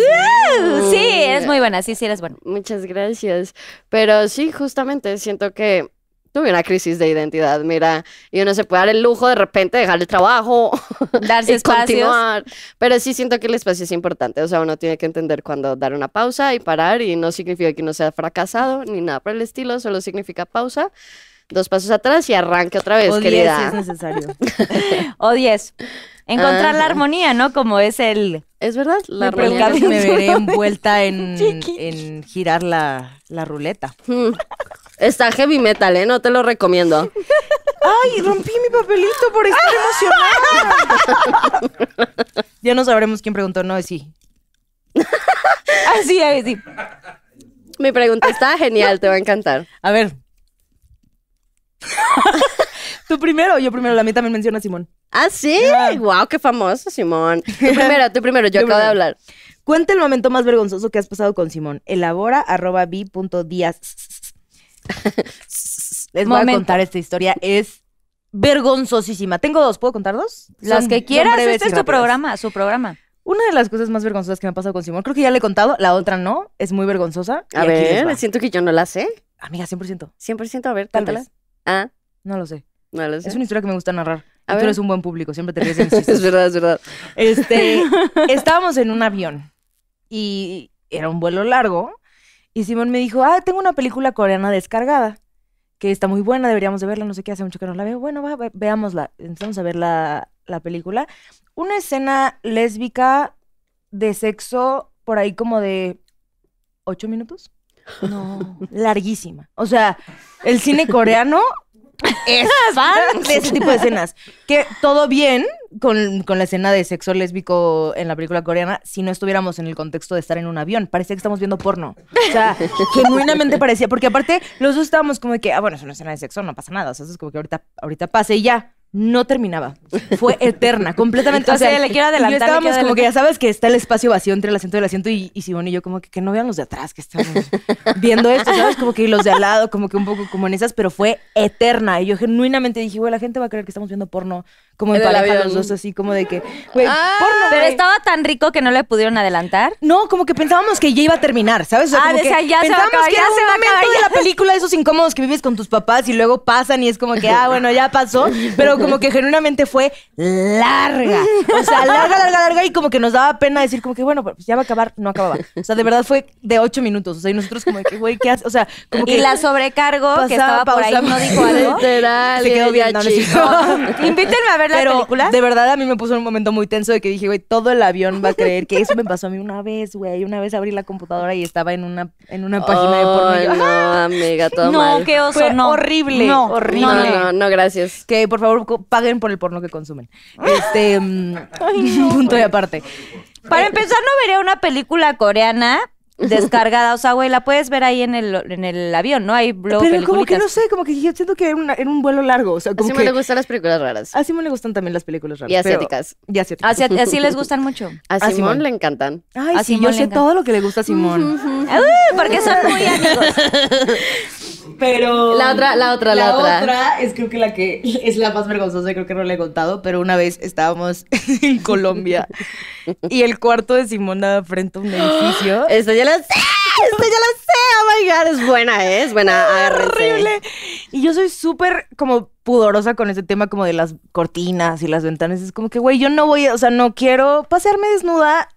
Speaker 3: Sí, eres muy buena, sí, sí eres buena.
Speaker 5: Muchas gracias. Pero sí, justamente siento que tuve una crisis de identidad, mira, y uno se puede dar el lujo de repente de dejar el trabajo
Speaker 3: Darse
Speaker 5: y
Speaker 3: espacios.
Speaker 5: continuar. Pero sí siento que el espacio es importante, o sea, uno tiene que entender cuándo dar una pausa y parar y no significa que uno sea fracasado ni nada por el estilo, solo significa pausa, dos pasos atrás y arranque otra
Speaker 3: Pues,
Speaker 5: vez,
Speaker 4: O diez si es
Speaker 5: querida.
Speaker 4: necesario.
Speaker 3: O diez. Encontrar la
Speaker 4: Ah.
Speaker 5: Ajá.
Speaker 3: armonía, ¿no? Como es el...
Speaker 5: ¿Es verdad? La
Speaker 4: Me
Speaker 5: armonía.
Speaker 4: preguntaron si me veré envuelta en, en girar la, la ruleta.
Speaker 5: Hmm. Está heavy metal, ¿eh? No te lo recomiendo.
Speaker 4: ¡Ay, rompí mi papelito por estar emocionada! ya no sabremos quién preguntó, no, sí.
Speaker 3: Así, así.
Speaker 5: Mi pregunta está genial, te va a encantar.
Speaker 4: A ver. Tú primero, yo primero. La mía también menciona a Simón.
Speaker 5: ¿Ah, sí? Wow, qué famoso, Simón. Tú primero, tú primero, yo
Speaker 4: Yo
Speaker 5: acabo de
Speaker 4: primero.
Speaker 5: hablar.
Speaker 4: Cuenta el momento más vergonzoso que has pasado con Simón. Elabora arroba vi punto díaz. Les voy a
Speaker 3: Momento.
Speaker 4: contar esta historia. Es vergonzosísima. Tengo dos. ¿Puedo contar dos?
Speaker 3: Las
Speaker 4: Son-
Speaker 3: que
Speaker 4: son
Speaker 3: quieras,
Speaker 4: breves
Speaker 3: este
Speaker 4: y
Speaker 3: es tu
Speaker 4: rápidas.
Speaker 3: programa, su programa.
Speaker 4: Una de las cosas más vergonzosas que me ha pasado con Simón, creo que ya le he contado, la otra no, es muy vergonzosa. y
Speaker 5: A
Speaker 4: aquí les va.
Speaker 5: ver, siento que yo no la sé.
Speaker 4: Amiga, 100%.
Speaker 5: 100% a ver,
Speaker 4: Tal
Speaker 5: cuéntala.
Speaker 4: vez.
Speaker 5: Ah,
Speaker 4: No lo sé.
Speaker 5: no lo sé.
Speaker 4: Es una historia que me gusta narrar.
Speaker 5: A
Speaker 4: Y
Speaker 5: ver.
Speaker 4: tú eres un buen público, siempre te ríes de mis chistes.
Speaker 5: Es verdad, es verdad.
Speaker 4: Este, estábamos en un avión y era un vuelo largo y Simón me dijo, ah, tengo una película coreana descargada que está muy buena, deberíamos de verla, no sé qué, hace mucho que no la veo. Bueno, va, ve- veámosla. Empezamos a ver la, la película. Una escena lésbica de sexo por ahí como de ocho minutos. No, larguísima. O sea, el cine coreano es de ese tipo de escenas. Que todo bien, con, con la escena de sexo lésbico en la película coreana si no estuviéramos en el contexto de estar en un avión. Parecía que estamos viendo porno. O sea, genuinamente parecía. Porque aparte, los dos estábamos como de que, ah, bueno, es una escena de sexo, no pasa nada. O sea, eso es como que ahorita, ahorita pase y ya. no terminaba. Fue eterna, completamente.
Speaker 3: Entonces,
Speaker 4: o sea,
Speaker 3: le quiero adelantar,
Speaker 4: y Yo
Speaker 3: le
Speaker 4: estábamos
Speaker 3: quiero
Speaker 4: como que ya sabes que está el espacio vacío entre el asiento y el asiento y, y Simón y yo como que, que no vean los de atrás que están viendo esto, ¿sabes? Como que los de al lado, como que un poco como en esas, pero fue eterna. Y yo genuinamente dije, güey, la gente va a creer que estamos viendo porno como en
Speaker 5: En el
Speaker 4: pareja los
Speaker 5: avión. Ah.
Speaker 4: dos, así como de que, güey, porno.
Speaker 3: Ah. Pero
Speaker 4: güey.
Speaker 3: estaba tan rico que no le pudieron adelantar.
Speaker 4: No, como que pensábamos que ya iba a terminar, ¿sabes? O sea,
Speaker 3: Ah,
Speaker 4: como
Speaker 3: decía,
Speaker 4: que
Speaker 3: ya se va a
Speaker 4: pensábamos
Speaker 3: acabar,
Speaker 4: que
Speaker 3: ya
Speaker 4: era
Speaker 3: se
Speaker 4: un
Speaker 3: va a
Speaker 4: momento
Speaker 3: acabar,
Speaker 4: de
Speaker 3: ya.
Speaker 4: la película, esos incómodos que vives con tus papás y luego pasan y es como que, ah, bueno, ya pasó, pero como que genuinamente fue larga. O sea, larga, larga, larga y como que nos daba pena decir como que, bueno, pues ya va a acabar, no acababa. O sea, de verdad fue de ocho minutos. O sea, y nosotros como de que, güey, ¿qué haces? O sea, como que...
Speaker 3: Y la sobrecargo que
Speaker 4: Pasaba,
Speaker 3: estaba por ahí
Speaker 4: pausaba.
Speaker 3: no dijo algo.
Speaker 5: Literal,
Speaker 4: Se quedó
Speaker 5: y ella,
Speaker 4: viendo, no, no,
Speaker 5: chico.
Speaker 4: no.
Speaker 3: Invítenme a ver la
Speaker 4: Pero
Speaker 3: película.
Speaker 4: de verdad a mí me puso en un momento muy tenso de que dije, güey, todo el avión va a creer que eso me pasó a mí una vez, güey. Una vez abrí la computadora y estaba en una, en una página de porno. y yo,
Speaker 5: Ay, no,
Speaker 4: ¡ah!
Speaker 5: amiga, todo
Speaker 3: no,
Speaker 5: mal.
Speaker 3: qué oso,
Speaker 4: Fue
Speaker 3: no.
Speaker 4: horrible,
Speaker 3: No,
Speaker 4: horrible.
Speaker 5: No,
Speaker 3: no,
Speaker 5: no,
Speaker 3: no.
Speaker 5: no, no, gracias.
Speaker 4: Que por favor co- paguen por el porno que consumen. Este mm, punto y aparte.
Speaker 3: Para empezar, no vería una película coreana descargada. O sea, güey, la puedes ver ahí en el, en el avión, ¿no? Hay luego
Speaker 4: Pero como que
Speaker 3: peliculitas.
Speaker 4: no sé, como que yo siento que era, una- era un vuelo largo. O sea, como
Speaker 5: Así me
Speaker 4: que Ah,
Speaker 5: le gustan las películas raras.
Speaker 4: a Simón le gustan también las películas raras.
Speaker 5: Y
Speaker 4: pero-
Speaker 5: asiáticas.
Speaker 4: y asiáticas.
Speaker 3: Así, así les gustan mucho.
Speaker 5: A
Speaker 4: ah, Simón.
Speaker 5: Simón le encantan.
Speaker 4: Ay,
Speaker 3: a
Speaker 4: sí,
Speaker 3: Simón
Speaker 4: yo
Speaker 3: le
Speaker 4: sé
Speaker 3: encanta.
Speaker 4: todo lo que le gusta a Simón.
Speaker 3: Uy, Uh, porque son muy amigos.
Speaker 4: Pero.
Speaker 5: La otra, la otra, la otra.
Speaker 4: es creo que la que es la más vergonzosa, creo que no le he contado, pero una vez estábamos en Colombia y el cuarto de Simón daba frente a un edificio.
Speaker 5: Esta ya la sé, esta ya la sé. Oh my god, es buena, ¿eh? es buena. Agárrense.
Speaker 4: Ah, horrible. Y yo soy súper como pudorosa con ese tema como de las cortinas y las ventanas. Es como que, güey, yo no voy, a- o sea, no quiero pasearme desnuda.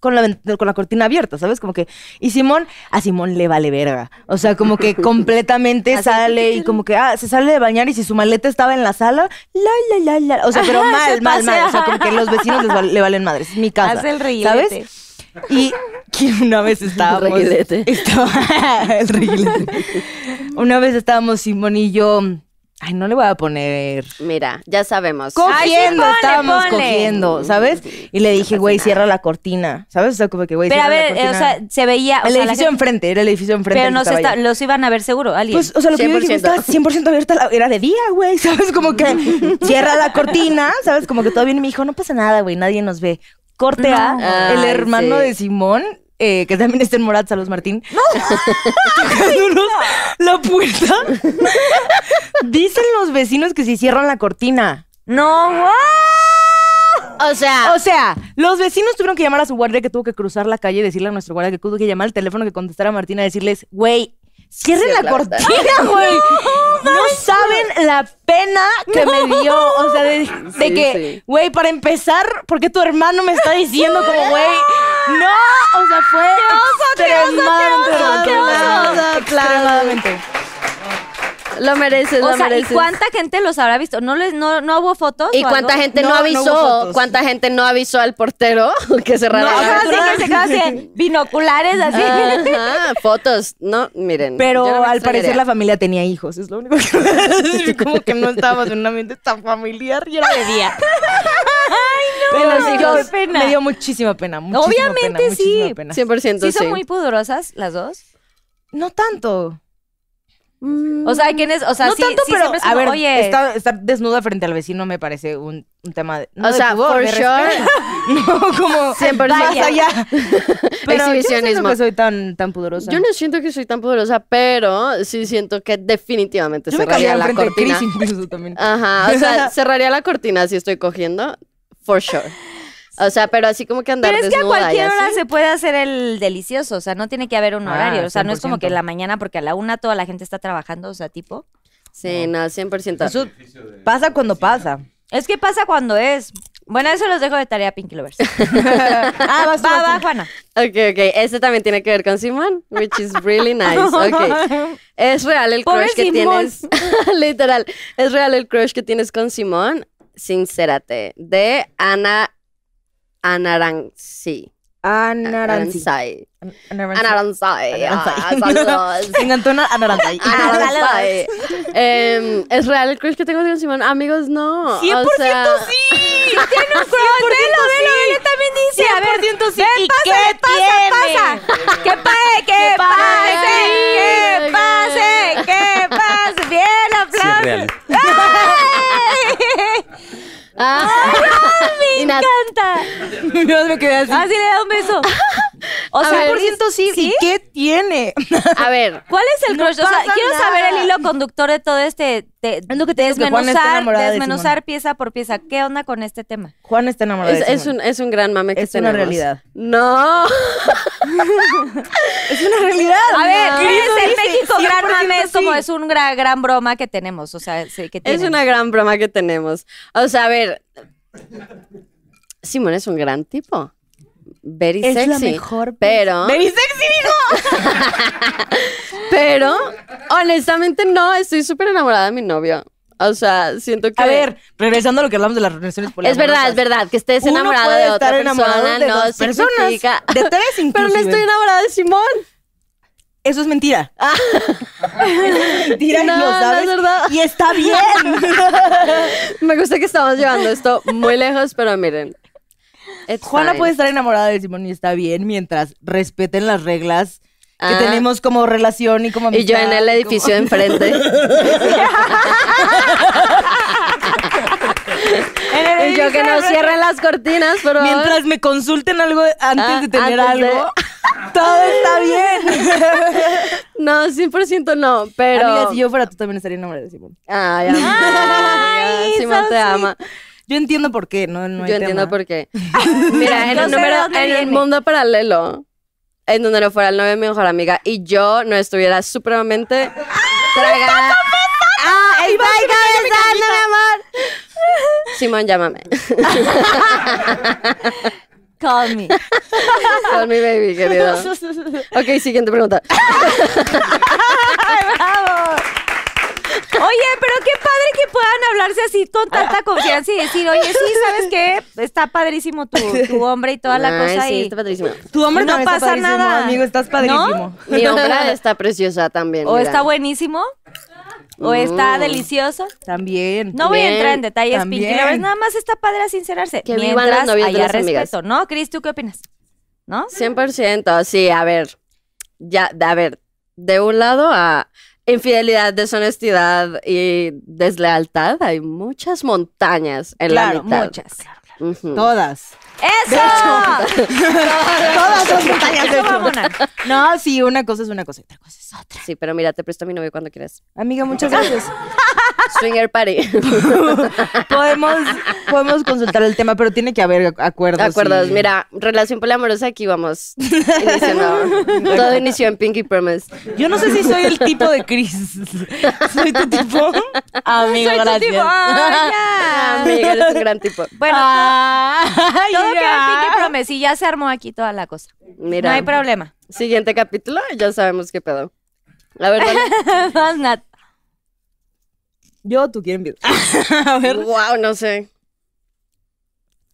Speaker 4: Con la, ven- con la cortina abierta, ¿sabes? Como que. Y Simón, a Simón le vale verga. O sea, como que completamente sale y como que, ah, se sale de bañar y si su maleta estaba en la sala, la, la, la, la. O sea, pero mal, mal, mal. O sea, como que los vecinos les val- le valen madres. Es mi casa.
Speaker 3: Hace el reguilete.
Speaker 4: ¿Sabes? Y que una vez estábamos.
Speaker 5: Reguilete.
Speaker 4: estaba- el reguilete. Una vez estábamos Simón y yo. Ay, no le voy a poner.
Speaker 5: Mira, ya sabemos.
Speaker 4: Cogiendo,
Speaker 3: ponle,
Speaker 4: estábamos
Speaker 3: ponle.
Speaker 4: cogiendo, ¿sabes? Y le dije, güey, cierra la cortina, ¿sabes? O sea, como que, güey,
Speaker 3: Pero
Speaker 4: cierra
Speaker 3: a
Speaker 4: la
Speaker 3: ver, eh, o
Speaker 4: cortina.
Speaker 3: sea, se veía. o
Speaker 4: el
Speaker 3: sea, la
Speaker 4: edificio
Speaker 3: gente-
Speaker 4: enfrente, era el edificio enfrente.
Speaker 3: pero
Speaker 4: el
Speaker 3: no
Speaker 4: que
Speaker 3: se
Speaker 4: estaba
Speaker 3: está-
Speaker 4: yo.
Speaker 3: los iban a ver seguro, alguien.
Speaker 4: Pues, o sea, lo que yo dije,
Speaker 5: 100%.
Speaker 4: estaba 100% abierta, la- era de día, güey, ¿sabes? Como que cierra la cortina, ¿sabes? Como que todo bien y me dijo, no pasa nada, güey, nadie nos ve. Corte A,
Speaker 5: No.
Speaker 4: el
Speaker 5: Ay,
Speaker 4: hermano
Speaker 5: sí.
Speaker 4: de Simón, eh, que también está en Morat, saludos Martín. Tocándonos la puerta. Dicen los vecinos que si cierran la cortina.
Speaker 3: no, wow.
Speaker 5: O sea,
Speaker 4: O sea, los vecinos tuvieron que llamar a su guardia que tuvo que cruzar la calle y decirle a nuestro guardia que tuvo que llamar al teléfono que contestara a Martina y decirles, güey, cierren
Speaker 5: Cierra
Speaker 4: la
Speaker 5: la ventana".
Speaker 4: cortina, güey. No, saben la pena que me dio. O sea, de, de
Speaker 5: Sí,
Speaker 4: que,
Speaker 5: sí.
Speaker 4: güey, para empezar, ¿por qué tu hermano me está diciendo como, güey? No, o sea, fue extremadamente vergonzoso. Extremadamente.
Speaker 5: lo mereces,
Speaker 3: O
Speaker 5: lo
Speaker 3: sea, ¿y
Speaker 5: mereces.
Speaker 3: cuánta gente los habrá visto? ¿No, les, no, no hubo fotos?
Speaker 5: ¿Y
Speaker 3: o
Speaker 5: cuánta
Speaker 3: algo?
Speaker 5: gente no,
Speaker 4: No, no
Speaker 5: avisó?
Speaker 4: hubo fotos.
Speaker 5: ¿Cuánta gente no avisó al portero que cerrara
Speaker 3: No,
Speaker 5: la
Speaker 3: ajá,
Speaker 5: ventana?
Speaker 3: sí, que se quedan así, binoculares así.
Speaker 4: Ah.
Speaker 5: Ajá, fotos. No, miren. yo no
Speaker 4: Pero
Speaker 5: me
Speaker 4: al parecer
Speaker 5: extrañaría.
Speaker 4: la familia tenía hijos, es lo único que voy a decir, como que no estábamos en un ambiente tan familiar y era de día. Ay,
Speaker 3: no, qué pena.
Speaker 4: Me dio muchísima pena, muchísima
Speaker 3: Obviamente
Speaker 4: pena, muchísima
Speaker 3: sí.
Speaker 4: pena.
Speaker 5: 100% sí.
Speaker 3: ¿Sí son muy pudorosas las dos?
Speaker 4: No tanto. mm,
Speaker 3: O sea, ¿quién es? O sea,
Speaker 4: no
Speaker 3: sí,
Speaker 4: tanto,
Speaker 3: sí
Speaker 4: pero
Speaker 3: siempre es
Speaker 4: a
Speaker 3: como,
Speaker 4: ver,
Speaker 3: oye,
Speaker 4: estar, estar desnuda frente al vecino me parece un, un tema de no
Speaker 5: O
Speaker 4: de
Speaker 5: sea,
Speaker 4: pudor,
Speaker 5: for
Speaker 4: de
Speaker 5: sure.
Speaker 4: respeto. No, como
Speaker 5: 100%.
Speaker 4: más allá. Pero yo no siento
Speaker 5: Exhibicionismo.
Speaker 4: que soy tan, tan pudorosa.
Speaker 5: Yo no siento que soy tan poderosa, pero sí siento que definitivamente
Speaker 4: Yo me
Speaker 5: cerraría
Speaker 4: caía
Speaker 5: la
Speaker 4: enfrente de
Speaker 5: cortina.
Speaker 4: Chris incluso también.
Speaker 5: Ajá, o sea, cerraría la cortina si estoy cogiendo, for sure. O sea, pero así como que andar
Speaker 3: Pero es que a
Speaker 5: desnuda y
Speaker 3: cualquier hora
Speaker 5: así.
Speaker 3: se puede hacer el delicioso, o sea, no tiene que haber un
Speaker 4: Ah,
Speaker 3: horario, o sea, no es como
Speaker 4: 100%.
Speaker 3: que en la mañana, porque a la una toda la gente está trabajando, o sea, tipo.
Speaker 5: Sí, no, 100%.
Speaker 4: Eso pasa cuando pasa.
Speaker 3: Es que pasa cuando es. Bueno, eso los dejo de tarea, Pinky Lovers.
Speaker 4: ah, vas tú,
Speaker 3: Va,
Speaker 4: vas tú.
Speaker 3: va, Juana.
Speaker 5: Ok, ok. Este también tiene que ver con Simón, which is really nice. Ok. Es real el
Speaker 3: Pobre
Speaker 5: crush que
Speaker 3: Simón.
Speaker 5: tienes. Literal. Es real el crush que tienes con Simón. Sincérate. De Ana. Anaranzi.
Speaker 4: Anaranzi.
Speaker 5: Anaranzai.
Speaker 4: Anaranzi.
Speaker 5: Anaranzai. Ah, saludos.
Speaker 4: Me encantó una anaranzi.
Speaker 5: Anaranzai. Em, es real el crush que tengo con Simón. Amigos, no. 100% sí.
Speaker 3: velo, velo, velo, también dice. A ver,
Speaker 4: sí.
Speaker 3: ven,
Speaker 4: ¿Y
Speaker 3: pásale,
Speaker 4: qué tiene?
Speaker 3: pasa, pasa. Que pase, que pase, que pase, que pase.
Speaker 1: Sí,
Speaker 3: Bien,
Speaker 1: es
Speaker 3: aplausos.
Speaker 1: real.
Speaker 3: ¡Ay!
Speaker 5: Ah.
Speaker 3: ¡Ay, no!
Speaker 5: Y
Speaker 3: ¡Me
Speaker 5: nada.
Speaker 3: encanta!
Speaker 4: Yo me quedé así.
Speaker 3: Ah, sí, le da un beso. O sea,
Speaker 5: ver,
Speaker 3: por ciento
Speaker 4: sí, ¿y qué tiene?
Speaker 5: A ver,
Speaker 3: ¿Cuál es el
Speaker 4: No
Speaker 3: crush? o sea,
Speaker 4: pasa
Speaker 3: quiero
Speaker 4: nada.
Speaker 3: saber el hilo conductor de todo este. de-
Speaker 4: Es lo que te digo, que Juana está
Speaker 3: desmenuzar,
Speaker 4: enamorada de
Speaker 3: desmenuzar pieza por pieza. ¿Qué onda con este tema?
Speaker 4: Juan está enamorado
Speaker 5: es,
Speaker 4: de
Speaker 5: es un, es un gran mame que
Speaker 4: Es una
Speaker 5: tenemos.
Speaker 4: realidad.
Speaker 5: No.
Speaker 4: es una realidad.
Speaker 3: A ver,
Speaker 4: no.
Speaker 3: ¿cuál es el
Speaker 4: Dice
Speaker 3: México gran
Speaker 4: 100%
Speaker 3: mame? Es como
Speaker 4: sí.
Speaker 3: es una gran, broma que tenemos. O sea, sí, que
Speaker 5: Es
Speaker 3: tienen.
Speaker 5: una gran broma que tenemos. O sea, a ver. Simón es un gran tipo. Very
Speaker 4: Es
Speaker 5: sexy.
Speaker 4: la mejor.
Speaker 5: Pero,
Speaker 4: Very sexy, digo.
Speaker 5: pero, honestamente no, estoy súper enamorada de mi novio. O sea, siento que.
Speaker 4: A ver, regresando a lo que hablamos de las relaciones
Speaker 5: Es
Speaker 4: poliamorosas.
Speaker 5: verdad, es verdad, que estés
Speaker 4: Uno
Speaker 5: enamorada
Speaker 4: puede
Speaker 5: de otra
Speaker 4: estar
Speaker 5: persona,
Speaker 4: enamorado de
Speaker 5: no
Speaker 4: dos personas,
Speaker 5: significa-
Speaker 4: de tres inclusive.
Speaker 5: Pero no estoy enamorada de Simón.
Speaker 4: Eso es mentira. Eso es mentira, y
Speaker 5: Ah. No,
Speaker 4: lo
Speaker 5: no es
Speaker 4: sabes.
Speaker 5: verdad.
Speaker 4: Y está bien.
Speaker 5: Me gusta que estamos llevando esto muy lejos, pero miren. it's
Speaker 4: Juana
Speaker 5: fine.
Speaker 4: puede estar enamorada de Simón y está bien mientras respeten las reglas que
Speaker 5: Ah.
Speaker 4: tenemos como relación y como
Speaker 5: Y yo en
Speaker 4: amistad,
Speaker 5: el
Speaker 4: como-
Speaker 5: edificio de enfrente. y yo que no cierren las cortinas, pero.
Speaker 4: Mientras me consulten algo antes
Speaker 5: Ah,
Speaker 4: de tener
Speaker 5: antes de-
Speaker 4: algo, todo está bien.
Speaker 5: No, 100% no, pero.
Speaker 4: Amiga, si yo fuera tú también estaría enamorada de Simón.
Speaker 5: Ay, amiga,
Speaker 4: Ay,
Speaker 5: Simón
Speaker 4: so
Speaker 5: te ama.
Speaker 4: Yo entiendo por qué, no, no hay
Speaker 5: Yo entiendo
Speaker 4: tema.
Speaker 5: por qué. Mira, en,
Speaker 3: No
Speaker 5: el,
Speaker 3: sé
Speaker 5: número-
Speaker 3: de dónde
Speaker 5: en el
Speaker 3: viene.
Speaker 5: mundo paralelo, en donde no fuera el novio de mi mejor amiga y yo no estuviera supremamente tragada. ¡Ah! ¡El baiga mi amor! Simón, llámame.
Speaker 3: Call me.
Speaker 5: Call me baby, querido. Ok, siguiente pregunta.
Speaker 3: Oye, pero qué padre que puedan hablarse así con tanta confianza y decir, oye, sí, ¿sabes qué? Está padrísimo tu, tu hombre y toda la
Speaker 5: Ay,
Speaker 3: cosa.
Speaker 5: sí,
Speaker 3: y...
Speaker 5: está padrísimo.
Speaker 4: Tu hombre
Speaker 3: No
Speaker 4: también está
Speaker 3: pasa
Speaker 4: padrísimo,
Speaker 3: nada.
Speaker 4: Amigo, estás padrísimo.
Speaker 5: Mi obra está preciosa también.
Speaker 3: O
Speaker 5: mira.
Speaker 3: está buenísimo. O está delicioso.
Speaker 4: También.
Speaker 3: No voy a
Speaker 5: Mm. Bien,
Speaker 3: entrar en detalles,
Speaker 4: también.
Speaker 3: Pinky Lovers. Nada más está padre a sincerarse.
Speaker 5: Que
Speaker 3: Mientras
Speaker 5: vivan las novias de
Speaker 3: haya
Speaker 5: las amigas.
Speaker 3: respeto, ¿no? Cris, ¿tú qué opinas? ¿No?
Speaker 5: 100%, sí, a ver. Ya, a ver, de un lado a infidelidad, deshonestidad y deslealtad, hay muchas montañas en la
Speaker 4: Claro,
Speaker 5: mitad.
Speaker 3: Muchas.
Speaker 5: Ujú.
Speaker 4: Todas.
Speaker 3: ¡Eso!
Speaker 4: Todas son montañas
Speaker 3: Eso,
Speaker 4: de hecho.
Speaker 3: mamona.
Speaker 4: No, sí, una cosa es una cosa y otra cosa es otra.
Speaker 5: Sí, pero mira, te presto a mi novio cuando quieras.
Speaker 4: Amiga, muchas gracias.
Speaker 5: Swinger party.
Speaker 4: podemos, podemos consultar el tema, pero tiene que haber acuerdos.
Speaker 5: ¿De acuerdo?
Speaker 4: y-
Speaker 5: Mira, relación poliamorosa, aquí vamos. Iniciando. Todo inició en Pinky Promise.
Speaker 4: Yo no sé si soy el tipo de Cris. Soy tu tipo. Amigo,
Speaker 3: Soy tu
Speaker 4: gracias. Ah,
Speaker 3: tipo. Ay, ya.
Speaker 5: Amiga, eres un gran tipo.
Speaker 3: Bueno,
Speaker 4: Ay,
Speaker 3: todo quedó en
Speaker 4: Ah, ya.
Speaker 3: Pinky Promise y ya se armó aquí toda la cosa.
Speaker 5: Mira,
Speaker 3: No hay problema.
Speaker 5: siguiente capítulo, ya sabemos qué pedo. La verdad,
Speaker 3: Vas, Nat.
Speaker 4: Yo, tú quién empieza? A ver,
Speaker 5: wow, no sé.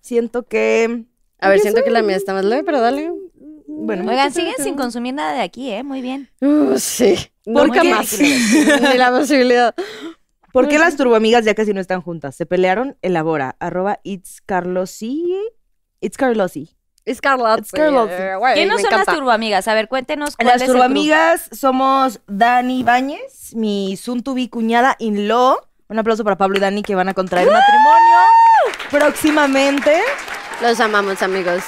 Speaker 4: siento que.
Speaker 5: A ver, siento que la mía está más leve, pero dale.
Speaker 4: Bueno,
Speaker 3: Oigan, siguen sin consumir nada de aquí, ¿eh? Muy bien.
Speaker 5: Uh, sí.
Speaker 4: ¿Por
Speaker 5: Nunca
Speaker 4: qué?
Speaker 5: más. Ni la posibilidad.
Speaker 4: ¿Por qué las turboamigas ya casi no están juntas? ¿Se pelearon? Elabora. Arroba It's Carlosi. It's Carlosi.
Speaker 5: Es Carla.
Speaker 4: Es Carla.
Speaker 3: ¿Quiénes son las turboamigas? A ver, cuéntenos. cuál es
Speaker 4: Las
Speaker 3: el grupo.
Speaker 4: turboamigas somos Dani Báñez, mi Suntubi cuñada in law. Un aplauso para Pablo y Dani que van a contraer matrimonio próximamente.
Speaker 5: Los amamos, amigos.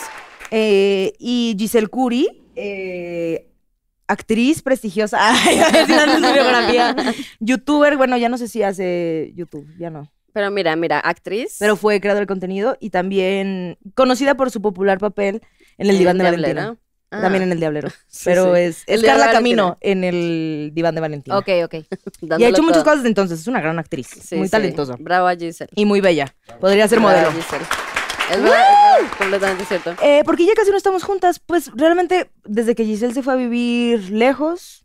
Speaker 4: Eh, y Giselle Curi, eh, actriz prestigiosa, Ay, iba a decir antes su biografía. youtuber, bueno, ya no sé si hace YouTube, ya no.
Speaker 5: Pero mira, mira, actriz.
Speaker 4: Pero fue creadora de contenido y también conocida por su popular papel en El Diván de Valentina.
Speaker 5: Diablero. Ah,
Speaker 4: También en El Diablero.
Speaker 5: sí,
Speaker 4: Pero
Speaker 5: sí.
Speaker 4: es, es
Speaker 5: El Diván de
Speaker 4: Carla
Speaker 5: Valentina.
Speaker 4: Camino en El Diván de Valentina.
Speaker 3: Ok, ok.
Speaker 4: Y ha
Speaker 5: dándolo
Speaker 4: hecho muchas
Speaker 5: todo.
Speaker 4: cosas desde entonces. Es una gran actriz.
Speaker 5: Sí,
Speaker 4: muy
Speaker 5: sí.
Speaker 4: talentosa.
Speaker 5: Bravo a Giselle.
Speaker 4: Y muy bella. Podría ser modelo.
Speaker 5: Bravo a Giselle. Es verdad, es verdad, completamente cierto.
Speaker 4: Eh, porque ya casi no estamos juntas. Pues realmente, desde que Giselle se fue a vivir lejos,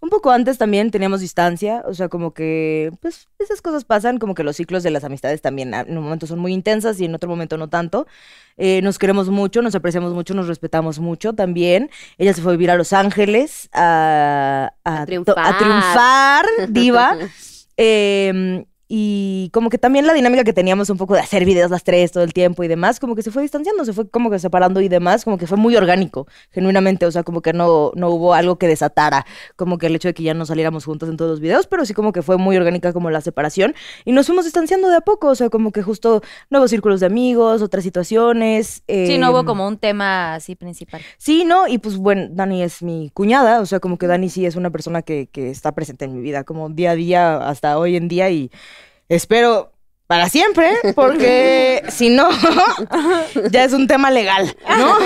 Speaker 4: un poco antes también teníamos distancia. O sea, como que, pues, esas cosas pasan, como que los ciclos de las amistades también ah, en un momento son muy intensas y en otro momento no tanto. Eh, nos queremos mucho, nos apreciamos mucho, nos respetamos mucho también. Ella se fue a vivir a Los Ángeles a, a-
Speaker 5: triunfar.
Speaker 4: a triunfar, diva. Eh, Y como que también la dinámica que teníamos un poco de hacer videos las tres todo el tiempo y demás, como que se fue distanciando, se fue como que separando y demás, como que fue muy orgánico, genuinamente, o sea, como que no, no hubo algo que desatara, como que el hecho de que ya no saliéramos juntas en todos los videos, pero sí como que fue muy orgánica como la separación y nos fuimos distanciando de a poco, o sea, como que justo nuevos círculos de amigos, otras situaciones.
Speaker 3: Eh, sí,
Speaker 4: Em,
Speaker 3: no hubo como un tema así principal.
Speaker 4: Sí, no, y pues bueno, Dani es mi cuñada, o sea, como que Dani sí es una persona que, que está presente en mi vida, como día a día hasta hoy en día y espero para siempre, porque si no, ya es un tema legal, ¿no?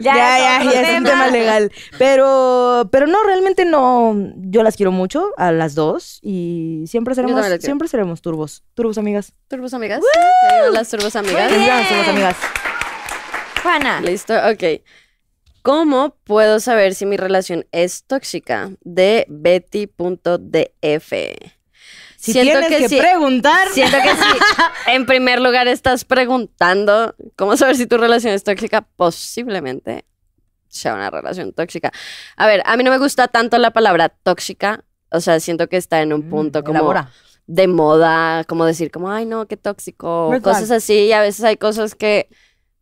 Speaker 4: ya, ya, ya, ya es un tema legal. Pero, pero no, realmente no. Yo las quiero mucho a las dos y siempre seremos, siempre seremos turbos. Turbos amigas.
Speaker 5: Turbos amigas. Te digo las turbos amigas.
Speaker 4: Las turbos amigas.
Speaker 3: Juana.
Speaker 5: Listo, ok. ¿Cómo puedo saber si mi relación es tóxica? De Betty.df.
Speaker 4: Si siento tienes que, que sí, preguntar.
Speaker 5: Siento que sí. En primer lugar, estás preguntando cómo saber si tu relación es tóxica. Posiblemente sea una relación tóxica. A ver, a mí no me gusta tanto la palabra tóxica. O sea, siento que está en un punto mm, como elabora. de moda, como decir como, ay, no, qué tóxico. Red cosas flag. así. Y a veces hay cosas que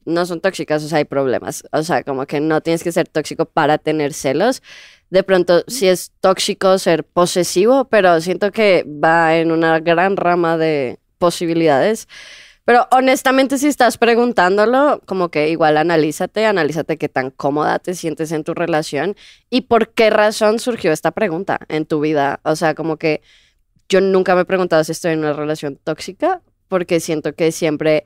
Speaker 5: no son tóxicas, o sea, hay problemas. O sea, como que no tienes que ser tóxico para tener celos. De pronto, sí es tóxico ser posesivo, pero siento que va en una gran rama de posibilidades. Pero honestamente, si estás preguntándolo, como que igual analízate, analízate qué tan cómoda te sientes en tu relación y por qué razón surgió esta pregunta en tu vida. O sea, como que yo nunca me he preguntado si estoy en una relación tóxica, porque siento que siempre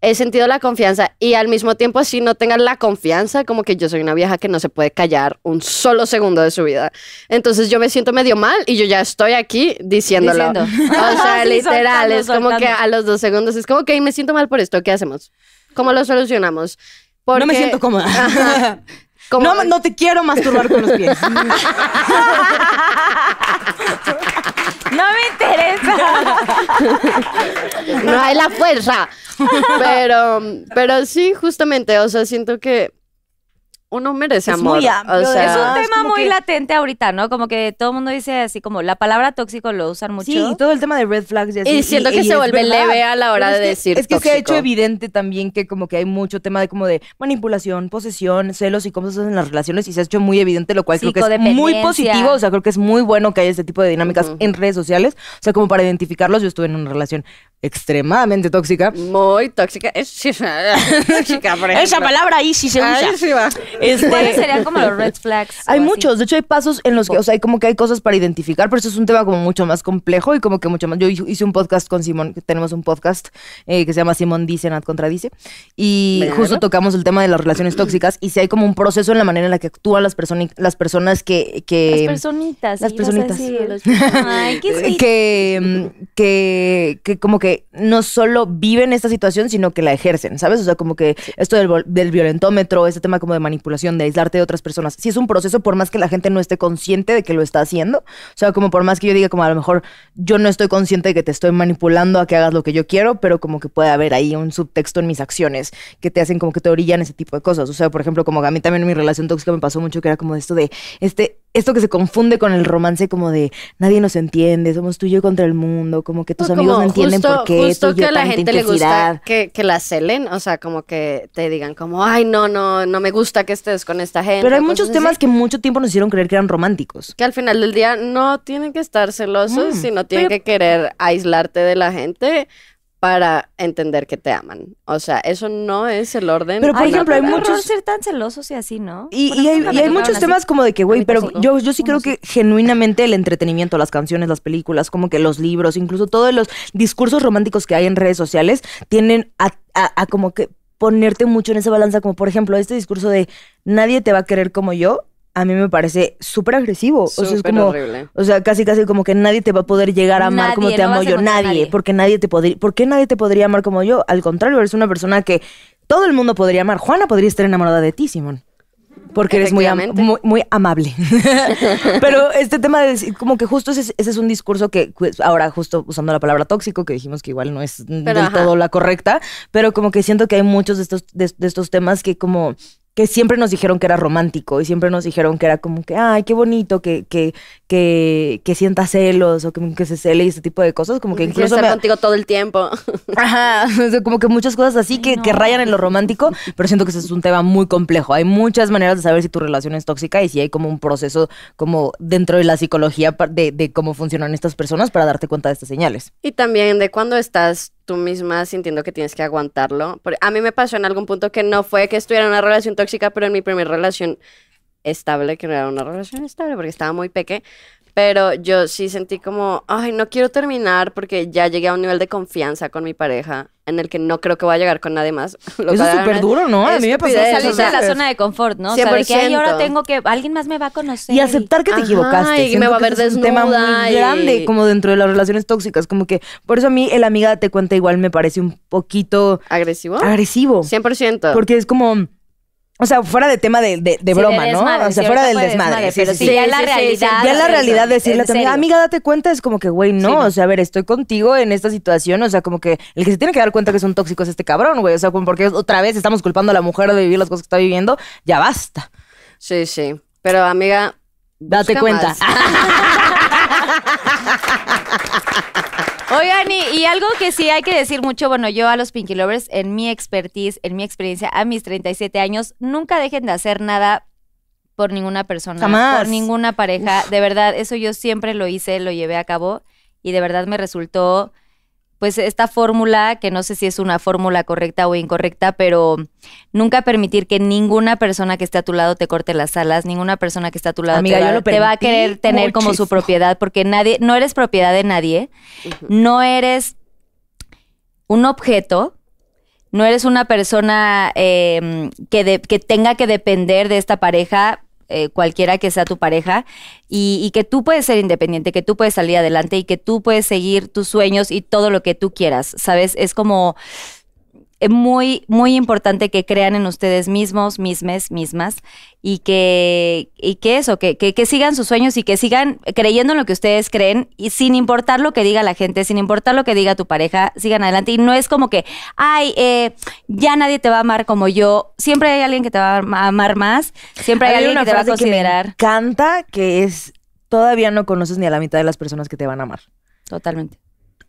Speaker 5: he sentido la confianza y al mismo tiempo si no tengan la confianza, como que yo soy una vieja que no se puede callar un solo segundo de su vida. Entonces yo me siento medio mal y yo ya estoy aquí diciéndolo. Diciendo. O sea, sí, literal, soltando, es como soltando. que a los dos segundos es como que okay, me siento mal por esto, ¿qué hacemos? ¿Cómo lo solucionamos?
Speaker 4: Porque... No me siento cómoda. Ajá. Como... No, no te quiero masturbar con los pies.
Speaker 3: No me interesa.
Speaker 5: No hay la fuerza. Pero, pero sí, justamente, o sea, siento que uno merece
Speaker 3: es
Speaker 5: amor.
Speaker 3: Muy amplio, o sea, es un tema es muy que... latente ahorita, ¿no? Como que todo el mundo dice así como la palabra tóxico lo usan mucho.
Speaker 4: Sí, y todo el tema de red flags y así.
Speaker 5: Y siento y, que y se vuelve verdad. leve a la hora
Speaker 4: es
Speaker 5: de
Speaker 4: que,
Speaker 5: decir
Speaker 4: Es que
Speaker 5: tóxico.
Speaker 4: se ha hecho evidente también que como que hay mucho tema de como de manipulación, posesión, celos y cosas en las relaciones y se ha hecho muy evidente, lo cual creo que es muy positivo, o sea, creo que es muy bueno que haya este tipo de dinámicas uh -huh. en redes sociales, o sea, como para identificarlos, yo estuve en una relación extremadamente tóxica.
Speaker 5: Muy tóxica. Es, sí, tóxica por
Speaker 4: Esa palabra ahí sí se usa. Ahí sí va.
Speaker 3: Este... ¿Cuáles serían como los red flags?
Speaker 4: Hay muchos, así? de hecho hay pasos en los que, o sea, hay como que hay cosas para identificar, pero eso es un tema como mucho más complejo y como que mucho más. Yo hice un podcast con Simón, tenemos un podcast eh, que se llama Simón dice, Nat contradice, y ¿Verdad? justo tocamos el tema de las relaciones tóxicas y si hay como un proceso en la manera en la que actúan las, las personas que, que...
Speaker 3: Las personitas.
Speaker 4: eh, Las personitas. Eh,
Speaker 3: Los... Ay, qué
Speaker 4: que, mm, que, que como que no solo viven esta situación, sino que la ejercen, ¿sabes? O sea, como que esto del, del violentómetro, este tema como de manipulación, de aislarte de otras personas, si sí es un proceso por más que la gente no esté consciente de que lo está haciendo, o sea, como por más que yo diga como a lo mejor yo no estoy consciente de que te estoy manipulando a que hagas lo que yo quiero, pero como que puede haber ahí un subtexto en mis acciones que te hacen como que te orillan ese tipo de cosas, o sea, por ejemplo, como que a mí también en mi relación tóxica me pasó mucho que era como esto de, este, esto que se confunde con el romance como de nadie nos entiende, somos tú y yo contra el mundo, como que tus no, amigos no entienden
Speaker 5: Pues justo,
Speaker 4: por qué
Speaker 5: justo que a la gente
Speaker 4: intensidad.
Speaker 5: le gusta que, que, la celen, o sea, como que te digan como, ay, no, no, no me gusta que estés con esta gente.
Speaker 4: Pero hay muchos temas así. que mucho tiempo nos hicieron creer que eran románticos.
Speaker 5: Que al final del día no tienen que estar celosos, mm, sino tienen pero... que querer aislarte de la gente para entender que te aman. O sea, eso no es el orden.
Speaker 4: Pero, por ejemplo, hay muchos...
Speaker 3: ser tan celosos y así, ¿no?
Speaker 4: Y, y hay, y hay muchos temas así. como de que, güey, pero sí. yo, yo sí creo que genuinamente el entretenimiento, las canciones, las películas, como que los libros, incluso todos los discursos románticos que hay en redes sociales, tienen a, a, a como que ponerte mucho en esa balanza, como por ejemplo este discurso de nadie te va a querer como yo, a mí me parece súper agresivo. Super o sea, es como. Horrible. O sea, casi, casi como que nadie te va a poder llegar a amar nadie, como te no amo yo. Nadie, nadie, Porque nadie te podría. ¿Por qué nadie te podría amar como yo? Al contrario, eres una persona que todo el mundo podría amar. Juana podría estar enamorada de ti, Simón. porque eres muy, am-
Speaker 5: Efectivamente.
Speaker 4: muy, muy amable. Pero este tema de decir, como que justo ese, es- ese es un discurso que, pues, ahora justo usando la palabra tóxico, que dijimos que igual no es del
Speaker 5: ajá.
Speaker 4: todo la correcta, pero como que siento que hay muchos de estos, de, de estos temas que como que siempre nos dijeron que era romántico y siempre nos dijeron que era como que, ay, qué bonito, que, que, que, que sienta celos o que, que se cele y ese tipo de cosas, como que
Speaker 5: Quiero
Speaker 4: incluso
Speaker 5: estar
Speaker 4: me,
Speaker 5: contigo todo el tiempo.
Speaker 4: Ajá, o sea, como que muchas cosas así que, que rayan en lo romántico, pero siento que ese es un tema muy complejo. Hay muchas maneras de saber si tu relación es tóxica y si hay como un proceso como dentro de la psicología pa- de, de cómo funcionan estas personas para darte cuenta de estas señales.
Speaker 5: Y también de cuando estás tú misma sintiendo que tienes que aguantarlo. Porque a mí me pasó en algún punto que no fue que estuviera en una relación tóxica, pero en mi primera relación estable, que no era una relación estable porque estaba muy peque, pero yo sí sentí como, ay, no quiero terminar porque ya llegué a un nivel de confianza con mi pareja en el que no creo que voy a llegar con nadie más. Lo
Speaker 4: Eso
Speaker 5: cual
Speaker 4: es
Speaker 5: era
Speaker 4: súper
Speaker 5: una-
Speaker 4: duro, ¿no? A mí me pasó
Speaker 5: estupidez,
Speaker 4: eso,
Speaker 5: o
Speaker 3: Salir de
Speaker 5: sea,
Speaker 3: la zona de confort, ¿no? O sea, de que ay,
Speaker 5: 100%.
Speaker 3: ahora tengo que, alguien más me va a conocer.
Speaker 4: Y aceptar que te
Speaker 5: Ajá,
Speaker 4: equivocaste.
Speaker 5: y me
Speaker 4: Siento
Speaker 5: va a
Speaker 4: que
Speaker 5: ver
Speaker 4: ese es un tema
Speaker 5: desnuda
Speaker 4: muy
Speaker 5: y-
Speaker 4: grande, como dentro de las relaciones tóxicas. Como que, por eso a mí el amiga te cuenta igual me parece un poquito
Speaker 5: ¿Agresivo?
Speaker 4: agresivo.
Speaker 5: 100%.
Speaker 4: Porque es como, o sea, fuera de tema de, de- de
Speaker 3: Sí,
Speaker 4: broma,
Speaker 3: de
Speaker 4: ¿no?
Speaker 3: desmadre,
Speaker 4: o sea,
Speaker 3: sí,
Speaker 4: fuera
Speaker 3: ahorita
Speaker 4: del
Speaker 3: fue
Speaker 4: desmadre. sí,
Speaker 3: pero
Speaker 4: sí,
Speaker 3: sí,
Speaker 4: sí.
Speaker 3: ya la
Speaker 5: Sí, sí, sí,
Speaker 3: realidad.
Speaker 4: Ya la
Speaker 3: es-
Speaker 4: realidad
Speaker 3: en
Speaker 4: decirle también,
Speaker 3: serio.
Speaker 4: amiga, date cuenta, es como que, güey, no,
Speaker 5: Sí, no.
Speaker 4: o sea, a ver, estoy contigo en esta situación, o sea, como que el que se tiene que dar cuenta que es un tóxico es este cabrón, güey, o sea, como porque otra vez estamos culpando a la mujer de vivir las cosas que está viviendo, ya basta,
Speaker 5: Sí, sí. Pero amiga,
Speaker 4: date
Speaker 5: Busca
Speaker 4: cuenta.
Speaker 5: más.
Speaker 3: Oigan, y, y algo que sí hay que decir mucho, bueno, yo a los Pinky Lovers, en mi expertise, en mi experiencia, a mis 37 años, nunca dejen de hacer nada por ninguna persona,
Speaker 4: Jamás.
Speaker 3: por ninguna pareja. De verdad, eso yo siempre lo hice, lo llevé a cabo y de verdad me resultó, pues, esta fórmula, que no sé si es una fórmula correcta o incorrecta, pero nunca permitir que ninguna persona que esté a tu lado te corte las alas, ninguna persona que está a tu lado
Speaker 4: Amiga,
Speaker 3: te,
Speaker 4: yo
Speaker 3: va,
Speaker 4: lo
Speaker 3: te va a
Speaker 4: permití
Speaker 3: querer tener como
Speaker 4: muchísimo.
Speaker 3: su propiedad, porque nadie, no eres propiedad de nadie no eres un objeto, no eres una persona eh, que, de- que tenga que depender de esta pareja, eh, cualquiera que sea tu pareja, y, y que tú puedes ser independiente, que tú puedes salir adelante y que tú puedes seguir tus sueños y todo lo que tú quieras, ¿sabes? Es como eh, muy, muy importante que crean en ustedes mismos, mismes, mismas, y que, y que eso, que, que, que sigan sus sueños y que sigan creyendo en lo que ustedes creen, y sin importar lo que diga la gente, sin importar lo que diga tu pareja, sigan adelante. Y no es como que, ay, eh, ya nadie te va a amar como yo. Siempre hay alguien que te va a am- a amar más, siempre hay,
Speaker 4: Había
Speaker 3: alguien que te va a
Speaker 4: frase que me
Speaker 3: considerar.
Speaker 4: encanta, que es, todavía no conoces ni a la mitad de las personas que te van a amar.
Speaker 3: Totalmente.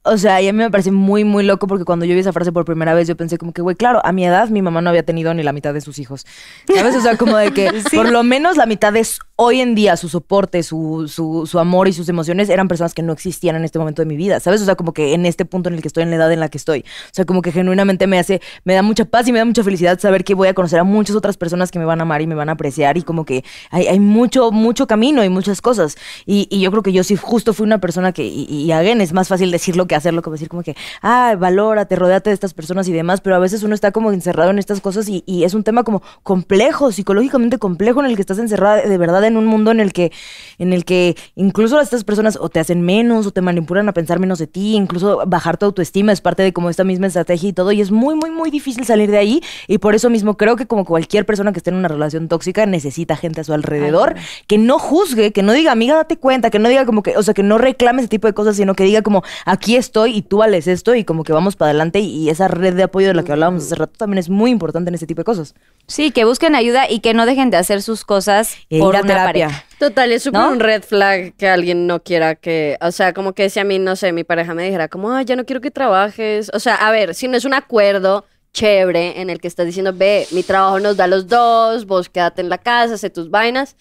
Speaker 4: O sea, y a mí me parece muy, muy loco porque cuando yo vi esa frase por primera vez, yo pensé como que, güey, claro, a mi edad mi mamá no había tenido ni la mitad de sus hijos. ¿Sabes? O sea, como de que por lo menos la mitad es hoy en día su soporte, su, su, su amor y sus emociones eran personas que no existían en este momento de mi vida. ¿Sabes? O sea, como que en este punto en el que estoy, en la edad en la que estoy. O sea, como que genuinamente me hace, me da mucha paz y me da mucha felicidad saber que voy a conocer a muchas otras personas que me van a amar y me van a apreciar y como que hay, hay mucho, mucho camino y muchas cosas. Y, y yo creo que yo sí justo fui una persona que, y, y again, es más fácil decirlo que hacerlo, como decir como que, ah, valórate, rodeate de estas personas y demás, pero a veces uno está como encerrado en estas cosas y, y es un tema como complejo, psicológicamente complejo en el que estás encerrada de verdad en un mundo en el que, en el que incluso estas personas o te hacen menos o te manipulan a pensar menos de ti, incluso bajar tu autoestima es parte de como esta misma estrategia y todo, y es muy, muy, muy difícil salir de ahí y por eso mismo creo que como cualquier persona que esté en una relación tóxica necesita gente a su alrededor que no juzgue, que no diga, amiga, date cuenta, que no diga como que, o sea, que no reclame ese tipo de cosas, sino que diga como, aquí estoy y tú vales esto y como que vamos para adelante y, y esa red de apoyo de la que hablábamos hace rato también es muy importante en este tipo de cosas.
Speaker 3: Sí, que busquen ayuda y que no dejen de hacer sus cosas
Speaker 4: Y Eh, E ir
Speaker 3: por
Speaker 4: a
Speaker 3: una
Speaker 4: terapia.
Speaker 3: pareja.
Speaker 5: Total, es súper
Speaker 3: ¿No?
Speaker 5: un red flag que alguien no quiera que, o sea, como que si a mí, no sé, mi pareja me dijera como, ay, ya no quiero que trabajes, o sea, a ver, si no es un acuerdo chévere en el que estás diciendo, ve, mi trabajo nos da a los dos, vos quédate en la casa, haz tus vainas,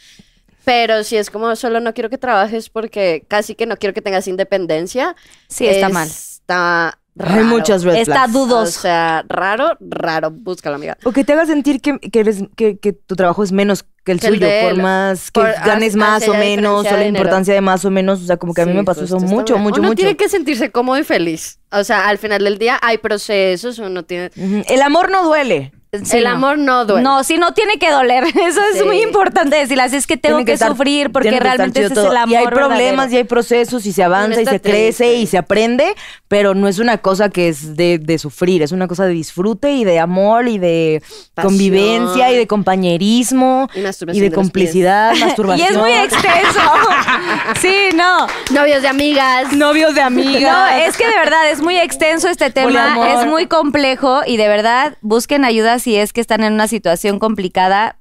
Speaker 5: pero si es como, solo no quiero que trabajes porque casi que no quiero que tengas independencia.
Speaker 3: Sí, está mal.
Speaker 5: Está
Speaker 4: Hay
Speaker 5: raro.
Speaker 4: muchas red
Speaker 3: Está
Speaker 4: flags.
Speaker 3: dudo-
Speaker 5: O sea, raro, raro, búscalo, amiga.
Speaker 4: O que te haga sentir que, que eres, que, que tu trabajo es menos que el
Speaker 5: Que el
Speaker 4: suyo,
Speaker 5: de
Speaker 4: por
Speaker 5: él.
Speaker 4: más que
Speaker 5: Por-
Speaker 4: ganes
Speaker 5: hace-
Speaker 4: más
Speaker 5: hace
Speaker 4: o
Speaker 5: la
Speaker 4: menos,
Speaker 5: diferencia
Speaker 4: o la
Speaker 5: de dinero.
Speaker 4: importancia de más o menos, o sea, como que a mí
Speaker 5: Sí,
Speaker 4: me pasó
Speaker 5: pues,
Speaker 4: eso
Speaker 5: esto está
Speaker 4: mucho,
Speaker 5: bien.
Speaker 4: mucho,
Speaker 5: uno
Speaker 4: mucho.
Speaker 5: tiene que sentirse cómodo y feliz. O sea, al final del día hay procesos, uno tiene...
Speaker 4: Ujú. El amor no duele.
Speaker 5: el amor no duele.
Speaker 3: No, sí, no tiene que doler. Eso es
Speaker 5: Sí.
Speaker 3: muy importante decirle. Así es que tengo
Speaker 4: Tiene
Speaker 3: que,
Speaker 4: estar-
Speaker 3: sufrir
Speaker 4: tiene
Speaker 3: porque
Speaker 4: que estar
Speaker 3: realmente
Speaker 4: chido
Speaker 3: ese es
Speaker 4: todo.
Speaker 3: el amor.
Speaker 4: Y hay problemas
Speaker 3: verdadero.
Speaker 4: y hay procesos y se avanza y
Speaker 5: está
Speaker 4: se crece
Speaker 5: triste.
Speaker 4: y se aprende, pero no es una cosa que es de, de sufrir, es una cosa de disfrute y de amor y de
Speaker 5: Pasión.
Speaker 4: convivencia y de compañerismo
Speaker 5: Y masturbación
Speaker 4: y
Speaker 5: de
Speaker 4: de
Speaker 5: los
Speaker 4: complicidad,
Speaker 3: Y
Speaker 4: masturbación.
Speaker 3: es muy extenso. sí, no.
Speaker 5: Novios de amigas.
Speaker 4: novios de amigas.
Speaker 3: No, es que de verdad es muy extenso este
Speaker 4: Poliamor.
Speaker 3: tema, es muy complejo y de verdad busquen ayuda si es que están en una situación complicada,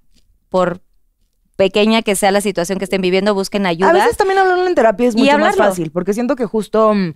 Speaker 3: por pequeña que sea la situación que estén viviendo, busquen ayuda.
Speaker 4: A veces también hablarlo en terapia es
Speaker 3: Y
Speaker 4: mucho
Speaker 3: hablarlo.
Speaker 4: más fácil, porque siento que justo, mm,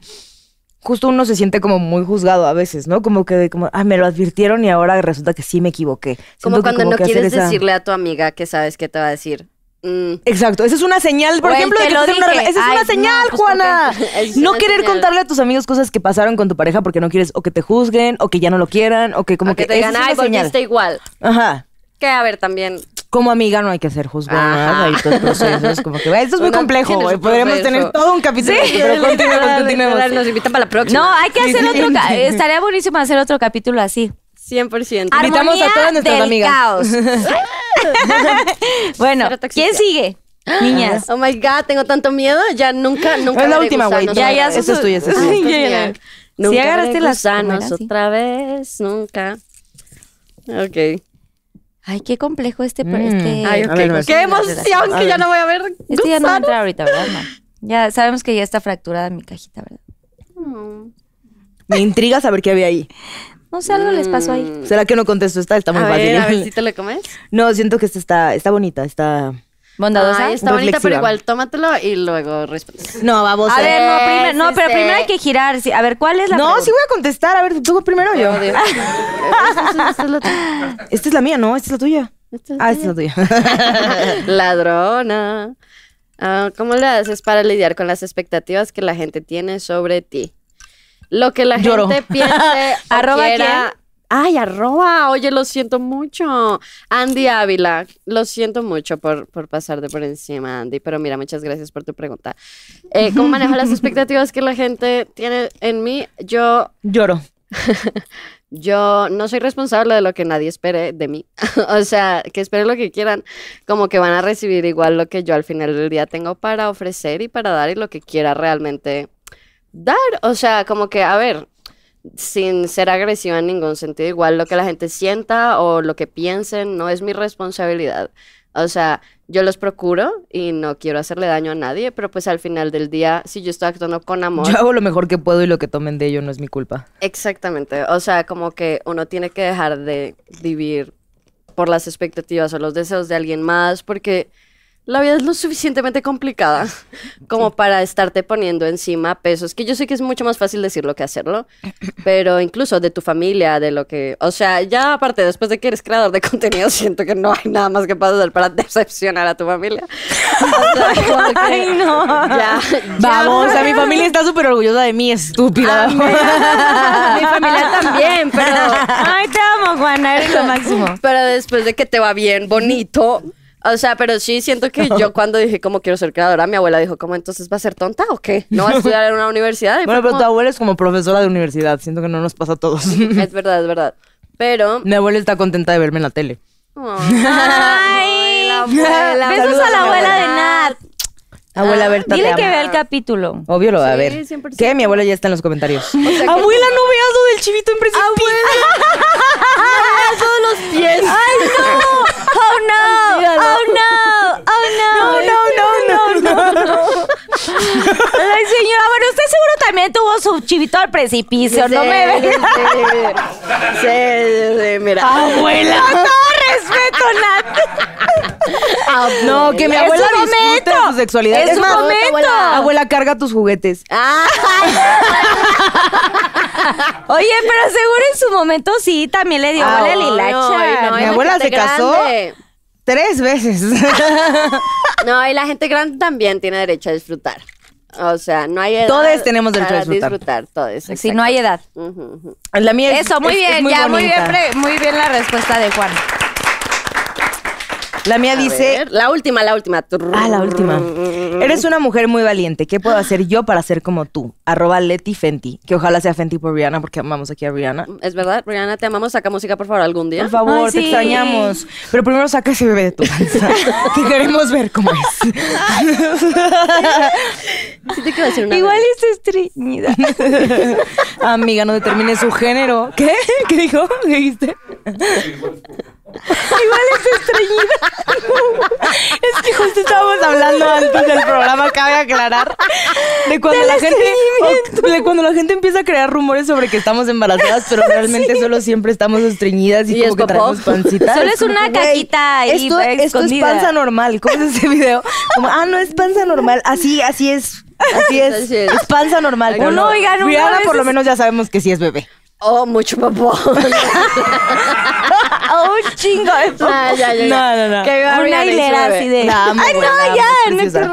Speaker 4: justo uno se siente como muy juzgado a veces, ¿no? Como que, de- como, ah, me lo advirtieron y ahora resulta que sí me equivoqué. Siento
Speaker 5: Como
Speaker 4: que
Speaker 5: cuando no
Speaker 4: que hacer
Speaker 5: quieres
Speaker 4: esa-
Speaker 5: decirle a tu amiga que sabes que te va a decir. mm,
Speaker 4: Exacto, esa es una señal, por
Speaker 3: Güey,
Speaker 4: ejemplo,
Speaker 3: te
Speaker 4: de que
Speaker 3: lo
Speaker 4: estás en una
Speaker 3: dije.
Speaker 4: rela- Esa es
Speaker 3: Ay,
Speaker 4: una
Speaker 3: no,
Speaker 4: señal,
Speaker 3: pues,
Speaker 4: Juana.
Speaker 5: ¿por qué? Es
Speaker 4: No
Speaker 5: una
Speaker 4: querer
Speaker 5: señal.
Speaker 4: contarle a tus amigos cosas que pasaron con tu pareja porque no quieres o que te juzguen o que ya no lo quieran o que como
Speaker 5: o que,
Speaker 4: que,
Speaker 5: te
Speaker 4: esa
Speaker 5: digan, ay,
Speaker 4: es una señal.
Speaker 5: volviste igual.
Speaker 4: Ajá.
Speaker 5: Que a ver, también.
Speaker 4: Como amiga no hay que hacer juzgar
Speaker 5: Ajá.
Speaker 4: hay todos procesos, como que "Güey, esto es muy
Speaker 5: Uno
Speaker 4: complejo,
Speaker 5: tiene
Speaker 4: güey.
Speaker 5: su
Speaker 4: Podríamos
Speaker 5: proceso".
Speaker 4: tener todo un capítulo, pero continuemos, continuemos.
Speaker 5: Nos invitan para la próxima.
Speaker 3: no, hay que hacer
Speaker 4: sí,
Speaker 3: otro,
Speaker 4: sí.
Speaker 3: ca- estaría buenísimo hacer otro capítulo así.
Speaker 5: 100%.
Speaker 4: Invitamos a
Speaker 3: Armonía
Speaker 4: todas nuestras
Speaker 3: del
Speaker 4: amigas.
Speaker 3: caos. bueno,
Speaker 5: Cero toxicidad.
Speaker 3: ¿quién sigue? Niñas.
Speaker 5: Oh my god, tengo tanto miedo. Ya nunca, nunca.
Speaker 4: Es la
Speaker 5: veré
Speaker 4: última, güey.
Speaker 5: gusanos
Speaker 4: Ya,
Speaker 5: otra
Speaker 4: ya,
Speaker 5: vez.
Speaker 4: esa es tuya, esa es tuya.
Speaker 5: Ay,
Speaker 3: Ya, ya,
Speaker 5: mía.
Speaker 3: ya.
Speaker 5: Nunca
Speaker 3: Sí,
Speaker 5: veré
Speaker 3: agarraste las
Speaker 5: gusanos
Speaker 3: primeras, sí.
Speaker 5: otra vez, nunca. Ok.
Speaker 3: Ay, qué complejo este.
Speaker 4: Mm.
Speaker 3: este
Speaker 5: Ay, ok.
Speaker 4: a ver, a ver.
Speaker 5: Qué emoción que ya no voy a ver.
Speaker 3: Este ya no va a
Speaker 5: gusanos.
Speaker 3: entrar ahorita, ¿verdad? No. Ya sabemos que ya está fracturada mi cajita, ¿verdad?
Speaker 4: Me intriga saber qué había ahí.
Speaker 3: No sé, algo les pasó ahí.
Speaker 4: ¿Será que no contesto esta? Está muy
Speaker 5: A
Speaker 4: fácil.
Speaker 5: ver, a ver si te lo comes.
Speaker 4: No, siento que esta está, está bonita, está...
Speaker 3: Bondadosa.
Speaker 5: Ay, está bonita, pero
Speaker 4: Reflexiva.
Speaker 5: igual tómatelo y luego respondes.
Speaker 4: No, vamos
Speaker 3: a ver, no,
Speaker 5: Sí,
Speaker 3: primero- no,
Speaker 5: sí,
Speaker 3: pero
Speaker 5: sí.
Speaker 3: primero hay que girar. sí. A ver, ¿cuál es la
Speaker 4: No,
Speaker 3: pregunta?
Speaker 4: sí voy a contestar. A ver, tú primero yo. Esta es la mía, ¿no? Esta es la tuya. Ah, esta es la tuya.
Speaker 5: Ladrona. Ah, ¿Cómo le haces para lidiar con las expectativas que la gente tiene sobre ti? Lo que la
Speaker 4: Lloro.
Speaker 5: gente piense. o
Speaker 3: ¿Arroba
Speaker 5: quiera- Ay, arroba. Oye, lo siento mucho. Andy Ávila, lo siento mucho por, por pasarte por encima, Andy. Pero mira, muchas gracias por tu pregunta. Eh, ¿Cómo manejo las expectativas que la gente tiene en mí? Yo
Speaker 4: Lloro.
Speaker 5: yo no soy responsable de lo que nadie espere de mí. o sea, que esperen lo que quieran, como que van a recibir igual lo que yo al final del día tengo para ofrecer y para dar y lo que quiera realmente dar. O sea, como que, a ver, sin ser agresiva en ningún sentido, igual lo que la gente sienta o lo que piensen no es mi responsabilidad. O sea, yo los procuro y no quiero hacerle daño a nadie, pero pues al final del día, si yo estoy actuando con amor,
Speaker 4: Yo hago lo mejor que puedo y lo que tomen de ello no es mi culpa.
Speaker 5: Exactamente, o sea, como que uno tiene que dejar de vivir por las expectativas o los deseos de alguien más, porque la vida es lo suficientemente complicada como para estarte poniendo encima pesos, que yo sé que es mucho más fácil decirlo que hacerlo, pero incluso de tu familia, de lo que, o sea, ya aparte, después de que eres creador de contenido, siento que no hay nada más que puedas hacer para decepcionar a tu familia. O sea, como que
Speaker 3: Ay, no.
Speaker 5: ya-
Speaker 4: Vamos, o sea, mi familia está súper orgullosa de mí, estúpida.
Speaker 5: mi familia también, pero...
Speaker 3: Ay, te amo, Juana, eres lo máximo.
Speaker 5: Pero después de que te va bien, bonito. O sea, pero sí siento que yo cuando dije como quiero ser creadora, mi abuela dijo como entonces va a ser tonta o qué? No va a estudiar en una universidad. Y
Speaker 4: Bueno,
Speaker 5: fue
Speaker 4: pero tu abuela es como profesora de universidad. Siento que no nos pasa a todos.
Speaker 5: como, es verdad, es verdad. Pero
Speaker 4: mi abuela está contenta de verme en la tele.
Speaker 3: Ay, besos a la abuela de Nat.
Speaker 4: Abuela, a ver, te
Speaker 3: Dile
Speaker 4: amo.
Speaker 3: que vea el capítulo.
Speaker 4: Obvio lo va a ver.
Speaker 5: 100%.
Speaker 4: ¿Qué? Mi abuela ya está en los comentarios.
Speaker 5: sea que-
Speaker 4: abuela, no veas lo del chivito en precipicio.
Speaker 5: los
Speaker 3: Ay,
Speaker 5: pies.
Speaker 3: no. Oh, no. Oh, no. Oh, no.
Speaker 4: No, no, no, no, no.
Speaker 3: Ay, señora, bueno, usted seguro también tuvo su chivito al precipicio. No me ve.
Speaker 5: Sí, sí, sí, sí, mira.
Speaker 3: Ah,
Speaker 4: Abuela.
Speaker 3: Respeto, Nat.
Speaker 4: No, que mi
Speaker 3: Es
Speaker 4: abuela
Speaker 3: su
Speaker 4: disfrute de
Speaker 3: momento.
Speaker 4: su sexualidad.
Speaker 3: Es su
Speaker 4: más,
Speaker 3: momento.
Speaker 4: Abuela, abuela, carga tus juguetes.
Speaker 3: Oye, pero seguro en su momento sí también le dio
Speaker 5: Ah,
Speaker 3: bola a la
Speaker 5: no,
Speaker 3: hilacha.
Speaker 5: y no, y
Speaker 4: Mi
Speaker 5: la
Speaker 4: abuela
Speaker 5: gente
Speaker 4: se casó.
Speaker 5: grande.
Speaker 4: Tres veces.
Speaker 5: No, y la gente grande también tiene derecho a disfrutar. O sea, no hay edad
Speaker 4: Todes tenemos derecho a
Speaker 5: para
Speaker 4: disfrutar.
Speaker 5: todes,
Speaker 3: Si no hay edad.
Speaker 5: Ujú, ujú.
Speaker 4: la mía es-
Speaker 3: Eso, muy
Speaker 4: es- es
Speaker 3: bien, ya, muy bien,
Speaker 4: bonita.
Speaker 3: pre- muy bien la respuesta de Juan.
Speaker 4: La mía
Speaker 5: A
Speaker 4: dice,
Speaker 5: ver, la última, la última.
Speaker 4: Ah, la última. Eres una mujer muy valiente. ¿Qué puedo hacer yo para ser como tú? Arroba Leti Fenty. Que ojalá sea Fenty por Rihanna, porque amamos aquí a Rihanna.
Speaker 5: Es verdad, Rihanna, te amamos. Saca música, por favor, algún día.
Speaker 4: Por favor,
Speaker 3: Ay,
Speaker 4: te
Speaker 3: sí.
Speaker 4: extrañamos. Pero primero saca ese bebé de tu panza. que queremos ver cómo es.
Speaker 5: Sí te quiero decir una
Speaker 3: Igual es
Speaker 5: vez.
Speaker 3: estreñida.
Speaker 4: Amiga, no determine su género. ¿Qué? ¿Qué dijo? ¿Qué dijiste?
Speaker 3: Igual es estreñida.
Speaker 4: Es que justo estábamos hablando antes del programa, cabe aclarar. De cuando la gente o- de cuando la gente empieza a crear rumores sobre que estamos embarazadas, pero realmente solo siempre estamos estreñidas y,
Speaker 5: Y es
Speaker 4: como que
Speaker 5: popó.
Speaker 4: traemos pancita.
Speaker 3: Solo es una
Speaker 4: Güey,
Speaker 3: caquita ahí,
Speaker 4: Esto,
Speaker 3: eh,
Speaker 4: esto es
Speaker 3: escondida.
Speaker 4: panza normal. ¿Cómo es ese video? Como, ah, no es panza normal. Así, así es. Así es.
Speaker 5: Así es.
Speaker 4: Es panza normal. pero
Speaker 3: Uno,
Speaker 4: no.
Speaker 3: oigan, uno a
Speaker 4: Rihanna por lo
Speaker 3: veces-
Speaker 4: menos ya sabemos que sí es bebé.
Speaker 5: Oh, mucho popó.
Speaker 3: Oh, un chingo de
Speaker 5: Ah, ya, ya, ya.
Speaker 4: No, no, no.
Speaker 5: Que viva
Speaker 3: Una
Speaker 5: Rihanna y su
Speaker 3: hilera
Speaker 5: bebé.
Speaker 3: así de.
Speaker 4: La amo,
Speaker 3: Ay,
Speaker 4: güey, la
Speaker 3: no,
Speaker 4: amo,
Speaker 3: ya,
Speaker 4: es
Speaker 3: no te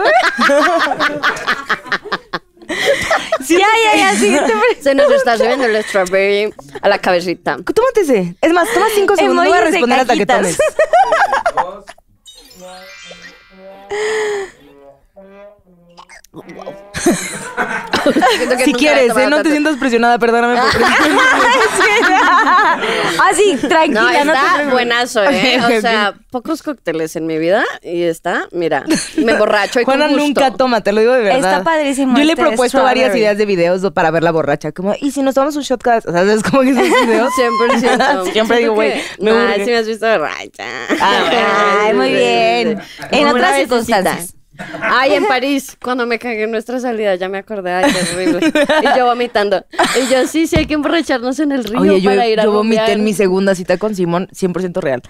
Speaker 4: preciosa.
Speaker 3: Ya, ya, ya, siguiente pre-
Speaker 5: Se nos está subiendo el strawberry a la cabecita.
Speaker 4: Tómate ese. Es más, toma cinco segundos. No voy a
Speaker 3: Emojis de
Speaker 4: responder hasta que
Speaker 3: cajitas.
Speaker 4: tomes.
Speaker 5: Siento que
Speaker 4: Si
Speaker 5: nunca
Speaker 4: quieres,
Speaker 5: había tomado
Speaker 4: ¿eh? no te
Speaker 5: tanto.
Speaker 4: sientas presionada, perdóname. por presionarte.
Speaker 3: Así, Ah, tranquila,
Speaker 5: No,
Speaker 3: no te
Speaker 5: está
Speaker 3: preocupes.
Speaker 5: buenazo, ¿eh?
Speaker 4: Ok, ok,
Speaker 5: O sea, pocos cócteles en mi vida y está, mira, me borracho y
Speaker 4: Juana
Speaker 5: con gusto.
Speaker 4: nunca toma, te lo digo de verdad.
Speaker 3: Está padrísimo
Speaker 4: Yo le he
Speaker 3: este
Speaker 4: propuesto
Speaker 3: strawberry.
Speaker 4: varias ideas de videos do- para verla borracha. Como, ¿y si nos tomamos un shot cada...? O sea, ¿sabes cómo que esos videos?
Speaker 5: 100%.
Speaker 4: Siempre digo, güey, me
Speaker 5: No,
Speaker 4: urge. Ah,
Speaker 5: si me has visto borracha.
Speaker 3: Ay, muy bien. En
Speaker 5: Ah, Como una
Speaker 3: otras
Speaker 5: vececita.
Speaker 3: circunstancias.
Speaker 5: Ay, en París, cuando me cagué en nuestra salida, ya me acordé, ay, qué horrible. Y yo vomitando. Y yo, sí, sí, hay que emborracharnos en el río
Speaker 4: Oye, yo,
Speaker 5: para ir a
Speaker 4: yo vomité en
Speaker 5: rumbear.
Speaker 4: mi segunda cita con Simón, 100% real.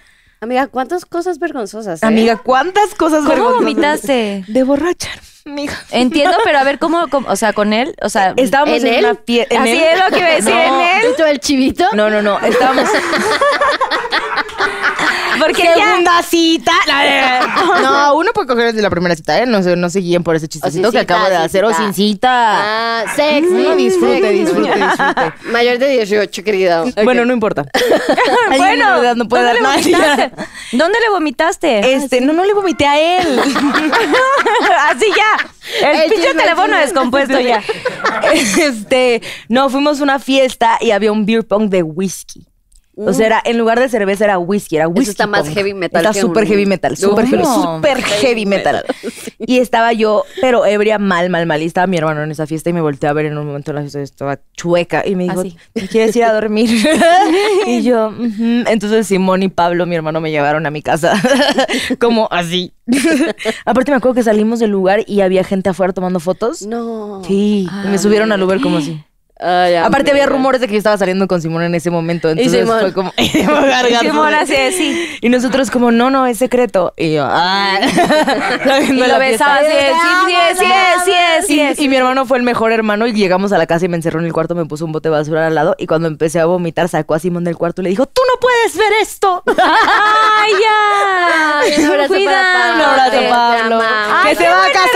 Speaker 5: Amiga, ¿cuántas cosas vergonzosas, eh?
Speaker 4: Amiga, ¿cuántas cosas
Speaker 3: ¿Cómo
Speaker 4: vergonzosas?
Speaker 3: vomitaste? Eh,
Speaker 4: De borracha, amiga.
Speaker 3: Entiendo, pero a ver, ¿cómo, cómo- o sea, con él? O sea,
Speaker 4: Estábamos
Speaker 5: ¿En
Speaker 4: en,
Speaker 5: él?
Speaker 4: una fiesta.
Speaker 3: Así es lo que iba a decir, en él.
Speaker 5: ¿Y tú el chivito?
Speaker 4: No, no, no, estábamos...
Speaker 3: porque ya...
Speaker 4: Segunda cita. No, uno puede coger desde la primera cita, ¿eh? No se, no se guíen por ese chistecito
Speaker 5: O sin
Speaker 4: que
Speaker 5: cita,
Speaker 4: acabo de
Speaker 5: sin
Speaker 4: hacer o
Speaker 5: cita.
Speaker 4: sin cita.
Speaker 5: Ah, sexy.
Speaker 4: No, disfrute,
Speaker 5: sexy.
Speaker 4: disfrute, disfrute.
Speaker 5: Mayor de 18, querido.
Speaker 4: Bueno, no importa.
Speaker 3: Bueno,
Speaker 4: bueno, no puede
Speaker 3: ¿dónde
Speaker 4: dar
Speaker 3: le
Speaker 4: nada.
Speaker 3: vomitaste? ¿Dónde le vomitaste?
Speaker 4: Este, no, no le vomité a él.
Speaker 3: Así ya. El,
Speaker 5: El
Speaker 3: pinche
Speaker 5: chisme,
Speaker 3: teléfono
Speaker 5: chisme.
Speaker 3: descompuesto ya.
Speaker 4: Este, no, fuimos a una fiesta y había un beer pong de whisky.
Speaker 5: Mm.
Speaker 4: O sea, era, en lugar de cerveza era whisky, era whisky.
Speaker 5: Uh. está más
Speaker 4: pong.
Speaker 5: heavy metal
Speaker 4: Está
Speaker 5: que
Speaker 4: súper
Speaker 5: un-
Speaker 4: heavy metal, súper heavy,
Speaker 3: No.
Speaker 4: súper heavy metal. Y estaba yo, pero ebria mal, mal, mal. Y estaba mi hermano en esa fiesta y me volteé a ver en un momento en la fiesta, estaba chueca. Y me
Speaker 5: Ah,
Speaker 4: dijo,
Speaker 3: Así.
Speaker 4: ¿te quieres ir a dormir? y yo, "Ujú". entonces Simón y Pablo, mi hermano, me llevaron a mi casa. Como así. Aparte me acuerdo que salimos del lugar y había gente afuera tomando fotos.
Speaker 5: No. Ah,
Speaker 4: Sí, y me subieron al Uber como así.
Speaker 5: Ay,
Speaker 4: Aparte
Speaker 5: amiga.
Speaker 4: había rumores de que yo estaba saliendo con Simón en ese momento, entonces
Speaker 5: Simón.
Speaker 4: fue como y Simón gargando.
Speaker 3: Simón así de, "Sí".
Speaker 4: Y nosotros como no, no, es secreto. Y yo, ah.
Speaker 3: Y lo besaba así, de, sí, sí, es, sí, es, sí, es, sí, es.
Speaker 4: Y, y mi hermano fue el mejor hermano y llegamos a la casa y me encerró en el cuarto, me puso un bote de basura al lado y cuando empecé a vomitar sacó a Simón del cuarto y le dijo, tú no puedes ver esto.
Speaker 3: ¡Ay, ya!
Speaker 5: Ay, un abrazo para
Speaker 4: Un abrazo,
Speaker 5: Te
Speaker 4: Pablo.
Speaker 5: amamos.
Speaker 4: Que se va a casar.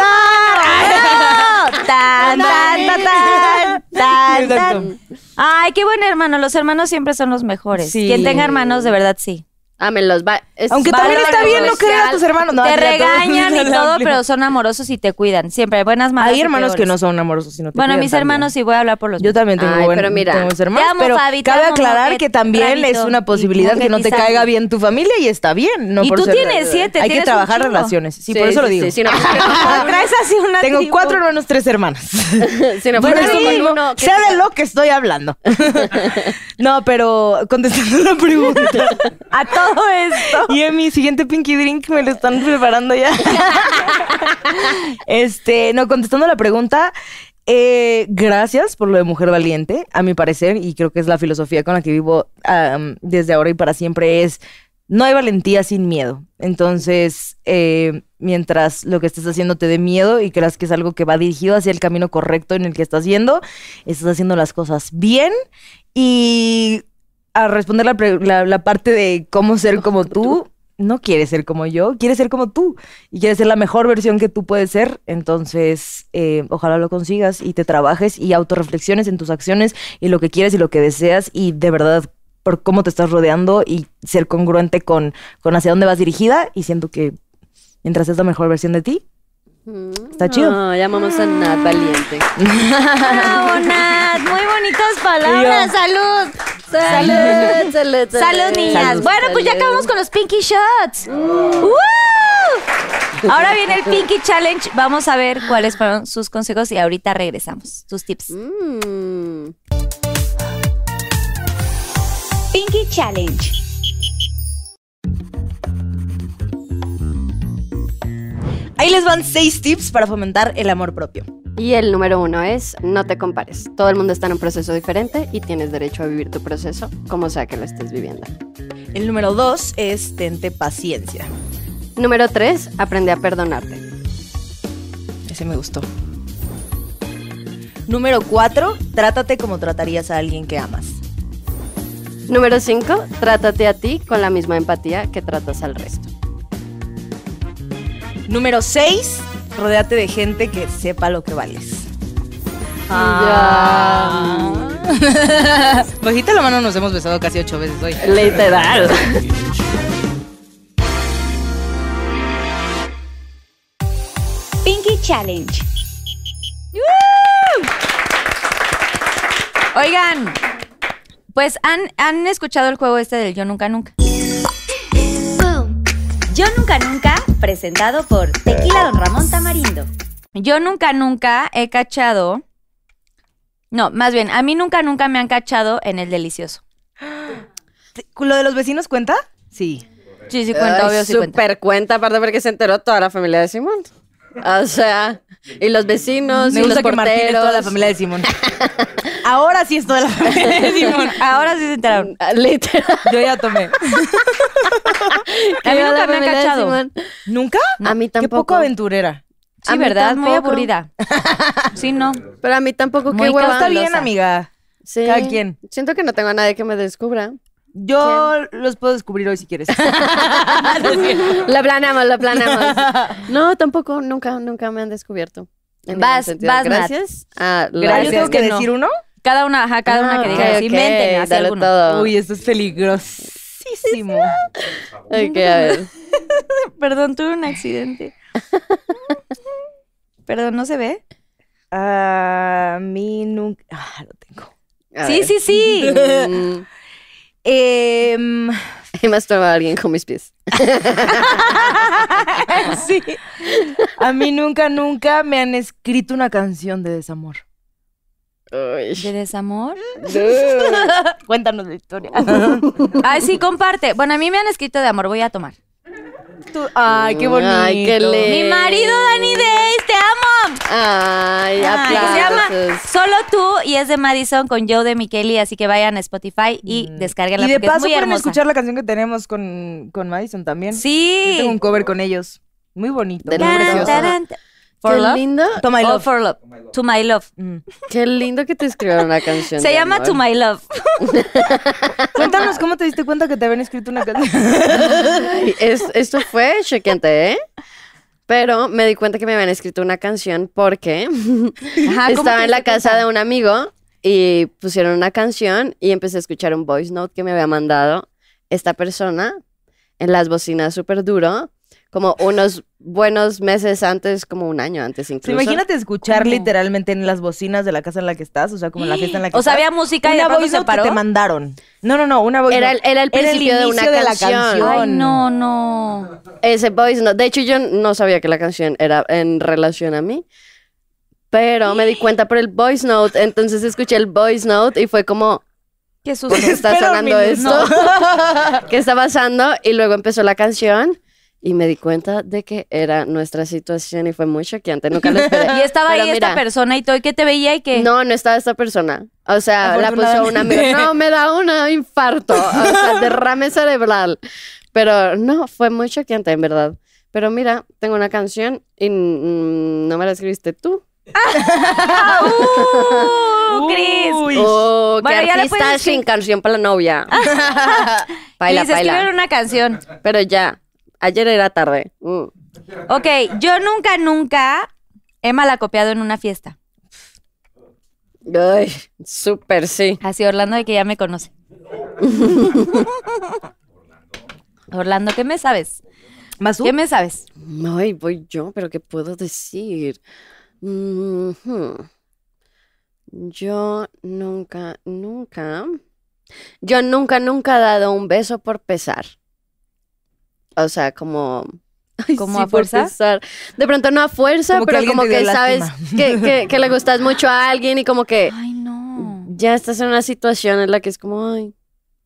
Speaker 3: Tan, tan, tan, tan, tan,
Speaker 4: Exacto.
Speaker 3: tan. Ay, qué buen hermano. Los hermanos siempre son los mejores.
Speaker 4: Sí.
Speaker 3: Quien tenga hermanos, de verdad, sí.
Speaker 5: Ámenlos. Ah, va- es-
Speaker 4: Aunque también
Speaker 5: valor
Speaker 4: está bien no querer a tus
Speaker 5: comercial.
Speaker 4: hermanos. No,
Speaker 3: te
Speaker 4: mira, todo-
Speaker 3: regañan y
Speaker 4: la
Speaker 3: todo,
Speaker 4: amplia.
Speaker 3: pero son amorosos y te cuidan. Siempre buenas manos.
Speaker 4: Hay hermanos que no son amorosos, sino te
Speaker 3: Bueno,
Speaker 4: cuidan
Speaker 3: mis
Speaker 4: también.
Speaker 3: hermanos sí voy a hablar por los
Speaker 4: Yo
Speaker 3: míos.
Speaker 4: también tengo
Speaker 5: Ay,
Speaker 4: buen-
Speaker 5: pero mira.
Speaker 4: tengo mis hermanos,
Speaker 3: Te amo,
Speaker 4: pero
Speaker 3: Fabi, te
Speaker 4: cabe
Speaker 3: amo,
Speaker 4: aclarar
Speaker 3: Moquet-
Speaker 4: que también
Speaker 3: Rabito
Speaker 4: es una
Speaker 3: y
Speaker 4: posibilidad que no te
Speaker 3: Moquetizante.
Speaker 4: caiga bien tu familia y está bien, no
Speaker 3: Y
Speaker 4: por
Speaker 3: tú
Speaker 4: ser-
Speaker 3: tienes siete, tienes
Speaker 4: Hay que
Speaker 3: un
Speaker 4: trabajar
Speaker 3: chingo.
Speaker 4: relaciones, sí,
Speaker 5: Sí,
Speaker 4: por eso
Speaker 5: sí,
Speaker 4: lo digo.
Speaker 5: Sí, si no,
Speaker 3: Ah, Traes así una
Speaker 4: Tengo
Speaker 3: tribu.
Speaker 4: cuatro hermanos, tres hermanas.
Speaker 5: si no
Speaker 4: Por
Speaker 5: fuera
Speaker 4: eso
Speaker 5: con
Speaker 4: mismo,
Speaker 5: uno, ¿qué
Speaker 4: sé
Speaker 5: tal?
Speaker 4: de lo que estoy hablando. no, pero contestando la pregunta.
Speaker 3: A todo esto.
Speaker 4: Y en mi siguiente Pinky Drink me lo están preparando ya. este, no, contestando la pregunta, eh, gracias por lo de Mujer Valiente, a mi parecer, y creo que es la filosofía con la que vivo am, desde ahora y para siempre, es no hay valentía sin miedo. Entonces, eh, mientras lo que estés haciendo te dé miedo y creas que es algo que va dirigido hacia el camino correcto en el que estás yendo, estás haciendo las cosas bien y a responder la, pre- la- la parte de cómo ser como tú, no quieres ser como yo, quieres ser como tú y quieres ser la mejor versión que tú puedes ser. Entonces, eh, ojalá lo consigas y te trabajes y autorreflexiones en tus acciones y lo que quieres y lo que deseas y de verdad por cómo te estás rodeando y ser congruente con, con hacia dónde vas dirigida y siento que mientras es la mejor versión de ti, Está chido.
Speaker 5: No, llamamos Ah, a Nat Valiente.
Speaker 3: ¡Bravo, Nat! Muy bonitas palabras. ¡Salud! ¡Salud!
Speaker 5: Salud, salud, salud.
Speaker 3: ¡Salud, niñas!
Speaker 5: Salud.
Speaker 3: bueno, pues ya
Speaker 5: Salud.
Speaker 3: acabamos con los Pinky Shots.
Speaker 4: Uh.
Speaker 3: ¡Woo! Ahora viene el Pinky Challenge. Vamos a ver cuáles fueron sus consejos y ahorita regresamos. Sus tips.
Speaker 5: Mm.
Speaker 2: Pinky Challenge.
Speaker 4: Ahí les van seis tips para fomentar el amor propio.
Speaker 5: Y el número uno es no te compares. Todo el mundo está en un proceso diferente y tienes derecho a vivir tu proceso como sea que lo estés viviendo.
Speaker 4: El número dos es tente paciencia.
Speaker 5: Número tres, aprende a perdonarte.
Speaker 4: Ese me gustó. Número cuatro, trátate como tratarías a alguien que amas.
Speaker 5: Número cinco, trátate a ti con la misma empatía que tratas al resto.
Speaker 4: Número seis, rodéate de gente que sepa lo que vales. Ah. Bajita la mano nos hemos besado casi ocho veces hoy.
Speaker 5: Ya. Literal.
Speaker 2: Pinky Challenge.
Speaker 3: Oigan, pues han, han escuchado el juego este del Yo Nunca Nunca.
Speaker 2: Yo nunca nunca, presentado por Tequila Don Ramón Tamarindo.
Speaker 3: Yo nunca, nunca he cachado. No, más bien, a mí nunca, nunca me han cachado en el delicioso.
Speaker 4: ¿Lo de los vecinos cuenta? Sí.
Speaker 3: Sí, sí cuenta,
Speaker 5: Ay,
Speaker 3: obvio, sí cuenta.
Speaker 5: Súper cuenta, aparte porque se enteró toda la familia de Simón. O sea, y los vecinos,
Speaker 4: Me
Speaker 5: y los
Speaker 4: gusta que Martín es toda la
Speaker 5: porteros.
Speaker 4: familia de Simón. Ahora sí es toda la familia de Simón.
Speaker 3: Ahora sí se enteraron.
Speaker 5: Ah, Literal.
Speaker 4: Yo ya tomé.
Speaker 3: A mí nunca
Speaker 5: Toda la
Speaker 3: me han
Speaker 5: familia de
Speaker 3: cachado.
Speaker 5: Simón.
Speaker 4: ¿Nunca?
Speaker 5: A mí
Speaker 4: Qué
Speaker 5: tampoco.
Speaker 4: poco aventurera.
Speaker 3: Sí,
Speaker 5: A mí
Speaker 3: ¿verdad? Muy
Speaker 5: tampoco.
Speaker 3: aburrida. Sí, no.
Speaker 5: Pero a mí tampoco,
Speaker 3: Muy
Speaker 5: qué hueva.
Speaker 4: Está bien,
Speaker 5: Losa.
Speaker 4: amiga.
Speaker 5: Sí.
Speaker 4: Cada quien.
Speaker 5: Siento que no tengo a nadie que me descubra.
Speaker 4: Yo los puedo descubrir hoy si quieres.
Speaker 5: La planeamos, la planeamos. No, tampoco, nunca, nunca me han descubierto. En ningún
Speaker 3: Vas,
Speaker 5: sentido.
Speaker 3: vas, Nat.
Speaker 5: Gracias. a la-
Speaker 4: Ah, ¿Yo tengo que
Speaker 3: que no.
Speaker 4: decir uno?
Speaker 3: Cada una, ajá, cada una que
Speaker 5: Ah,
Speaker 3: diga.
Speaker 5: ok,
Speaker 3: sí,
Speaker 5: ok,
Speaker 3: inventen, así
Speaker 5: dale
Speaker 3: alguno.
Speaker 5: todo.
Speaker 4: Uy, esto es peligrosísimo.
Speaker 5: Ok, a ver.
Speaker 3: Perdón, tuve un accidente. Perdón, ¿no se ve?
Speaker 4: A mí nunca... Ah, lo tengo.
Speaker 5: a
Speaker 3: sí,
Speaker 5: ver.
Speaker 3: sí, sí.
Speaker 5: Mm,
Speaker 4: Em,
Speaker 5: He masturbado a alguien con mis pies.
Speaker 4: sí. A mí nunca, nunca me han escrito una canción de desamor.
Speaker 5: Uy.
Speaker 3: ¿De desamor?
Speaker 4: Cuéntanos la historia.
Speaker 3: Ay, Ah, sí, comparte. Bueno, a mí me han escrito de amor, voy a tomar.
Speaker 4: Tú- Ay, qué bonito.
Speaker 5: Ay, qué lindo.
Speaker 3: Mi marido Dani Days, te amo.
Speaker 5: Ay,
Speaker 3: Ay, se llama
Speaker 5: aplausos.
Speaker 3: Solo tú y es de Madison con Joe de Micheli, así que vayan a Spotify y
Speaker 5: Mm.
Speaker 3: descarguenla
Speaker 4: Y de
Speaker 3: porque es
Speaker 4: paso
Speaker 3: muy
Speaker 4: pueden
Speaker 3: hermosa.
Speaker 4: escuchar la canción que tenemos con, con Madison también. Yo tengo un
Speaker 3: Sí.
Speaker 4: cover con ellos. Muy bonito.
Speaker 5: De
Speaker 4: muy
Speaker 5: la-
Speaker 3: Taran,
Speaker 4: precioso.
Speaker 3: taran, ta- For
Speaker 5: qué
Speaker 3: love.
Speaker 5: lindo,
Speaker 4: To my
Speaker 3: Oh,
Speaker 4: love.
Speaker 3: for love. To my love.
Speaker 4: Mm.
Speaker 5: qué lindo que te escribieron una canción.
Speaker 3: Se
Speaker 5: de
Speaker 3: llama
Speaker 5: amor.
Speaker 3: To My Love.
Speaker 4: Cuéntanos cómo te diste cuenta que te habían escrito una canción.
Speaker 5: Ay, es- esto fue choqueante, ¿eh? Pero me di cuenta que me habían escrito una canción
Speaker 4: Ah,
Speaker 5: porque estaba en la casa de un amigo y pusieron una canción y empecé a escuchar un voice note que me había mandado esta persona en las bocinas súper duro, como unos buenos meses antes, como un año antes incluso.
Speaker 4: Imagínate escuchar
Speaker 3: ¿Cómo?
Speaker 4: literalmente en las bocinas de la casa en la que estás, o sea, como en la fiesta en la que
Speaker 3: O sea,
Speaker 4: estás.
Speaker 3: había música y de
Speaker 4: una
Speaker 3: pronto
Speaker 4: voice
Speaker 3: se
Speaker 4: note que
Speaker 3: paró.
Speaker 4: te mandaron. No, no, no, una voice
Speaker 5: Era el,
Speaker 4: note.
Speaker 5: era el
Speaker 4: Era el
Speaker 5: principio de una
Speaker 4: inicio de la
Speaker 5: canción.
Speaker 4: canción.
Speaker 3: Ay, no, no.
Speaker 5: Ese voice note. De hecho, yo no sabía que la canción era en relación a mí. Pero me di cuenta por el voice note. Entonces escuché el voice note y fue como,
Speaker 3: Qué susto.
Speaker 5: ¿por qué está
Speaker 4: Espera un
Speaker 5: sonando esto?
Speaker 4: minuto.
Speaker 5: ¿Qué está pasando? Y luego empezó la canción y me di cuenta de que era nuestra situación y fue muy choqueante. Nunca lo esperé.
Speaker 3: Y estaba
Speaker 5: Pero
Speaker 3: ahí esta
Speaker 5: mira,
Speaker 3: persona y todo, ¿y qué te veía y que
Speaker 5: No, no estaba esta persona. O sea, la puso un amigo.
Speaker 4: Afortunadamente.
Speaker 5: No, me da un infarto. O sea, derrame cerebral. Pero no, fue muy choqueante, en verdad. Pero mira, tengo una canción y mm, no me la escribiste tú.
Speaker 3: Ah, ¡Uh, Cris!
Speaker 4: Uy.
Speaker 5: Oh, qué
Speaker 3: Bueno, ya le
Speaker 5: artista
Speaker 3: puedes
Speaker 5: sin
Speaker 3: escri-
Speaker 5: canción para la novia. baila,
Speaker 3: Cris, escribieron
Speaker 5: baila.
Speaker 3: una canción.
Speaker 5: Pero ya, ayer era tarde. Mm.
Speaker 3: Ok, yo nunca, nunca he malacopiado en una fiesta.
Speaker 5: Ay, súper sí.
Speaker 3: Así Orlando de que ya me conoce. Orlando, ¿qué me sabes?
Speaker 7: ¿Masú?
Speaker 3: ¿Qué me sabes?
Speaker 5: Ay, voy yo, pero ¿qué puedo decir? Ujú. Yo nunca, nunca, yo nunca, nunca he dado un beso por pesar. O sea, como... Ay,
Speaker 3: ¿Como
Speaker 5: sí,
Speaker 3: a
Speaker 5: por
Speaker 3: fuerza?
Speaker 5: pesar. De pronto no a fuerza,
Speaker 7: Como que
Speaker 5: pero
Speaker 7: alguien
Speaker 5: como
Speaker 7: te dio
Speaker 5: que sabes
Speaker 7: lástima.
Speaker 5: que, que- que le gustas mucho a alguien y como que
Speaker 3: Ay, no.
Speaker 5: ya estás en una situación en la que es como, ay,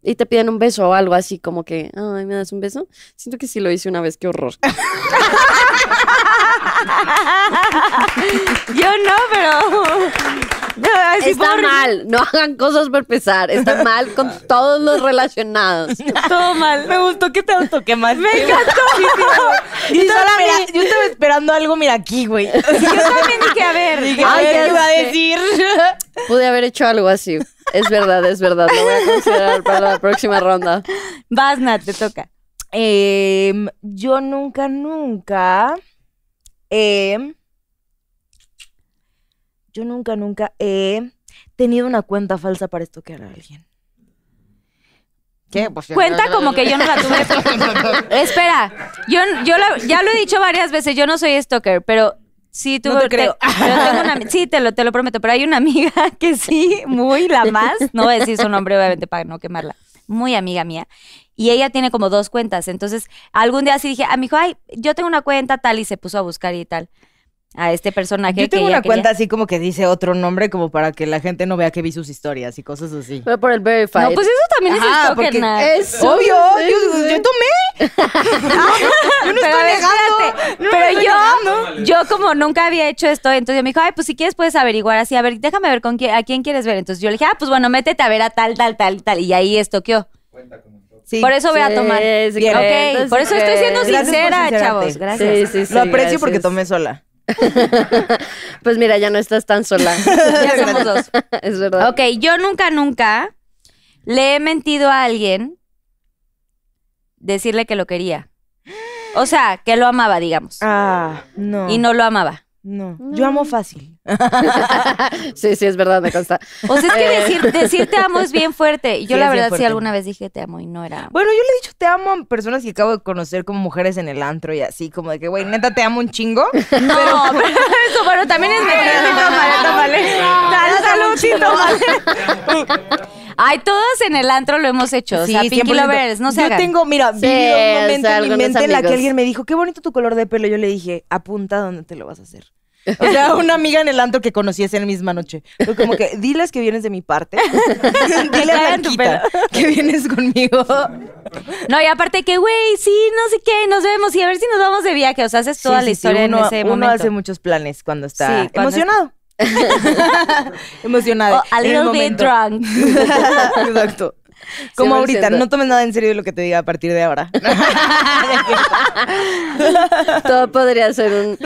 Speaker 5: y te piden un beso o algo así, como que, ay, ¿me das un beso? Siento que sí lo hice una vez, qué horror.
Speaker 3: Yo no, pero. Ay, sí,
Speaker 5: está
Speaker 3: pobre-
Speaker 5: mal, no hagan cosas por pesar, está mal con todos los relacionados.
Speaker 3: Eh, Todo mal.
Speaker 4: Me gustó que te autoquemaste. Me encantó.
Speaker 7: Yo estaba, mira, yo estaba esperando algo, mira aquí, güey.
Speaker 3: Yo también dije, a ver.
Speaker 5: a
Speaker 4: Ay,
Speaker 5: ver,
Speaker 4: ¿qué
Speaker 5: ya
Speaker 4: iba a
Speaker 5: sé.
Speaker 4: decir?
Speaker 5: Pude haber hecho algo así. Es verdad, es verdad. Lo voy a considerar para la próxima ronda.
Speaker 3: Vas, Nat, te toca.
Speaker 4: Em, yo nunca, nunca. em, yo nunca, nunca he tenido una cuenta falsa para estoquear a alguien.
Speaker 7: ¿Qué? Pues,
Speaker 3: Cuenta como que yo no la tuve. Espera, yo, yo la- ya lo he dicho varias veces, yo no soy stalker, pero sí tuve.
Speaker 4: No te creo.
Speaker 3: pero tengo una ami- sí, te lo, te lo prometo, pero hay una amiga que sí, muy la más, no voy a decir su nombre obviamente para no quemarla, muy amiga mía. Y ella tiene como dos cuentas, entonces algún día sí dije, a mi hijo, ay, yo tengo una cuenta tal y se puso a buscar y tal a este personaje.
Speaker 4: Yo
Speaker 3: que
Speaker 4: tengo
Speaker 3: ella
Speaker 4: una
Speaker 3: quería.
Speaker 4: cuenta así como que dice otro nombre como para que la gente no vea que vi sus historias y cosas así.
Speaker 5: Voy por el verified.
Speaker 3: No, pues eso también
Speaker 4: Ajá,
Speaker 3: es stalker,
Speaker 4: porque
Speaker 3: Nat.
Speaker 5: es
Speaker 4: Obvio, yo, yo tomé.
Speaker 3: Yo no pero, a ver, espérate, pero yo, yo como nunca había hecho esto, entonces me dijo, ay, pues si quieres puedes averiguar así, a ver, déjame ver con quién, a quién quieres ver. Entonces yo le dije, ah, pues bueno, métete a ver a tal, tal, tal, tal. Y ahí estoqueó.
Speaker 4: Sí,
Speaker 3: Por eso voy a tomar.
Speaker 5: Sí,
Speaker 3: Ok,
Speaker 5: cuentas,
Speaker 3: por eso estoy siendo
Speaker 5: sí.
Speaker 4: Gracias por
Speaker 3: sincera,
Speaker 4: sincerarte.
Speaker 3: chavos. Gracias.
Speaker 5: Sí, sí, sí,
Speaker 4: lo aprecio porque
Speaker 5: gracias.
Speaker 4: tomé sola.
Speaker 5: Pues mira, ya no estás tan sola.
Speaker 3: Ya somos dos.
Speaker 5: es verdad.
Speaker 3: Ok, yo nunca, nunca le he mentido a alguien decirle que lo quería. O sea, que lo amaba, digamos.
Speaker 4: Ah, no.
Speaker 3: Y no lo amaba.
Speaker 4: No. Yo amo fácil.
Speaker 5: Sí, sí, es verdad, me consta.
Speaker 3: O sea, es que decir, decir te amo es bien fuerte. Y yo
Speaker 4: Eh. Sí,
Speaker 3: la
Speaker 4: es bien
Speaker 3: verdad sí
Speaker 4: fuerte.
Speaker 3: alguna vez dije te amo y no era.
Speaker 4: Bueno, yo le he dicho te amo a personas que acabo de conocer como mujeres en el antro y así, como de que, güey, neta, te amo un chingo.
Speaker 3: No, pero, eso, bueno, también es Ay, todos en el antro lo hemos hecho. o sea, Pinky
Speaker 4: 100%.
Speaker 3: Lovers, no se
Speaker 4: Yo
Speaker 3: hagan.
Speaker 4: tengo, mira,
Speaker 5: Sí, o
Speaker 4: vivido un
Speaker 5: sea,
Speaker 4: momento en mi
Speaker 5: algunos
Speaker 4: mente en la que
Speaker 5: amigos.
Speaker 4: alguien me dijo, qué bonito tu color de pelo. Yo le dije, apunta dónde te lo vas a hacer. O sea, una amiga en el antro que conocí esa misma noche. Fue como que, diles que vienes de mi parte. Dile a
Speaker 3: Hagan tu
Speaker 4: Blanquita que vienes conmigo.
Speaker 3: No, y aparte que, güey, sí, no sé qué, nos vemos y a ver si nos vamos de viaje. O sea, haces toda la
Speaker 4: Sí, sí, sí,
Speaker 3: historia
Speaker 4: uno,
Speaker 3: en ese
Speaker 4: uno
Speaker 3: momento.
Speaker 4: hace muchos planes cuando está
Speaker 3: Sí, cuando
Speaker 4: emocionado. Emocionado.
Speaker 3: O Oh, a
Speaker 4: en el
Speaker 3: little bit
Speaker 4: momento.
Speaker 3: drunk.
Speaker 4: Exacto. Como ahorita,
Speaker 5: 100%.
Speaker 4: no tomes nada en serio de lo que te diga a partir de ahora.
Speaker 5: Todo podría ser un,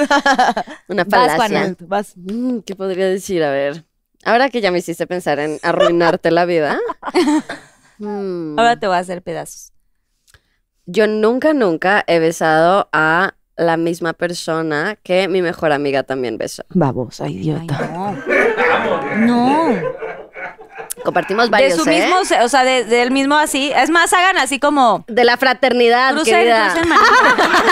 Speaker 5: una
Speaker 3: Vas, Juana.
Speaker 5: falacia.
Speaker 4: Vas.
Speaker 5: Mm, ¿Qué podría decir? A ver. Ahora que ya me hiciste pensar en arruinarte la vida. mm,
Speaker 3: Ahora te voy a hacer pedazos.
Speaker 5: Yo nunca, nunca he besado a la misma persona que mi mejor amiga también besó.
Speaker 4: Babosa,
Speaker 3: Ay,
Speaker 4: idiota.
Speaker 3: no. No.
Speaker 5: Compartimos
Speaker 3: De
Speaker 5: varios,
Speaker 3: su
Speaker 5: ¿eh?
Speaker 3: mismo, o sea, de- del mismo así. Es más, hagan así como.
Speaker 5: De la
Speaker 4: Ah,
Speaker 5: fraternidad,
Speaker 3: Crucen,
Speaker 5: querida.
Speaker 3: crucen manita.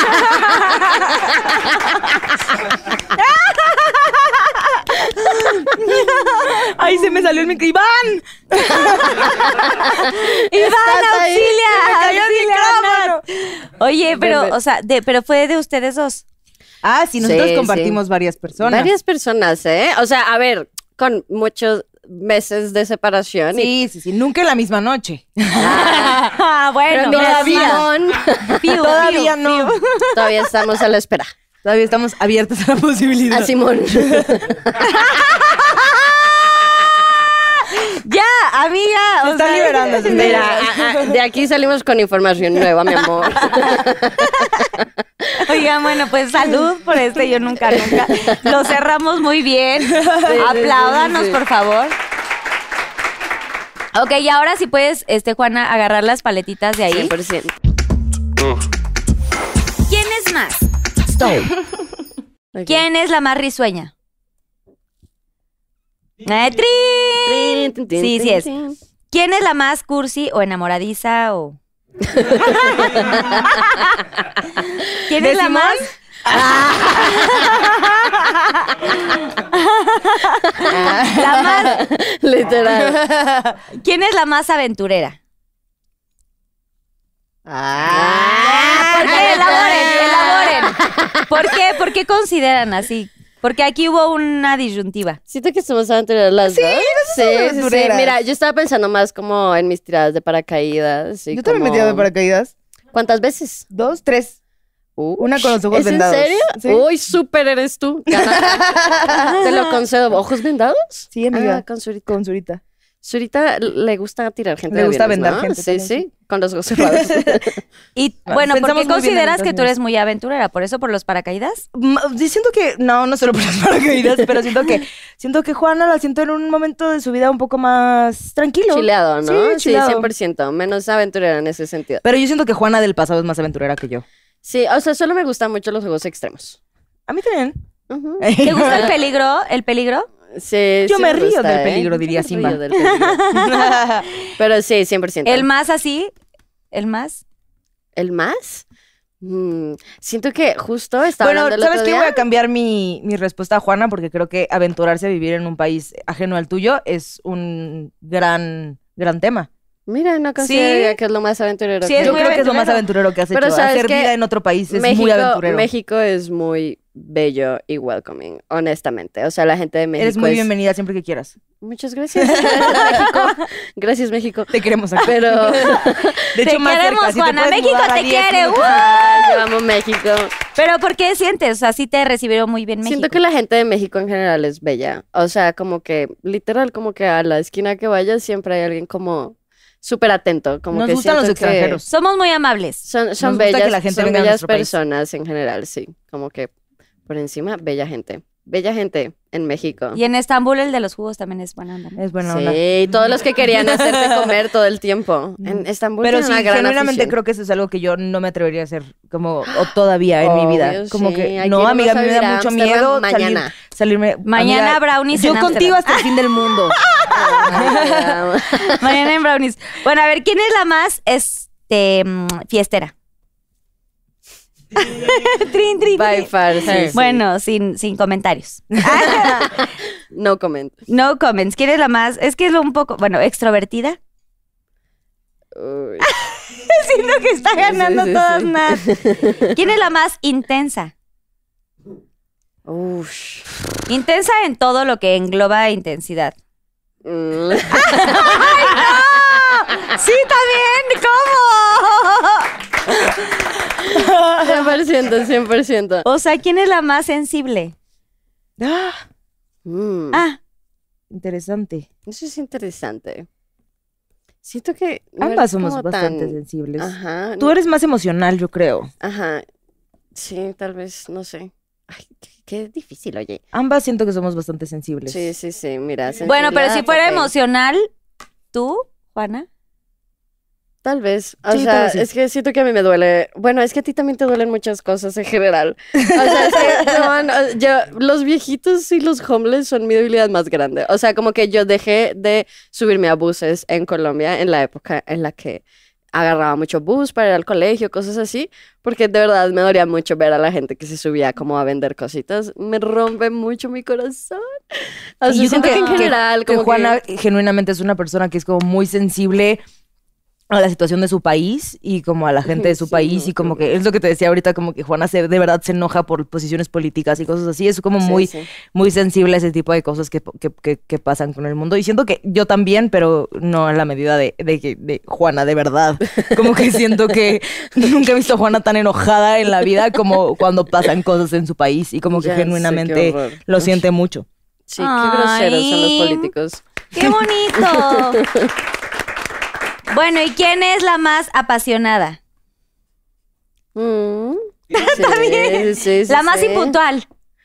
Speaker 4: Ay, se me salió el micro. ¡Iván!
Speaker 3: ¡Iván,
Speaker 5: ¿Estás ahí?
Speaker 3: auxilia!
Speaker 4: ¡Iván!
Speaker 3: Oye, pero,
Speaker 5: Verde.
Speaker 3: o sea, de, pero fue de ustedes dos.
Speaker 4: Ah, sí, nosotros
Speaker 5: Sí,
Speaker 4: compartimos varias personas.
Speaker 5: Varias personas, ¿eh? O sea, a ver, con muchos meses de separación. y-
Speaker 4: Sí, sí, sí. Nunca en la misma noche.
Speaker 3: Ah,
Speaker 5: Pero
Speaker 3: bueno,
Speaker 5: mira,
Speaker 3: todavía.
Speaker 5: Simón,
Speaker 3: Piu,
Speaker 4: Todavía
Speaker 3: piu,
Speaker 4: no.
Speaker 3: piu.
Speaker 5: todavía estamos a la espera.
Speaker 4: Todavía estamos abiertos a la posibilidad.
Speaker 3: Ah,
Speaker 5: A Simón.
Speaker 3: Ya, amiga.
Speaker 4: Se
Speaker 3: o
Speaker 4: está
Speaker 3: sea,
Speaker 4: liberando. se está
Speaker 5: Mira,
Speaker 4: liberando.
Speaker 5: a- a- de aquí salimos con información nueva, mi amor.
Speaker 3: Oigan, bueno, pues salud por este yo nunca, nunca. Lo cerramos muy bien. Apláudanos, por favor. Ok, y ahora sí puedes, este, Juana, agarrar las paletitas de ahí.
Speaker 5: 100%.
Speaker 3: ¿Quién es más?
Speaker 5: Ok.
Speaker 3: ¿Quién es la más risueña? Eh, ¡Trin!
Speaker 5: Tin, tin, tin,
Speaker 3: Sí, sí
Speaker 5: tin,
Speaker 3: es.
Speaker 5: tin.
Speaker 3: ¿Quién es la más cursi o enamoradiza o...? ¿Quién es la
Speaker 4: ¿Decimos?
Speaker 3: más...?
Speaker 5: Ah.
Speaker 3: la más...
Speaker 5: Literal.
Speaker 3: ¿Quién es la más aventurera?
Speaker 5: Ah,
Speaker 3: ¿Por qué? Elaboren, elaboren. ¿Por qué? ¿Por qué consideran así? Porque aquí hubo una disyuntiva.
Speaker 5: Siento que somos aventureras las dos. Sí,
Speaker 4: somos
Speaker 5: sí, sí.
Speaker 4: aventureras.
Speaker 5: Mira, yo estaba pensando más como en mis tiradas de paracaídas. y
Speaker 4: Yo también me he
Speaker 5: como-
Speaker 4: tirado de paracaídas.
Speaker 5: ¿Cuántas veces?
Speaker 4: Dos, tres.
Speaker 5: Uh,
Speaker 4: Una con los ojos
Speaker 5: ¿Es
Speaker 4: vendados.
Speaker 5: en serio?
Speaker 4: Sí.
Speaker 5: Uy, súper eres tú. Te lo concedo. ¿Ojos vendados?
Speaker 4: Sí, amiga.
Speaker 5: Ah, con Zurita.
Speaker 4: Con Zurita.
Speaker 5: Zurita le gusta tirar gente.
Speaker 4: Le
Speaker 5: de
Speaker 4: gusta
Speaker 5: aviones,
Speaker 4: vendar
Speaker 5: ¿no?
Speaker 4: gente
Speaker 5: Sí,
Speaker 4: también,
Speaker 5: sí. Con los ojos cerrados.
Speaker 3: Y bueno, ¿por
Speaker 4: Ah,
Speaker 3: qué
Speaker 4: Pensamos muy bien en
Speaker 3: consideras
Speaker 4: nuestras
Speaker 3: que tú eres muy aventurera? ¿Por eso por los paracaídas?
Speaker 4: Ma- sí, siento que, no, no solo por las paracaídas, pero siento que, siento que Juana la siento en un momento de su vida un poco más tranquilo.
Speaker 5: Chileado, ¿no?
Speaker 4: Sí, chileado.
Speaker 5: 100%. Menos aventurera en ese sentido.
Speaker 4: Pero yo siento que Juana del pasado es más aventurera que yo.
Speaker 5: Sí, o sea, solo me gustan mucho los juegos extremos.
Speaker 4: A mí también.
Speaker 5: Ujú.
Speaker 3: ¿Te gusta el peligro? ¿El peligro?
Speaker 5: Sí,
Speaker 4: Yo
Speaker 5: sí
Speaker 4: me río
Speaker 5: gusta,
Speaker 4: del
Speaker 5: ¿eh?
Speaker 4: peligro,
Speaker 5: Yo
Speaker 4: diría
Speaker 5: me
Speaker 4: Simba.
Speaker 5: río del peligro. Pero sí, 100%.
Speaker 3: ¿El más así? ¿El más?
Speaker 5: ¿El más? Mm, siento que justo estaba
Speaker 4: bueno,
Speaker 5: hablando el
Speaker 4: ¿sabes
Speaker 5: otro
Speaker 4: qué?
Speaker 5: día.
Speaker 4: Voy a cambiar mi, mi respuesta a Juana porque creo que aventurarse a vivir en un país ajeno al tuyo es un gran, gran tema.
Speaker 5: Mira, no considero que es lo más aventurero.
Speaker 3: Sí,
Speaker 5: que-
Speaker 3: Es
Speaker 4: yo
Speaker 3: muy
Speaker 4: creo que es lo más aventurero que has
Speaker 5: Pero
Speaker 4: hecho.
Speaker 5: ¿sabes
Speaker 4: Hacer
Speaker 5: qué?
Speaker 4: vida en otro país es
Speaker 5: México,
Speaker 4: muy aventurero.
Speaker 5: México es muy bello y welcoming, honestamente. O sea, la gente de México
Speaker 4: Eres
Speaker 3: pues.
Speaker 4: muy
Speaker 5: es-
Speaker 4: bienvenida siempre que quieras.
Speaker 5: Muchas gracias. Gracias, México. Gracias, México.
Speaker 4: Te queremos aquí.
Speaker 5: Pero
Speaker 4: De
Speaker 3: Te queremos,
Speaker 4: si te
Speaker 3: Juana.
Speaker 4: puedes
Speaker 3: México
Speaker 4: mudar a
Speaker 3: te
Speaker 4: 10
Speaker 3: quiere,
Speaker 4: minutos.
Speaker 3: ¡uh!
Speaker 5: Ay, yo amo México.
Speaker 3: ¿Pero por qué sientes? O sea, sí te recibieron muy bien México.
Speaker 5: Siento que la gente de México en general es bella. O sea, como que, literal, como que a la esquina que vayas siempre hay alguien como súper atento. Como
Speaker 4: Nos
Speaker 5: que
Speaker 4: gustan los
Speaker 5: siento que
Speaker 4: extranjeros.
Speaker 3: Somos muy amables.
Speaker 5: Son, son
Speaker 4: gusta que
Speaker 5: bellas,
Speaker 4: la gente
Speaker 5: son
Speaker 4: venga a
Speaker 5: bellas
Speaker 4: nuestro país.
Speaker 5: personas en general, sí. Como que por encima, bella gente. Bella gente en México.
Speaker 3: Y en Estambul el de los jugos también es buena onda. ¿no?
Speaker 4: Es buena onda.
Speaker 5: Sí, todos los que querían hacerte comer todo el tiempo. En Estambul
Speaker 4: Pero
Speaker 5: tiene
Speaker 4: sí,
Speaker 5: una gran
Speaker 4: genuinamente
Speaker 5: afición.
Speaker 4: creo que eso es algo que yo no me atrevería a hacer como o todavía en mi vida.
Speaker 5: Obvio,
Speaker 4: Como
Speaker 5: sí, hay
Speaker 4: que
Speaker 5: que
Speaker 4: no,
Speaker 5: irnos a
Speaker 4: amiga, a mí me
Speaker 5: vivir a
Speaker 4: da mucho
Speaker 5: Ámsterdam
Speaker 4: miedo salir-
Speaker 5: mañana.
Speaker 4: salirme.
Speaker 3: Mañana
Speaker 4: amiga,
Speaker 3: brownies
Speaker 4: Yo
Speaker 3: en
Speaker 4: contigo
Speaker 3: Ámsterdam.
Speaker 4: hasta el fin del mundo.
Speaker 3: Mañana en brownies. Bueno, a ver, ¿quién es la más este mm, fiestera? trin, trin,
Speaker 5: By
Speaker 3: trin.
Speaker 5: far, sí, sí.
Speaker 3: Bueno, sin, sin comentarios.
Speaker 5: No comment.
Speaker 3: No comments. ¿Quién es la más? Es que es lo un poco, bueno, extrovertida.
Speaker 5: Uy.
Speaker 3: Siento que está ganando
Speaker 5: sí,
Speaker 3: todas
Speaker 5: sí.
Speaker 3: nada. ¿Quién es la más intensa?
Speaker 5: Ush.
Speaker 3: Intensa en todo lo que engloba intensidad.
Speaker 5: Mm.
Speaker 3: Sí, también. ¿Cómo?
Speaker 5: 100%, 100%.
Speaker 3: O sea, ¿quién es la más sensible?
Speaker 4: Ah,
Speaker 5: Mm.
Speaker 3: Ah,
Speaker 4: interesante.
Speaker 5: Eso es interesante. Siento que... no
Speaker 4: Ambas
Speaker 5: eres
Speaker 4: somos
Speaker 5: como
Speaker 4: bastante
Speaker 5: tan-
Speaker 4: sensibles.
Speaker 5: Ajá.
Speaker 4: Tú eres más emocional, yo creo.
Speaker 5: Ajá. Sí, tal vez, no sé. Ay, qué, qué difícil, oye.
Speaker 4: Ambas siento que somos bastante sensibles.
Speaker 5: Sí, sí, sí, mira.
Speaker 3: bueno, pero si
Speaker 5: sensibilidad,
Speaker 3: fuera
Speaker 5: ok.
Speaker 3: emocional, ¿tú, Juana?
Speaker 5: Tal vez. O
Speaker 4: Sí, tal
Speaker 5: sea,
Speaker 4: vez sí.
Speaker 5: es que siento que a mí me duele. Bueno, es que a ti también te duelen muchas cosas en general. O sea, es que no, no, yo- los viejitos y los homeless son mi debilidad más grande. O sea, como que yo dejé de subirme a buses en Colombia en la época en la que agarraba mucho bus para ir al colegio, cosas así, porque de verdad me dolía mucho ver a la gente que se subía como a vender cositas. Me rompe mucho mi corazón. O sea,
Speaker 4: Y yo
Speaker 5: siento
Speaker 4: creo
Speaker 5: que, en
Speaker 4: que- que-
Speaker 5: general,
Speaker 4: que
Speaker 5: como
Speaker 4: Juana genuinamente es una persona que es como muy sensible a la situación de su país y como a la gente de su
Speaker 5: Sí,
Speaker 4: país
Speaker 5: no,
Speaker 4: y como que es lo que te decía ahorita como que Juana se, de verdad se enoja por posiciones políticas y cosas así es como
Speaker 5: Sí,
Speaker 4: muy
Speaker 5: sí.
Speaker 4: muy sensible a ese tipo de cosas que, que- que- que pasan con el mundo y siento que yo también pero no en la medida de, de, que- de Juana de verdad como que siento que nunca he visto a Juana tan enojada en la vida como cuando pasan cosas en su país y como que
Speaker 5: Ya sé, qué
Speaker 4: genuinamente
Speaker 5: horror.
Speaker 4: lo siente mucho
Speaker 5: Sí, qué groseros son
Speaker 3: Ay.
Speaker 5: los políticos.
Speaker 3: ¡Qué bonito! bueno, ¿y quién es la más apasionada?
Speaker 5: Mm. Está bien.
Speaker 3: la más impuntual.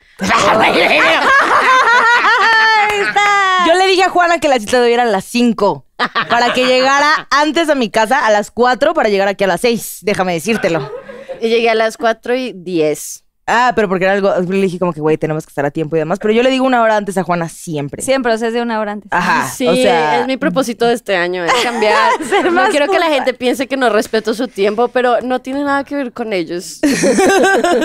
Speaker 3: Ahí está.
Speaker 4: Yo le dije a Juana que la cita de hoy era a las 5 para que llegara antes a mi casa a las 4 para llegar aquí a las 6. Déjame decírtelo.
Speaker 5: Y llegué a las 4 y 10.
Speaker 4: Ah, pero porque era algo, le dije como que, güey, tenemos que estar a tiempo y demás. Pero yo le digo una hora antes a Juana siempre.
Speaker 3: Siempre, o sea, es de una hora antes.
Speaker 4: Ajá.
Speaker 5: Sí,
Speaker 4: Ah, o sea,
Speaker 5: es mi propósito de este año, es cambiar. no quiero que la gente piense que no respeto su tiempo, pero no tiene nada que ver con ellos.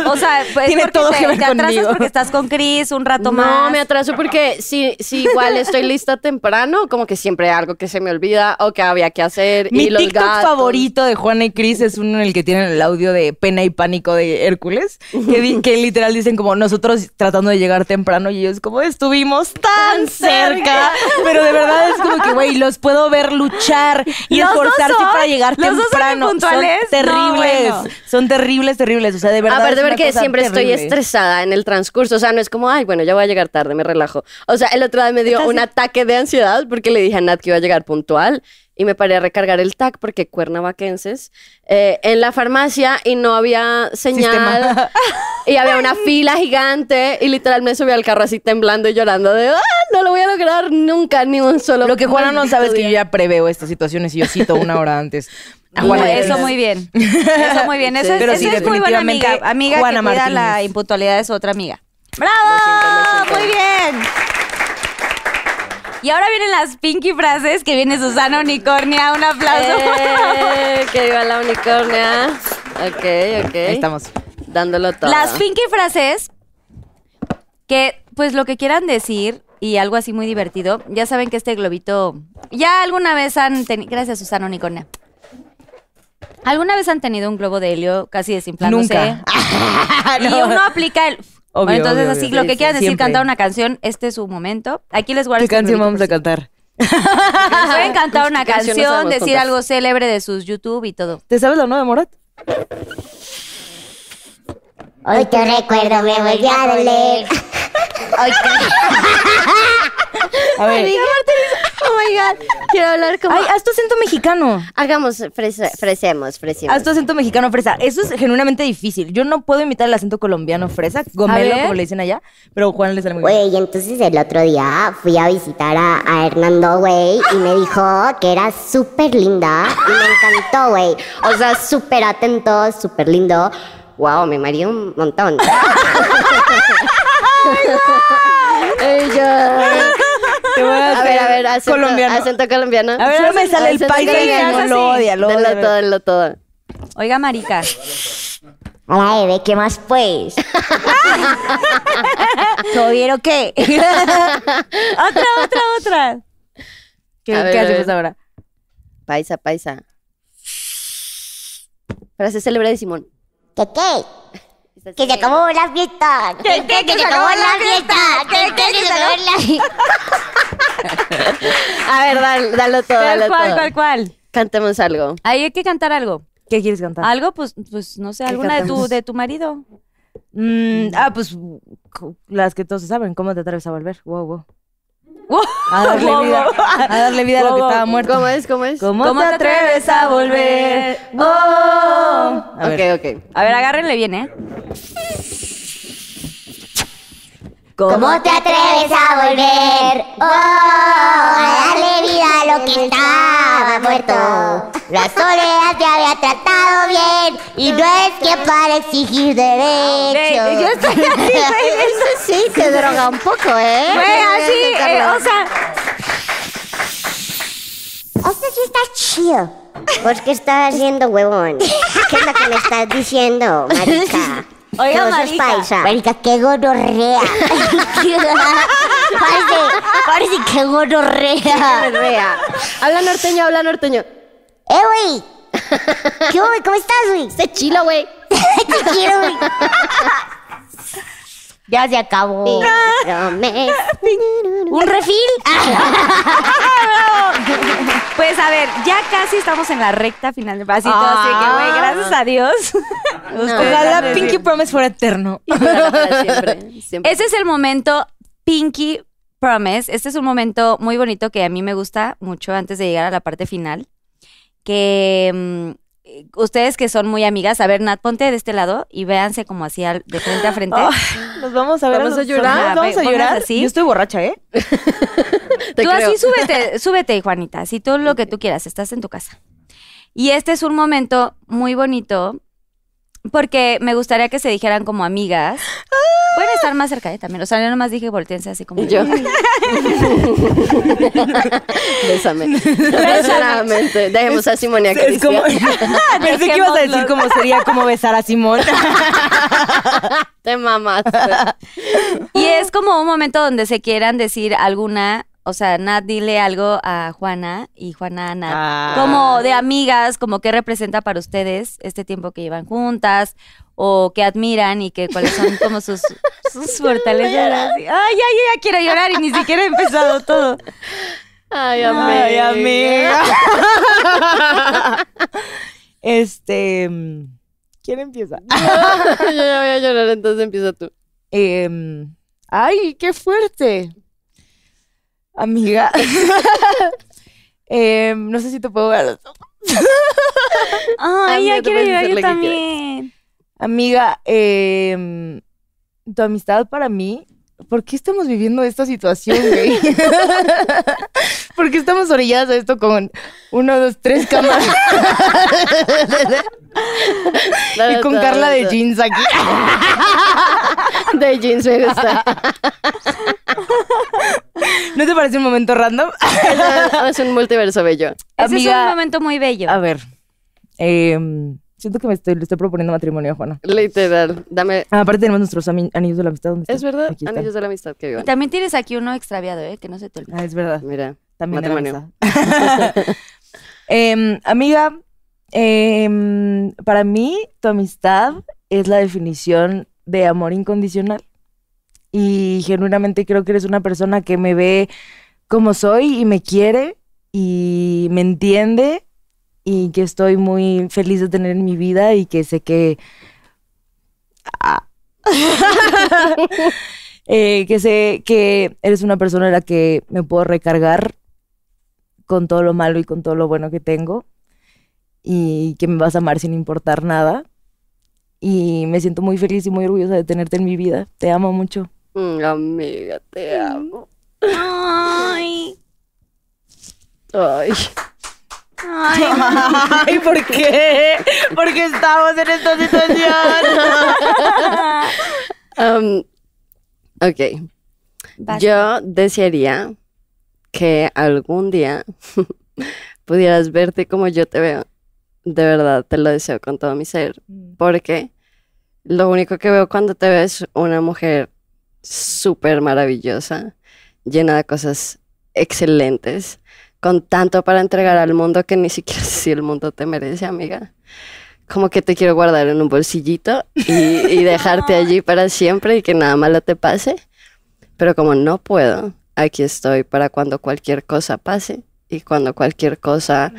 Speaker 3: O sea, pues
Speaker 4: Tiene
Speaker 3: porque
Speaker 4: todo
Speaker 3: te,
Speaker 4: que ver
Speaker 3: te atrasas
Speaker 4: conmigo.
Speaker 3: porque estás con Chris un rato
Speaker 5: No,
Speaker 3: más.
Speaker 5: me atraso porque si, si igual estoy lista temprano, como que siempre hay algo que se me olvida o que había que hacer.
Speaker 4: mi
Speaker 5: y los
Speaker 4: TikTok
Speaker 5: gatos.
Speaker 4: favorito de Juana y Chris es uno en el que tienen el audio de pena y pánico de Hércules, que, di- que literal dicen como nosotros tratando de llegar temprano y ellos como estuvimos tan cerca, pero de verdad es como que güey, los puedo ver luchar y
Speaker 3: Los dos
Speaker 4: esforzarse
Speaker 3: son-
Speaker 4: para llegar
Speaker 3: los dos son
Speaker 4: temprano.
Speaker 3: impuntuales. No,
Speaker 4: terribles,
Speaker 3: bueno.
Speaker 4: son terribles, terribles, o sea, de verdad.
Speaker 5: Aparte
Speaker 4: es una
Speaker 5: porque
Speaker 4: cosa
Speaker 5: siempre estoy
Speaker 4: terrible.
Speaker 5: estresada en el transcurso, o sea, no es como, ay, bueno, ya voy a llegar tarde, me relajo. O sea, el otro día me dio un ataque de ansiedad porque le dije a Nat que iba a llegar puntual y me paré a recargar el TAC porque cuernavaquenses eh, en la farmacia y no había señal y había una fila gigante y literal me subí al carro así temblando y llorando de, "Ah, no lo voy a lograr nunca ni un solo.
Speaker 4: Lo que Juana no
Speaker 5: maldito
Speaker 4: sabe es que
Speaker 5: día".
Speaker 4: yo ya preveo estas situaciones y yo cito una hora antes. A
Speaker 3: Muy-
Speaker 4: Juana y a
Speaker 3: eso
Speaker 4: Chris.
Speaker 3: muy bien. Eso muy bien. Eso, es-
Speaker 4: Pero
Speaker 3: eso
Speaker 4: sí,
Speaker 3: es muy buena
Speaker 4: definitivamente,
Speaker 3: amiga. Amiga que
Speaker 4: Juana
Speaker 3: cuida la
Speaker 4: Martínez.
Speaker 3: impuntualidad de su otra amiga. ¡Bravo!
Speaker 5: Lo siento, lo
Speaker 3: Muy
Speaker 5: siento.
Speaker 3: bien. Y ahora vienen las pinky frases que viene Susana Unicornia. Un aplauso.
Speaker 5: Eh, que viva la unicornia. Ok, ok.
Speaker 4: Ahí estamos.
Speaker 5: Dándolo todo.
Speaker 3: Las pinky frases que, pues, lo que quieran decir y algo así muy divertido. Ya saben que este globito, ya alguna vez han tenido, gracias Susana Unicornia. ¿Alguna vez han tenido un globo de helio casi desinflándose?
Speaker 4: Nunca.
Speaker 5: Ah,
Speaker 3: Y uno aplica el...
Speaker 4: Obvio,
Speaker 3: Bueno, entonces,
Speaker 4: obvio,
Speaker 3: así,
Speaker 4: obvio.
Speaker 3: lo que
Speaker 4: Sí,
Speaker 3: quieran decir,
Speaker 4: siempre.
Speaker 3: cantar una canción, este es su momento. Aquí les guardo
Speaker 4: ¿Qué
Speaker 3: este
Speaker 4: canción
Speaker 3: globito
Speaker 4: vamos
Speaker 3: por
Speaker 4: a Pues, cantar?
Speaker 3: si- Pueden cantar una
Speaker 5: ¿Qué
Speaker 3: canción,
Speaker 5: canción nos sabemos
Speaker 3: decir
Speaker 5: juntas?
Speaker 3: algo célebre de sus YouTube y todo.
Speaker 4: ¿Te sabes la nueva de Morat?
Speaker 8: Hoy tu recuerdo me volvió a doler. Hoy tu-
Speaker 4: A ver.
Speaker 5: Oh my god, quiero hablar como.
Speaker 4: Ay, haz tu acento mexicano.
Speaker 5: Hagamos, frese- fresemos, fresemos.
Speaker 4: Haz tu acento mexicano fresa. Eso es genuinamente difícil. Yo no puedo imitar el acento colombiano fresa,
Speaker 3: A
Speaker 4: gomelo,
Speaker 3: ver.
Speaker 4: como le dicen allá, pero Juan le sale muy bien.
Speaker 8: Güey, entonces el otro día fui a visitar a, a Hernando, güey, y me dijo que era súper linda y me encantó, güey. O sea, súper atento, súper lindo. Wow, me mareé un montón.
Speaker 5: Ey, yo-
Speaker 4: Te voy
Speaker 5: A ver, a ver, acento
Speaker 4: colombiano.
Speaker 5: colombiano. Acento colombiano.
Speaker 4: A ver, solo me sale el
Speaker 5: Acento
Speaker 4: país
Speaker 5: colombiano.
Speaker 4: mexicano, lo odia, lo odia.
Speaker 5: Denlo todo, denlo todo.
Speaker 3: Oiga, marica.
Speaker 8: Hola, bebé, ¿qué más pues?
Speaker 4: ¿Todo bien o qué?
Speaker 3: otra, otra, otra.
Speaker 4: ¿Qué
Speaker 5: A ver,
Speaker 4: qué
Speaker 5: a
Speaker 4: hacemos
Speaker 5: ver.
Speaker 4: ahora?
Speaker 5: Paisa, paisa. Frase célebre de Simón.
Speaker 8: ¿Qué qué? Que se acabó la fiesta. ¿Qué qué? Que se acabó la fiesta. ¿Qué qué? Que se acabó la fiesta.
Speaker 5: A ver, dal- dalo todo,
Speaker 3: ¿Cuál,
Speaker 5: dalo
Speaker 3: cuál,
Speaker 5: todo.
Speaker 3: cuál, cuál?
Speaker 5: Cantemos algo.
Speaker 3: Ahí hay que cantar algo.
Speaker 4: ¿Qué quieres cantar?
Speaker 3: Algo, pues, pues no sé, alguna de tu,
Speaker 5: cantamos?
Speaker 3: de tu marido.
Speaker 4: Mm, ah, pues co- las que todos se saben. ¿Cómo te atreves a volver? Wow, wow. A darle
Speaker 3: Wow,
Speaker 4: vida,
Speaker 3: wow.
Speaker 4: a darle vida a lo que estaba muerto.
Speaker 5: ¿Cómo es? ¿Cómo es?
Speaker 4: ¿Cómo, Oh.
Speaker 3: ¿Cómo te atreves a volver? Oh.
Speaker 4: Wow. A ver.
Speaker 5: Ok, ok.
Speaker 3: A ver, agárrenle bien, ¿eh?
Speaker 8: ¿Cómo te atreves a volver? Oh, a darle vida a lo que estaba muerto. La soledad te había tratado bien y no es que para exigir derechos.
Speaker 3: Güey, yo estoy así, güey.
Speaker 8: Eso sí, se droga un poco, ¿eh?
Speaker 3: Güey, así, eh, o sea,
Speaker 8: Esto sí está chido. ¿Por qué estás haciendo huevón? ¿Qué es lo que me estás diciendo, marica?
Speaker 3: Oiga,
Speaker 8: Que vos sos
Speaker 3: marica.
Speaker 8: paisa. Marica, qué gonorrea. parece, parece que gonorrea.
Speaker 5: Rea. Habla norteño, habla norteño.
Speaker 8: ¡Eh, güey! ¿Qué güey? ¿Cómo estás, güey?
Speaker 5: Este chilo, güey.
Speaker 8: Te quiero, güey. Ya se acabó. ¿Un refil?
Speaker 3: pues a ver, ya casi estamos en la recta final del vasito, así que, güey, gracias a Dios.
Speaker 4: Ojalá Pinky Promise fuera eterno.
Speaker 5: Para siempre, siempre.
Speaker 3: Ese es el momento Pinky Promise. Este es un momento muy bonito que a mí me gusta mucho antes de llegar a la parte final. Que mm, ustedes que son muy amigas, a ver, Nat, ponte de este lado y véanse como así al- de frente a frente.
Speaker 5: Oh,
Speaker 4: Nos vamos a ver.
Speaker 5: ¿Vamos a
Speaker 4: los
Speaker 5: llorar?
Speaker 4: ojos, Vamos a
Speaker 3: Pongas
Speaker 4: llorar.
Speaker 3: así.
Speaker 4: Yo estoy borracha, ¿eh?
Speaker 5: Te
Speaker 3: tú
Speaker 5: creo.
Speaker 3: así súbete, súbete, Juanita, así todo lo que tú quieras, estás en tu casa. Y este es un momento muy bonito Porque me gustaría que se dijeran como amigas. Pueden estar más cerca, ¿eh? También. O sea, yo nomás dije volteense así como.
Speaker 5: Ah. Yo. Bésame. Sinceramente. Dejemos a Simonia que
Speaker 4: Es como. Pensé que ibas a decir cómo sería como besar a Simón.
Speaker 5: Te mamas.
Speaker 3: Y es como un momento donde se quieran decir alguna. O sea, Nat, dile algo a Juana y Juana a Nat.
Speaker 4: Ah.
Speaker 3: Como de amigas, como qué representa para ustedes este tiempo que llevan juntas o que admiran y que cuáles son como sus, sus fortalezas. Ay, ay, ay, ya quiero llorar y ni siquiera he empezado todo.
Speaker 5: Ay, amiga.
Speaker 4: Ay, amiga. este. ¿Quién empieza?
Speaker 5: Yo ya voy a llorar, entonces empieza tú.
Speaker 4: Em, ay, qué fuerte. Amiga. Em, no sé si te puedo ver a los ojos.
Speaker 3: Ay, ya
Speaker 5: Amiga, tú
Speaker 3: quiero
Speaker 5: puedes
Speaker 3: llorar yo
Speaker 5: hacer lo que quieras.
Speaker 3: también.
Speaker 4: Amiga, em, tu amistad para mí. ¿Por qué estamos viviendo esta situación, güey? ¿Por qué estamos orilladas a esto con uno, dos, tres cámaras y con Carla de
Speaker 5: jeans.
Speaker 4: jeans aquí?
Speaker 5: De jeans me gusta.
Speaker 4: ¿No te parece un momento random?
Speaker 5: es un multiverso bello.
Speaker 3: Ese es un
Speaker 4: Amiga-
Speaker 3: momento muy bello.
Speaker 4: A ver. em, siento que me estoy, le estoy proponiendo matrimonio a Juana.
Speaker 5: Literal. Dame.
Speaker 4: Ah, Aparte tenemos nuestros ami- anillos de la amistad. ¿dónde
Speaker 5: Es
Speaker 4: están?
Speaker 5: verdad,
Speaker 4: Aquí están.
Speaker 5: anillos de la amistad que
Speaker 3: Y
Speaker 5: vivan.
Speaker 3: también tienes aquí uno extraviado, ¿eh? Que no se te olvide.
Speaker 4: Ah, es verdad.
Speaker 5: Mira.
Speaker 4: También de la
Speaker 5: Matrimonio.
Speaker 4: amistad. Em, amiga, em, para mí tu amistad es la definición de amor incondicional. Y genuinamente creo que eres una persona que me ve como soy y me quiere y me entiende y que estoy muy feliz de tener en mi vida y que sé que... Ah. Eh, que sé que eres una persona en la que me puedo recargar con todo lo malo y con todo lo bueno que tengo y que me vas a amar sin importar nada. Y me siento muy feliz y muy orgullosa de tenerte en mi vida. Te amo mucho.
Speaker 5: Mm, amiga, te amo.
Speaker 3: Ay,
Speaker 5: Ay.
Speaker 3: ay,
Speaker 4: Ay, ¿por qué? Porque estamos en esta situación.
Speaker 5: Um, ok.
Speaker 3: Vas.
Speaker 5: Yo desearía que algún día pudieras verte como yo te veo. De verdad, te lo deseo con todo mi ser.
Speaker 3: Mm.
Speaker 5: Porque lo único que veo cuando te veo es una mujer súper maravillosa, llena de cosas excelentes, con tanto para entregar al mundo que ni siquiera sé si el mundo te merece, amiga. Como que te quiero guardar en un bolsillito y, y dejarte allí para siempre y que nada malo te pase. Pero como no puedo, aquí estoy para cuando cualquier cosa pase y cuando cualquier cosa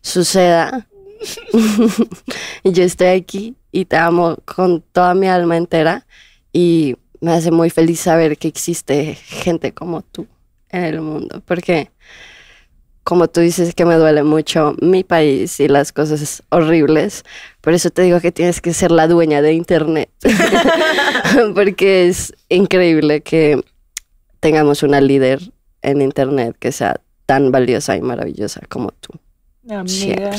Speaker 5: suceda. Y yo estoy aquí y te amo con toda mi alma entera y me hace muy feliz saber que existe gente como tú en el mundo, porque como tú dices que me duele mucho mi país y las cosas horribles, por eso te digo que tienes que ser la dueña de Internet, porque es increíble que tengamos una líder en Internet que sea tan valiosa y maravillosa como tú. Amiga,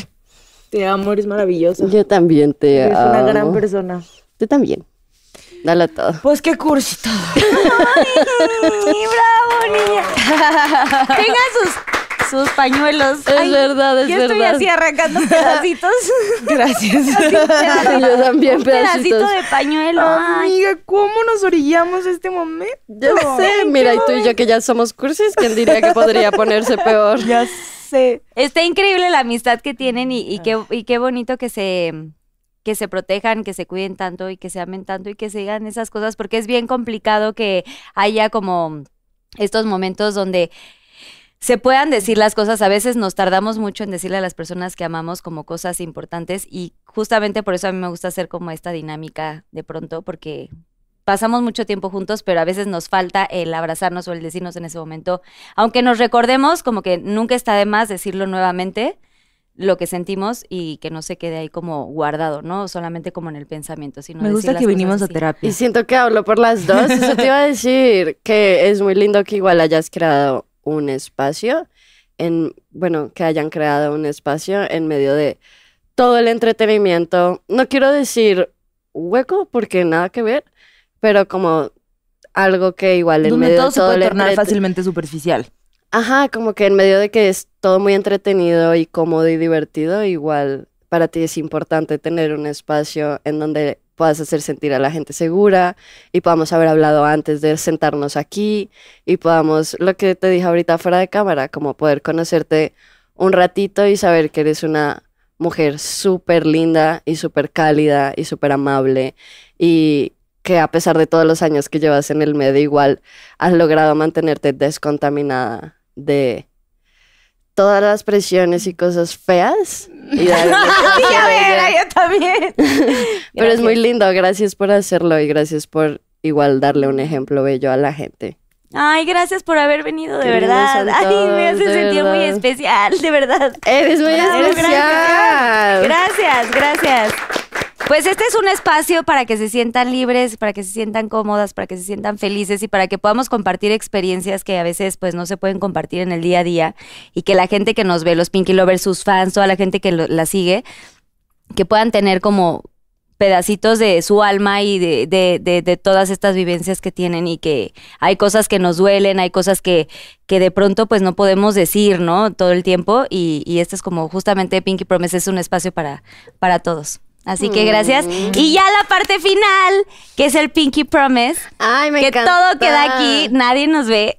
Speaker 4: te amo, eres maravillosa.
Speaker 5: Yo también te
Speaker 4: Eres
Speaker 5: amo.
Speaker 4: una gran persona.
Speaker 5: Tú también. Dale todo.
Speaker 4: Pues qué cursito.
Speaker 3: bravo, niña. Tengan sus, sus pañuelos.
Speaker 5: Es
Speaker 3: Ay,
Speaker 5: verdad, es
Speaker 3: yo
Speaker 5: verdad.
Speaker 3: estoy así arrancando pedacitos.
Speaker 4: Gracias.
Speaker 5: Yo también,
Speaker 3: Un pedacito
Speaker 5: pedacitos.
Speaker 3: de pañuelo. Ay,
Speaker 4: Amiga, ¿cómo nos orillamos a este momento?
Speaker 5: Ya sé, mira, y tú y yo que ya somos cursis, ¿quién diría que podría ponerse peor?
Speaker 4: Ya sé.
Speaker 3: está increíble la amistad que tienen y, y qué, y qué bonito que se que se protejan, que se cuiden tanto y que se amen tanto y que se digan esas cosas, porque es bien complicado que haya como estos momentos donde se puedan decir las cosas. A veces nos tardamos mucho en decirle a las personas que amamos como cosas importantes y justamente por eso a mí me gusta hacer como esta dinámica de pronto, porque pasamos mucho tiempo juntos, pero a veces nos falta el abrazarnos o el decirnos en ese momento, aunque nos recordemos como que nunca está de más decirlo nuevamente lo que sentimos y que no se quede ahí como guardado, ¿no? Solamente como en el pensamiento, sino
Speaker 4: Me
Speaker 3: decir
Speaker 4: gusta
Speaker 3: las
Speaker 4: que
Speaker 3: cosas
Speaker 4: vinimos a
Speaker 3: así.
Speaker 4: terapia.
Speaker 5: Y siento que hablo por las dos. Eso te iba a decir que es muy lindo que igual hayas creado un espacio en, bueno, que hayan creado un espacio en medio de todo el entretenimiento. No quiero decir hueco porque nada que ver, pero como algo que igual en
Speaker 4: Donde
Speaker 5: medio
Speaker 4: todo
Speaker 5: de
Speaker 4: se
Speaker 5: todo
Speaker 4: puede
Speaker 5: el
Speaker 4: tornar
Speaker 5: entrete-
Speaker 4: fácilmente superficial.
Speaker 5: Ajá, como que en medio de que es todo muy entretenido y cómodo y divertido, igual para ti es importante tener un espacio en donde puedas hacer sentir a la gente segura y podamos haber hablado antes de sentarnos aquí y podamos, lo que te dije ahorita fuera de cámara, como poder conocerte un ratito y saber que eres una mujer súper linda y súper cálida y súper amable y que a pesar de todos los años que llevas en el medio, igual has logrado mantenerte descontaminada de todas las presiones y cosas feas. Y de algo que te hace bella.
Speaker 4: yo también.
Speaker 5: Pero es muy lindo, gracias por hacerlo y gracias por igual darle un ejemplo bello a la gente.
Speaker 3: Ay, gracias por haber venido, de
Speaker 5: Qué lindos
Speaker 3: verdad.
Speaker 5: son
Speaker 3: Ay, me hace
Speaker 5: todos, de
Speaker 3: sentir muy
Speaker 5: verdad.
Speaker 3: especial, de verdad.
Speaker 5: Eres muy
Speaker 3: Bravo,
Speaker 5: especial.
Speaker 3: Gracias, gracias. Pues este es un espacio para que se sientan libres, para que se sientan cómodas, para que se sientan felices y para que podamos compartir experiencias que a veces pues no se pueden compartir en el día a día y que la gente que nos ve, los Pinky Lovers, sus fans, toda la gente que lo- la sigue, que puedan tener como pedacitos de su alma y de, de- de- de todas estas vivencias que tienen y que hay cosas que nos duelen, hay cosas que, que de pronto pues no podemos decir, ¿no? Todo el tiempo y, y este es como justamente Pinky Promise es un espacio para, para todos. Así que gracias. Y ya la parte final, que es el Pinky Promise,
Speaker 5: Ay, me
Speaker 3: que
Speaker 5: encanta.
Speaker 3: todo queda aquí, nadie nos ve.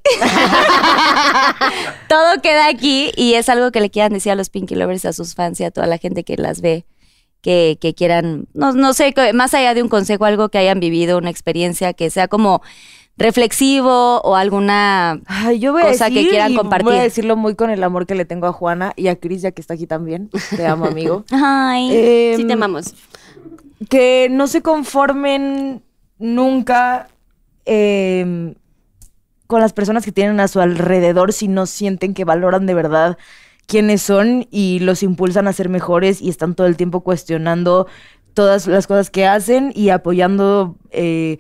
Speaker 3: todo queda aquí y es algo que le quieran decir a los Pinky Lovers, a sus fans y a toda la gente que las ve, que, que quieran, no, no sé, que más allá de un consejo, algo que hayan vivido, una experiencia que sea como reflexivo o alguna...
Speaker 4: Ay, yo voy
Speaker 3: Cosa
Speaker 4: a
Speaker 3: que
Speaker 4: decir,
Speaker 3: quieran
Speaker 4: y
Speaker 3: compartir.
Speaker 4: voy a decirlo muy con el amor que le tengo a Juana y a Cris, ya que está aquí también. Te amo, amigo.
Speaker 3: Ay.
Speaker 5: Sí,
Speaker 4: Em,
Speaker 5: te amamos.
Speaker 4: que no se conformen nunca eh, con las personas que tienen a su alrededor si no sienten que valoran de verdad quiénes son y los impulsan a ser mejores y están todo el tiempo cuestionando todas las cosas que hacen y apoyando eh,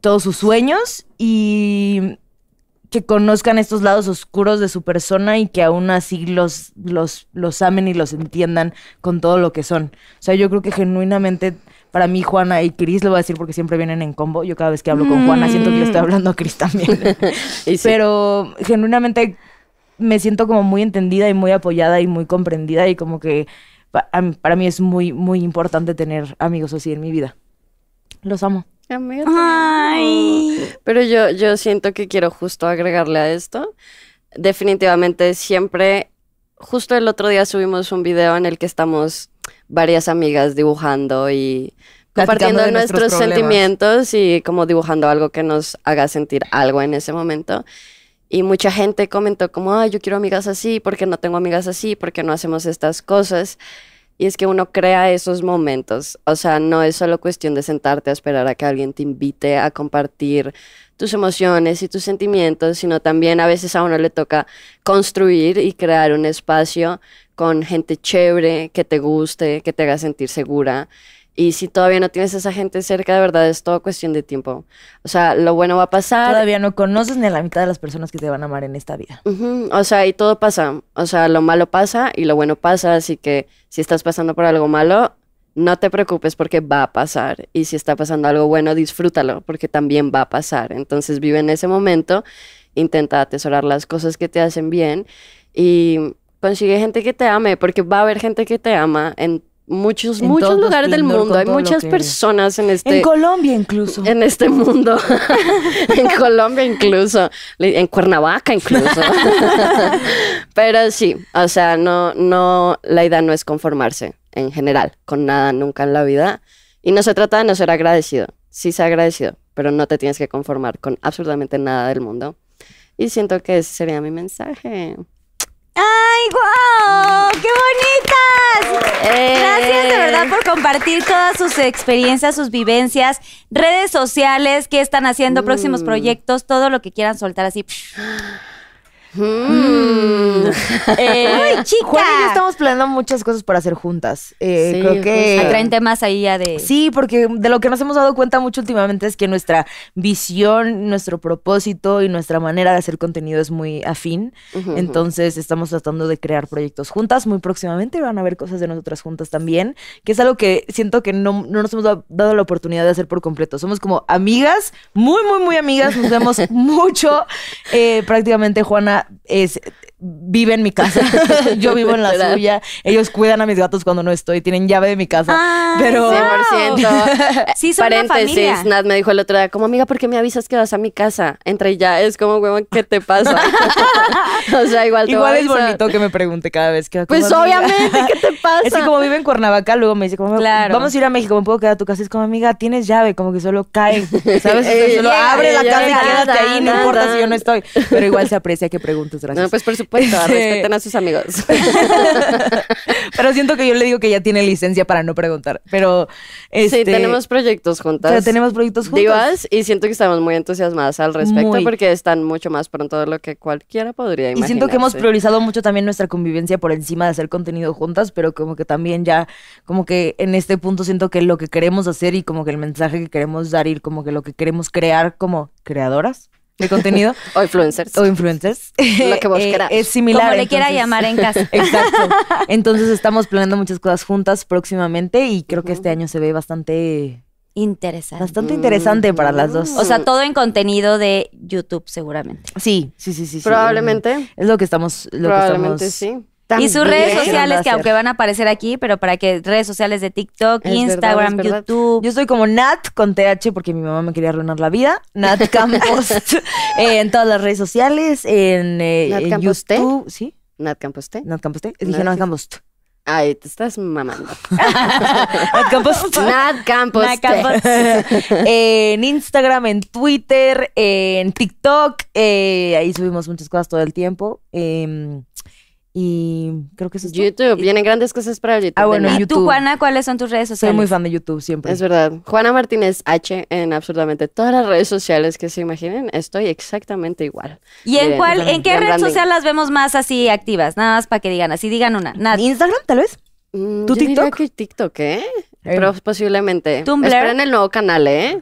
Speaker 4: todos sus sueños y que conozcan estos lados oscuros de su persona y que aún así los, los, los amen y los entiendan con todo lo que son. O sea, yo creo que genuinamente, para mí, Juana y Cris, lo voy a decir porque siempre vienen en combo. Yo cada vez que hablo con Juana siento que le estoy hablando a Cris también.
Speaker 5: Y sí.
Speaker 4: Pero genuinamente me siento como muy entendida y muy apoyada y muy comprendida y como que pa- a mí- para mí es muy, muy importante tener amigos así en mi vida. Los amo.
Speaker 5: Amiga, te
Speaker 3: Ay.
Speaker 5: Pero yo, yo siento que quiero justo agregarle a esto. Definitivamente siempre, justo el otro día subimos un video en el que estamos varias amigas dibujando y
Speaker 4: Platicando
Speaker 5: compartiendo
Speaker 4: de nuestros
Speaker 5: nuestros,
Speaker 4: problemas.
Speaker 5: sentimientos y como dibujando algo que nos haga sentir algo en ese momento. Y mucha gente comentó como, ay, yo quiero amigas así, porque no tengo amigas así, porque no hacemos estas cosas. Y es que uno crea esos momentos. O sea, no es solo cuestión de sentarte a esperar a que alguien te invite a compartir tus emociones y tus sentimientos, sino también a veces a uno le toca construir y crear un espacio con gente chévere, que te guste, que te haga sentir segura. Y si todavía no tienes esa gente cerca, de verdad es todo cuestión de tiempo. O sea, lo bueno va a pasar,
Speaker 4: Todavía no conoces ni a la mitad de las personas que te van a amar en esta vida.
Speaker 5: Ujú, O sea, y todo pasa. O sea, lo malo pasa y lo bueno pasa. Así que si estás pasando por algo malo, no te preocupes porque va a pasar. Y si está pasando algo bueno, disfrútalo porque también va a pasar. Entonces vive en ese momento, intenta atesorar las cosas que te hacen bien y consigue gente que te ame porque va a haber gente que te ama en muchos,
Speaker 4: En todo
Speaker 5: muchos
Speaker 4: tu
Speaker 5: lugares del
Speaker 4: esplendor,
Speaker 5: mundo.
Speaker 4: con
Speaker 5: Hay
Speaker 4: todo lo
Speaker 5: muchas
Speaker 4: que eres.
Speaker 5: personas en este
Speaker 4: En Colombia incluso.
Speaker 5: en este mundo, en Colombia incluso, Le- en Cuernavaca incluso. Pero sí, o sea, no, no, la idea no es conformarse en general con nada nunca en la vida. Y no se trata de no ser agradecido, sí ser agradecido, pero no te tienes que conformar con absolutamente nada del mundo. Y siento que ese sería mi mensaje.
Speaker 3: ¡Ay, guau! ¡Qué bonitas! Gracias de verdad por compartir todas sus experiencias, sus vivencias, redes sociales, qué están haciendo, próximos proyectos, todo lo que quieran soltar así.
Speaker 5: Mm.
Speaker 3: Eh, chica.
Speaker 4: Juan y yo estamos planeando muchas cosas para hacer juntas. Eh,
Speaker 5: Sí,
Speaker 4: creo que.
Speaker 3: Ah, Traen temas ahí ya de.
Speaker 4: Sí, porque de lo que nos hemos dado cuenta mucho últimamente es que nuestra visión, nuestro propósito y nuestra manera de hacer contenido es muy afín.
Speaker 5: Ujú, ujú.
Speaker 4: Entonces estamos tratando de crear proyectos juntas. Muy próximamente van a haber cosas de nosotras juntas también, que es algo que siento que no, no nos hemos da- dado la oportunidad de hacer por completo. Somos como amigas, muy, muy, muy amigas. Nos vemos mucho. Eh, prácticamente Juana es... Vive en mi casa, yo vivo en la
Speaker 5: Literal.
Speaker 4: suya, ellos cuidan a mis gatos cuando no estoy, tienen llave de mi casa.
Speaker 3: Ah,
Speaker 4: pero
Speaker 5: 100%.
Speaker 3: Sí, son una familia.
Speaker 5: Paréntesis, Nat me dijo el otro día, como amiga, ¿por qué me avisas que vas a mi casa? Entra y ya, es como, huevón, ¿qué te pasa? o sea, igual te voy
Speaker 4: Igual
Speaker 5: a
Speaker 4: es
Speaker 5: avisar.
Speaker 4: bonito que me pregunte cada vez que
Speaker 5: Pues
Speaker 4: como, amiga.
Speaker 5: obviamente, ¿qué te pasa?
Speaker 4: Es que como vive en Cuernavaca, luego me dice como
Speaker 3: Claro.
Speaker 4: vamos a ir a México, me puedo quedar a tu casa. Es como amiga, tienes llave, como que solo cae, ¿sabes? O sea,
Speaker 5: Ey,
Speaker 4: solo
Speaker 5: llega,
Speaker 4: abre la
Speaker 5: ella
Speaker 4: casa y
Speaker 5: nada,
Speaker 4: quédate ahí, no
Speaker 5: nada.
Speaker 4: importa si yo no estoy. Pero igual se aprecia que preguntes, gracias.
Speaker 5: No, pues por supuesto,
Speaker 4: Este-
Speaker 5: respeten a sus amigos.
Speaker 4: pero siento que yo le digo que ya tiene licencia para no preguntar. Pero este,
Speaker 5: sí, tenemos proyectos juntas.
Speaker 4: pero tenemos proyectos juntos.
Speaker 5: Divas, y siento que estamos muy entusiasmadas al respecto
Speaker 4: Muy.
Speaker 5: porque están mucho más pronto de lo que cualquiera podría
Speaker 4: Y
Speaker 5: imaginar.
Speaker 4: siento que hemos priorizado mucho también nuestra convivencia por encima de hacer contenido juntas, pero como que también ya, como que en este punto siento que lo que queremos hacer y como que el mensaje que queremos dar y como que lo que queremos crear como creadoras de contenido
Speaker 5: O influencers.
Speaker 4: o influencers
Speaker 5: Lo que vos
Speaker 4: eh,
Speaker 5: querás.
Speaker 4: es similar.
Speaker 3: como le quiera
Speaker 4: entonces-
Speaker 3: llamar en casa.
Speaker 4: Exacto. Entonces estamos planeando muchas cosas juntas próximamente y creo que este año se ve bastante,
Speaker 3: Interesante.
Speaker 4: bastante interesante para las dos.
Speaker 5: Mm.
Speaker 3: O sea, todo en contenido de YouTube, seguramente.
Speaker 4: Sí, sí, sí, sí. sí.
Speaker 5: Probablemente.
Speaker 4: Es lo que estamos, lo que
Speaker 5: probablemente
Speaker 4: estamos
Speaker 5: sí.
Speaker 3: Y sus redes
Speaker 4: También.
Speaker 3: sociales, que
Speaker 4: Hacer.
Speaker 3: aunque van a aparecer aquí, pero para que redes sociales de TikTok,
Speaker 5: Es verdad,
Speaker 3: Instagram,
Speaker 5: es verdad.
Speaker 3: YouTube.
Speaker 4: Yo estoy como Nat con TH porque mi mamá me quería arruinar la vida. Nat Campos eh, en todas las redes sociales, en, eh,
Speaker 5: ¿Nat
Speaker 4: en
Speaker 5: Campos T? ¿Eh?
Speaker 4: YouTube. ¿Sí?
Speaker 5: Nat Campos T.
Speaker 4: Nat Campos T.
Speaker 5: No,
Speaker 4: Dije Nat
Speaker 5: sí.
Speaker 4: Campos T.
Speaker 5: Ay, te estás mamando.
Speaker 4: Nat Campos T.
Speaker 5: Nat Campos
Speaker 3: Nat
Speaker 5: T.
Speaker 3: Campos.
Speaker 4: en Instagram, en Twitter, en TikTok. eh, ahí subimos muchas cosas todo el tiempo. eh, y creo que eso es todo.
Speaker 5: YouTube. Vienen grandes cosas para el YouTube.
Speaker 4: Ah, bueno,
Speaker 5: de Nat.
Speaker 3: ¿Y tú,
Speaker 4: YouTube.
Speaker 3: Juana, cuáles son tus redes
Speaker 4: Soy
Speaker 3: sociales?
Speaker 4: muy fan de YouTube siempre.
Speaker 5: Es verdad. Juana Martínez H en absolutamente todas las redes sociales que se imaginen. Estoy exactamente igual.
Speaker 3: ¿Y en
Speaker 5: Miren,
Speaker 3: cuál,
Speaker 4: pues,
Speaker 3: en qué
Speaker 5: gran
Speaker 3: red
Speaker 5: branding.
Speaker 3: social las vemos más así activas? Nada más para que digan, así digan una. Nat,
Speaker 4: Instagram, tal vez.
Speaker 5: Mm,
Speaker 4: ¿Tú
Speaker 5: yo diría
Speaker 4: TikTok?
Speaker 5: que TikTok, ¿eh?
Speaker 4: Eh.
Speaker 5: Pero posiblemente.
Speaker 3: Tumblr.
Speaker 5: Esperen el nuevo canal, ¿eh?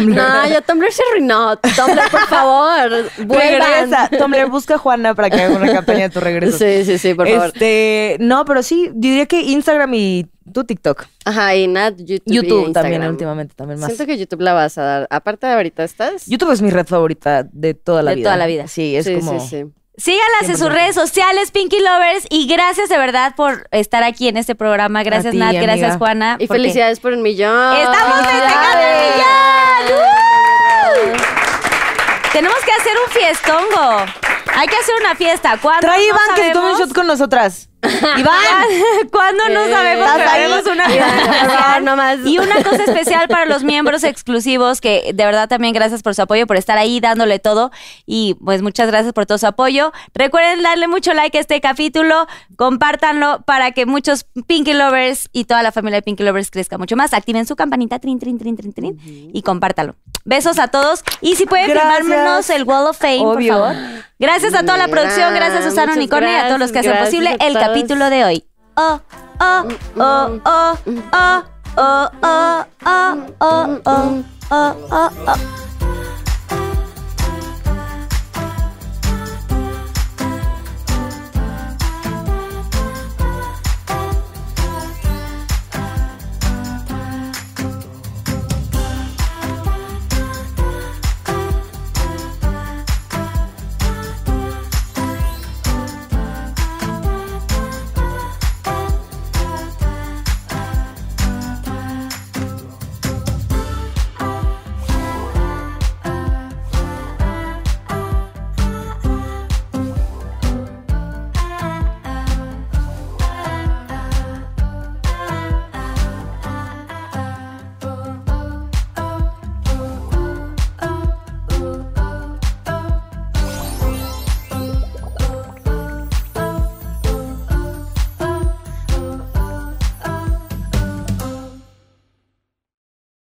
Speaker 5: No, ya Tumblr se arruinó. Tumblr, por favor. Vuelvan.
Speaker 4: Regresa. Tumblr, busca a Juana para que haga una campaña de tu regreso.
Speaker 5: Sí, sí, sí, por favor.
Speaker 4: Este, no, pero sí, yo diría que Instagram y tu TikTok.
Speaker 5: Ajá, y Nat, YouTube. y
Speaker 4: YouTube también
Speaker 5: Instagram.
Speaker 4: últimamente, también más.
Speaker 5: Siento que YouTube la vas a dar. Aparte de ahorita estás.
Speaker 4: YouTube es mi red favorita de toda la
Speaker 3: De
Speaker 4: vida.
Speaker 3: toda la vida.
Speaker 4: Sí, es
Speaker 5: sí,
Speaker 4: como...
Speaker 5: sí, sí.
Speaker 3: síganlas en sus redes sociales, Pinky Lovers, y gracias de verdad por estar aquí en este programa. Gracias,
Speaker 4: ti,
Speaker 3: Nat, gracias,
Speaker 4: amiga.
Speaker 3: Juana.
Speaker 5: Y
Speaker 3: porque-
Speaker 5: felicidades por un millón.
Speaker 3: ¡Estamos festejando el millón! ¡Uh! Tenemos que hacer un fiestongo. Hay que hacer una fiesta. ¿Cuándo?
Speaker 4: Trae
Speaker 3: no
Speaker 4: Iván que se tome un
Speaker 3: sabemos?
Speaker 4: shot con nosotras. Iván.
Speaker 3: ¿Cuándo no
Speaker 5: Eh,
Speaker 3: sabemos?
Speaker 5: ¿estás
Speaker 3: Pero
Speaker 5: ahí?
Speaker 3: haremos una
Speaker 5: Mira,
Speaker 3: fiesta
Speaker 5: por favor,
Speaker 3: especial.
Speaker 5: no más.
Speaker 3: Y una cosa especial para los miembros exclusivos, que de verdad también gracias por su apoyo, por estar ahí dándole todo. Y pues muchas gracias por todo su apoyo. Recuerden darle mucho like a este capítulo, compártanlo para que muchos Pinky Lovers y toda la familia de Pinky Lovers crezca mucho más. Activen su campanita, trin, trin, trin, trin, trin, y compártalo. Besos a todos. Y si pueden
Speaker 4: Gracias.
Speaker 3: firmármenos el Wall of Fame,
Speaker 4: Obvio.
Speaker 3: por favor. Gracias a toda la producción, gracias a Susana
Speaker 5: Muchas
Speaker 3: Unicornia y a todos los que hacen
Speaker 5: gracias,
Speaker 3: posible
Speaker 5: gracias
Speaker 3: el
Speaker 5: a todos.
Speaker 3: capítulo de hoy. Oh, oh, oh, oh, oh, oh, oh, oh, oh, oh, oh, oh, oh.